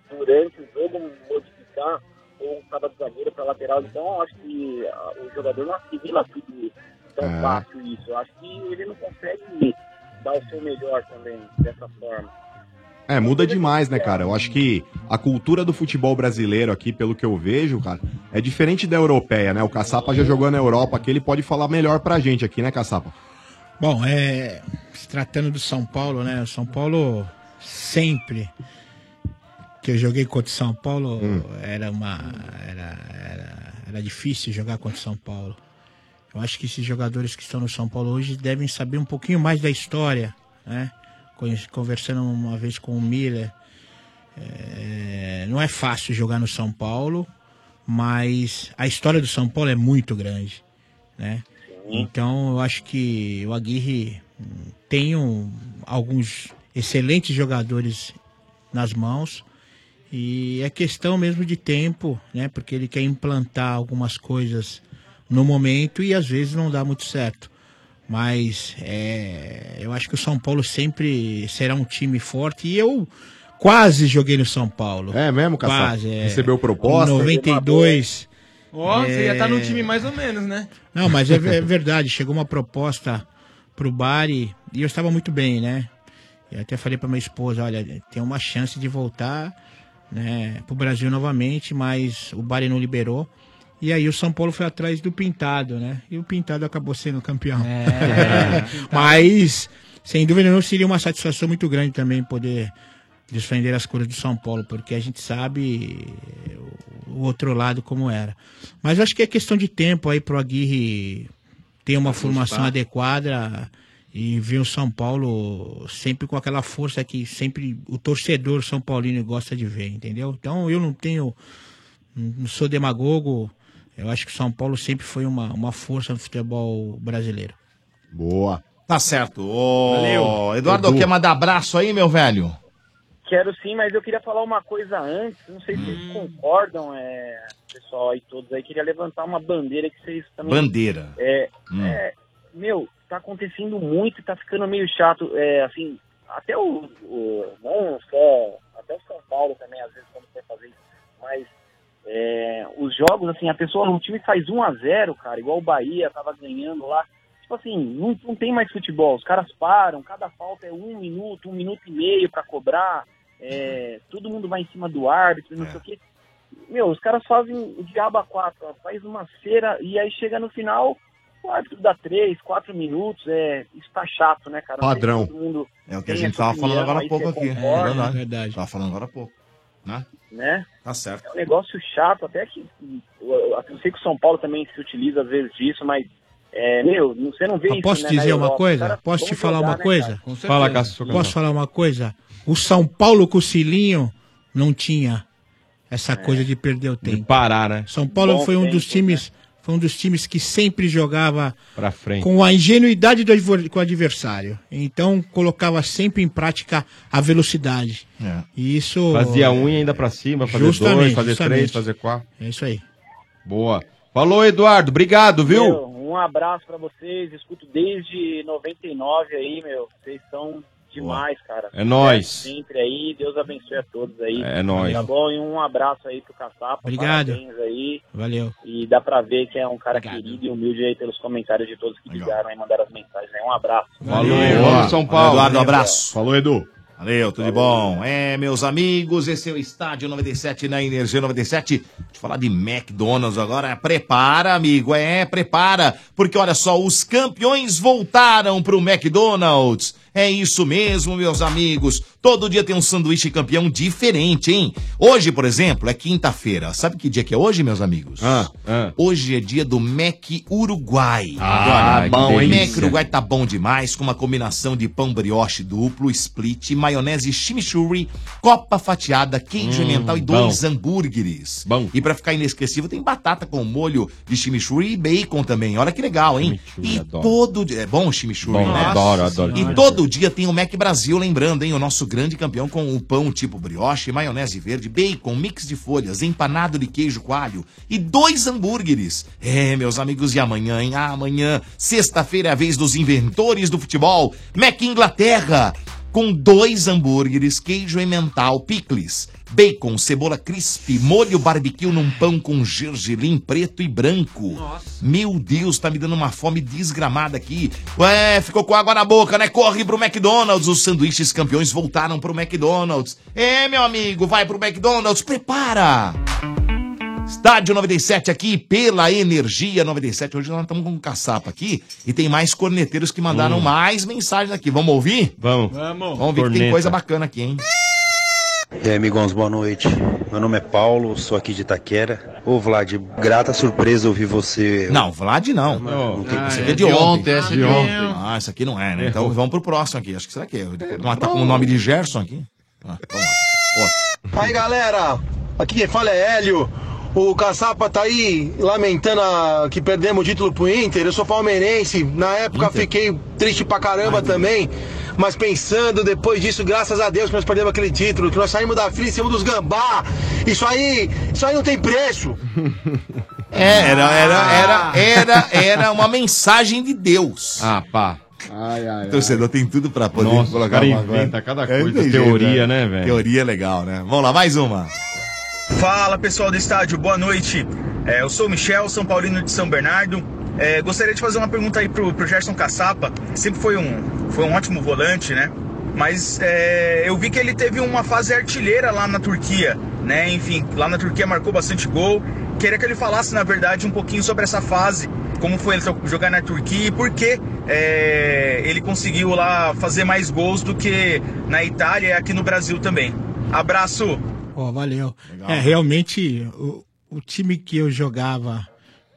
S34: durante o jogo, modificar ou cada zagueiro pra lateral. Então, eu acho que ah, o jogador não assimila tudo tão
S11: É.
S34: fácil isso. Eu acho que ele não consegue dar o seu melhor também dessa forma.
S11: É, muda demais, né, cara? Eu acho que a cultura do futebol brasileiro aqui, pelo que eu vejo, cara, é diferente da europeia, né? O Caçapa já jogou na Europa aqui, ele pode falar melhor pra gente aqui, né, Caçapa?
S10: Bom, é, se tratando do São Paulo, né? O São Paulo sempre que eu joguei contra o São Paulo era uma era, era, era difícil jogar contra o São Paulo. Eu acho que esses jogadores que estão no São Paulo hoje devem saber um pouquinho mais da história, né? Conhe- Conversando uma vez com o Miller, é, não é fácil jogar no São Paulo, mas a história do São Paulo é muito grande, né? Então eu acho que o Aguirre hum, tem um- alguns excelentes jogadores nas mãos e é questão mesmo de tempo, né? Porque ele quer implantar algumas coisas no momento e às vezes não dá muito certo. Mas é, eu acho que o São Paulo sempre será um time forte e eu quase joguei no São Paulo.
S11: É mesmo, Caçapa?
S10: Quase, é.
S11: Recebeu proposta?
S10: Em 92.
S9: Ó, você ia estar num
S10: É.
S9: time mais ou menos, né?
S10: Não, mas é, ver- é verdade. Chegou uma proposta pro Bari e eu estava muito bem, né? Eu até falei pra minha esposa, olha, tem uma chance de voltar né, pro Brasil novamente, mas o Bari não liberou. E aí o São Paulo foi atrás do Pintado, né? E o Pintado acabou sendo campeão. (laughs) mas, sem dúvida nenhuma, seria uma satisfação muito grande também poder defender as cores do São Paulo, porque a gente sabe o outro lado como era. Mas eu acho que é questão de tempo aí pro Aguirre ter uma formação adequada e ver o São Paulo sempre com aquela força que sempre o torcedor são paulino gosta de ver, entendeu? Então eu não tenho, não sou demagogo. Eu acho que o São Paulo sempre foi uma, uma força no futebol brasileiro.
S11: Boa.
S3: Tá certo. Ô,
S10: Valeu.
S3: Eduardo, é
S10: Edu.
S3: quer mandar abraço aí, meu velho?
S34: Quero sim, mas eu queria falar uma coisa antes. Não sei se
S10: Hum.
S34: vocês concordam, é, pessoal e todos aí. Queria levantar uma bandeira que vocês também.
S3: Bandeira.
S34: É,
S3: Hum.
S34: é, meu, tá acontecendo muito e tá ficando meio chato. É, assim, até o, o. Não só. Até o São Paulo também, às vezes, quando quer fazer isso. Mas é, os jogos, assim, a pessoa, o time faz 1 a 0 cara, igual o Bahia tava ganhando lá. Tipo assim, não, não tem mais futebol. Os caras param, cada falta é um minuto, um minuto e meio pra cobrar. é, todo mundo vai em cima do árbitro,
S3: É.
S34: não sei o quê. Meu, os caras fazem o diabo a quatro, ó, faz uma cera e aí chega no final, o árbitro dá três, quatro minutos. É, isso tá chato, né, cara? Não sei se
S3: Padrão.
S34: todo mundo
S3: É o que a
S34: tem
S3: gente
S34: essa
S3: tava
S34: opinião,
S3: falando agora
S34: aí
S3: há pouco
S34: você
S3: aqui. É
S34: concorda,
S3: verdade. Tava falando agora há pouco. Né?
S34: Né?
S3: Tá certo.
S34: É um negócio chato, até que. Eu eu sei que o São Paulo também se utiliza às vezes disso, mas. É, meu, não- você não vê isso.
S10: Posso
S34: né,
S10: te
S34: na
S10: dizer uma
S34: Europa.
S10: coisa?
S34: Os caras
S10: Posso te
S34: vão
S10: falar
S34: jogar,
S10: uma
S34: né,
S10: coisa?
S34: cara?
S8: Fala, Cássio.
S10: Posso falar uma coisa? O São Paulo com o Cilinho não tinha essa coisa de perder o tempo.
S8: De parar, né?
S10: São Paulo
S8: Bom
S10: foi um
S8: tempo,
S10: dos times, foi um dos times que sempre jogava
S8: Pra frente.
S10: com a ingenuidade do adver- com o adversário. Então colocava sempre em prática a velocidade.
S8: É.
S10: E isso
S8: Fazia um e ainda pra cima, fazer dois,
S10: Justamente,
S8: fazer três,
S10: justamente.
S8: fazer quatro.
S10: É isso aí.
S8: Boa. Falou, Eduardo. Obrigado, viu?
S34: Meu, um abraço pra vocês, escuto desde 99 aí, meu. Vocês são demais, cara.
S8: É nóis.
S34: Sempre aí, Deus abençoe a todos aí.
S8: É nóis.
S34: Tá bom? E um abraço aí pro Caçapa.
S10: Obrigado.
S34: Parabéns aí.
S10: Valeu.
S34: E dá pra ver que é um cara querido e humilde aí pelos comentários de todos que ligaram e mandaram as mensagens. Aí. Um abraço.
S3: Boa.
S15: São Paulo.
S3: Eduardo, um abraço.
S11: Falou, Edu.
S3: Valeu, tudo de bom. É, meus amigos, esse é o Estádio 97 na Energia 97. Deixa eu falar de McDonald's agora. Prepara, amigo. É, prepara. Porque olha só, os campeões voltaram pro McDonald's. É isso mesmo, meus amigos. Todo dia tem um sanduíche campeão diferente, hein? Hoje, por exemplo, é quinta-feira. Sabe que dia que é hoje, meus amigos? Hoje é dia do Mac Uruguai.
S15: Ah,
S3: Olha,
S15: bom,
S3: o
S15: hein?
S3: Mac Uruguai tá bom demais, com uma combinação de pão brioche duplo, split, maionese chimichurri, copa fatiada, queijo
S15: Hum,
S3: emmental e dois
S15: bom.
S3: hambúrgueres. Bom. E pra ficar inesquecível, tem batata com molho de chimichurri e bacon também. Olha que legal, hein? E
S15: adoro.
S3: todo dia... É bom o chimichurri,
S15: Bom,
S3: né?
S15: adoro, adoro
S3: E
S15: chimichurri.
S3: todo dia tem o Mac Brasil, lembrando, hein? O nosso grande campeão com o pão tipo brioche, maionese verde, bacon, mix de folhas, empanado de queijo coalho e dois hambúrgueres. É, meus amigos, e amanhã, hein? Ah, Amanhã, sexta-feira, é a vez dos inventores do futebol, Mac Inglaterra, com dois hambúrgueres, queijo emmental, picles, bacon, cebola crisp, molho barbecue num pão com gergelim preto e branco. Meu Deus, tá me dando uma fome desgramada aqui. Ué, ficou com água na boca, né? Corre pro McDonald's. Os sanduíches campeões voltaram pro McDonald's. É, meu amigo, vai pro McDonald's, prepara! Estádio 97 aqui pela Energia 97. Hoje nós estamos com um caçapa aqui e tem mais corneteiros que mandaram
S15: Hum.
S3: mais mensagens aqui. Vamos ouvir?
S8: Vamos.
S3: Vamos. Vamos ver que tem coisa bacana aqui, hein?
S5: E aí, amigões, boa noite. Meu nome é Paulo, sou aqui de Itaquera. Ô, Vlad, grata surpresa ouvir você.
S3: Não, Vlad não.
S5: Não
S3: tem- Isso aqui é de ontem. Ah, isso aqui não é, né? Então vamos pro próximo aqui. Acho que será que é? Não, tá com o nome de Gerson aqui? Ah, vamos lá.
S18: Aí galera, aqui quem fala é Hélio. O Caçapa tá aí lamentando a- que perdemos o título pro Inter. Eu sou palmeirense. Na época fiquei triste pra caramba também. Mas pensando depois disso, graças a Deus que nós perdemos aquele título, que nós saímos da fila em cima dos gambá. Isso aí, isso aí não tem preço.
S3: (laughs) É, Era, era, era, era, era uma mensagem de Deus. Ah, pá.
S11: Ai, ai,
S3: O torcedor tem tudo pra poder
S8: Nossa, o
S3: colocar
S8: cara
S3: uma coisa.
S8: inventa cada
S3: É, não
S8: coisa,
S3: tem
S8: teoria,
S3: jeito,
S8: né, velho?
S3: Teoria é legal, né? Vamos lá, mais uma.
S19: Fala pessoal do estádio, boa noite. É, eu sou o Michel, São Paulino de São Bernardo. É, gostaria de fazer uma pergunta aí pro, pro Gerson Caçapa. Sempre foi um, foi um ótimo volante, né?
S35: Mas é, eu vi que ele teve uma fase artilheira lá na Turquia, né? Enfim, lá na Turquia marcou bastante gol. Queria que ele falasse, na verdade, um pouquinho sobre essa fase, como foi ele jogar na Turquia e por que é, ele conseguiu lá fazer mais gols do que na Itália e aqui no Brasil também. Abraço!
S10: Ó, valeu.
S35: Legal.
S8: né?
S10: É, realmente, o, o time que eu jogava,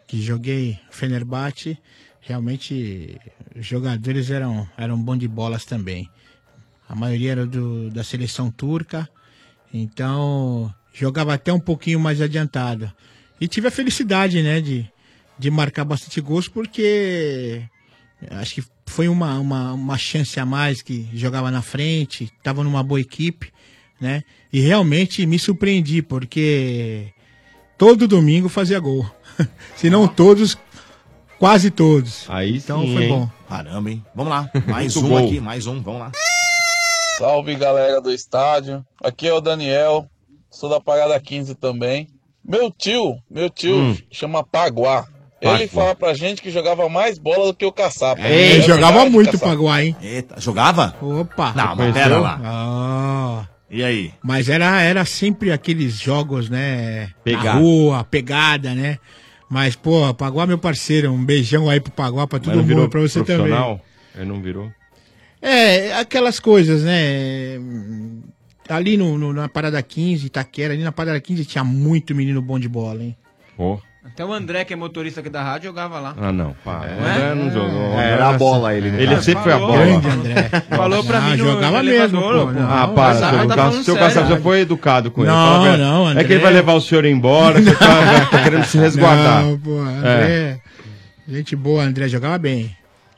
S10: que joguei Fenerbahçe, realmente os jogadores eram, eram bons de bolas também. A maioria era do, da seleção turca, então jogava até um pouquinho mais adiantado. E tive a felicidade, né, de, de marcar bastante gols, porque acho que foi uma, uma, uma chance a mais que jogava na frente, estava numa boa equipe, né? E realmente me surpreendi, porque todo domingo fazia gol. (laughs) Se não todos, quase todos.
S8: Aí
S10: então foi bom.
S3: Caramba, hein?
S10: (laughs)
S3: Vamos lá. Mais
S10: Muito
S3: um
S10: gol.
S3: aqui, mais um, vamos lá.
S7: Salve galera do estádio, aqui é o Daniel, sou da Parada 15 também. Meu tio, meu tio
S1: Hum.
S7: chama Paguá. Ele
S1: Paguá.
S7: fala pra gente que jogava mais bola do que o caçapa.
S10: Ei,
S7: É
S10: jogava
S7: verdade,
S10: muito o
S7: Caçapa.
S10: Paguá, hein?
S3: Eita, jogava?
S10: Opa! é.
S3: Não, mas pera lá.
S10: Ah.
S3: E aí?
S10: Mas era, era sempre aqueles jogos, né?
S3: Pegada.
S10: Na rua, pegada, né? Mas, pô, Paguá, meu parceiro, um beijão aí pro Paguá, pra todo
S8: não virou
S10: mundo, pra você também.
S8: profissional? Ele não virou?
S10: É, aquelas coisas, né? Hum, Ali no, no- na Parada 15, Itaquera, ali na Parada 15 tinha muito menino bom de bola, hein?
S8: Pô.
S9: Até o André, que é motorista aqui da rádio, jogava lá.
S8: Ah, não, para.
S9: É?
S8: André não jogou.
S11: É, era a bola ele, né?
S8: Ele
S11: Ah,
S8: sempre foi a
S11: falou.
S8: bola.
S11: Grande André.
S9: Falou pra
S11: Não,
S9: mim no
S11: jogava
S9: no
S11: mesmo,
S9: elevador,
S11: pô,
S9: pô.
S11: não.
S8: Ah, para,
S9: Caçapa
S8: seu,
S9: tá
S8: Ca-
S9: falando
S8: seu
S9: sério.
S8: Caçapa já foi educado com ele.
S10: Não,
S8: fala a verdade.
S10: não, André.
S8: É que ele vai levar o senhor embora,
S10: (laughs)
S8: você tá, tá querendo se resguardar.
S10: Não, pô, André. Gente boa, André jogava bem.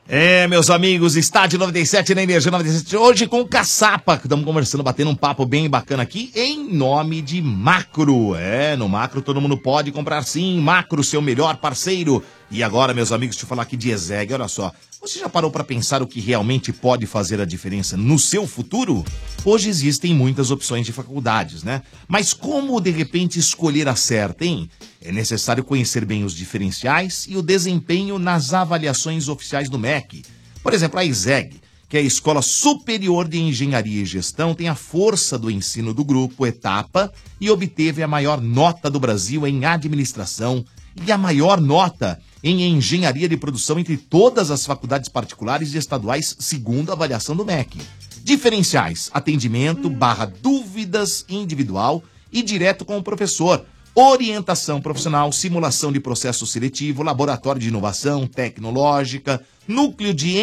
S3: É, meus amigos, Estádio 97 na Energia 97, hoje com o Caçapa, que estamos conversando, batendo um papo bem bacana aqui, em nome de Macro. É, no Macro todo mundo pode comprar sim, Macro, seu melhor parceiro. E agora, meus amigos, deixa eu falar aqui de Ezeg, olha só. Você já parou para pensar o que realmente pode fazer a diferença no seu futuro? Hoje existem muitas opções de faculdades, né? Mas como de repente escolher a certa, hein? É necessário conhecer bem os diferenciais e o desempenho nas avaliações oficiais do MEC. Por exemplo, a ISEG, que é a Escola Superior de Engenharia e Gestão, tem a força do ensino do grupo Etapa e obteve a maior nota do Brasil em administração e a maior nota em engenharia de produção entre todas as faculdades particulares e estaduais, segundo a avaliação do MEC. Diferenciais: atendimento barra dúvidas individual e direto com o professor. Orientação profissional, simulação de processo seletivo, laboratório de inovação tecnológica, núcleo de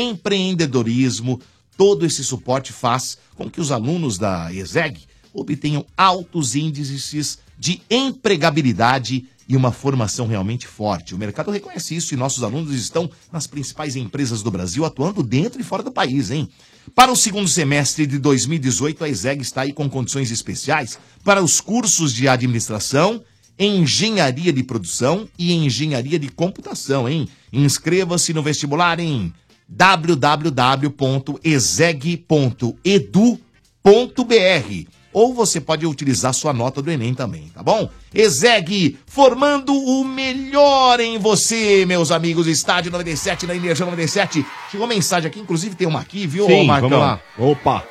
S3: empreendedorismo. Todo esse suporte faz com que os alunos da ESEG obtenham altos índices de empregabilidade e uma formação realmente forte. O mercado reconhece isso e nossos alunos estão nas principais empresas do Brasil, atuando dentro e fora do país, hein? Para o segundo semestre de 2018, a ESEG está aí com condições especiais para os cursos de administração, engenharia de produção e engenharia de computação, hein? Inscreva-se no vestibular em www.eseg.edu.br ou você pode utilizar sua nota do Enem também, tá bom? Exeg, formando o melhor em você, meus amigos. Estádio 97 na Energia 97. Chegou mensagem aqui, inclusive tem uma aqui, viu,
S8: Sim,
S3: ô, Marcão?
S8: vamos lá.
S3: Opa!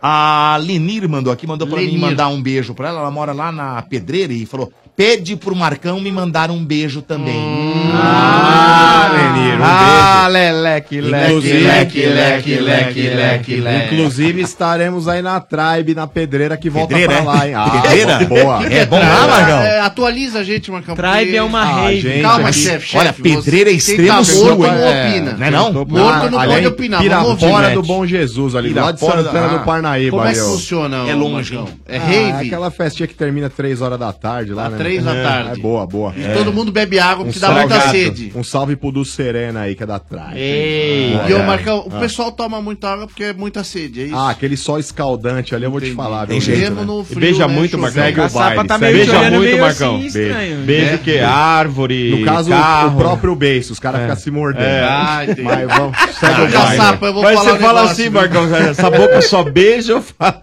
S3: A Lenir mandou aqui, mandou pra mim
S8: Lenir.
S3: mandar um beijo pra ela. Ela mora lá na Pedreira e falou: pede pro Marcão me mandar um beijo também.
S8: Hum. Ah, Lenir, um
S14: Ah, leleque, leque,
S8: Inclusive-
S14: leque, leque, leque, leque, leque.
S11: Inclusive estaremos aí na Tribe, na Pedreira, que volta
S14: Pedreira,
S11: pra lá,
S14: é?
S11: hein? Ah,
S14: Pedreira?
S11: boa.
S14: É bom
S3: né,
S14: lá, Marcão?
S11: É,
S14: atualiza a gente, Marcão.
S11: Tribe é uma
S14: Ah,
S11: rave.
S14: gente, Calma,
S11: aqui-
S14: chefe, chefe.
S11: Olha, pedreira
S3: é
S14: você-
S11: extremo
S14: quem tá
S11: sul,
S14: morto
S11: hein?
S14: não
S11: É,
S14: opina.
S11: não é não?
S14: Morto não
S11: Ah,
S14: pode
S11: ali em
S14: opinar. vamos ouvir,
S11: Pirapora
S14: Matt.
S11: do Bom Jesus, ali, lá de
S14: Pirapora
S11: Santana do Parnaíba,
S14: Como é
S11: ali,
S14: que
S11: ó.
S14: funciona?
S11: É
S14: ô,
S11: longe,
S14: Marcão? É
S11: Ah,
S14: rave?
S11: aquela festinha que termina 3 horas da tarde lá,
S14: Ah,
S11: né?
S14: três da
S11: É,
S14: tarde.
S11: É boa, boa.
S14: E
S11: É.
S14: todo mundo bebe água, porque dá
S11: salve-
S14: muita sede.
S11: Um salve pro do Serena aí, que é da Tribe.
S14: Ei.
S11: Ah,
S14: e ô,
S11: é.
S14: Marcão, o
S11: Ah.
S14: pessoal toma muita água porque é muita sede, é isso?
S11: Ah, aquele sol escaldante ali, eu vou te falar. viu,
S14: jeito,
S11: gente,
S14: né?
S11: né?
S14: no frio, né, chovendo.
S11: Segue o
S14: Caçapa
S11: baile.
S14: tá
S11: segue
S14: meio
S11: o
S14: te
S11: baile.
S14: olhando
S11: Beijo
S14: meio
S11: muito,
S14: assim,
S11: Marcão.
S14: estranho,
S11: Beijo.
S14: né?
S11: Beijo
S14: É.
S11: que árvore, No caso,
S8: carro.
S11: o próprio beijo. Os caras
S8: É.
S11: ficam se mordendo.
S8: É.
S14: Ah, entendi.
S11: Mas vamos, segue o baile.
S14: Caçapa, eu vou
S8: Mas
S14: falar
S8: você
S14: um
S8: fala
S14: negócio,
S8: assim,
S14: viu?
S8: Marcão, essa boca só beija, eu falo.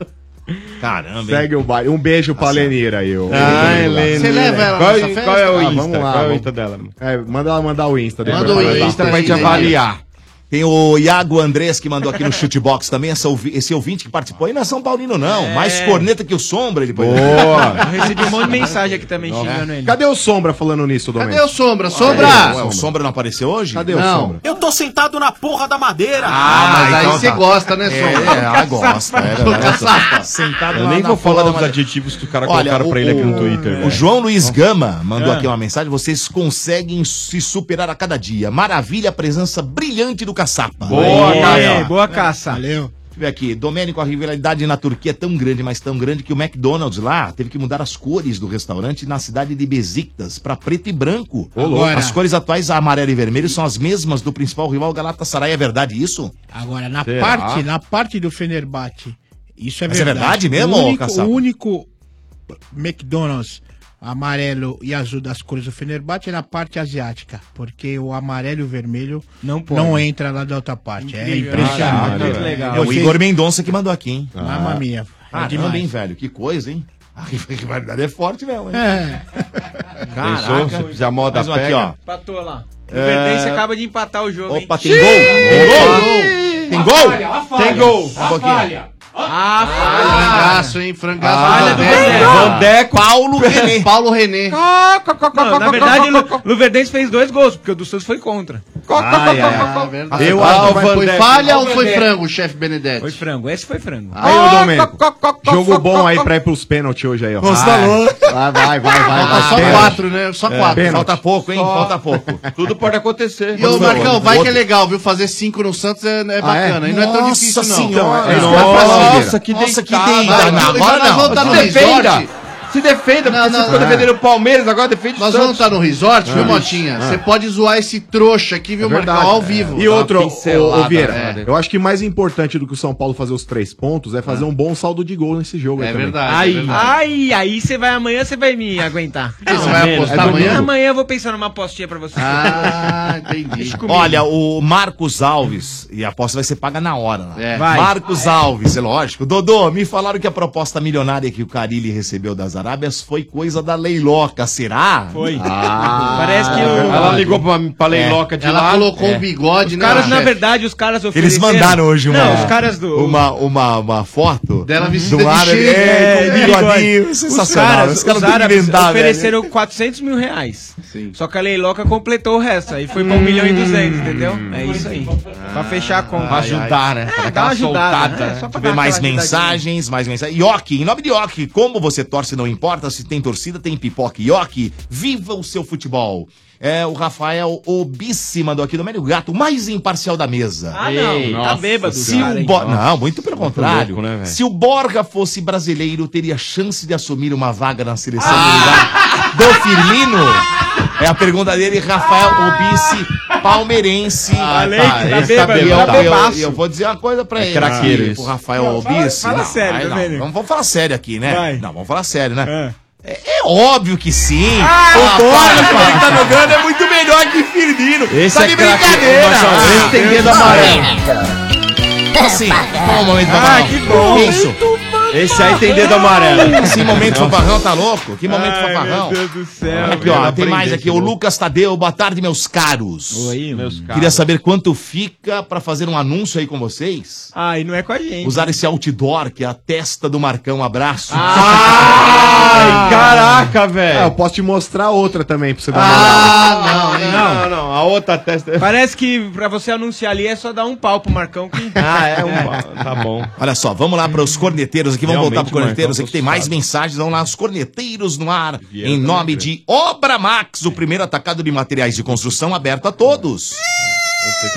S3: Caramba,
S11: Segue o baile. Um beijo pra Lenira aí. ô.
S8: Ai,
S11: Lenira.
S8: Lenira. Você leva ela Qual- nessa festa? qual é o
S11: Ah,
S8: Insta?
S11: Vamos lá.
S8: Qual é o
S11: vamos-
S8: Insta dela?
S11: É, manda ela mandar o Insta.
S8: Manda o Insta pra gente avaliar.
S3: Tem o Iago Andrés que mandou aqui no chute box também, essa ouvi- esse ouvinte que participou. E não é São Paulino, não.
S9: É.
S3: Mais corneta que o Sombra, ele pode-
S11: Boa.
S9: Eu recebi um monte de mensagem aqui também xingando ele.
S11: Cadê o Sombra falando nisso, Domênico?
S14: Cadê o Sombra? Sombra!
S11: Cadê
S3: Ué, o Sombra não apareceu hoje?
S11: Cadê o
S14: Não.
S11: Sombra?
S13: Eu tô sentado na porra da madeira.
S3: Ah,
S14: mas aí
S3: então
S14: você
S3: tá.
S14: gosta, né,
S3: É,
S14: Sombra?
S3: é, ah, gosta. é,
S14: Jogar
S3: gosta.
S14: sapo.
S3: Sentado
S8: Eu
S3: lá
S8: nem
S3: na
S8: vou
S3: porra
S8: falar
S3: da
S8: os
S3: madeira.
S8: adjetivos que o cara
S3: Olha,
S8: colocaram pra
S3: o-
S8: ele aqui no
S3: o-
S8: Twitter.
S3: O
S8: velho.
S3: João Luiz Gama mandou
S8: Ah.
S3: aqui uma mensagem. Vocês conseguem se superar a cada dia. Maravilha a presença brilhante do caçapa.
S9: Boa, Aê, Caça.
S3: Boa caça. Valeu. Deixa eu ver aqui. Domênico, a rivalidade na Turquia é tão grande, mas tão grande que o McDonald's lá teve que mudar as cores do restaurante na cidade de Besiktas pra preto e branco.
S10: louco.
S3: As cores atuais, amarelo e vermelho, são as mesmas do principal rival Galatasaray. É verdade isso?
S10: Agora, na
S3: Será?
S10: parte, na parte do Fenerbahçe, isso é
S3: Mas é
S10: verdade.
S3: verdade mesmo,
S10: O
S3: ô,
S10: único,
S3: Caçapa?
S10: o único McDonald's amarelo e azul das cores do Fenerbahçe é na parte asiática, porque o amarelo e o vermelho não,
S9: pode.
S10: entra lá da outra parte. É
S3: Incrível.
S10: impressionante.
S3: Caralho,
S10: É,
S3: velho.
S10: eu
S3: É o
S10: sei-
S3: Igor Mendonça que mandou aqui, hein?
S10: Mamma mia. É
S3: Ah,
S10: demais.
S3: hein, velho? Que (laughs) coisa, hein? A rivalidade é forte mesmo, hein?
S10: É.
S3: Caraca.
S8: Pensou? Já moda
S3: Mais um aqui,
S8: pega?
S3: ó.
S9: Empatou lá. O
S8: É.
S9: Verdense acaba de empatar o jogo.
S3: Opa,
S9: hein?
S3: tem gol? Tem gol? Tem gol?
S9: Tem gol. Ah,
S14: Frangaço, hein? Frangaço.
S9: Ah,
S14: do Van Dijk.
S11: né?
S9: Van Dijk.
S3: Paulo René.
S14: Paulo René.
S9: Não, na verdade, Lu- Luverdense fez dois gols, porque o do Santos foi contra.
S14: Ai, ai,
S11: é.
S14: ai, Ah, é. verdade.
S9: Eu
S14: Ah,
S9: acho que
S14: mas
S9: vai
S14: foi
S9: Van Dijk.
S14: falha ou
S9: Van
S14: foi
S9: Dijk.
S14: frango, chefe Benedetti? Foi
S9: frango, esse foi frango.
S11: Aí, ô Domênico. Jogo bom aí pra ir pros pênaltis hoje aí, ó.
S14: Você tá louco.
S11: Vai, vai, vai, vai. vai.
S14: Só
S11: Pênalti.
S14: quatro, né? Só
S11: É,
S14: quatro.
S11: pênalti.
S14: Falta
S3: pouco, hein? Falta pouco.
S9: Tudo pode acontecer.
S14: E ô, Marcão, vai que é legal, viu? Fazer cinco no Santos é, é bacana. E não é tão
S3: Nossa
S14: difícil, não.
S3: Senhora.
S14: É,
S3: Nossa, que
S14: Nossa, que
S3: deitada.
S14: deitada.
S3: Não,
S14: Nós
S3: agora não.
S14: vamos estar no
S3: Se
S14: resort.
S3: defenda.
S9: Se defenda,
S14: Não, não, não.
S9: o Palmeiras, agora defende
S14: Nós vamos estar no resort, viu,
S11: Ah.
S14: Motinha?
S11: Ah.
S14: Você pode zoar esse trouxa aqui, viu,
S11: É
S14: Marcão?
S11: verdade.
S14: Ao vivo. Tá
S11: E
S14: Dá uma
S11: outro,
S14: pincelada,
S11: ô, ô, Vieira,
S14: é.
S11: eu acho que mais importante do que o São Paulo fazer os três pontos é fazer um bom saldo de gol nesse jogo. aí também.
S9: Aí, aí, é aí você vai amanhã, você vai me aguentar.
S11: você vai apostar
S9: domingo.
S11: amanhã?
S9: Amanhã eu vou pensar numa apostinha pra você. (laughs)
S14: Ah, entendi.
S3: Olha, o Marcos Alves, e a aposta vai ser paga na hora. Né?
S14: É.
S3: Vai. Marcos Alves, é lógico. Dodô, me falaram que a proposta milionária que o Carilli recebeu das Arábias foi coisa da leiloca, será? Ah. Foi.
S9: Parece que o-
S8: Ela ligou pra, pra
S14: é.
S8: leiloca de lá.
S9: É. Os caras, na verdade, os caras
S3: Eles mandaram hoje uma,
S9: Não, os caras do...
S3: uma, uma, uma foto
S9: Dela
S3: de um árabe
S9: né?
S3: é, com um bigodinho. Sensacional.
S9: Os caras,
S3: Os
S9: os
S3: caras né? têm que
S9: árabes
S3: inventar,
S9: ofereceram 400 mil reais. Só que a Leiloca completou o resto. Aí foi pra 1 milhão e 200, entendeu? É isso aí. pra fechar a conta.
S3: Hum. Ah, Pra ajudar, né?
S9: É,
S3: Pra
S9: dá uma ajudada. né?
S3: Deixa
S9: Só pra
S3: eu ver
S9: dar
S3: mais
S9: aquela
S3: mensagens, mais mensagens. Yoki, em nome de Yoki, como você torce, não importa. Se tem torcida, tem pipoca. Yoki, viva o seu futebol. É, o Rafael Obissi mandou aqui, Domênio Gato, mais imparcial da mesa.
S9: Ah, não, tá bêbado,
S3: Se
S9: cara,
S3: o
S9: hein?
S3: Bo-
S9: Nossa.
S3: Não, muito pelo contrário.
S8: louco, né, velho?
S3: se o Borja fosse brasileiro, teria chance de assumir uma vaga na seleção (laughs) mundial do Firmino? É a pergunta dele, Rafael Obissi, palmeirense.
S9: Falei que tá
S3: Ah. esse
S9: bêbado,
S3: bêbado.
S9: tá
S3: Eu- eu-
S9: bebaço.
S3: eu vou dizer uma coisa pra
S8: É
S3: ele.
S8: craqueiro
S3: aqui,
S8: isso.
S3: pro Rafael
S8: Não, fala-
S3: Obissi.
S8: fala
S3: Não,
S8: sério,
S3: aí não.
S8: Domênico.
S3: Vamos, vamos falar sério aqui, né?
S8: Vai.
S3: Não, vamos falar sério, né? É, é óbvio que sim. o
S8: para,
S3: Borja, quando
S8: cara.
S3: ele tá jogando, é muito melhor que Firmino.
S8: Esse
S3: tá
S8: é
S3: de
S8: craque,
S3: brincadeira.
S8: Marcão. Esse é um
S3: Ah,
S8: tem dedo
S3: ah,
S8: amarelo.
S3: Assim, qual o momento do
S8: Ah,
S3: Barrão?
S8: que bom.
S3: Isso.
S8: Esse aí tem dedo amarelo.
S3: Esse momento
S8: Nossa.
S3: fanfarrão tá louco? Que momento
S8: Ai,
S3: fanfarrão?
S8: meu Deus do céu,
S3: Aqui,
S8: velho,
S3: ó, tem
S8: aprende
S3: mais aqui.
S8: esse
S3: O
S8: louco.
S3: Lucas Tadeu, boa tarde, meus caros. Oi,
S9: meus caros.
S3: Queria saber quanto fica pra fazer um anúncio aí com vocês.
S9: Ah, e não é com a gente.
S3: Usar esse outdoor que é a testa do Marcão. Abraço.
S9: Ah!
S3: (laughs)
S11: Ai,
S8: caraca, velho.
S11: Ah, eu posso te mostrar outra também pra você dar
S14: Ah, não,
S9: não.
S8: Não, não, a outra testa.
S9: Parece que pra você anunciar ali é só dar um pau pro Marcão
S3: (laughs)
S9: que.
S8: Ah, é um. Tá bom.
S3: Olha só, vamos lá para os corneteiros aqui, vamos
S8: Realmente,
S3: voltar para os corneteiros
S8: Marcão,
S3: aqui, tem
S8: tô
S3: mais
S8: assustado.
S3: mensagens, vamos lá, os corneteiros no ar, em nome de Obra Max, o primeiro atacado de materiais de construção aberto a todos.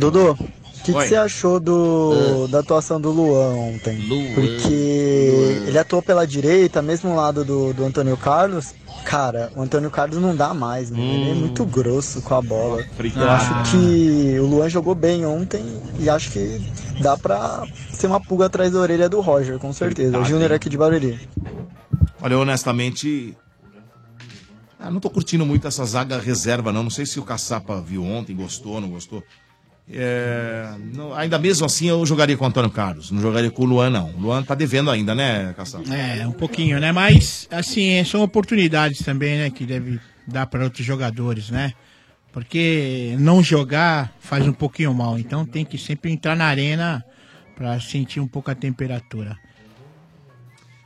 S24: Dudu, o que, que você achou
S10: Ah.
S24: do, da atuação do Luan ontem? Porque ele atuou pela direita, mesmo lado do, do Antônio Carlos. Cara, o Antônio Carlos não dá mais, meu. Ele é muito grosso com a bola.
S8: Fritado.
S24: Eu acho que o Luan jogou bem ontem e acho que dá pra ser uma pulga atrás da orelha do Roger, com certeza. O Júnior aqui de Barueri.
S3: Olha, eu, honestamente, ah, não tô curtindo muito essa zaga reserva não, não sei se o Caçapa viu ontem, gostou, não gostou. É, não- ainda mesmo assim eu jogaria com o Antônio Carlos, não jogaria com o Luan não. O Luan tá devendo ainda, né, Caçapa?
S10: É, um pouquinho, né? Mas, assim, é, são oportunidades também, né? Que deve dar para outros jogadores, né? Porque não jogar faz um pouquinho mal. Então tem que sempre entrar na arena para sentir um pouco a temperatura.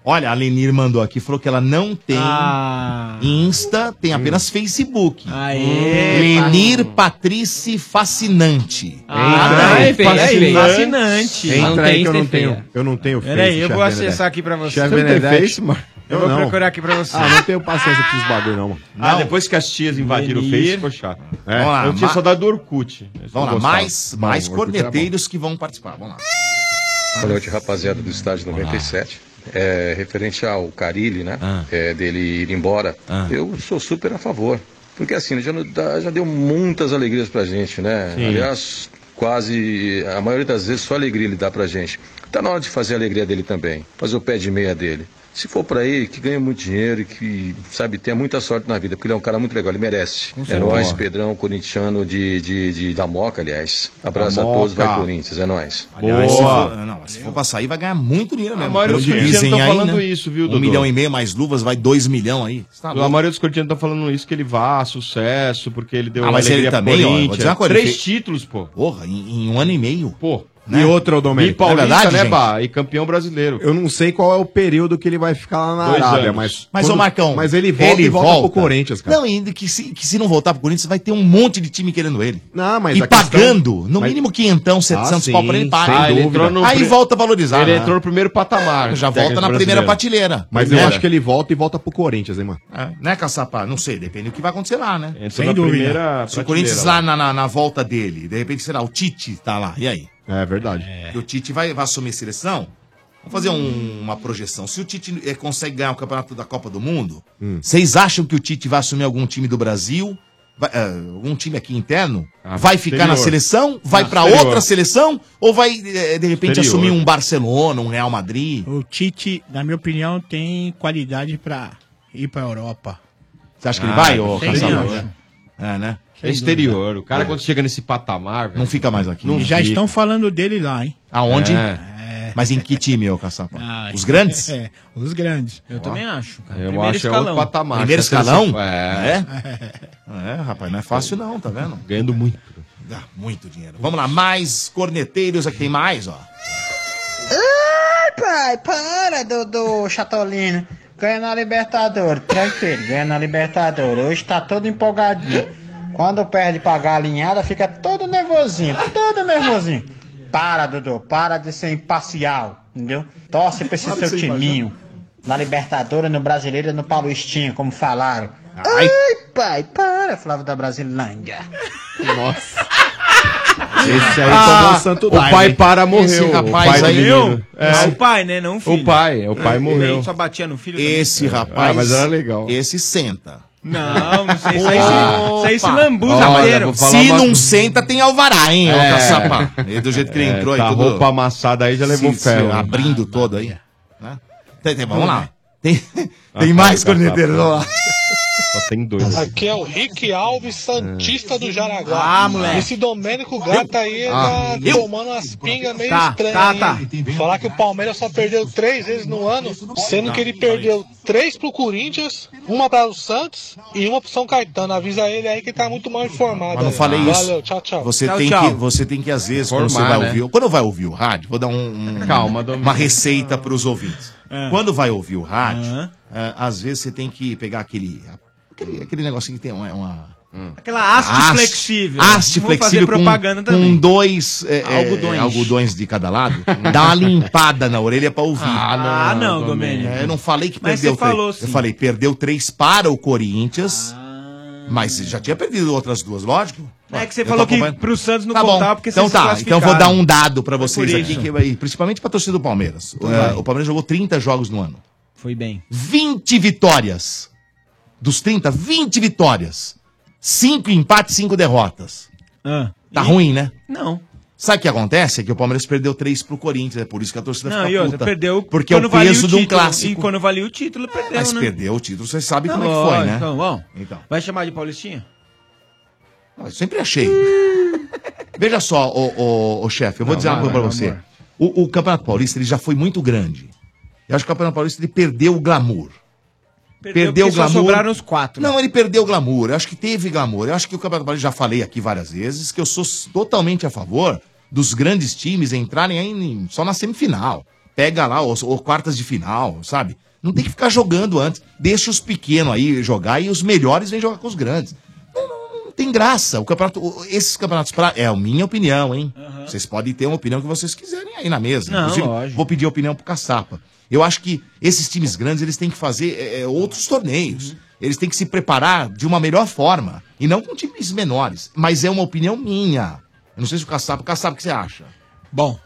S3: Olha, a Lenir mandou aqui, falou que ela não tem
S10: Ah.
S3: Insta, tem apenas Facebook. Hum.
S9: Aê,
S3: Lenir Patrície Fascinante.
S9: Ah, é feia, é feia. Fascinante. Não
S11: Entra
S9: tem
S11: aí que eu não
S9: Insta, é
S11: tenho.
S9: feia.
S11: Eu não tenho Face.
S9: Peraí, eu
S11: chefe
S9: vou acessar
S11: Benedetto.
S9: aqui pra você.
S11: Chefe
S9: Você não tem
S11: Benedetto,
S9: Face, mano? Eu vou procurar aqui pra você.
S11: Ah, não tenho paciência pra esses bagulho, não, mano.
S8: Ah, depois que as tias invadiram o Face, ficou chato. É,
S3: Vamos lá,
S8: eu tinha
S3: ma-
S8: saudade do Orkut. Eles
S3: Vamos
S8: não
S3: lá,
S8: gostavam.
S3: mais, mais
S8: Não, o Orkut era bom.
S3: corneteiros que vão participar. Vamos lá.
S1: Boa noite, rapaziada do Estádio 97. É, referente ao Carilli, né?
S3: Ah.
S1: É, dele ir embora, eu sou super a favor. Porque assim, já, no- dá- já deu muitas alegrias pra gente, né?
S4: Sim.
S1: Aliás, quase a maioria das vezes só alegria ele dá pra gente. Tá na hora de fazer a alegria dele também, fazer o pé de meia dele. Se for pra ele, que ganha muito dinheiro e que, sabe, tenha muita sorte na vida, porque ele é um cara muito legal, ele merece. É
S4: certeza.
S1: nóis, Pedrão, corintiano de, de, de- da Moca, aliás. Abraço
S3: Da
S1: a todos, vai
S3: Moca.
S1: Corinthians, é nóis.
S3: Aliás, se for, ah, não, se for pra sair, vai ganhar muito dinheiro mesmo.
S1: A maioria
S3: Como
S1: dos corintianos
S3: dizem
S1: tão
S3: aí,
S1: falando isso, viu,
S3: Um
S1: Dodô?
S3: milhão e meio mais luvas, vai dois milhão aí. Você tá
S8: a
S3: louco?
S8: maioria dos corintianos tá falando isso, que ele vá, sucesso, porque ele deu
S3: Ah, mas ele
S8: alegria pro
S3: também, ó, vou
S8: Corinthians.
S3: dizer uma coisa,
S8: Três
S3: ele fe-
S8: títulos, pô.
S3: Porra, em, em um ano e meio. Né?
S8: Pô.
S11: E outra, ô Domênico.
S8: E Paulista,
S11: é verdade,
S8: né,
S11: gente?
S8: Bah? E campeão brasileiro.
S11: Eu não sei qual é o período que ele vai ficar lá na
S8: Dois
S11: Arábia,
S8: anos.
S11: é, mas.
S3: Mas,
S11: quando-
S3: ô Marcão.
S11: Mas ele volta e volta, pro Corinthians, cara.
S3: Não, ainda que se, que se não voltar pro Corinthians, vai ter um monte de time querendo ele.
S11: Não, mas
S3: e
S11: a questão-
S3: pagando, no
S11: mas-
S3: mínimo quinhentão, 700
S11: Ah,
S3: pau pra ele
S11: sim,
S3: paga.
S11: sem
S3: Aí
S11: dúvida.
S3: Aí
S11: Ele
S3: volta valorizar.
S11: entrou no-
S3: né?
S11: ele entrou no
S8: primeiro patamar.
S3: Ah, Já volta
S11: técnico
S3: na primeira
S11: brasileiro.
S3: prateleira. Né?
S11: Mas eu
S3: Primeira.
S11: acho que ele volta e volta pro Corinthians, hein, mano?
S3: É, né, Caçapá? Não sei, depende do que vai acontecer lá, né?
S11: Entra Sem na dúvida. primeira
S3: Se o Corinthians
S11: prateleira
S3: lá na, na, na volta dele, de repente, sei lá, o Tite tá lá, e aí?
S11: É verdade.
S3: E o Tite vai, vai assumir a seleção? Vamos fazer um- uma projeção. Se o Tite eh, consegue ganhar o campeonato da Copa do Mundo, vocês acham que o Tite vai assumir algum time do Brasil? Vai, eh, algum time aqui interno? vai ficar na
S15: exterior.
S3: seleção? Vai
S15: Ah,
S3: pra
S15: exterior.
S3: outra seleção? Ou vai, eh, de repente,
S10: Exterior.
S8: né?
S3: assumir um Barcelona, um Real Madrid?
S10: O Tite, na minha opinião, tem qualidade pra ir pra Europa.
S3: Você acha que ele
S8: Ah,
S3: vai, ô
S10: Sem
S3: Caçapá?
S10: dúvida.
S3: É, né?
S8: É exterior. O cara, quando chega nesse patamar, velho.
S3: Não fica mais aqui.
S8: Não
S10: E já
S8: fica.
S10: estão falando dele lá, hein?
S3: Aonde?
S8: É.
S3: Mas em que time, ô Caçapá?
S10: Ah,
S3: Os grandes?
S10: É, os grandes.
S9: Eu também acho, cara.
S8: Eu acho que é outro patamar.
S3: Primeiro
S8: Acho que a seleção-
S3: escalão?
S8: É.
S3: né? É? É, rapaz, não é fácil não, tá vendo?
S8: Ganhando muito.
S3: Dá muito dinheiro. Vamos lá, mais corneteiros aqui, tem mais, ó.
S26: Ai, pai, para, Dodô Chatolino. Ganha na Libertadores, tranquilo, ganha na Libertadores. Hoje tá todo empolgadinho. Quando perde pra galinhada, fica todo nervosinho, todo nervosinho. Para, Dodô, para de ser imparcial, entendeu? Torce pra esse
S17: Para de
S26: seu
S17: ser imparcial.
S26: timinho. Na Libertadores, no Brasileiro e no Paulistinho, como falaram. Ai, pai, para, Flávio da Brasilândia.
S11: Nossa.
S26: Esse
S11: aí
S3: Ah,
S11: tomou um santo
S8: o
S11: daime,
S8: pai
S11: hein?
S8: para morreu.
S11: Esse
S8: o
S11: rapaz
S8: pai do
S11: aí-
S8: menino.
S9: Ah, o pai, né? Não o filho.
S8: É. O pai, é o pai
S9: Ah,
S8: morreu.
S9: ele Só batia no filho também.
S3: É, Esse rapaz.
S8: Ah, mas era legal.
S3: Esse senta.
S9: Não, não sei. Isso aí, se- isso aí se
S3: Opa.
S9: lambuza
S3: Olha,
S9: inteiro.
S3: vou falar Se uma- não senta, tem alvará, hein, ô Caçapá? E do jeito que ele
S8: É,
S3: entrou
S8: tá
S3: aí, tudo...
S8: roupa amassada aí já levou
S3: se-
S8: ferro.
S3: se Abrindo todo aí. né? Tem- tem- vamos lá. Tem, tem
S8: Ah,
S3: mais
S8: tá, tá,
S3: corneteiros,
S8: tá.
S3: vamos lá.
S8: Só tem dois.
S36: Aqui é o Rick Alves, Santista do Jaraguá.
S8: Ah, moleque.
S36: Esse Domênico Gato aí
S8: Ah,
S36: tá
S8: eu?
S36: tomando umas pingas meio
S8: Tá,
S36: estranhas.
S8: tá,
S36: hein?
S8: tá.
S36: Falar que o Palmeiras só perdeu três vezes no ano, sendo que ele perdeu três pro Corinthians, uma para o Santos e uma pro São Caetano. Avisa ele aí que tá muito mal informado.
S3: Mas não
S36: aí.
S3: falei isso.
S36: Valeu, tchau, tchau.
S3: Você, tem Que, você tem que, às vezes, quando você
S8: Formar,
S3: vai
S8: né?
S3: ouvir. Quando vai ouvir o rádio, vou dar um, um-
S8: Calma, Domingos.
S3: uma receita para os ouvintes.
S8: É.
S3: Quando vai ouvir o rádio, é, às vezes você tem que pegar aquele. aquele, aquele negocinho que tem uma. é uma
S9: Aquela haste
S3: haste-
S9: flexível.
S3: Haste
S9: Vamos fazer
S3: flexível com,
S9: propaganda
S3: com
S9: também.
S3: dois é, é,
S9: Algodões.
S3: algodões. de cada lado. dá uma limpada na orelha pra ouvir.
S9: Ah, não, Domênico.
S3: É, Eu não falei que
S9: Mas
S3: perdeu
S9: você falou,
S3: três. Eu
S9: sim. Ah.
S3: falei, perdeu três para o Corinthians. Mas já tinha perdido outras duas, lógico.
S9: É que você
S3: Eu
S9: falou
S3: tô
S9: que
S3: acompanhando.
S9: pro Santos não
S3: Tá bom.
S9: contar porque
S3: então
S9: vocês se
S3: tá, então
S9: classificaram. É
S3: vou dar um dado pra vocês
S9: Por
S3: aqui,
S9: isso.
S3: que vai- principalmente pra torcida do Palmeiras.
S9: Então
S3: É,
S9: vai.
S3: o Palmeiras jogou 30 jogos no ano.
S9: Foi bem.
S3: 20 vitórias. Dos 30, 20 vitórias. 5 empates, 5 derrotas. Tá ruim, né?
S9: Não.
S3: Sabe o que acontece? É que o Palmeiras perdeu 3 pro Corinthians, é por isso que a torcida
S9: Não, e
S3: fica
S9: outra,
S3: puta.
S9: perdeu
S3: porque é o
S9: quando valia
S3: peso de um
S9: título. E
S3: clássico. Ah,
S9: quando valia o título, perdeu,
S3: Mas
S9: né?
S3: perdeu o título, vocês sabem
S9: Não,
S3: como é que foi, né?
S9: Então, bom.
S3: Então.
S9: Vai chamar de Paulistinha?
S3: Eu sempre achei. (laughs) Veja só, ô, ô, ô, chefe, eu vou
S15: Não,
S3: dizer uma
S15: vai,
S3: coisa pra
S15: vai,
S3: você.
S15: amor.
S3: O, o Campeonato Paulista ele já foi muito grande. Eu acho que o Campeonato Paulista ele perdeu o glamour. Perdeu
S9: porque
S3: o
S9: só
S3: glamour.
S9: sobraram os quatro.
S3: Não, ele perdeu o glamour. Eu acho que teve glamour. Eu acho que o Campeonato Brasileiro já falei aqui várias vezes que eu sou s- totalmente a favor dos grandes times entrarem aí em- só na semifinal. Pega lá, ou, ou quartas de final, sabe? Não tem que ficar jogando antes. Deixa os pequenos aí jogar e os melhores vêm jogar com os grandes. Não- não- não tem graça. O campeonato, o- esses campeonatos, pra, é a minha opinião, hein? Vocês podem ter uma opinião que vocês quiserem aí na mesa.
S9: Não,
S3: Inclusive,
S9: lógico.
S3: vou pedir a opinião pro Caçapa. Eu acho que esses times grandes, eles têm que fazer é, é, outros torneios.
S9: Uhum.
S3: Eles têm que se preparar de uma melhor forma. E não com times menores. Mas é uma opinião minha. Eu não sei se o Caçapa... Caçapa, o que você acha?
S10: Bom,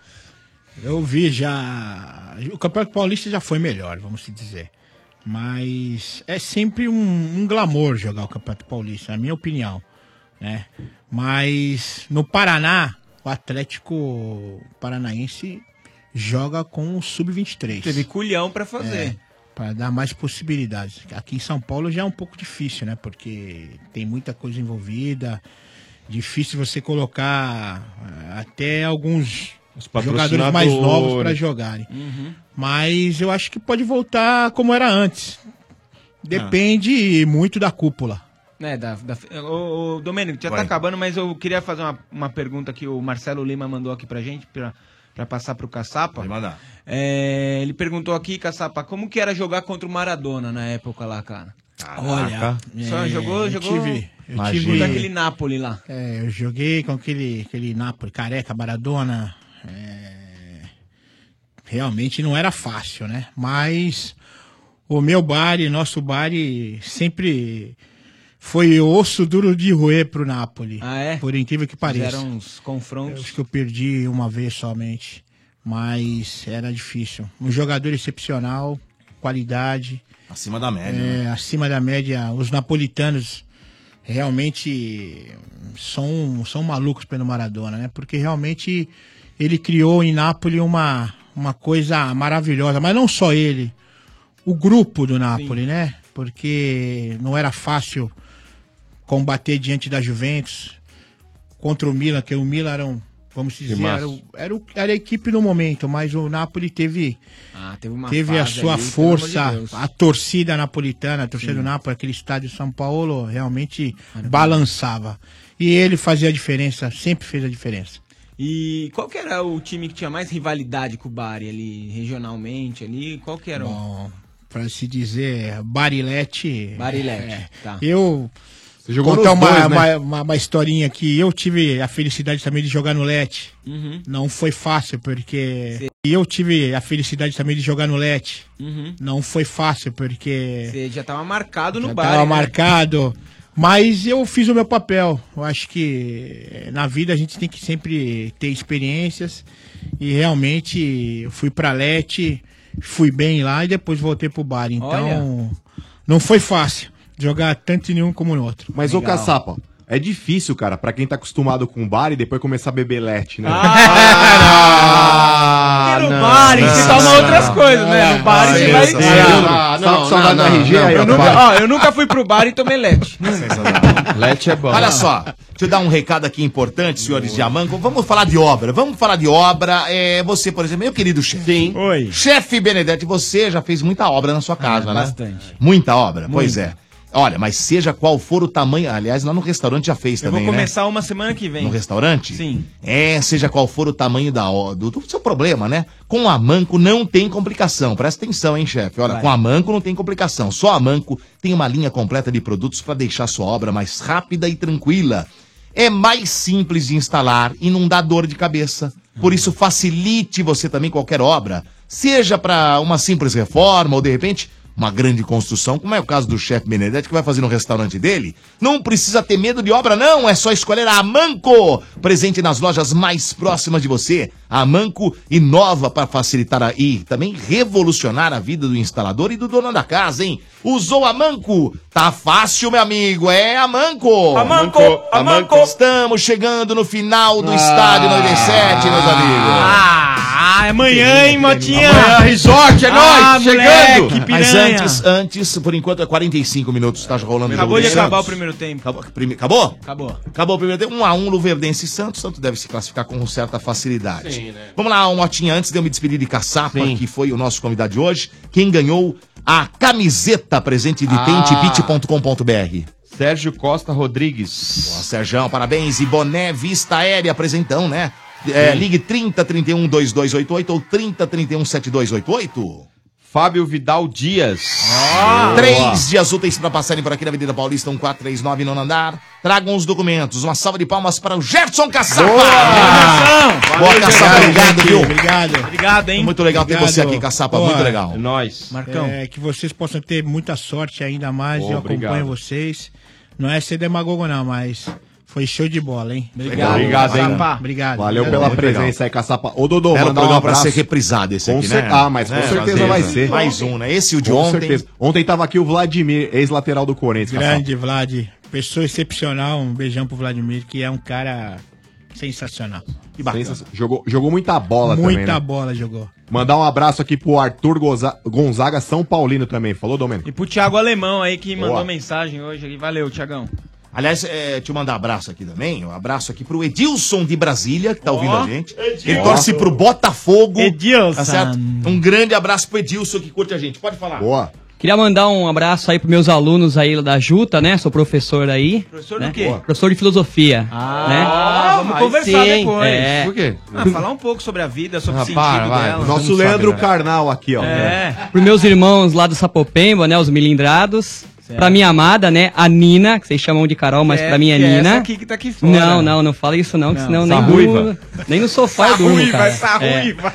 S10: eu vi já. O Campeonato Paulista já foi melhor, vamos se dizer. Mas é sempre um, um glamour jogar o Campeonato Paulista, na minha opinião. Né? Mas no Paraná, o Atlético Paranaense joga com o Sub-23.
S9: Teve culhão pra fazer.
S10: para É, dar mais possibilidades. Aqui em São Paulo já é um pouco difícil, né? Porque tem muita coisa envolvida. Difícil você colocar eh, até alguns jogadores mais novos para jogarem.
S3: Uhum.
S10: Mas eu acho que pode voltar como era antes. Depende muito da cúpula.
S9: É, da, da, ô, ô, Domênico, já
S10: Vai.
S9: tá acabando, mas eu queria fazer uma, uma pergunta que o Marcelo Lima mandou aqui pra gente, pra, pra passar pro Caçapa. É, ele perguntou aqui, Caçapa, como que era jogar contra o Maradona na época lá, cara?
S10: Olha,
S9: Só
S10: é,
S9: jogou,
S10: eu
S9: jogou
S10: tive- eu
S9: contra
S10: tive- um
S9: aquele Napoli lá.
S10: É, eu joguei com aquele, aquele Napoli careca, Maradona. é, realmente não era fácil, né? Mas o meu bar e nosso bar sempre foi osso duro de roer pro Napoli.
S9: Ah, é?
S10: Por incrível que pareça.
S9: Fizeram uns confrontos.
S10: Acho que eu perdi uma vez somente, mas era difícil. Um jogador excepcional, qualidade.
S3: Acima da média,
S10: É,
S3: né?
S10: Acima da média. Os napolitanos realmente são, são malucos pelo Maradona, né? Porque realmente ele criou em Nápoles uma, uma coisa maravilhosa, mas não só ele, o grupo do Nápoles, né? Porque não era fácil combater diante da Juventus contra o Milan, que o Milan era um, vamos dizer,
S9: Timaço.
S10: era, o- era, o- era a equipe no momento, mas o Napoli teve
S9: Ah, teve uma
S10: teve a
S9: fase
S10: sua
S9: ali, pelo
S10: força,
S9: amor de Deus.
S10: a torcida napolitana, a torcida
S9: Sim.
S10: do Napoli, aquele estádio São Paulo realmente balançava. E ele fazia a diferença, sempre fez a diferença.
S9: E qual que era o time que tinha mais rivalidade com o Bari ali, regionalmente ali? Qual que era? o-
S10: Pra se dizer, Barilete.
S9: Barilete,
S10: é.
S9: tá.
S10: Eu. Você
S9: jogou
S10: contar
S9: nos
S10: uma,
S9: dois, né?
S10: uma, uma- uma historinha aqui. Eu tive a felicidade também de jogar no Lete.
S9: Uhum.
S10: Não foi fácil, porque. E eu tive a felicidade também de jogar no Lete.
S9: Uhum.
S10: Não foi fácil, porque.
S9: Você já tava marcado no
S10: Já
S9: Bari.
S10: tava
S9: né?
S10: marcado. Mas eu fiz o meu papel. Eu acho que eh, na vida a gente tem que sempre ter experiências. E realmente eu fui pra Lete, fui bem lá e depois voltei pro bar. Então não foi fácil jogar tanto em nenhum como no outro.
S11: Mas, ô caçapa, é difícil, cara, pra quem tá acostumado com bar e depois começar a beber lete, né? Ah,
S9: não. Pare, você toma outras coisas, né? No bar você vai.
S11: Ah, não,
S9: Só- só
S11: não,
S9: vai no
S11: não,
S9: RG aí,
S11: não,
S9: ó,
S11: não,
S9: nunca-
S3: Ah,
S9: ó, eu nunca fui pro bar e tomei leite.
S8: Lete é bom.
S3: Olha só, deixa eu dar um recado aqui importante, senhores de Amanco. Vamos falar de obra. Vamos falar de obra. É, você, por exemplo, meu querido chefe. Sim. Oi. Chefe Benedetti, você já fez muita obra na sua casa, né?
S7: bastante.
S3: Muita obra, pois
S7: Muita.
S3: é. Olha, mas seja qual for o tamanho. Aliás, lá no restaurante já fez
S9: Eu
S3: também.
S9: vou
S3: né?
S9: começar uma semana que vem.
S3: No restaurante? Sim. É, seja qual for o tamanho da, o- do, do seu problema, né? Com a Manco não tem complicação. Presta atenção, hein, chefe? Olha,
S7: Vai.
S3: com a Manco não tem complicação. Só a Manco tem uma linha completa de produtos para deixar sua obra mais rápida e tranquila. É mais simples de instalar e não dá dor de cabeça. Por isso, facilite você também qualquer obra. Seja para uma simples reforma ou, de repente, uma grande construção, como é o caso do chefe Benedetti, que vai fazer no restaurante dele. Não precisa ter medo de obra, não. É só escolher a Manco. Presente nas lojas mais próximas de você. A Manco inova para facilitar a- e também revolucionar a vida do instalador e do dono da casa, hein? Usou a Manco? Tá fácil, meu amigo. É a Manco.
S7: A Manco, a Manco.
S3: Estamos chegando no final do estádio 97, meus amigos.
S9: Ah, é amanhã, hein, Motinha?
S3: Amanhã,
S9: resort,
S3: é
S9: ah,
S3: nóis,
S9: moleque,
S3: chegando. Mas
S9: piranha.
S3: antes, antes, por enquanto é 45 minutos, tá rolando o jogo
S9: Acabou
S3: do
S9: de acabar o
S3: Santos.
S9: primeiro tempo.
S3: Acabou? Prime- Acabou?
S9: Acabou.
S3: Acabou o primeiro tempo, 1 a 1 Luverdense e Santos. Santos deve se classificar com certa facilidade.
S7: Sim, né?
S3: Vamos lá, um motinha antes de eu me despedir de Caçapa,
S7: Sim.
S3: que foi o nosso convidado de hoje. Quem ganhou a camiseta presente de
S15: Ah.
S3: tentebit.com.br.
S8: Sérgio Costa Rodrigues.
S3: Boa, Sérgio, parabéns. E boné Vista Aérea, presentão, né? É,
S8: Sim.
S3: ligue 30 31 2288 ou 30 31 7288.
S8: Fábio Vidal Dias.
S3: Boa. Ah! Três dias úteis para passarem por aqui na Avenida Paulista 1439 no andar. Tragam os documentos. Uma salva de palmas para o Jefferson Caçapa. Boa, Boa Caçapa, obrigado, viu?
S10: Obrigado.
S9: Obrigado, hein?
S3: Muito legal ter você aqui, Caçapa, muito legal.
S8: Nós.
S10: Marcão. É, que vocês possam ter muita sorte ainda mais.
S3: Boa,
S10: eu
S3: obrigado.
S10: acompanho vocês. Não é ser demagogo, não, mas foi show de bola, hein?
S11: Obrigado. Obrigado, hein?
S10: Caçapa. Obrigado.
S11: Valeu
S10: Obrigado.
S11: pela
S10: Muito legal.
S11: presença aí, Caçapa. Ô, Dodô,
S10: Belo
S11: mandar um
S10: programa pra
S11: abraço.
S10: ser reprisado
S3: esse
S11: com
S3: aqui,
S11: cer-
S3: né?
S11: Ah, mas com
S10: É,
S3: Né,
S11: certeza
S3: Vazeza?
S11: vai ser.
S3: Mais um, né? Esse e o de
S11: Com
S3: ontem.
S11: Ontem tava aqui o Vladimir, ex-lateral do Corinthians. Caçapa.
S10: Grande, Vlad. Pessoa excepcional. Um beijão pro Vladimir, que é um cara sensacional. Que
S11: Sensa- Jogou, jogou muita bola também,
S10: Muita
S11: né?
S10: bola jogou.
S11: Mandar um abraço aqui pro Arthur Goza- Gonzaga, São Paulino também. Falou, Domênico?
S9: E pro Thiago Alemão aí que
S11: Boa.
S9: mandou mensagem hoje. aqui. Valeu, Thiagão.
S3: Aliás, é, deixa eu mandar abraço aqui também. Um abraço aqui pro Edilson de Brasília, que tá ouvindo a gente. Ele
S15: Edilson.
S3: torce pro Botafogo.
S15: Edilson.
S3: Tá certo? Um grande abraço pro Edilson que curte a gente. Pode falar.
S11: Boa.
S4: Queria mandar um abraço aí pros meus alunos aí da Juta, né? Sou professor aí.
S9: Professor
S4: né?
S9: do quê?
S4: Professor de filosofia.
S9: Ah,
S4: né?
S9: vamos conversar
S4: sim,
S9: depois.
S4: é.
S9: Ah, falar um pouco sobre a vida,
S27: Ah,
S9: sobre o sentido dela.
S11: Nosso Leandro
S27: né?
S11: Carnal aqui, ó.
S9: né? É.
S4: Pros meus irmãos lá do Sapopemba, né? Os milindrados. Pra minha amada, né? A Nina, que vocês chamam de Carol, mas
S9: É,
S4: pra mim é
S9: que é
S4: Nina.
S9: essa aqui que tá aqui fora.
S4: Não, não, não fala isso não, que
S9: Não.
S4: senão
S9: Essa
S4: nem,
S9: ruiva.
S4: no, nem no
S3: Tá
S4: sofá eu durmo,
S9: ruiva,
S4: cara.
S9: essa
S4: É.
S9: ruiva.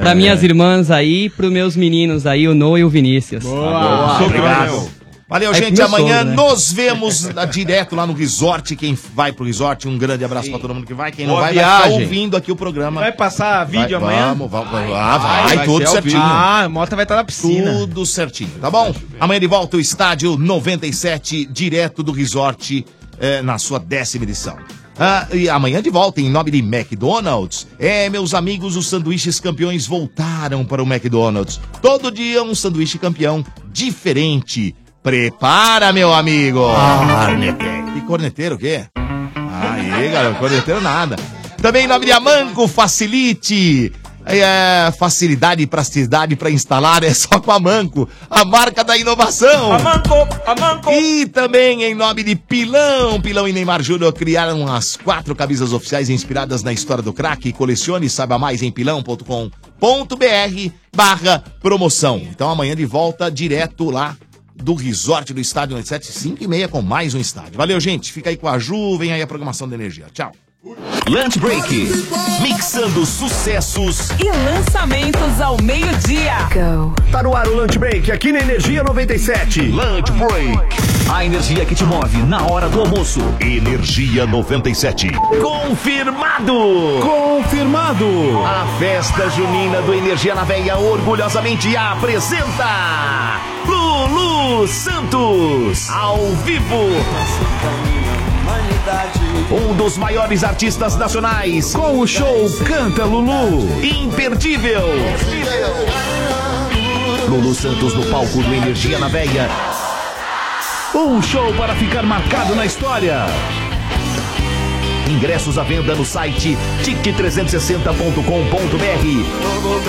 S4: Pra minhas irmãs aí, pros meus meninos aí, o Noah e o Vinícius.
S3: Boa, obrigado. Valeu,
S4: É que
S3: gente.
S4: meu
S3: Amanhã
S4: sogro, né?
S3: nos vemos na- direto lá no resort. Quem vai pro resort, um grande abraço pra todo mundo que vai. Quem não
S15: Boa
S3: vai, vai ficar
S15: viagem.
S3: ouvindo aqui o programa.
S9: Vai passar vídeo
S3: Vai-
S9: amanhã?
S3: Vamos, vamos, vamos. Ah, vai, tudo certinho.
S9: Ah, a Mota vai estar na piscina.
S3: Tudo certinho, tá bom? Amanhã de volta o estádio 97, direto do resort, eh, na sua décima edição. Ah, e amanhã de volta em nome de McDonald's. É, meus amigos, os sanduíches campeões voltaram para o McDonald's. Todo dia um sanduíche campeão diferente. Prepara, meu amigo! Corneteiro. Que corneteiro o quê? Aí, galera, corneteiro nada. Também em nome de Amanco, facilite. É, facilidade e praticidade para instalar é só com a Manco, a marca da inovação. Amanco, Amanco. E também em nome de Pilão, Pilão e Neymar Júnior criaram as quatro camisas oficiais inspiradas na história do craque. Colecione, saiba mais em pilão.com.br barra promoção. Então amanhã de volta direto lá do Resort do Estádio 97, 5 e meia com mais um estádio. Valeu, gente. Fica aí com a Ju, vem aí a programação da energia. Tchau. Lunch Break. Mixando sucessos
S6: e lançamentos ao meio-dia.
S25: Tá no ar o Lunch Break aqui na Energia 97. Lunch Break. A energia que te move na hora do almoço.
S27: Energia 97.
S25: Confirmado! Confirmado! A festa junina do Energia na Veia orgulhosamente apresenta Lulu Santos ao vivo. Um dos maiores artistas nacionais com o show Canta Lulu. Imperdível. Lulu Santos no palco do Energia na Veia. Um show para ficar marcado na história. Ingressos à venda no site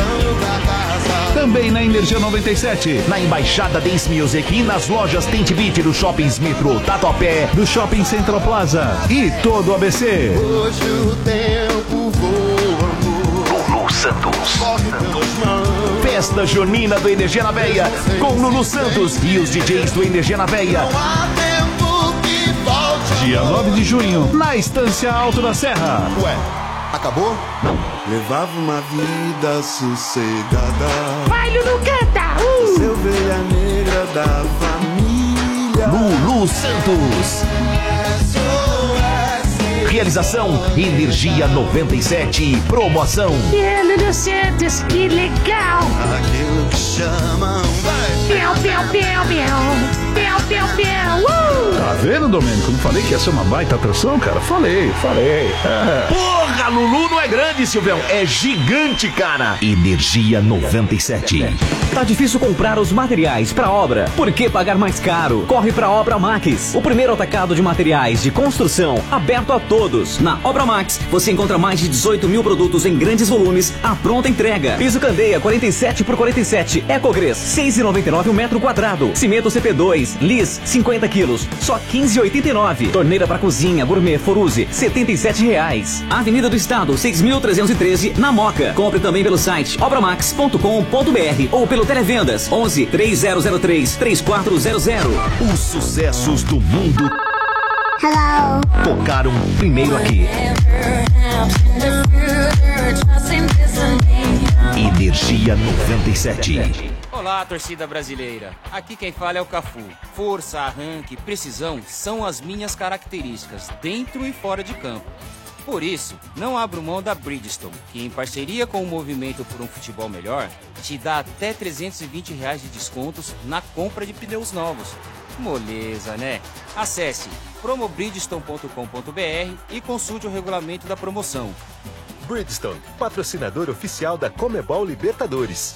S25: tique360.com.br. Também na Energia 97, na Embaixada Dance Music e nas lojas Tente Beat dos shoppings Metro Tatuapé, do Shopping Central Plaza e todo o ABC.
S17: Hoje o tempo voa, amor.
S25: Lulu Santos.
S17: Corre pelas mãos.
S25: Festa Junina do Energia na Veia, com Lulu Santos e os DJs do Energia na Veia.
S17: Há tempo que volte.
S25: Dia 9 de junho, na Estância Alto da Serra.
S17: Ué, acabou? Não. Levava uma vida sossegada.
S25: Vai, Lulu, canta!
S17: Se eu veia negra da família.
S25: Lulu Santos. Realização Energia 97. Promoção.
S17: É, Lulu Santos, que legal! Aquilo que chamam. Vai! Piau, piau, piau, piau! Piau, piau, piau! Uh! Tá vendo, Domênico? Não falei que ia ser uma baita atração, cara? Falei, falei. É.
S3: Porra, Lulu não é grande, Silvão. É gigante, cara. Energia 97.
S5: Tá difícil comprar os materiais para obra. Por que pagar mais caro? Corre para Obra Max, o primeiro atacado de materiais de construção aberto a todos. Na Obra Max, você encontra mais de 18 mil produtos em grandes volumes à pronta entrega. Piso Candeia 47 por 47, Ecogres 6,99 o um metro quadrado. Cimento CP2, Lis 50 quilos, só 15,89. Torneira para cozinha Gourmet Foruse 77 reais. Avenida do Estado 6.313 na Moca. Compre também pelo site obramax.com.br ou pelo televendas 11 3003 3400.
S3: Os sucessos do mundo
S37: Hello.
S3: tocaram primeiro aqui. Energia 97.
S33: Olá, torcida brasileira. Aqui quem fala é o Cafu. Força, arranque, precisão são as minhas características, dentro e fora de campo. Por isso, não abro mão da Bridgestone, que em parceria com o Movimento por um Futebol Melhor, te dá até R$ 320 reais de descontos na compra de pneus novos. Moleza, né? Acesse promobridgestone.com.br e consulte o regulamento da promoção.
S38: Bridgestone, patrocinador oficial da Comebol Libertadores.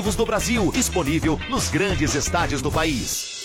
S3: do Brasil, disponível nos grandes estádios do país.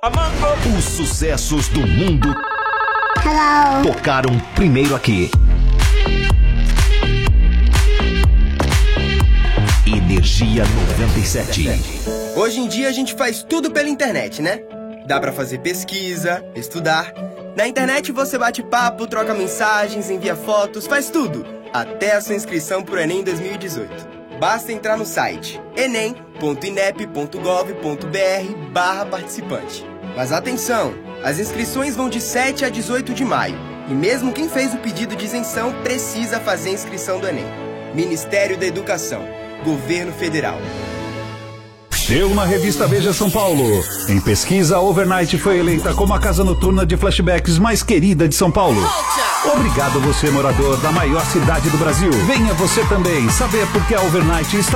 S9: A Manco!
S3: Os sucessos do mundo
S37: Hello.
S3: tocaram primeiro aqui. Energia 97.
S39: Hoje em dia a gente faz tudo pela internet, né? Dá pra fazer pesquisa, estudar. Na internet você bate papo, troca mensagens, envia fotos, faz tudo, até a sua inscrição pro Enem 2018. Basta entrar no site enem.inep.gov.br barra participante. Mas atenção, as inscrições vão de 7 a 18 de maio, e mesmo quem fez o pedido de isenção precisa fazer a inscrição do Enem. Ministério da Educação, Governo Federal.
S3: Deu na revista Veja São Paulo.
S38: Em pesquisa, a Overnight foi eleita como a casa noturna de flashbacks mais querida de São Paulo. Obrigado você, morador da maior cidade do Brasil. Venha você também saber por que a Overnight está